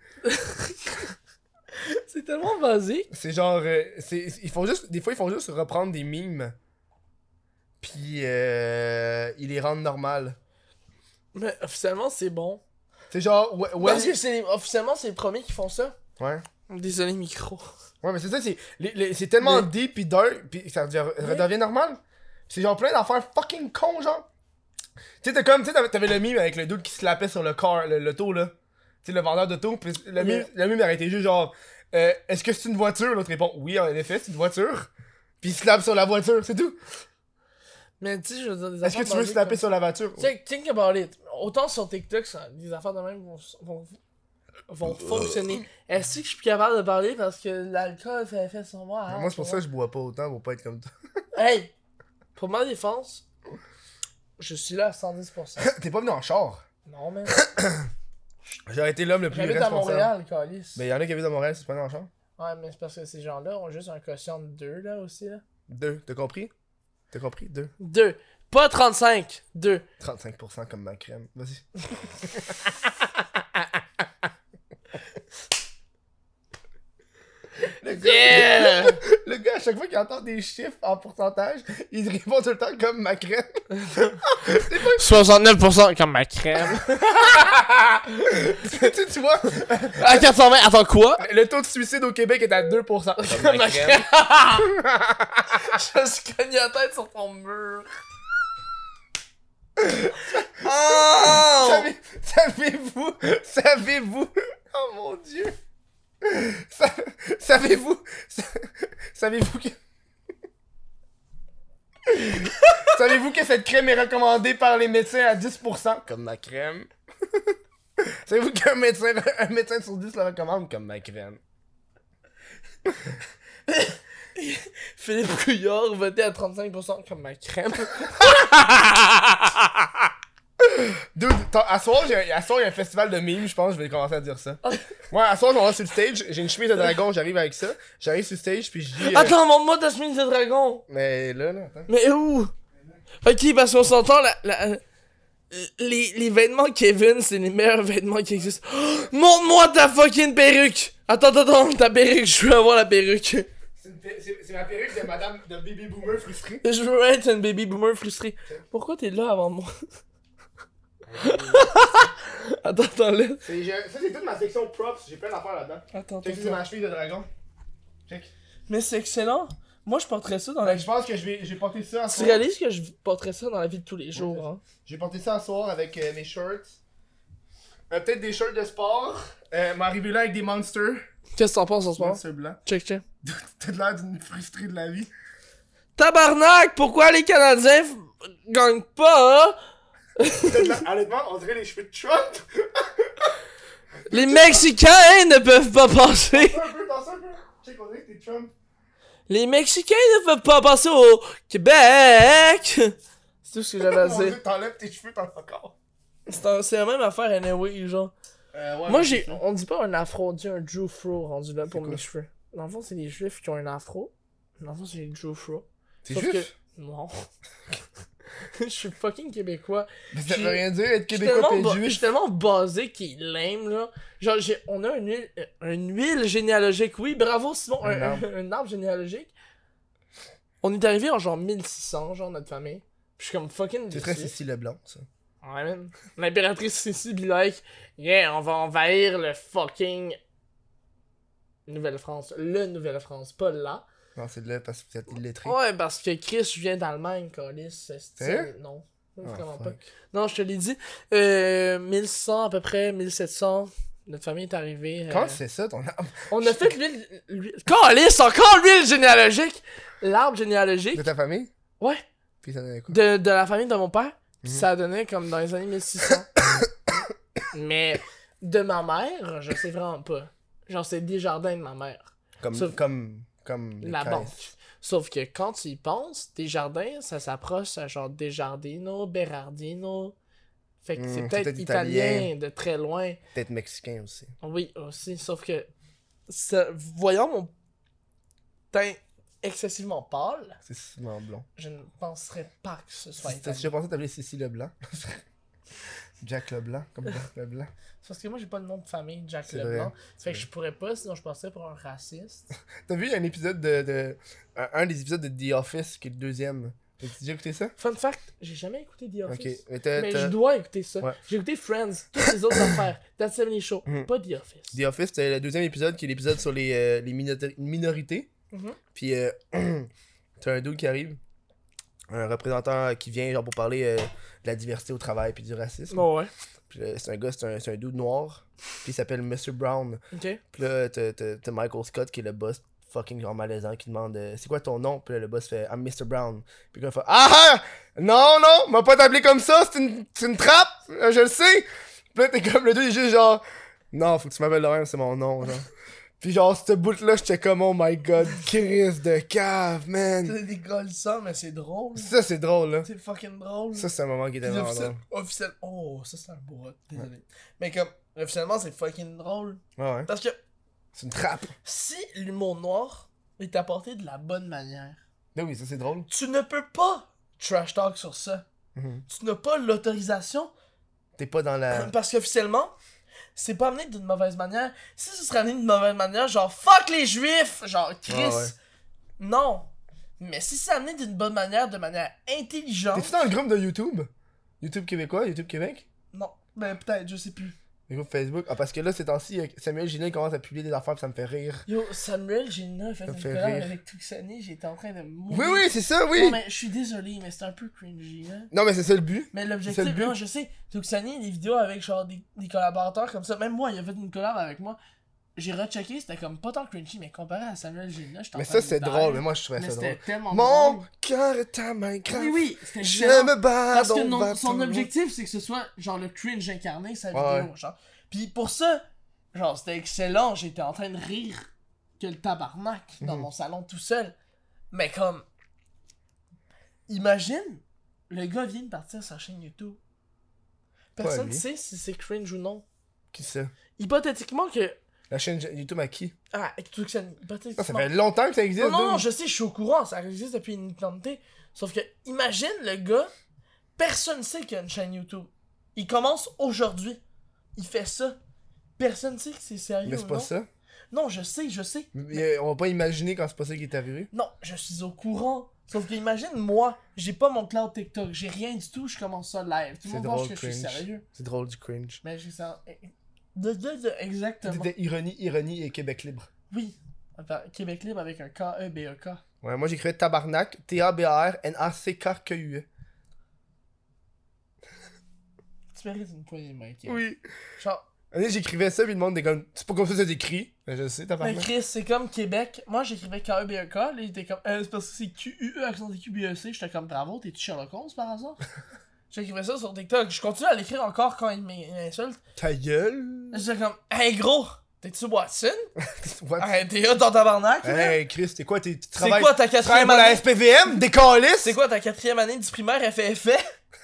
Speaker 2: C'est tellement basique.
Speaker 1: C'est genre. euh, c'est, ils font juste, des fois, ils font juste reprendre des mimes. Puis euh, ils les rendent normal.
Speaker 2: Mais officiellement, c'est bon.
Speaker 1: C'est genre. Ouais, ouais,
Speaker 3: Parce que c'est officiellement, c'est les premiers qui font ça.
Speaker 1: ouais.
Speaker 2: Désolé, micro.
Speaker 1: Ouais, mais c'est ça, c'est, les- les- c'est tellement
Speaker 2: Mais-
Speaker 1: deep pis dark pis que ça redevient, redevient normal. C'est genre plein d'affaires fucking con, genre. Tu sais, t'as comme, tu sais, t'avais, t'avais le mime avec le dude qui se lapait sur le car, le, le taux, là. Tu sais, le vendeur de taux, pis le mime, le mime aurait été juste genre, euh, est-ce que c'est une voiture? L'autre répond, oui, en effet, c'est une voiture. Pis il se lappe sur la voiture, c'est tout.
Speaker 2: Mais tu sais, je veux dire, des
Speaker 1: Est-ce que
Speaker 2: affaires
Speaker 1: tu veux
Speaker 2: basiques
Speaker 1: se taper
Speaker 2: comme-
Speaker 1: sur la voiture?
Speaker 3: Tu sais, think about it. Autant sur TikTok, ça, les affaires de même vont, vont, vont fonctionner.
Speaker 2: Est-ce que je suis capable de parler parce
Speaker 3: Parce que l'alcool fait effet sur moi. hein,
Speaker 1: Moi, c'est pour
Speaker 2: Ah,
Speaker 3: tu
Speaker 1: ça que je bois pas autant pour pas être comme toi. (laughs)
Speaker 3: vois. Hey! Pour ma défense, je suis là à (laughs) 110%.
Speaker 1: T'es pas venu en char.
Speaker 3: non, mais.
Speaker 1: J'aurais été l'homme le plus
Speaker 3: J'habite à
Speaker 1: responsable.
Speaker 3: Montréal, Calis.
Speaker 1: Mais y'en a qui habitent à Montréal, c'est pas venu en char.
Speaker 3: Ouais, mais c'est parce que ces gens-là ont juste un quotient de 2 là aussi. Là.
Speaker 1: Deux, t'as compris? T'as compris? Deux.
Speaker 2: 2. Pas 35. 2.
Speaker 1: 35% comme ma crème. (laughs) Vas-y. Le gars,
Speaker 2: Yeah!
Speaker 1: (laughs) le gars, à chaque fois qu'il entend des chiffres en pourcentage, il répond tout le temps comme ma (laughs) crème.
Speaker 2: 69% comme ma crème.
Speaker 1: (laughs) tu, sais, tu (laughs) vois,
Speaker 2: à 420, attends quoi?
Speaker 1: le taux de suicide au Québec est à 2%. Comme
Speaker 2: ma crème.
Speaker 3: je se cogne la tête sur ton mur.
Speaker 2: Oh!
Speaker 1: Savez- Savez-vous, savez-vous, oh mon dieu, Sa- savez-vous, sa- savez-vous que, (laughs) savez-vous que cette crème est recommandée par les médecins à 10% comme ma crème? (laughs) savez-vous qu'un médecin, un médecin sur 10 la recommande comme ma crème?
Speaker 3: Philippe Couillard votait à 35% comme ma (laughs) crème.
Speaker 1: Dude, t'as- à soir, j'ai- à soir, il y a un festival de mimes, je pense, je vais commencer à dire ça. Moi, à soir, je m'en vais sur le stage, j'ai une chemise de dragon, j'arrive avec ça, j'arrive sur le stage, puis je dis... euh,
Speaker 2: Attends, montre-moi ta chemise de dragon.
Speaker 1: Mais là, là, attends.
Speaker 2: Mais où? Ok, parce qu'on s'entend, la, la- les, les vêtements Kevin, c'est les meilleurs vêtements qui existent. Oh, montre-moi ta fucking perruque! Attends, attends, attends, ta perruque, je veux avoir la perruque.
Speaker 1: C'est une perru- C'est c'est ma perruque de madame de baby boomer frustrée.
Speaker 2: Je veux être une baby boomer frustrée. Pourquoi t'es là avant moi? (laughs) attends, attends, là.
Speaker 1: C'est- j'ai- Ça, c'est toute ma section props. J'ai plein d'affaires là-dedans.
Speaker 2: Attends,
Speaker 1: Check, ça, c'est ma cheville de dragon. Check.
Speaker 2: Mais c'est excellent. Moi, je porterais ça dans
Speaker 1: Fait
Speaker 2: la
Speaker 1: que je pense que je vais, je vais porter ça à
Speaker 2: Tu
Speaker 1: soir.
Speaker 2: réalises que je porterais ça dans la vie de tous les jours, hein?
Speaker 1: J'ai porté ça à soir avec euh, mes shorts. Euh, Peut-être des shorts de sport. Euh, M'arriver là avec des monsters.
Speaker 2: Qu'est-ce que t'en penses en ce moment?
Speaker 1: Monsters blancs. (laughs)
Speaker 2: Check, check.
Speaker 1: T'as l'air d'une frustrée de la vie.
Speaker 2: Tabarnak! Pourquoi les Canadiens f- gagnent pas, hein?
Speaker 1: T'as de l'air- Honnêtement, on dirait les cheveux de Trump.
Speaker 2: Les Mexicains ne peuvent pas passer!
Speaker 1: Un peu, dans ça un peu. Check, on dirait que t'es Trump.
Speaker 2: Les Mexicains ne peuvent pas passer au Québec! C'est tout ce que j'avais à
Speaker 1: Mon
Speaker 2: dire.
Speaker 1: Dieu, T'enlèves tes cheveux, t'en as encore.
Speaker 2: C'est un- c'est la même affaire, anyway, genre.
Speaker 1: Euh, ouais,
Speaker 2: Moi,
Speaker 1: mais
Speaker 2: j'ai.
Speaker 1: c'est ça.
Speaker 2: On dit pas un afro, on dit un Drew Fro rendu là pour
Speaker 1: quoi?
Speaker 2: mes cheveux. Dans le fond, c'est les juifs qui ont un afro. Dans le fond, c'est les Drew Fro.
Speaker 1: T'es
Speaker 2: Sauf
Speaker 1: juif?
Speaker 2: que. Non. (laughs) Je suis fucking québécois.
Speaker 1: Mais ça
Speaker 2: J'ai-
Speaker 1: veut rien dire être
Speaker 2: Je suis
Speaker 1: québécois
Speaker 2: tellement
Speaker 1: t'es
Speaker 2: ba- je
Speaker 1: juif.
Speaker 2: suis tellement basé qu'il l'aime, là. Genre, j'ai- on a une huile, euh, une huile généalogique. Oui, bravo, Simon, un,
Speaker 1: Un arbre.
Speaker 2: (laughs) un- un arbre généalogique. On est arrivé en genre 1600, genre, notre famille. Puis je suis comme fucking
Speaker 1: C'est
Speaker 2: déçu.
Speaker 1: très Cécile Leblanc, ça.
Speaker 2: Ouais, man. L'impératrice Sissi be like, yeah, on va envahir le fucking Nouvelle-France. Le Nouvelle-France, pas là.
Speaker 1: Non, c'est là parce que vous êtes illettré.
Speaker 2: Ouais, parce que Chris vient d'Allemagne, Colis. c'est-
Speaker 1: Sérieux?
Speaker 2: Non.
Speaker 1: Ah,
Speaker 2: Vraiment
Speaker 1: fuck.
Speaker 2: pas. Non, je te l'ai dit. Euh, 1100 à peu près, 1700. Notre famille est arrivée. euh,
Speaker 1: Comment c'est ça ton arbre
Speaker 2: on a fait l'huile. l'huile- Câlisse, encore l'huile généalogique! L'arbre généalogique.
Speaker 1: de ta famille
Speaker 2: Ouais.
Speaker 1: Puis ça donnait quoi
Speaker 2: de, de la famille de mon père. Puis
Speaker 1: Mhm.
Speaker 2: ça donnait comme dans les années 1600.
Speaker 1: (coughs)
Speaker 2: Mais de ma mère, je sais vraiment pas. Genre, c'est des jardins de ma mère.
Speaker 1: Comme,
Speaker 2: Sauf-
Speaker 1: comme, comme. les
Speaker 2: la
Speaker 1: caisses.
Speaker 2: banque. Sauf que quand tu y penses, des jardins, ça s'approche à genre Desjardino, Berardino. Fait que
Speaker 1: Mm,
Speaker 2: c'est
Speaker 1: c'est
Speaker 2: peut-être
Speaker 1: peut-être
Speaker 2: italien,
Speaker 1: italien.
Speaker 2: de très loin.
Speaker 1: Peut-être mexicain aussi.
Speaker 2: Oui, aussi. Sauf que, ça- voyant mon teint excessivement pâle,
Speaker 1: C'est Cécile Leblanc.
Speaker 2: je ne penserais pas que ce soit
Speaker 1: Si t'as
Speaker 2: italien.
Speaker 1: déjà pensé t'appeler Cécile Leblanc (laughs) Jack Leblanc, comme Jack Leblanc.
Speaker 2: C'est parce que moi, j'ai pas de nom de famille, Jack
Speaker 1: C'est
Speaker 2: Leblanc.
Speaker 1: vrai,
Speaker 2: Fait que je pourrais pas, sinon je passerais pour un raciste.
Speaker 1: T'as vu, il y a un épisode de, de- un, un des épisodes de The Office, qui est le deuxième. T'as déjà écouté ça?
Speaker 2: Fun fact, j'ai jamais écouté The
Speaker 1: Ok.
Speaker 2: Office.
Speaker 1: Mais t'as-
Speaker 2: Mais
Speaker 1: t'as-
Speaker 2: je dois écouter ça.
Speaker 1: Ouais.
Speaker 2: J'ai écouté Friends, toutes
Speaker 1: (coughs)
Speaker 2: les autres affaires. That's 70 Show,
Speaker 1: Mhm.
Speaker 2: pas The Office.
Speaker 1: The Office, c'est le deuxième épisode qui est l'épisode sur les, euh, les minota- minorités.
Speaker 2: Mhm.
Speaker 1: Puis euh, (clears throat) t'as un dude qui arrive, un représentant qui vient genre pour parler euh, de la diversité au travail puis du racisme.
Speaker 2: Bon, ouais.
Speaker 1: Puis là, c'est un gars, c'est un, c'est un dude noir, puis il s'appelle Monsieur Brown.
Speaker 2: Ok.
Speaker 1: Puis là, t'as- t'as t'as Michael Scott qui est le boss fucking genre malaisant qui demande euh, c'est quoi ton nom? Puis là, le boss fait I'm Mr. Brown. Puis quand il fait Ah ah! Non, non, m'a pas t'appeler comme ça, c'est une, c'est une trappe, euh, je le sais! Puis là, t'es comme le deux, il est juste genre Non, faut que tu m'appelles de même, c'est mon nom, genre. Puis genre, ce bout-là, j'étais comme Oh my god, Chris de cave, man!
Speaker 2: C'est des ça, mais c'est drôle.
Speaker 1: Ça, c'est drôle, là.
Speaker 2: C'est fucking drôle.
Speaker 1: Ça, c'est un moment qui était
Speaker 2: Puis
Speaker 1: vraiment
Speaker 2: officiel-
Speaker 1: drôle.
Speaker 2: officiel- Oh, ça c'est un beau hot, désolé. Mais comme, officiellement, c'est fucking drôle.
Speaker 1: Ouais, ouais.
Speaker 2: Parce que
Speaker 1: C'est une trappe.
Speaker 2: si l'humour noir est apporté de la bonne manière,
Speaker 1: Ben oui, ça, c'est drôle.
Speaker 2: tu ne peux pas trash talk sur ça.
Speaker 1: Mhm.
Speaker 2: Tu n'as pas l'autorisation
Speaker 1: T'es pas dans
Speaker 2: (coughs)
Speaker 1: la.
Speaker 2: parce qu'officiellement, c'est pas amené d'une mauvaise manière. Si ce serait amené d'une mauvaise manière, genre fuck les juifs, genre Chris.
Speaker 1: Ouais, ouais.
Speaker 2: Non. Mais si c'est amené d'une bonne manière, de manière intelligente.
Speaker 1: T'es-tu dans le groupe de YouTube? YouTube québécois, YouTube Québec?
Speaker 2: Non. Ben peut-être, je sais plus.
Speaker 1: Le groupe Facebook. Ah, parce que là, ces temps-ci, euh, Samuel Gélin il commence à publier des affaires, pis ça me fait rire.
Speaker 2: Yo, Samuel Gina a fait
Speaker 1: Ça
Speaker 2: une
Speaker 1: fait
Speaker 2: collab
Speaker 1: rire.
Speaker 2: avec Tuxani, j'étais en train de mourir.
Speaker 1: Oui, oui, c'est ça, oui!
Speaker 2: Non, mais je suis désolé, mais c'est un peu cringy, hein.
Speaker 1: Non, mais c'est ça le but.
Speaker 2: Mais
Speaker 1: C'est le
Speaker 2: l'objectif,
Speaker 1: but.
Speaker 2: non, je sais, Tuxani, des vidéos avec genre des, des collaborateurs comme ça, même moi, il a fait une collab avec moi. J'ai rechecké, c'était comme pas tant cringy, mais comparé à Samuel Gina, je
Speaker 1: Mais ça, c'est drôle, mais moi, je trouvais
Speaker 2: mais
Speaker 1: ça
Speaker 2: c'était
Speaker 1: drôle.
Speaker 2: tellement
Speaker 1: Mon
Speaker 2: drôle.
Speaker 1: cœur est à Minecraft.
Speaker 2: Oui, oui, c'était
Speaker 1: Je
Speaker 2: gênant.
Speaker 1: me bats
Speaker 2: Parce
Speaker 1: dans
Speaker 2: que
Speaker 1: le
Speaker 2: non, son
Speaker 1: bâton.
Speaker 2: objectif, c'est que ce soit genre le cringe incarné, sa
Speaker 1: Ouais.
Speaker 2: vidéo, genre. Puis pour ça, genre, c'était excellent, j'étais en train de rire que le tabarnak dans
Speaker 1: Mhm.
Speaker 2: mon salon tout seul. Mais comme. Imagine, le gars vient de partir sa chaîne YouTube.
Speaker 1: Pas
Speaker 2: Personne
Speaker 1: lui.
Speaker 2: ne sait si c'est cringe ou non.
Speaker 1: Qui ça?
Speaker 2: Hypothétiquement que.
Speaker 1: La chaîne YouTube à qui?
Speaker 2: Ah, tout que ça.
Speaker 1: Ah,
Speaker 2: Hypothétiquement.
Speaker 1: ça fait longtemps que ça existe.
Speaker 2: Non, non, non,
Speaker 1: dude.
Speaker 2: je sais, je suis au courant, ça existe depuis une éternité. Sauf que, imagine le gars, personne sait qu'il y a une chaîne YouTube. Il commence aujourd'hui. Il fait ça. Personne sait que c'est sérieux.
Speaker 1: Mais c'est
Speaker 2: ou
Speaker 1: pas
Speaker 2: non.
Speaker 1: ça.
Speaker 2: Non, je sais, je sais.
Speaker 1: Mais, euh, On va pas imaginer quand c'est pas ça qui est arrivé.
Speaker 2: Non, je suis au courant. Sauf que, imagine, moi, j'ai pas mon cloud TikTok, j'ai rien du tout, je commence ça live. Tout le
Speaker 1: C'est
Speaker 2: monde pense
Speaker 1: drôle,
Speaker 2: que je suis
Speaker 1: cringe.
Speaker 2: sérieux.
Speaker 1: C'est drôle du cringe.
Speaker 2: Mais j'ai ça. eh, De, de, de- exactement.
Speaker 1: C'était ironie, ironie et Québec libre.
Speaker 2: Oui. Attends, Québec libre avec un E K-E-B-E-K.
Speaker 1: Ouais, moi j'écrivais tabarnak, T-A-B-A-R-N-A-C-K-Q-U-E.
Speaker 2: Tu mérites une poignée de main, Kev.
Speaker 1: Oui.
Speaker 2: Genre,
Speaker 1: Un jour, J'écrivais ça, puis le monde était comme. C'est pas comme ça que c'est écrit. Mais je sais,
Speaker 2: Mais
Speaker 1: tabarnak.
Speaker 2: Ben, Chris, c'est comme Québec. Moi, j'écrivais E K-E-B-E-K. Là, il était comme. Euh, c'est parce que c'est Q-U-E, accent Q-B-E-C. E J'étais comme bravo, t'es-tu Sherlock Holmes par
Speaker 1: (laughs)
Speaker 2: hasard? j'écrivais ça sur TikTok. Je continue à l'écrire encore quand il m'insulte.
Speaker 1: Ta gueule.
Speaker 2: J'étais comme, hey gros, t'es-tu Watson?
Speaker 1: What?
Speaker 2: Hey, t'es hot dans tabarnak? là?
Speaker 1: Hey Chris, t'es quoi? t'es- Tu
Speaker 2: c'est
Speaker 1: travailles
Speaker 2: quoi ta
Speaker 1: tu travailles
Speaker 2: quatrième
Speaker 1: pour la
Speaker 2: année?
Speaker 1: SPVM? Des câlisses?
Speaker 2: C'est quoi ta quatrième année du primaire FFA?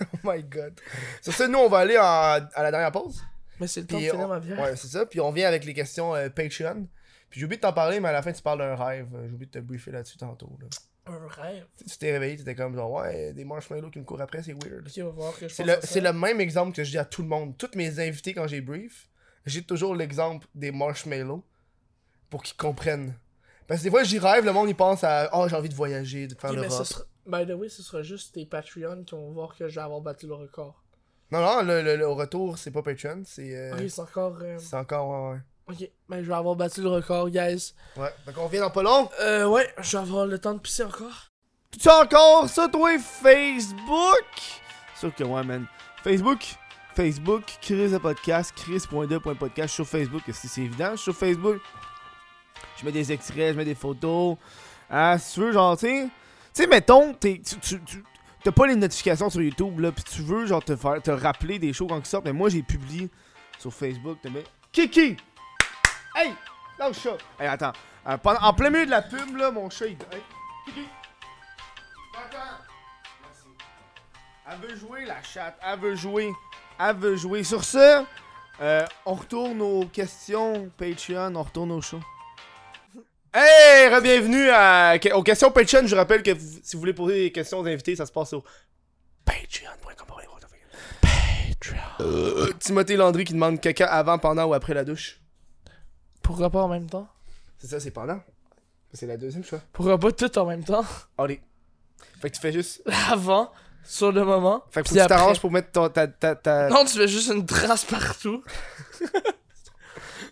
Speaker 1: Oh my god. Sur ce, nous on va aller en- à la dernière pause.
Speaker 2: Mais c'est le
Speaker 1: Puis on- Ouais, c'est ça. Puis on vient avec les questions euh, Patreon. Puis j'ai oublié de t'en parler, mais à la fin tu parles d'un rêve. J'ai oublié de te briefer là-dessus tantôt. là.
Speaker 2: Un rêve.
Speaker 1: Tu t'es réveillé, t'étais comme genre ouais, des marshmallows qui me courent après, c'est weird.
Speaker 2: Ok, on va voir que je
Speaker 1: C'est
Speaker 2: pense
Speaker 1: le,
Speaker 2: à ça.
Speaker 1: c'est le même exemple que je dis à tout le monde. Toutes mes invités, quand j'ai brief, j'ai toujours l'exemple des marshmallows pour qu'ils comprennent. Parce que des fois, j'y rêve, le monde, il pense à « Oh, j'ai envie de voyager, de faire
Speaker 2: Ok,
Speaker 1: le
Speaker 2: mais ce sera... By the way, ce sera juste tes Patreons qui vont voir que je vais avoir battu le record.
Speaker 1: Non, non, le, le- le retour, c'est pas Patreon, c'est... euh,
Speaker 2: Ok, c'est encore. euh,
Speaker 1: C'est encore... Ouais,
Speaker 2: Ok, ben je vais avoir battu le record, guys.
Speaker 1: ouais. ouais. Donc on revient dans pas long.
Speaker 2: Euh, ouais, je vais avoir le temps de pisser encore.
Speaker 1: Tu as encore ça, toi, Facebook? Sûr que ouais, man. Facebook, Facebook, Chris de podcast, chris.de.podcast sur Facebook, si c'est évident. Je suis sur Facebook, je mets des extraits, je mets des photos. Ah, si tu veux, genre, tu sais, tu sais, mettons, t'es- tu, tu, tu- t'as pas les notifications sur YouTube, là, pis tu veux, genre, te faire, te rappeler des shows quand ils sortent, mais moi, j'ai publié sur Facebook, te mets Kiki! Hey! Lâche ça! Hey, attends, Euh, pendant- en plein milieu de la pub, là, mon chat, il. Hey, Kiki! Attends! Merci. Elle veut jouer, la chatte, elle veut jouer, elle veut jouer. Sur ce, euh, on retourne aux questions Patreon, on retourne au show. Hey, bienvenue à, aux questions Patreon. Je vous rappelle que vous- si vous voulez poser des questions aux invités, ça se passe sur patreon.com. Patreon. Euh, Timothée Landry qui demande caca avant, pendant ou après la douche.
Speaker 2: Pourquoi pas en même temps
Speaker 1: C'est ça, c'est pendant. C'est la deuxième choix.
Speaker 2: Pourquoi pas tout en même temps (laughs)
Speaker 1: Allez. Fait que tu fais juste.
Speaker 2: Avant, sur le moment.
Speaker 1: Fait que faut
Speaker 2: puis
Speaker 1: que tu t'arranges
Speaker 2: après.
Speaker 1: pour mettre ton- ta. ta, ta...
Speaker 2: Non, tu fais juste une trace partout. (laughs)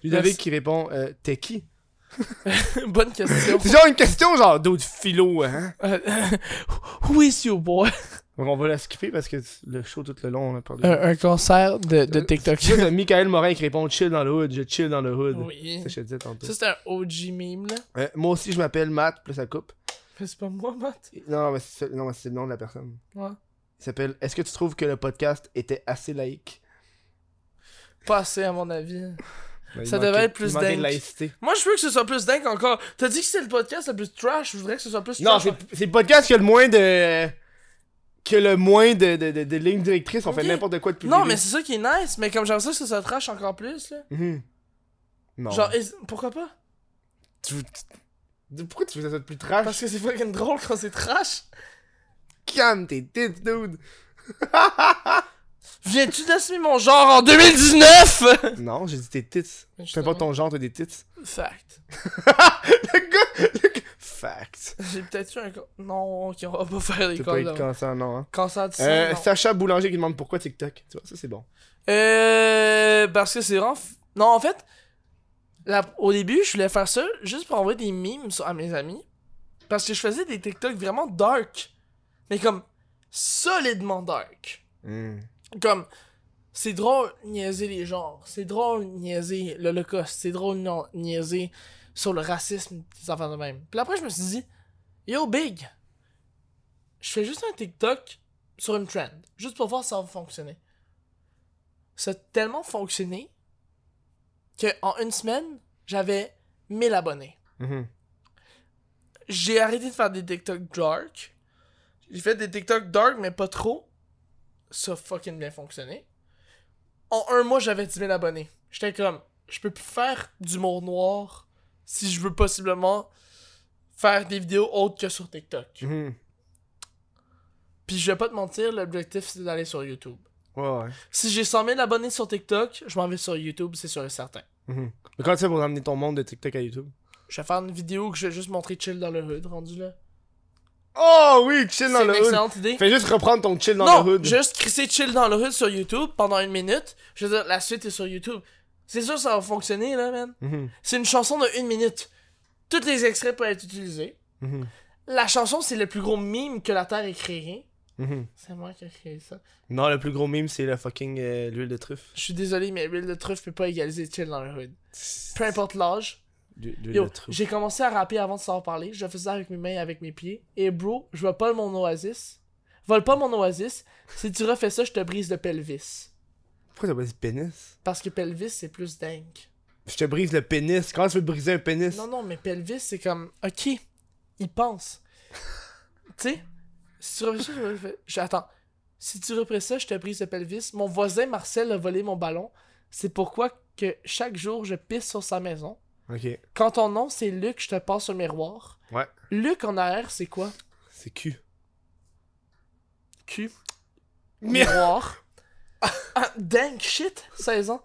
Speaker 1: Ludovic
Speaker 2: Merci.
Speaker 1: qui répond euh, T'es qui
Speaker 2: Bonne question.
Speaker 1: C'est genre une question genre d'autres philo, hein
Speaker 2: Euh, (laughs) Who is your boy
Speaker 1: Donc on va la skipper parce que le show tout le long, on a parlé.
Speaker 2: Un, un concert de, de
Speaker 1: Euh,
Speaker 2: TikTok.
Speaker 1: Là, t'as Michael Morin qui répond chill dans le hood, je chill dans le hood.
Speaker 2: oui.
Speaker 1: Ça, je te le disais tantôt.
Speaker 2: Ça, c'est un OG meme, là.
Speaker 1: Euh, moi aussi, je m'appelle Matt, plus ça coupe.
Speaker 2: Mais c'est pas moi, Matt.
Speaker 1: Non, mais c'est non, mais c'est le nom de la personne.
Speaker 2: Ouais.
Speaker 1: Il s'appelle Est-ce que tu trouves que le podcast était assez laïque
Speaker 2: Pas assez, à mon avis.
Speaker 1: Ben, il
Speaker 2: Ça
Speaker 1: manquait-
Speaker 2: devait être plus
Speaker 1: il manquait de
Speaker 2: dingue.
Speaker 1: laïcité.
Speaker 2: Moi, je veux que ce soit plus dingue encore. T'as dit que c'est le podcast le plus trash. Je voudrais que ce soit plus
Speaker 1: Non,
Speaker 2: trash.
Speaker 1: c'est c'est le podcast qui a le moins de. que le moins de, de, de, de lignes directrices. On
Speaker 2: Ok.
Speaker 1: fait n'importe quoi de plus.
Speaker 2: Non, mais c'est ça qui est nice. Mais comme j'aime ça, que ce soit trash encore plus, là.
Speaker 1: Mhm. Non.
Speaker 2: Genre, is- pourquoi pas
Speaker 1: Tu- tu- Pourquoi tu faisais ça de plus trash
Speaker 2: Parce que c'est fucking drôle quand c'est trash.
Speaker 1: Calme tes tits, dude
Speaker 2: Viens-tu d'assumer mon genre en 2019
Speaker 1: Non, j'ai dit tes tits. Peu
Speaker 2: Justement.
Speaker 1: importe ton genre, t'as des tits.
Speaker 2: Fact.
Speaker 1: (laughs) Le gars, le gars- Fact.
Speaker 2: J'ai peut-être eu un. co- Non, ok, on va pas faire les
Speaker 1: T'as pas eu de
Speaker 2: calls.
Speaker 1: cancer, non, hein.
Speaker 2: Cancer du sang.
Speaker 1: Euh,
Speaker 2: non.
Speaker 1: Sacha Boulanger qui demande pourquoi TikTok. Tu vois, ça c'est bon.
Speaker 2: Euh, parce que c'est vraiment. f- Non, en fait, la- au début, je voulais faire ça juste pour envoyer des memes sur- à mes amis. Parce que je faisais des TikTok vraiment dark. Mais comme, solidement dark.
Speaker 1: Hmm.
Speaker 2: Comme, c'est drôle niaiser les genres. C'est drôle niaiser l'Holocauste. C'est drôle non, niaiser sur le racisme des enfants de même. Puis après, je me suis dit, yo, big, je fais juste un TikTok sur une trend. Juste pour voir si ça va fonctionner ça a tellement fonctionné que en une semaine, j'avais 1000 abonnés.
Speaker 1: Mhm.
Speaker 2: J'ai arrêté de faire des TikTok dark. J'ai fait des TikTok dark, mais pas trop. Ça a fucking bien fonctionné. En un mois, j'avais 10 000 abonnés. J'étais comme, je peux plus faire d'humour noir si je veux possiblement faire des vidéos autres que sur TikTok.
Speaker 1: Mhm.
Speaker 2: Puis je vais pas te mentir, l'objectif c'est d'aller sur YouTube.
Speaker 1: Ouais, ouais.
Speaker 2: Si j'ai 100 000 abonnés sur TikTok, je m'en vais sur YouTube, c'est sûr et certain.
Speaker 1: Mhm. Mais comment tu fais pour amener ton monde de TikTok à YouTube
Speaker 2: Je vais faire une vidéo que je vais juste montrer chill dans le hood, rendu là.
Speaker 1: Oh oui, chill
Speaker 2: C'est
Speaker 1: dans
Speaker 2: une
Speaker 1: le hood.
Speaker 2: excellente idée.
Speaker 1: Fais juste reprendre ton chill dans
Speaker 2: non,
Speaker 1: le hood.
Speaker 2: juste crisser chill dans le hood sur YouTube pendant une minute. Je veux dire, la suite est sur YouTube. C'est sûr que ça va fonctionner là, man.
Speaker 1: Mhm.
Speaker 2: C'est une chanson de une minute. Tous les extraits peuvent être utilisés.
Speaker 1: Mhm.
Speaker 2: La chanson, c'est le plus gros mime que la Terre ait créé.
Speaker 1: Mhm.
Speaker 2: C'est moi qui ai créé ça.
Speaker 1: Non, le plus gros mime, c'est le fucking euh, l'huile de truffe.
Speaker 2: Je suis désolé, mais l'huile de truffe peut pas égaliser chill dans le hood. Peu importe l'âge,
Speaker 1: L'hu- L'huile
Speaker 2: Yo,
Speaker 1: de truffe.
Speaker 2: j'ai commencé à rapper avant de savoir parler. Je faisais ça avec mes mains et avec mes pieds. Et bro, je vole pas mon oasis. Vole pas mon oasis. Si tu refais ça, je te brise le pelvis.
Speaker 1: Pourquoi t'as pas dit pénis
Speaker 2: Parce que pelvis, c'est plus dingue.
Speaker 1: Je te brise le pénis. Comment tu veux briser un pénis
Speaker 2: Non, non, mais pelvis, c'est comme. Ok, il pense. tu sais, si tu refais ça, je vais le faire- je- Attends. Si tu refais ça, je te brise le pelvis. Mon voisin Marcel a volé mon ballon. C'est pourquoi que chaque jour, je pisse sur sa maison.
Speaker 1: Ok.
Speaker 2: Quand ton nom, c'est Luc, je te passe sur le miroir.
Speaker 1: Ouais.
Speaker 2: Luc en arrière, c'est quoi?
Speaker 1: C'est cul.
Speaker 2: cul,
Speaker 1: Mais-
Speaker 2: miroir. ah, dang, shit, 16 ans.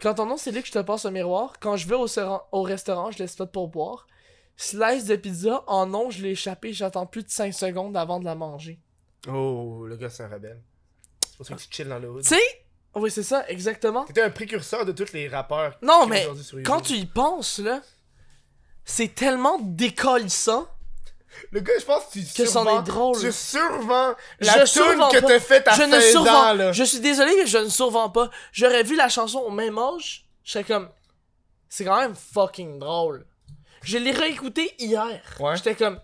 Speaker 2: Quand ton nom c'est Luc, je te passe un miroir. Quand je vais au, sera- au restaurant, je laisse pas pour boire. Slice de pizza, en non, je l'ai échappé, j'attends plus de 5 secondes avant de la manger.
Speaker 1: Oh, le gars, c'est un rebelle. C'est pour ça que tu chill dans le hood.
Speaker 2: Tu sais? Oui, c'est ça, exactement.
Speaker 1: T'étais un précurseur de tous les rappeurs.
Speaker 2: Non,
Speaker 1: qui
Speaker 2: mais
Speaker 1: aujourd'hui sur
Speaker 2: quand
Speaker 1: YouTube.
Speaker 2: tu y penses, là, c'est tellement décollissant.
Speaker 1: Le gars, je pense que tu
Speaker 2: Que c'en
Speaker 1: survends-
Speaker 2: est drôle.
Speaker 1: Tu survends
Speaker 2: Je
Speaker 1: la tune
Speaker 2: survends
Speaker 1: que
Speaker 2: pas.
Speaker 1: t'as faite à
Speaker 2: je ne
Speaker 1: 16 ans,
Speaker 2: survends
Speaker 1: là.
Speaker 2: Je suis désolé, mais je ne survends pas. J'aurais vu la chanson au même âge, j'étais comme. C'est quand même fucking drôle. Je l'ai réécouté hier.
Speaker 1: Ouais.
Speaker 2: J'étais comme.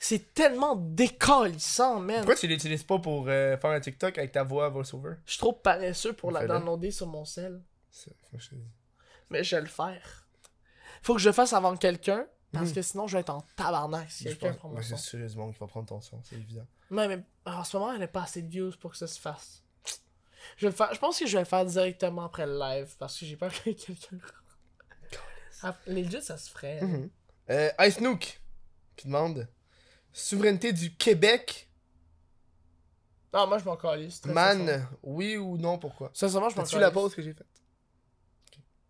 Speaker 2: C'est tellement décollissant, man.
Speaker 1: Pourquoi tu l'utilises pas pour euh, faire un TikTok avec ta voix voice-over
Speaker 2: Je suis trop paresseux pour la
Speaker 1: Fais-le.
Speaker 2: downloader sur mon cell.
Speaker 1: C'est- moi, je-
Speaker 2: Mais je vais le faire. Faut que je le fasse avant quelqu'un, parce
Speaker 1: Mhm.
Speaker 2: que sinon je vais être en tabarnak si
Speaker 1: Je
Speaker 2: quelqu'un
Speaker 1: pense
Speaker 2: prend mon
Speaker 1: moi,
Speaker 2: son.
Speaker 1: c'est sûr, du monde qui va prendre ton son, c'est évident.
Speaker 2: Ouais, mais en ce moment, elle n'a pas assez de views pour que ça se fasse. Je, vais le faire- je pense que je vais le faire directement après le live parce que j'ai peur que (laughs) quelqu'un. Ah, Legit, ça se ferait. hein.
Speaker 1: Mhm. Euh, Ice Nook qui demande Souveraineté du Québec
Speaker 2: Non, moi je m'en calisse. très sincèrement.
Speaker 1: Man, oui ou non, pourquoi
Speaker 2: Sincèrement, je m'en
Speaker 1: T'as-tu la
Speaker 2: calisse.
Speaker 1: pause que j'ai faite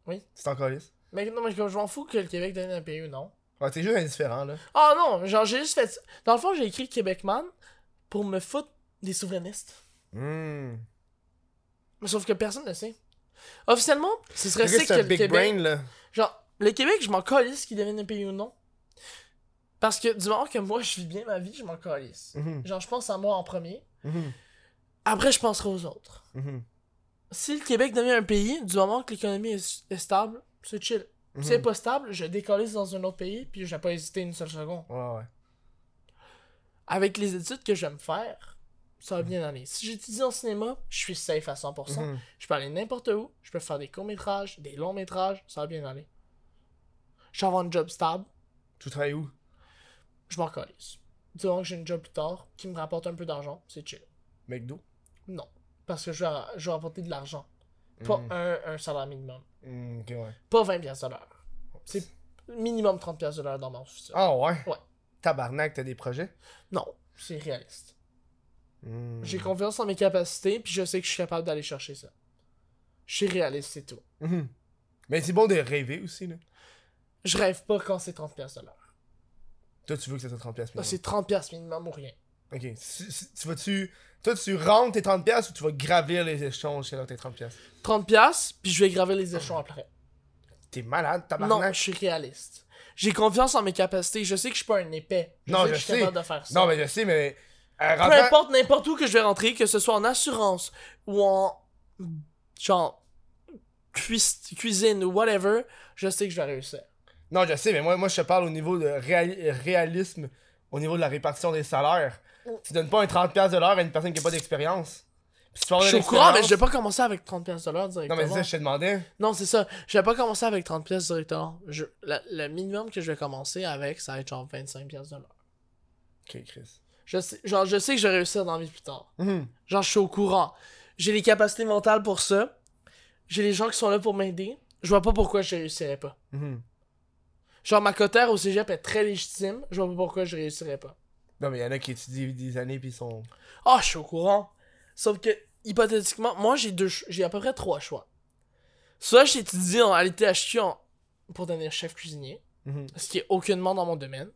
Speaker 2: Oui.
Speaker 1: C'est encore lisse.
Speaker 2: Mais non, mais comme je m'en fous que le Québec donne un pays ou non.
Speaker 1: Ouais, t'es juste indifférent, là.
Speaker 2: Ah non, genre j'ai juste fait. Dans le fond, j'ai écrit Québecman pour me foutre des souverainistes.
Speaker 1: Hmm.
Speaker 2: Mais sauf que personne ne sait. Officiellement, ce serait
Speaker 1: Chris,
Speaker 2: sick que
Speaker 1: C'est un
Speaker 2: le
Speaker 1: big
Speaker 2: Québec.
Speaker 1: brain, là.
Speaker 2: Genre, le Québec, je m'en calisse qu'il devienne un pays ou non. Parce que du moment que moi je vis bien ma vie, je m'en calisse.
Speaker 1: Mhm,
Speaker 2: Genre, je pense à moi en premier.
Speaker 1: mhm,
Speaker 2: Après, je penserai aux autres.
Speaker 1: mhm,
Speaker 2: Si le Québec devient un pays, du moment que l'économie est, est stable, c'est chill.
Speaker 1: mhm.
Speaker 2: Si elle est pas stable, je décalisse dans un autre pays, puis je vais pas hésiter une seule seconde.
Speaker 1: Ouais, ouais.
Speaker 2: Avec les études que j'aime faire, ça va bien aller. Si j'étudie en cinéma, je suis safe à 100%.
Speaker 1: Mhm.
Speaker 2: Je peux aller n'importe où, je peux faire des courts-métrages, des longs-métrages, ça va bien aller. Je vais avoir un job stable,
Speaker 1: Tu travailles où
Speaker 2: je m'en calisse. Du moment que j'ai une job plus tard, qui me rapporte un peu d'argent, c'est chill.
Speaker 1: McDo.
Speaker 2: Non. Parce que je vais, je vais apporter de l'argent. Pas
Speaker 1: Mhm.
Speaker 2: un, un salaire minimum.
Speaker 1: Hmm, ok, ouais.
Speaker 2: Pas 20$ piastres de l'heure. C'est minimum 30$ piastres de l'heure dans mon futur.
Speaker 1: Ah, ouais.
Speaker 2: Ouais.
Speaker 1: Tabarnak, t'as des projets
Speaker 2: Non, c'est réaliste.
Speaker 1: Hmm.
Speaker 2: J'ai confiance en mes capacités, puis je sais que je suis capable d'aller chercher ça. Je suis réaliste, c'est tout.
Speaker 1: Mhm. Mais c'est bon de rêver aussi, là.
Speaker 2: Je rêve pas quand c'est 30$ piastres de l'heure.
Speaker 1: Toi, tu veux que ça soit 30$
Speaker 2: Là,
Speaker 1: minimum.
Speaker 2: C'est 30$ piastres minimum ou rien.
Speaker 1: Ok. Si- si- Tu vas-tu. Toi, tu rentres tes 30$ ou tu vas gravir les échanges chez tes 30$?
Speaker 2: 30$, piastres, puis je vais graver les échelons après.
Speaker 1: T'es malade,
Speaker 2: Non,
Speaker 1: tabarnak.
Speaker 2: je suis réaliste. J'ai confiance en mes capacités. Je sais que je suis pas un épais. Je
Speaker 1: Non,
Speaker 2: sais que
Speaker 1: je
Speaker 2: je suis
Speaker 1: sais.
Speaker 2: capable de faire ça.
Speaker 1: Non, mais je sais, mais. euh,
Speaker 2: Peu
Speaker 1: rentrant-
Speaker 2: importe n'importe où que je vais rentrer, que ce soit en assurance ou en genre cuis- cuisine ou whatever, je sais que je vais réussir.
Speaker 1: Non, je sais, mais moi, moi je te parle au niveau de réali- réalisme, au niveau de la répartition des salaires.
Speaker 2: Mm.
Speaker 1: Tu donnes pas un 30$ de l'heure à une personne qui a pas d'expérience. Puis tu parles de
Speaker 2: Je suis au courant, mais je vais
Speaker 1: l'expérience-
Speaker 2: pas commencer avec 30 pièces de l'heure
Speaker 1: Non,
Speaker 2: directement.
Speaker 1: mais c'est ça, je te demandais.
Speaker 2: Non, c'est ça. Je vais pas commencer avec 30 pièces directement. Je... la- Le minimum que je vais commencer avec, ça va être genre 25 pièces de l'heure.
Speaker 1: Ok, Chris.
Speaker 2: Je sais... Genre, je sais que je vais réussir dans la vie plus tard.
Speaker 1: Mhm.
Speaker 2: Genre, je suis au courant. J'ai les capacités mentales pour ça. J'ai les gens qui sont là pour m'aider. Je vois pas pourquoi je réussirais pas.
Speaker 1: Mhm.
Speaker 2: Genre, ma cotère au cégep est très légitime. Je vois pas pourquoi je réussirais pas.
Speaker 1: Non, mais il y en a qui étudient des années puis ils sont.
Speaker 2: Ah, je suis au courant. Sauf que, hypothétiquement, moi, j'ai deux cho- j'ai à peu près trois choix. Soit j'étudie en, à l'ITHQ en- pour devenir chef cuisinier,
Speaker 1: Mhm.
Speaker 2: ce qui est aucunement dans mon domaine.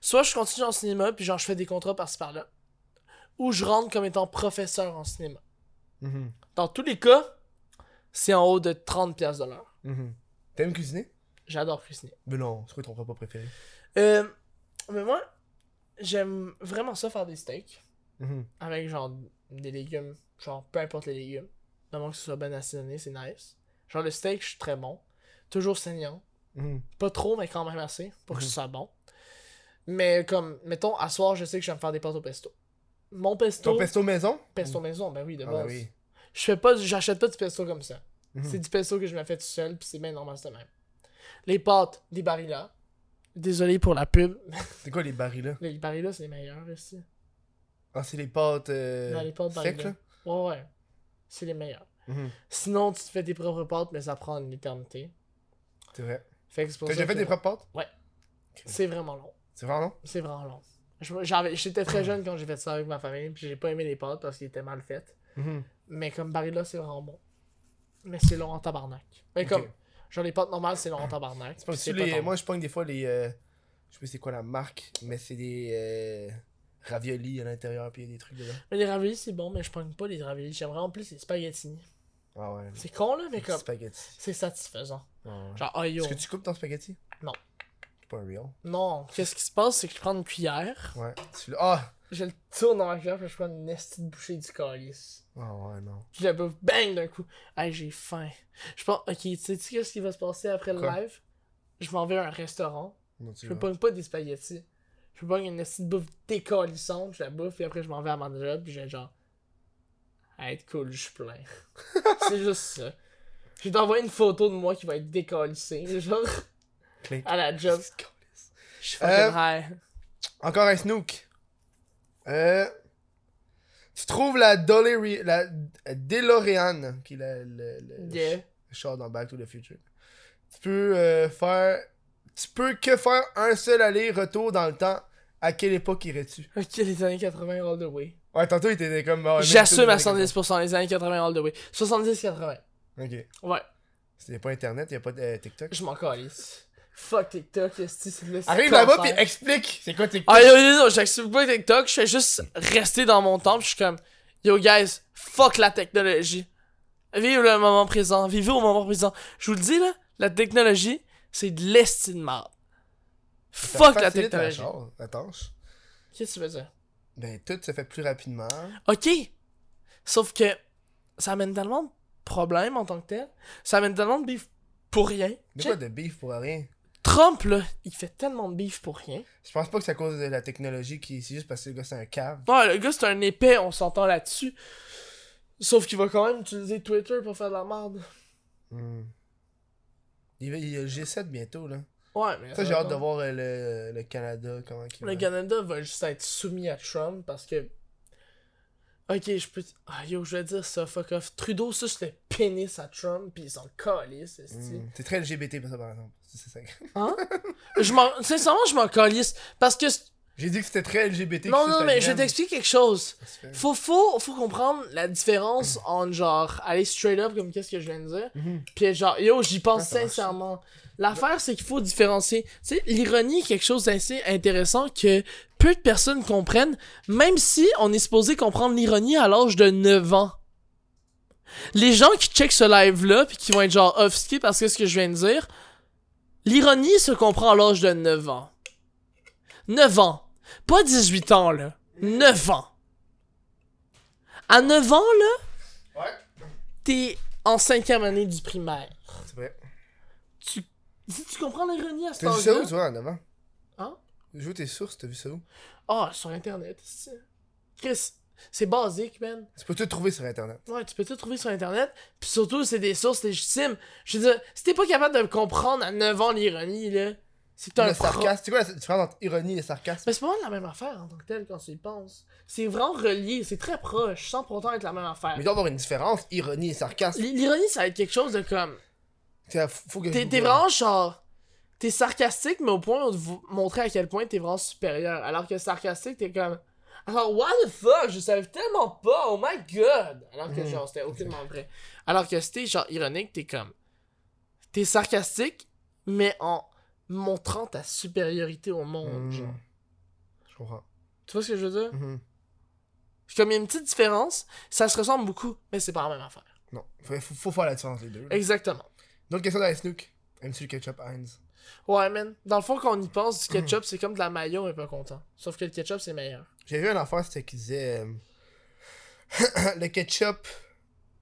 Speaker 2: Soit je continue en cinéma, puis genre, je fais des contrats par-ci par-là. Ou je rentre comme étant professeur en cinéma.
Speaker 1: Mhm.
Speaker 2: Dans tous les cas, c'est en haut de 30$ piastres de l'heure.
Speaker 1: Mhm. T'aimes cuisiner
Speaker 2: J'adore cuisiner.
Speaker 1: Mais non, c'est quoi ton repas préféré
Speaker 2: Euh, mais moi, j'aime vraiment ça faire des steaks
Speaker 1: Mhm.
Speaker 2: avec genre des légumes, genre peu importe les légumes. À moins que ce soit bien assaisonné, c'est nice. Genre le steak, je suis très bon. Toujours saignant.
Speaker 1: Mhm.
Speaker 2: Pas trop, mais quand même assez pour que
Speaker 1: Mhm.
Speaker 2: ce soit bon. Mais comme, mettons, à soir, je sais que je vais me faire des pâtes au pesto. Mon pesto,
Speaker 1: Ton pesto
Speaker 2: pesto,
Speaker 1: maison
Speaker 2: maison, ben oui, de
Speaker 1: Ah,
Speaker 2: base.
Speaker 1: bah oui.
Speaker 2: Je fais pas, du- j'achète pas du pesto comme ça.
Speaker 1: Mhm.
Speaker 2: C'est du pesto que je me fais tout seul, puis c'est bien normal, c'est de même. Les pâtes, des barilla. Désolé pour la pub, (laughs)
Speaker 1: C'est quoi les barils là
Speaker 2: les barilla, c'est les meilleurs ici.
Speaker 1: Ah, c'est les pâtes. Euh...
Speaker 2: Non, les pâtes
Speaker 1: secs,
Speaker 2: Barilla.
Speaker 1: là?
Speaker 2: Ouais, ouais. C'est les meilleurs.
Speaker 1: Mhm.
Speaker 2: Sinon, tu te fais tes propres pâtes, mais ça prend une éternité.
Speaker 1: C'est vrai.
Speaker 2: Fait que c'est pour
Speaker 1: T'as
Speaker 2: ça
Speaker 1: déjà fait
Speaker 2: que
Speaker 1: des propres pâtes
Speaker 2: C'est vraiment long.
Speaker 1: C'est vraiment non
Speaker 2: C'est vraiment long. Je- j'avais- J'étais très jeune quand j'ai fait ça avec ma famille, puis j'ai pas aimé les pâtes parce qu'ils étaient mal faites.
Speaker 1: Mhm.
Speaker 2: Mais comme barilla, c'est vraiment bon. Mais c'est long en tabarnak. Mais
Speaker 1: Ok.
Speaker 2: comme, genre les pâtes normales, c'est long en tabarnak.
Speaker 1: C'est pas
Speaker 2: puis
Speaker 1: aussi
Speaker 2: pas
Speaker 1: les-
Speaker 2: tant
Speaker 1: moi, je pogne des fois les. euh, je sais pas c'est quoi la marque, mais c'est des euh, raviolis à l'intérieur, puis il y a des trucs dedans.
Speaker 2: Mais les raviolis, c'est bon, mais je prends pas les raviolis. J'aimerais en plus les spaghettis.
Speaker 1: Ah ouais.
Speaker 2: C'est con, là, mais
Speaker 1: Des
Speaker 2: comme,
Speaker 1: spaghettis.
Speaker 2: c'est satisfaisant.
Speaker 1: Ah ouais.
Speaker 2: Genre, oh yo.
Speaker 1: Est-ce que tu coupes ton spaghetti
Speaker 2: Non.
Speaker 1: C'est pas un real.
Speaker 2: Non, qu'est-ce qui se passe, c'est que je prends une cuillère,
Speaker 1: Ouais. Tu le- Ah
Speaker 2: je le tourne dans ma cuillère, puis je prends une esti de bouchée du calice.
Speaker 1: Ah ouais, non.
Speaker 2: Puis je la bouffe, bang, d'un coup. Hey, j'ai faim. Je pense, ok, tu sais, tu sais qu'est-ce qui va se passer après le
Speaker 1: Quoi?
Speaker 2: live? Je m'en vais à un restaurant,
Speaker 1: Non, tu
Speaker 2: je me
Speaker 1: vas.
Speaker 2: pogne pas des spaghettis. Je me pogne une esti de bouffe décalissante, je la bouffe, puis après je m'en vais à mon job, puis j'ai genre. À être cool, je
Speaker 1: (laughs)
Speaker 2: suis plein. c'est juste ça. Je vais t'envoyer une photo de moi qui va être décalissée, (laughs) genre,
Speaker 1: Click.
Speaker 2: à la job. Je suis fucking
Speaker 1: Euh,
Speaker 2: high.
Speaker 1: Encore un snook. Euh. Tu trouves la Dolly la euh, DeLorean, qui est la- le, le,
Speaker 2: Yeah.
Speaker 1: le char dans Back to the Future. Tu peux euh, faire. Tu peux que faire un seul aller-retour dans le temps. À quelle époque irais-tu
Speaker 2: Ok, les années 80 all the way.
Speaker 1: Ouais, tantôt, il était comme. ah ouais,
Speaker 2: J'assume à
Speaker 1: même tout le monde
Speaker 2: 70% les années 80 all the way. 70-80.
Speaker 1: était comme- Ok.
Speaker 2: Ouais,
Speaker 1: C'était pas internet, il a pas de euh, TikTok.
Speaker 2: je m'en calisse. Fuck TikTok, esti, c'est le
Speaker 1: Arrive là-bas pis
Speaker 2: cancer.
Speaker 1: explique c'est quoi TikTok.
Speaker 2: Ah yo, yo, yo, j'accepte pas TikTok, je fais juste rester dans mon temple, je suis comme Yo guys, fuck la technologie. Vive le moment présent, vivez au moment présent. Je vous le dis là, la technologie, c'est de l'esti de merde.
Speaker 1: Ça
Speaker 2: Fuck la
Speaker 1: facilite
Speaker 2: technologie.
Speaker 1: chose, La tâche.
Speaker 2: Qu'est-ce que tu veux dire?
Speaker 1: Ben, tout se fait plus rapidement.
Speaker 2: Ok. Sauf que ça amène tellement de problèmes en tant que tel. Ça amène tellement de beef pour rien.
Speaker 1: De
Speaker 2: Check.
Speaker 1: quoi de beef pour rien?
Speaker 2: Trump là, il fait tellement de beef pour rien.
Speaker 1: Je pense pas que c'est à cause de la technologie qui. C'est juste parce que le gars, c'est un cave.
Speaker 2: Ouais, le gars, c'est un épais, on s'entend là-dessus. Sauf qu'il va quand même utiliser Twitter pour faire de la merde.
Speaker 1: Hmm. Il, va- il y a le G7 bientôt, là.
Speaker 2: Ouais, mais.
Speaker 1: Ça, j'ai hâte de voir euh, le, le Canada, comment qu'il
Speaker 2: Le
Speaker 1: va.
Speaker 2: Canada va juste être soumis à Trump parce que. Ok, je peux. Ah yo, je vais dire ça, fuck off. Trudeau suce le pénis à Trump, pis ils s'en calissent, esti.
Speaker 1: Hmm. C'est très LGBT, pour ça, par exemple. C'est- c'est ça.
Speaker 2: Hein? je m'en. Sincèrement, je m'en calisse. Parce que. c'est-
Speaker 1: J'ai dit que c'était très LGBT.
Speaker 2: Non,
Speaker 1: que
Speaker 2: non,
Speaker 1: c'est
Speaker 2: mais
Speaker 1: un
Speaker 2: je
Speaker 1: homme.
Speaker 2: t'explique quelque chose.
Speaker 1: Ça se fait.
Speaker 2: Faut, faut, faut comprendre la différence
Speaker 1: Mm.
Speaker 2: entre genre aller straight up comme qu'est-ce que je viens de dire.
Speaker 1: Mhm.
Speaker 2: Puis genre, yo, j'y pense
Speaker 1: ça marche.
Speaker 2: sincèrement. L'affaire, c'est qu'il faut différencier. Tu sais, l'ironie est quelque chose d'assez intéressant que peu de personnes comprennent, même si on est supposé comprendre l'ironie à l'âge de 9 ans. Les gens qui checkent ce live-là, puis qui vont être genre offusqués parce que ce que je viens de dire, l'ironie se comprend à l'âge de 9 ans. 9 ans. Pas 18 ans, là. 9 ans. À 9 ans, là,
Speaker 1: Ouais,
Speaker 2: t'es en cinquième année du primaire
Speaker 1: c'est vrai.
Speaker 2: tu, si tu comprends l'ironie à cet
Speaker 1: T'as vu ça où,
Speaker 2: âge-là.
Speaker 1: toi, en avant?
Speaker 2: Hein?
Speaker 1: J'ai joué tes sources, t'as vu ça où?
Speaker 2: Ah, sur Internet. c'est- Chris, c'est basique, man.
Speaker 1: Tu peux tout trouver sur Internet.
Speaker 2: Ouais, tu peux tout trouver sur Internet. Puis surtout, c'est des sources légitimes. Je veux dire, si t'es pas capable de comprendre à 9 ans l'ironie, là, c'est que t'as
Speaker 1: Le
Speaker 2: un pro-
Speaker 1: sarcasme. C'est quoi la différence entre ironie et sarcasme?
Speaker 2: Mais c'est pas la même affaire en tant que telle quand tu y penses. C'est vraiment relié, c'est très proche, sans pourtant être la même affaire.
Speaker 1: Mais il doit y avoir une différence, ironie et sarcasme.
Speaker 2: L- L'ironie, ça va être quelque chose de comme.
Speaker 1: T'sais, Faut que je
Speaker 2: T'es
Speaker 1: vous-
Speaker 2: t'es vraiment genre. T'es sarcastique, mais au point où de vous montrer à quel point t'es vraiment supérieur. Alors que sarcastique, t'es comme. Alors, what the fuck, je savais tellement pas, oh my god! Alors que
Speaker 1: Mhm.
Speaker 2: genre, c'était aucunement vrai. Alors que si t'es genre ironique, t'es comme. T'es sarcastique, mais en montrant ta supériorité au
Speaker 1: Hmm.
Speaker 2: monde, genre.
Speaker 1: Je comprends.
Speaker 2: Tu vois ce que je veux dire?
Speaker 1: Mhm.
Speaker 2: C'est Comme il y a une petite différence, ça se ressemble beaucoup, mais c'est pas la même affaire.
Speaker 1: Non, faut, faut, faut faire la différence les deux. là.
Speaker 2: Exactement.
Speaker 1: D'autres questions dans les snook. Aimes-tu le ketchup Heinz
Speaker 2: Ouais, man. Dans le fond, quand on y pense, du ketchup, c'est comme de la mayo, un peu content. Sauf que le ketchup, c'est meilleur.
Speaker 1: J'ai vu un enfant c'était qui disait euh, (clears throat) le ketchup.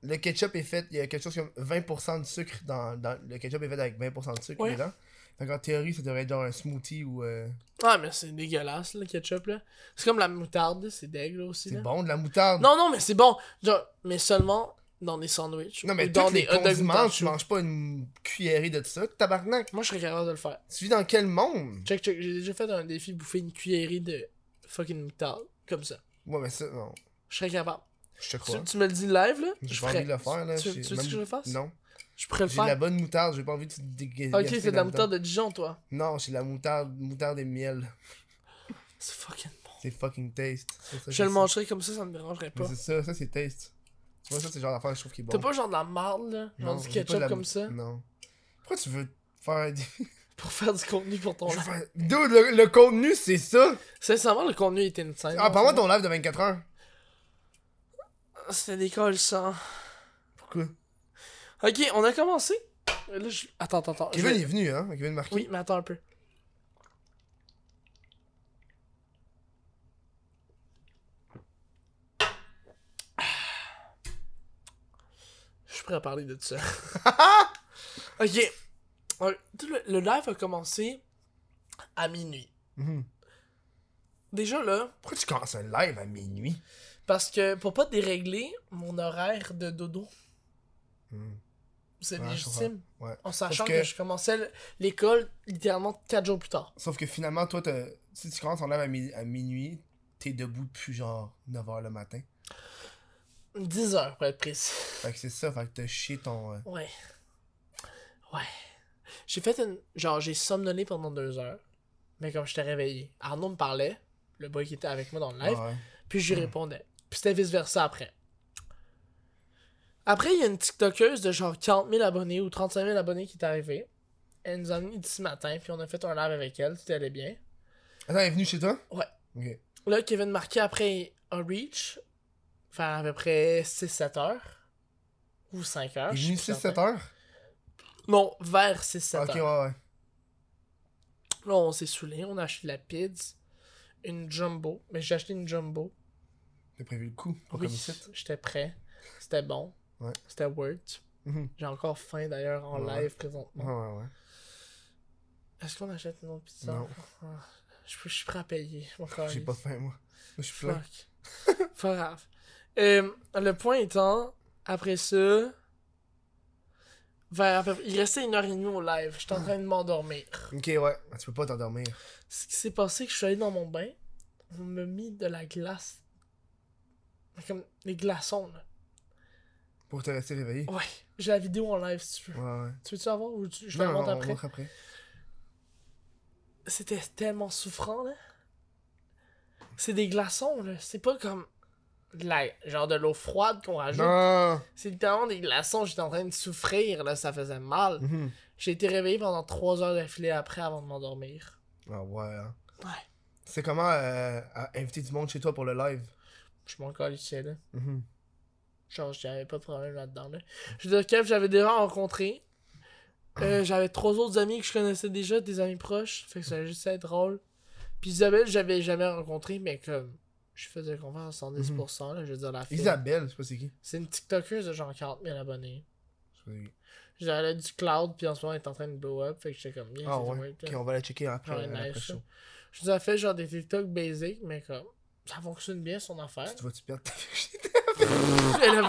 Speaker 1: Le ketchup est fait, il y a quelque chose comme 20% de sucre dans, dans- le ketchup est fait avec 20% de sucre
Speaker 2: Ouais.
Speaker 1: dedans. Fait qu'en théorie, ça devrait être genre un smoothie ou euh,
Speaker 2: Ah, mais c'est dégueulasse, le ketchup, là. C'est comme la moutarde, là, c'est dégueu, là, aussi,
Speaker 1: c'est
Speaker 2: là.
Speaker 1: bon de la moutarde.
Speaker 2: Non, non, mais c'est bon. Genre, mais seulement dans des sandwichs.
Speaker 1: Non, mais
Speaker 2: ou dans
Speaker 1: tous les
Speaker 2: hot dogs
Speaker 1: condiments,
Speaker 2: moutarde
Speaker 1: tu
Speaker 2: chou.
Speaker 1: manges pas une cuillerée de ça, tabarnak.
Speaker 2: Moi, je serais capable de le faire.
Speaker 1: Tu vis dans quel monde
Speaker 2: Check, check, j'ai déjà fait un défi bouffer une cuillerée de fucking moutarde, comme ça.
Speaker 1: Ouais, mais ça, non,
Speaker 2: Je serais capable.
Speaker 1: je te
Speaker 2: Tu,
Speaker 1: crois.
Speaker 2: tu me le dis live, là?
Speaker 1: J'ai
Speaker 2: Je
Speaker 1: pas
Speaker 2: ferais.
Speaker 1: envie de le faire, là.
Speaker 2: Tu,
Speaker 1: j'ai
Speaker 2: tu veux
Speaker 1: même-
Speaker 2: que je le fasse?
Speaker 1: Non.
Speaker 2: Je pourrais le
Speaker 1: J'ai de la
Speaker 2: faire.
Speaker 1: bonne moutarde, j'ai pas envie de te dégager.
Speaker 2: Ok, c'est de la moutarde de Dijon, toi.
Speaker 1: Non, c'est de la moutarde, moutarde et miel.
Speaker 2: C'est fucking bon.
Speaker 1: C'est fucking taste. C'est ça,
Speaker 2: Je
Speaker 1: c'est
Speaker 2: le
Speaker 1: ça.
Speaker 2: mangerais comme ça, ça me dérangerait
Speaker 1: Mais c'est
Speaker 2: pas.
Speaker 1: ça, ça c'est taste. Tu vois, ça c'est le genre d'affaire que je trouve qui est bon.
Speaker 2: T'as pas genre de la marde, là?
Speaker 1: Non,
Speaker 2: Genre
Speaker 1: j'ai
Speaker 2: du
Speaker 1: pas de
Speaker 2: ketchup
Speaker 1: la
Speaker 2: comme
Speaker 1: mou-
Speaker 2: ça?
Speaker 1: Non. Pourquoi tu veux faire un. (laughs) Je
Speaker 2: Pour faire du contenu pour ton
Speaker 1: veux
Speaker 2: live.
Speaker 1: faire- Dude, le, le contenu c'est ça!
Speaker 2: Sincèrement, le contenu était une scène.
Speaker 1: Ah, parle-moi de ton live de 24 heures.
Speaker 2: C'était Ah, des cols sans.
Speaker 1: Pourquoi?
Speaker 2: Ah, Ok, on a commencé. Là, je... Attends, attends, attends. je
Speaker 1: Kevin
Speaker 2: vais-
Speaker 1: est venu, hein? Kevin Marquis.
Speaker 2: Oui, mais attends un peu. Je suis prêt à parler de ça. (laughs) ok. Euh, tout Le, le live a commencé à minuit.
Speaker 1: Mhm.
Speaker 2: Déjà là,
Speaker 1: Pourquoi tu commences un live à minuit?
Speaker 2: parce que pour pas dérégler mon horaire de dodo,
Speaker 1: Hmm.
Speaker 2: c'est
Speaker 1: Ouais, je
Speaker 2: légitime.
Speaker 1: comprends. Ouais.
Speaker 2: En sachant
Speaker 1: Sauf
Speaker 2: que...
Speaker 1: que-
Speaker 2: je commençais l- l'école littéralement 4 jours plus tard.
Speaker 1: Sauf que finalement, toi, t'as- si tu commences ton live à, mi- à minuit, t'es debout depuis genre 9h le matin.
Speaker 2: 10 heures pour être précis.
Speaker 1: Fait que c'est ça, fait que t'as chié ton. euh,
Speaker 2: Ouais. Ouais. J'ai fait une. Genre, j'ai somnolé pendant 2 heures. Mais comme j'étais réveillé, Arnaud me parlait, le boy qui était avec moi dans le live,
Speaker 1: ouais.
Speaker 2: puis je lui répondais. Puis c'était vice-versa après. Après, il y a une TikTokeuse de genre 40 000 abonnés ou 35 000 abonnés qui est arrivée. Elle nous a mis ce matin, puis on a fait un live avec elle, tout allait bien.
Speaker 1: Attends, elle est venue chez toi?
Speaker 2: Ouais.
Speaker 1: Ok.
Speaker 2: Là, Kevin Marquis, après un reach, vers à peu près 6-7 heures. Ou 5 heures.
Speaker 1: Elle
Speaker 2: Ah, je
Speaker 1: est
Speaker 2: suis
Speaker 1: venue
Speaker 2: plus
Speaker 1: 6-7
Speaker 2: certain.
Speaker 1: heures?
Speaker 2: Non, vers 6-7
Speaker 1: Ok, ouais,
Speaker 2: heures.
Speaker 1: ouais.
Speaker 2: Là, on s'est saoulé, on a acheté de la pizza, une jumbo. Mais j'ai acheté une jumbo.
Speaker 1: T'as prévu le coup, pas
Speaker 2: Oui,
Speaker 1: comme ici.
Speaker 2: j'étais prêt. C'était bon.
Speaker 1: Ouais.
Speaker 2: C'était worth.
Speaker 1: Mhm.
Speaker 2: J'ai encore faim d'ailleurs en
Speaker 1: Ouais.
Speaker 2: live
Speaker 1: Ouais,
Speaker 2: présentement.
Speaker 1: ouais, ouais.
Speaker 2: Est-ce qu'on achète une autre pizza
Speaker 1: Non.
Speaker 2: Ah, Je je suis prêt à payer. mon
Speaker 1: J'ai
Speaker 2: calice.
Speaker 1: pas faim, moi. Moi, je suis plein.
Speaker 2: Fuck. (laughs) Pas grave. Euh, le point étant, après ça, vers à peu près- il restait une heure et demie au live. J'étais en train de m'endormir.
Speaker 1: Ok, ouais. Tu peux pas t'endormir.
Speaker 2: Ce qui s'est passé, que je suis allé dans mon bain, on m'a mis de la glace. Comme des glaçons, là.
Speaker 1: Pour te rester réveillé.
Speaker 2: Ouais. J'ai la vidéo en live si tu veux.
Speaker 1: Ouais, ouais.
Speaker 2: Tu veux-tu avoir ou tu- je te
Speaker 1: Non,
Speaker 2: la
Speaker 1: non,
Speaker 2: montre
Speaker 1: on
Speaker 2: après?
Speaker 1: montre après.
Speaker 2: C'était tellement souffrant, là. C'est des glaçons, là. C'est pas comme. de la- genre de l'eau froide qu'on rajoute.
Speaker 1: Non!
Speaker 2: C'est littéralement des glaçons, j'étais en train de souffrir, là, ça faisait mal.
Speaker 1: Mhm.
Speaker 2: J'ai été réveillé pendant 3 heures d'affilée après avant de m'endormir.
Speaker 1: Ah ouais. hein.
Speaker 2: Ouais.
Speaker 1: C'est comment euh, à inviter du monde chez toi pour le live?
Speaker 2: Je m'en calissais, là.
Speaker 1: Mhm.
Speaker 2: Genre, j'avais pas de problème là-dedans, là. Je veux dire, Kev, j'avais déjà rencontré. Euh, j'avais trois autres amis que je connaissais déjà, des amis proches. Fait que ça allait juste être drôle. Puis Isabelle, j'avais jamais rencontré, mais comme. Je faisais confiance à 110%,
Speaker 1: Mhm.
Speaker 2: là, je veux dire, la fille.
Speaker 1: Isabelle, je sais pas c'est qui.
Speaker 2: C'est une TikTokeuse de genre 40 000 abonnés.
Speaker 1: Je sais pas c'est qui.
Speaker 2: J'avais du cloud, puis en ce moment, elle est en train de blow up. Fait que j'étais comme. Yeah,
Speaker 1: Ah
Speaker 2: c'est
Speaker 1: ouais.
Speaker 2: vrai,
Speaker 1: Ok, on va la checker après, euh,
Speaker 2: Ouais,
Speaker 1: après
Speaker 2: nice,
Speaker 1: le
Speaker 2: ça.
Speaker 1: show.
Speaker 2: Je vous ai fait genre des TikTok basic, mais comme ça fonctionne bien son affaire.
Speaker 1: Tu vas-tu perdre ta virginité?
Speaker 2: (laughs) elle a 20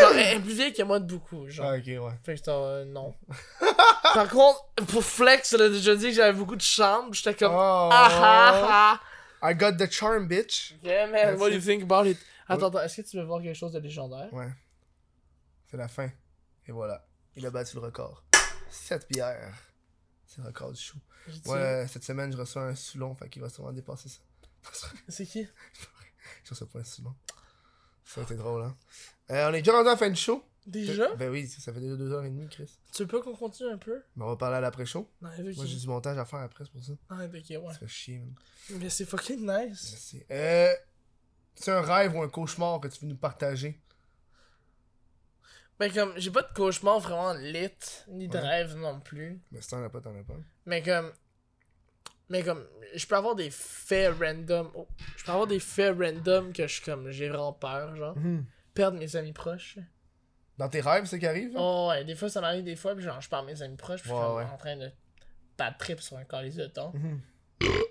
Speaker 2: genre, elle est plus vieille que moi de beaucoup, genre.
Speaker 1: Ah, ok, ouais.
Speaker 2: Fait que j'étais,
Speaker 1: (laughs)
Speaker 2: euh, non. Par contre, pour flex, elle a déjà dit que j'avais beaucoup de chambres, j'étais comme
Speaker 1: Oh.
Speaker 2: ah ah ah.
Speaker 1: I got the charm, bitch.
Speaker 2: Yeah man,
Speaker 1: Merci.
Speaker 2: what do you think about it? Attends, attends, est-ce que tu veux voir quelque chose de légendaire?
Speaker 1: Ouais. C'est la fin. Et voilà. Il a battu le record. 7 bières. C'est le record du show.
Speaker 2: Je dis-
Speaker 1: Ouais, cette semaine, je reçois un Soulon, fait qu'il va sûrement dépasser ça.
Speaker 2: C'est qui?
Speaker 1: je reçois pas un Soulon. Ça a été drôle, hein. Euh, on est déjà rendu à la fin du show.
Speaker 2: Déjà?
Speaker 1: Ben oui, ça fait déjà deux heures et demie, Chris.
Speaker 2: Tu peux qu'on continue un peu?
Speaker 1: Mais on va parler à l'après-show.
Speaker 2: Non,
Speaker 1: Moi, j'ai
Speaker 2: ok.
Speaker 1: du montage à faire après, c'est pour ça.
Speaker 2: Ah, ok, ouais.
Speaker 1: Ça fait chier, man.
Speaker 2: Mais c'est fucking
Speaker 1: Je
Speaker 2: nice.
Speaker 1: sais. Euh, c'est un rêve ou un cauchemar que tu veux nous partager?
Speaker 2: Mais Ben, comme, j'ai pas de cauchemar vraiment lit, ni de
Speaker 1: Ouais.
Speaker 2: rêve non plus.
Speaker 1: Mais si t'en as pas, t'en as pas.
Speaker 2: Mais comme. Mais comme. Je peux avoir des faits random. oh, je peux avoir des faits random que je suis comme. J'ai vraiment peur, genre.
Speaker 1: Mhm.
Speaker 2: Perdre mes amis proches.
Speaker 1: Dans tes rêves, c'est qui arrive? genre?
Speaker 2: Oh ouais, des fois ça m'arrive des fois, puis genre je perds mes amis proches, puis je suis
Speaker 1: Ouais,
Speaker 2: comme
Speaker 1: ouais.
Speaker 2: en train de. Pas de trip sur un calice de temps.
Speaker 1: Mhm.
Speaker 2: C'était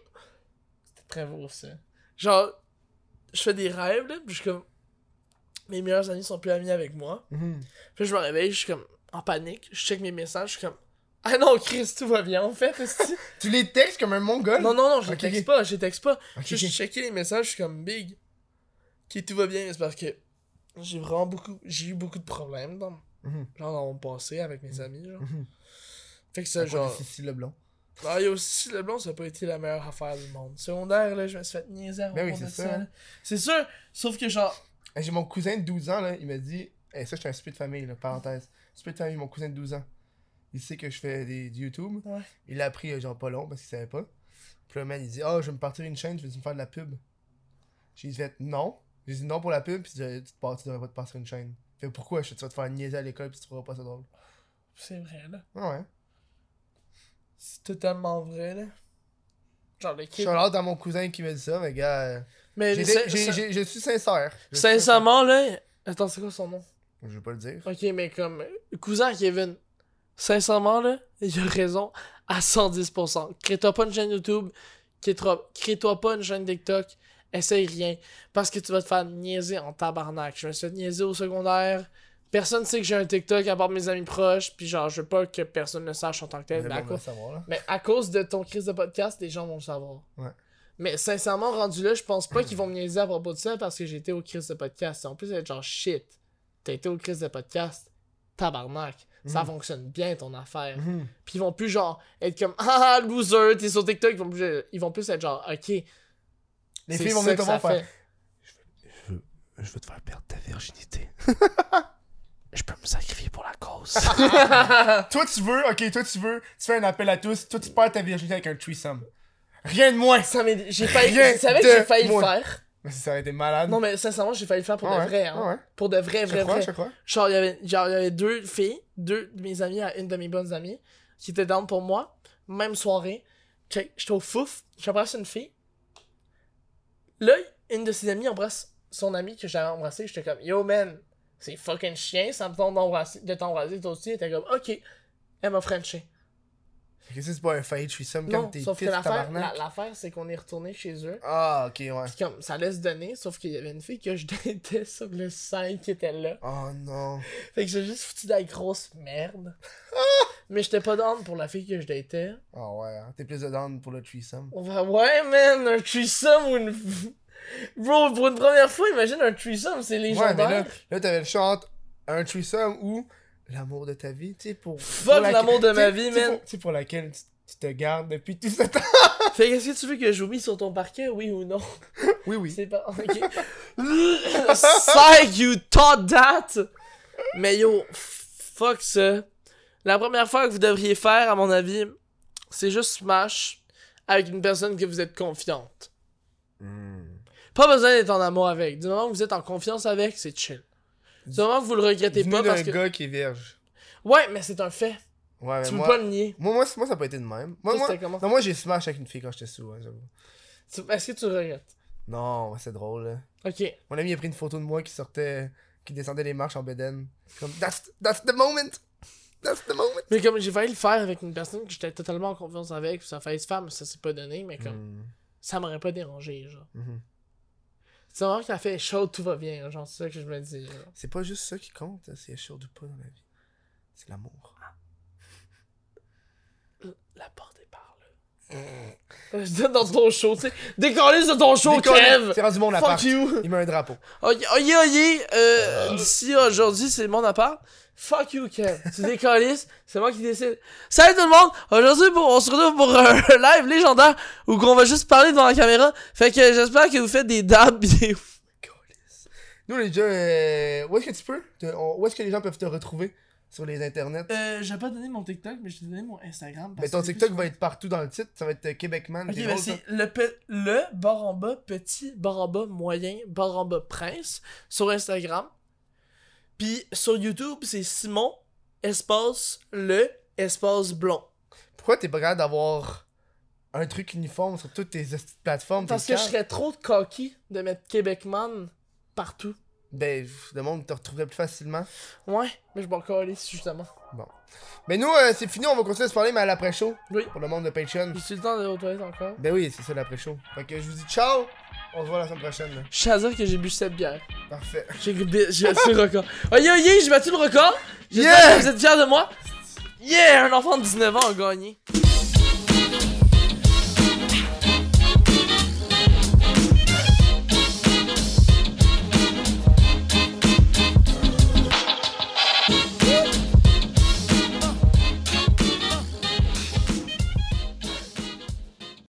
Speaker 2: très beau ça. Genre. Je fais des rêves, là, puis je suis comme. Mes meilleurs amis sont plus amis avec moi.
Speaker 1: Mhm.
Speaker 2: Puis je me réveille, je suis comme. En panique. Je check mes messages, je suis comme. Ah non, Chris, tout va bien en fait, esti.
Speaker 1: Tu les textes comme un mongol?
Speaker 2: Oh. Non, non, non, je les
Speaker 1: Ok,
Speaker 2: texte
Speaker 1: ok.
Speaker 2: pas, je les texte pas.
Speaker 1: Ok,
Speaker 2: Je, je
Speaker 1: ok.
Speaker 2: checkais les messages, je suis comme big. Qui tout va bien, mais c'est parce que j'ai vraiment beaucoup. J'ai eu beaucoup de problèmes dans,
Speaker 1: Mhm.
Speaker 2: genre dans mon passé avec mes amis. Genre.
Speaker 1: Mhm.
Speaker 2: Fait que ça, genre.
Speaker 1: C'est le blond.
Speaker 2: Ah, yo, si le blond, ça a pas été la meilleure affaire du monde. Secondaire, là, je me suis fait niaiser à
Speaker 1: Ben oui,
Speaker 2: propos de
Speaker 1: c'est ça.
Speaker 2: là. C'est sûr, sauf que genre.
Speaker 1: Hey, Ben, J'ai mon cousin de 12 ans, là, il m'a dit. eh, ça, je suis un split de famille, là, parenthèse. Split de famille, mon cousin de 12 ans. Il sait que je fais des, du YouTube.
Speaker 2: Ouais.
Speaker 1: Il l'a appris, euh, genre, pas long, parce qu'il savait pas. Puis le man, il dit Ah, je vais me partir une chaîne, je vais me faire de la pub. J'ai dit Fait, Non. J'ai dit non pour la pub, puis il dit, tu, te pars- tu devrais pas te partir une chaîne. Fait pourquoi je, Tu vas te faire niaiser à l'école, puis tu trouveras pas ça drôle.
Speaker 2: C'est vrai, là.
Speaker 1: Ah ouais.
Speaker 2: C'est totalement vrai, là. Genre, le
Speaker 1: Je
Speaker 2: kid.
Speaker 1: suis allé dans mon cousin qui me dit ça, mais gars. euh,
Speaker 2: Mais
Speaker 1: j'ai-
Speaker 2: sin-
Speaker 1: j'ai-
Speaker 2: sin-
Speaker 1: j'ai- Je suis sincère. Je suis sincère.
Speaker 2: sincèrement, là. Attends, c'est quoi son nom?
Speaker 1: Je vais pas le dire.
Speaker 2: Ok, mais comme euh, cousin à Kevin, sincèrement, là, il a raison à 110%. Crée-toi pas une chaîne YouTube, crée-toi crée-toi pas une chaîne TikTok, essaye rien, parce que tu vas te faire niaiser en tabarnak. Je me suis fait niaiser au secondaire, personne sait que j'ai un TikTok à part mes amis proches, puis genre, je veux pas que personne le sache en tant que tel,
Speaker 1: Mais
Speaker 2: mais
Speaker 1: bon,
Speaker 2: à
Speaker 1: on
Speaker 2: cause-
Speaker 1: va savoir, là.
Speaker 2: mais à cause de ton crise de podcast, les gens vont le savoir.
Speaker 1: Ouais.
Speaker 2: Mais sincèrement, rendu là, je pense pas qu'ils vont me niaiser à propos de ça parce que j'ai été au crise de podcast. En plus, être genre shit. T'as été au crise de podcast, tabarnak. Ça
Speaker 1: Mhm.
Speaker 2: fonctionne bien ton affaire.
Speaker 1: Mhm.
Speaker 2: Puis ils vont plus genre être comme (laughs) ah loser, t'es sur TikTok. Ils vont plus, ils vont plus être genre ok.
Speaker 1: Les
Speaker 2: c'est
Speaker 1: filles vont
Speaker 2: ça
Speaker 1: venir te
Speaker 2: que ça
Speaker 1: voir faire.
Speaker 2: fait.
Speaker 1: Je veux, Je veux te faire perdre ta
Speaker 2: (laughs)
Speaker 1: virginité.
Speaker 2: Je peux me sacrifier pour la cause.
Speaker 1: Toi, tu veux, ok, toi, tu veux, tu fais un appel à tous, toi, tu perds ta virginité avec un threesome. Rien de moins!
Speaker 2: Ça m'est- j'ai failli,
Speaker 1: Rien
Speaker 2: je savais que j'ai
Speaker 1: de
Speaker 2: failli le
Speaker 1: moins.
Speaker 2: faire.
Speaker 1: Mais ça aurait été malade.
Speaker 2: Non, mais sincèrement, j'ai failli le faire pour
Speaker 1: Ah ouais,
Speaker 2: de vrai, hein.
Speaker 1: ah ouais.
Speaker 2: Pour de vrai,
Speaker 1: je
Speaker 2: vrai,
Speaker 1: crois,
Speaker 2: vrai.
Speaker 1: je crois.
Speaker 2: Genre, il y avait, genre, il y avait deux filles, deux de mes amies, à une de mes bonnes amies, qui étaient down pour moi, même soirée. Check, J'étais au fouf, j'embrasse une fille. Là, une de ses amies embrasse son amie que j'avais embrassé. J'étais comme, yo man, c'est fucking chien, ça me tente d'embrasser- de t'embrasser toi aussi. Elle était comme, ok, elle m'a frenché.
Speaker 1: Ok, ça, c'est pas un failli threesome
Speaker 2: Non,
Speaker 1: comme tes
Speaker 2: sauf que
Speaker 1: petites
Speaker 2: l'affaire, la-
Speaker 1: tabarnak.
Speaker 2: l'affaire, c'est qu'on est retourné chez eux.
Speaker 1: Ah, ok, ouais.
Speaker 2: Puis comme, ça laisse donner, sauf qu'il y avait une fille que je (laughs) détais sur le 5 qui était là.
Speaker 1: Oh non.
Speaker 2: Fait que j'ai juste foutu de la grosse
Speaker 1: (laughs)
Speaker 2: merde. Mais j'étais pas down pour la fille que je datais.
Speaker 1: Ah ouais, hein. t'es plus de down pour le threesome.
Speaker 2: On va, ouais, man, un threesome ou une. (laughs) Bro, pour une première fois, imagine un threesome, c'est
Speaker 1: Ouais, mais
Speaker 2: légendaire.
Speaker 1: là, là t'avais le chant entre un threesome ou l'amour de ta vie, tu sais, pour.
Speaker 2: Fuck
Speaker 1: pour laquelle-
Speaker 2: l'amour de
Speaker 1: tu sais-
Speaker 2: ma vie,
Speaker 1: tu sais,
Speaker 2: man.
Speaker 1: pour- Tu sais, pour laquelle tu, tu te gardes depuis tout
Speaker 2: (laughs)
Speaker 1: ce temps.
Speaker 2: Fait que, est-ce que tu veux que j'oublie sur ton parquet, oui ou non
Speaker 1: Oui, oui.
Speaker 2: C'est pas.
Speaker 1: (laughs)
Speaker 2: Ok. Psych, you thought that! Mais yo, fuck ça. La première fois que vous devriez faire, à mon avis, c'est juste smash avec une personne que vous êtes confiante.
Speaker 1: Hmm.
Speaker 2: Pas besoin d'être en amour avec. Du moment que vous êtes en confiance avec, c'est chill. Du moment que vous le regrettez
Speaker 1: T'es
Speaker 2: pas
Speaker 1: pas
Speaker 2: parce
Speaker 1: d'un
Speaker 2: que.
Speaker 1: gars qui est vierge.
Speaker 2: Ouais, mais c'est un fait.
Speaker 1: Ouais, mais
Speaker 2: tu peux
Speaker 1: moi,
Speaker 2: pas le nier.
Speaker 1: moi, moi, c'est- moi, ça peut être de même. Moi,
Speaker 2: Toi,
Speaker 1: moi,
Speaker 2: c'était comment?
Speaker 1: non, moi, j'ai smash avec une fille quand j'étais sous, hein, j'avoue.
Speaker 2: Tu- Est-ce que tu le regrettes?
Speaker 1: Non, c'est drôle, là.
Speaker 2: Ok.
Speaker 1: Mon ami a pris une photo de moi qui sortait, qui descendait les marches en Beden. Comme, that's, that's the moment! That's the moment!
Speaker 2: Mais comme j'ai failli le faire avec une personne que j'étais totalement en confiance avec, puis ça a failli se faire, mais ça s'est pas donné, mais comme.
Speaker 1: Mm.
Speaker 2: Ça m'aurait pas dérangé, genre.
Speaker 1: Mhm.
Speaker 2: C'est vraiment que la fait chaud, tout va bien, genre, c'est ça que je me dis. genre.
Speaker 1: C'est pas juste ça qui compte, hein, c'est chaud ou pas dans la vie. C'est l'amour.
Speaker 2: La porte est par là. Euh, Je dis dans ton show, tu sais. Décollez de ton show,
Speaker 1: Décolle!
Speaker 2: crève!
Speaker 1: C'est rendu mon appart.
Speaker 2: Fuck you!
Speaker 1: Il met un drapeau.
Speaker 2: Oye, oye, oye, oh, euh, d'ici à aujourd'hui, c'est mon appart. Fuck you, Kev. Tu décollisses, (laughs) c'est moi qui décide. Salut tout le monde! Aujourd'hui, pour- on se retrouve pour un (laughs) live légendaire où qu'on va juste parler devant la caméra. Fait que j'espère que vous faites des dabs des...
Speaker 1: Nous, les gars, euh, où est-ce que tu peux? te- on- où est-ce que les gens peuvent te retrouver? Sur les internets.
Speaker 2: Euh, j'ai pas donné mon TikTok, mais j'ai donné mon Instagram.
Speaker 1: Mais ton TikTok va être partout dans le titre. Ça va être euh, Québecman.
Speaker 2: Ok,
Speaker 1: t'es
Speaker 2: ben
Speaker 1: drôle,
Speaker 2: c'est le, pe- le barre en bas petit, barre en bas moyen, barre en bas prince sur Instagram. Puis sur YouTube, c'est Simon, espace le, espace blond.
Speaker 1: Pourquoi t'es pas capable d'avoir un truc uniforme sur toutes tes esti de plateformes?
Speaker 2: Parce
Speaker 1: t'es
Speaker 2: que je
Speaker 1: calme?
Speaker 2: serais trop de coquille de mettre Québecman partout.
Speaker 1: Ben, le monde te retrouverait plus facilement.
Speaker 2: Ouais, mais je m'en calisse justement.
Speaker 1: Mais nous, euh, c'est fini, on va continuer de se parler, mais à l'après-show.
Speaker 2: Oui.
Speaker 1: Pour le monde de Patreon.
Speaker 2: J'ai eu le temps d'aller aux toilettes encore.
Speaker 1: Ben oui, c'est ça l'après-show. Fait que je vous dis ciao! On se voit la semaine prochaine. là.
Speaker 2: Je suis à dire que j'ai bu 7 bières.
Speaker 1: Parfait.
Speaker 2: J'ai bu- j'ai battu le record. Oh yeah, yeah, j'ai battu le record! J'espère
Speaker 1: Yeah!
Speaker 2: que vous êtes fiers de moi! Yeah! Un enfant de 19 ans a gagné.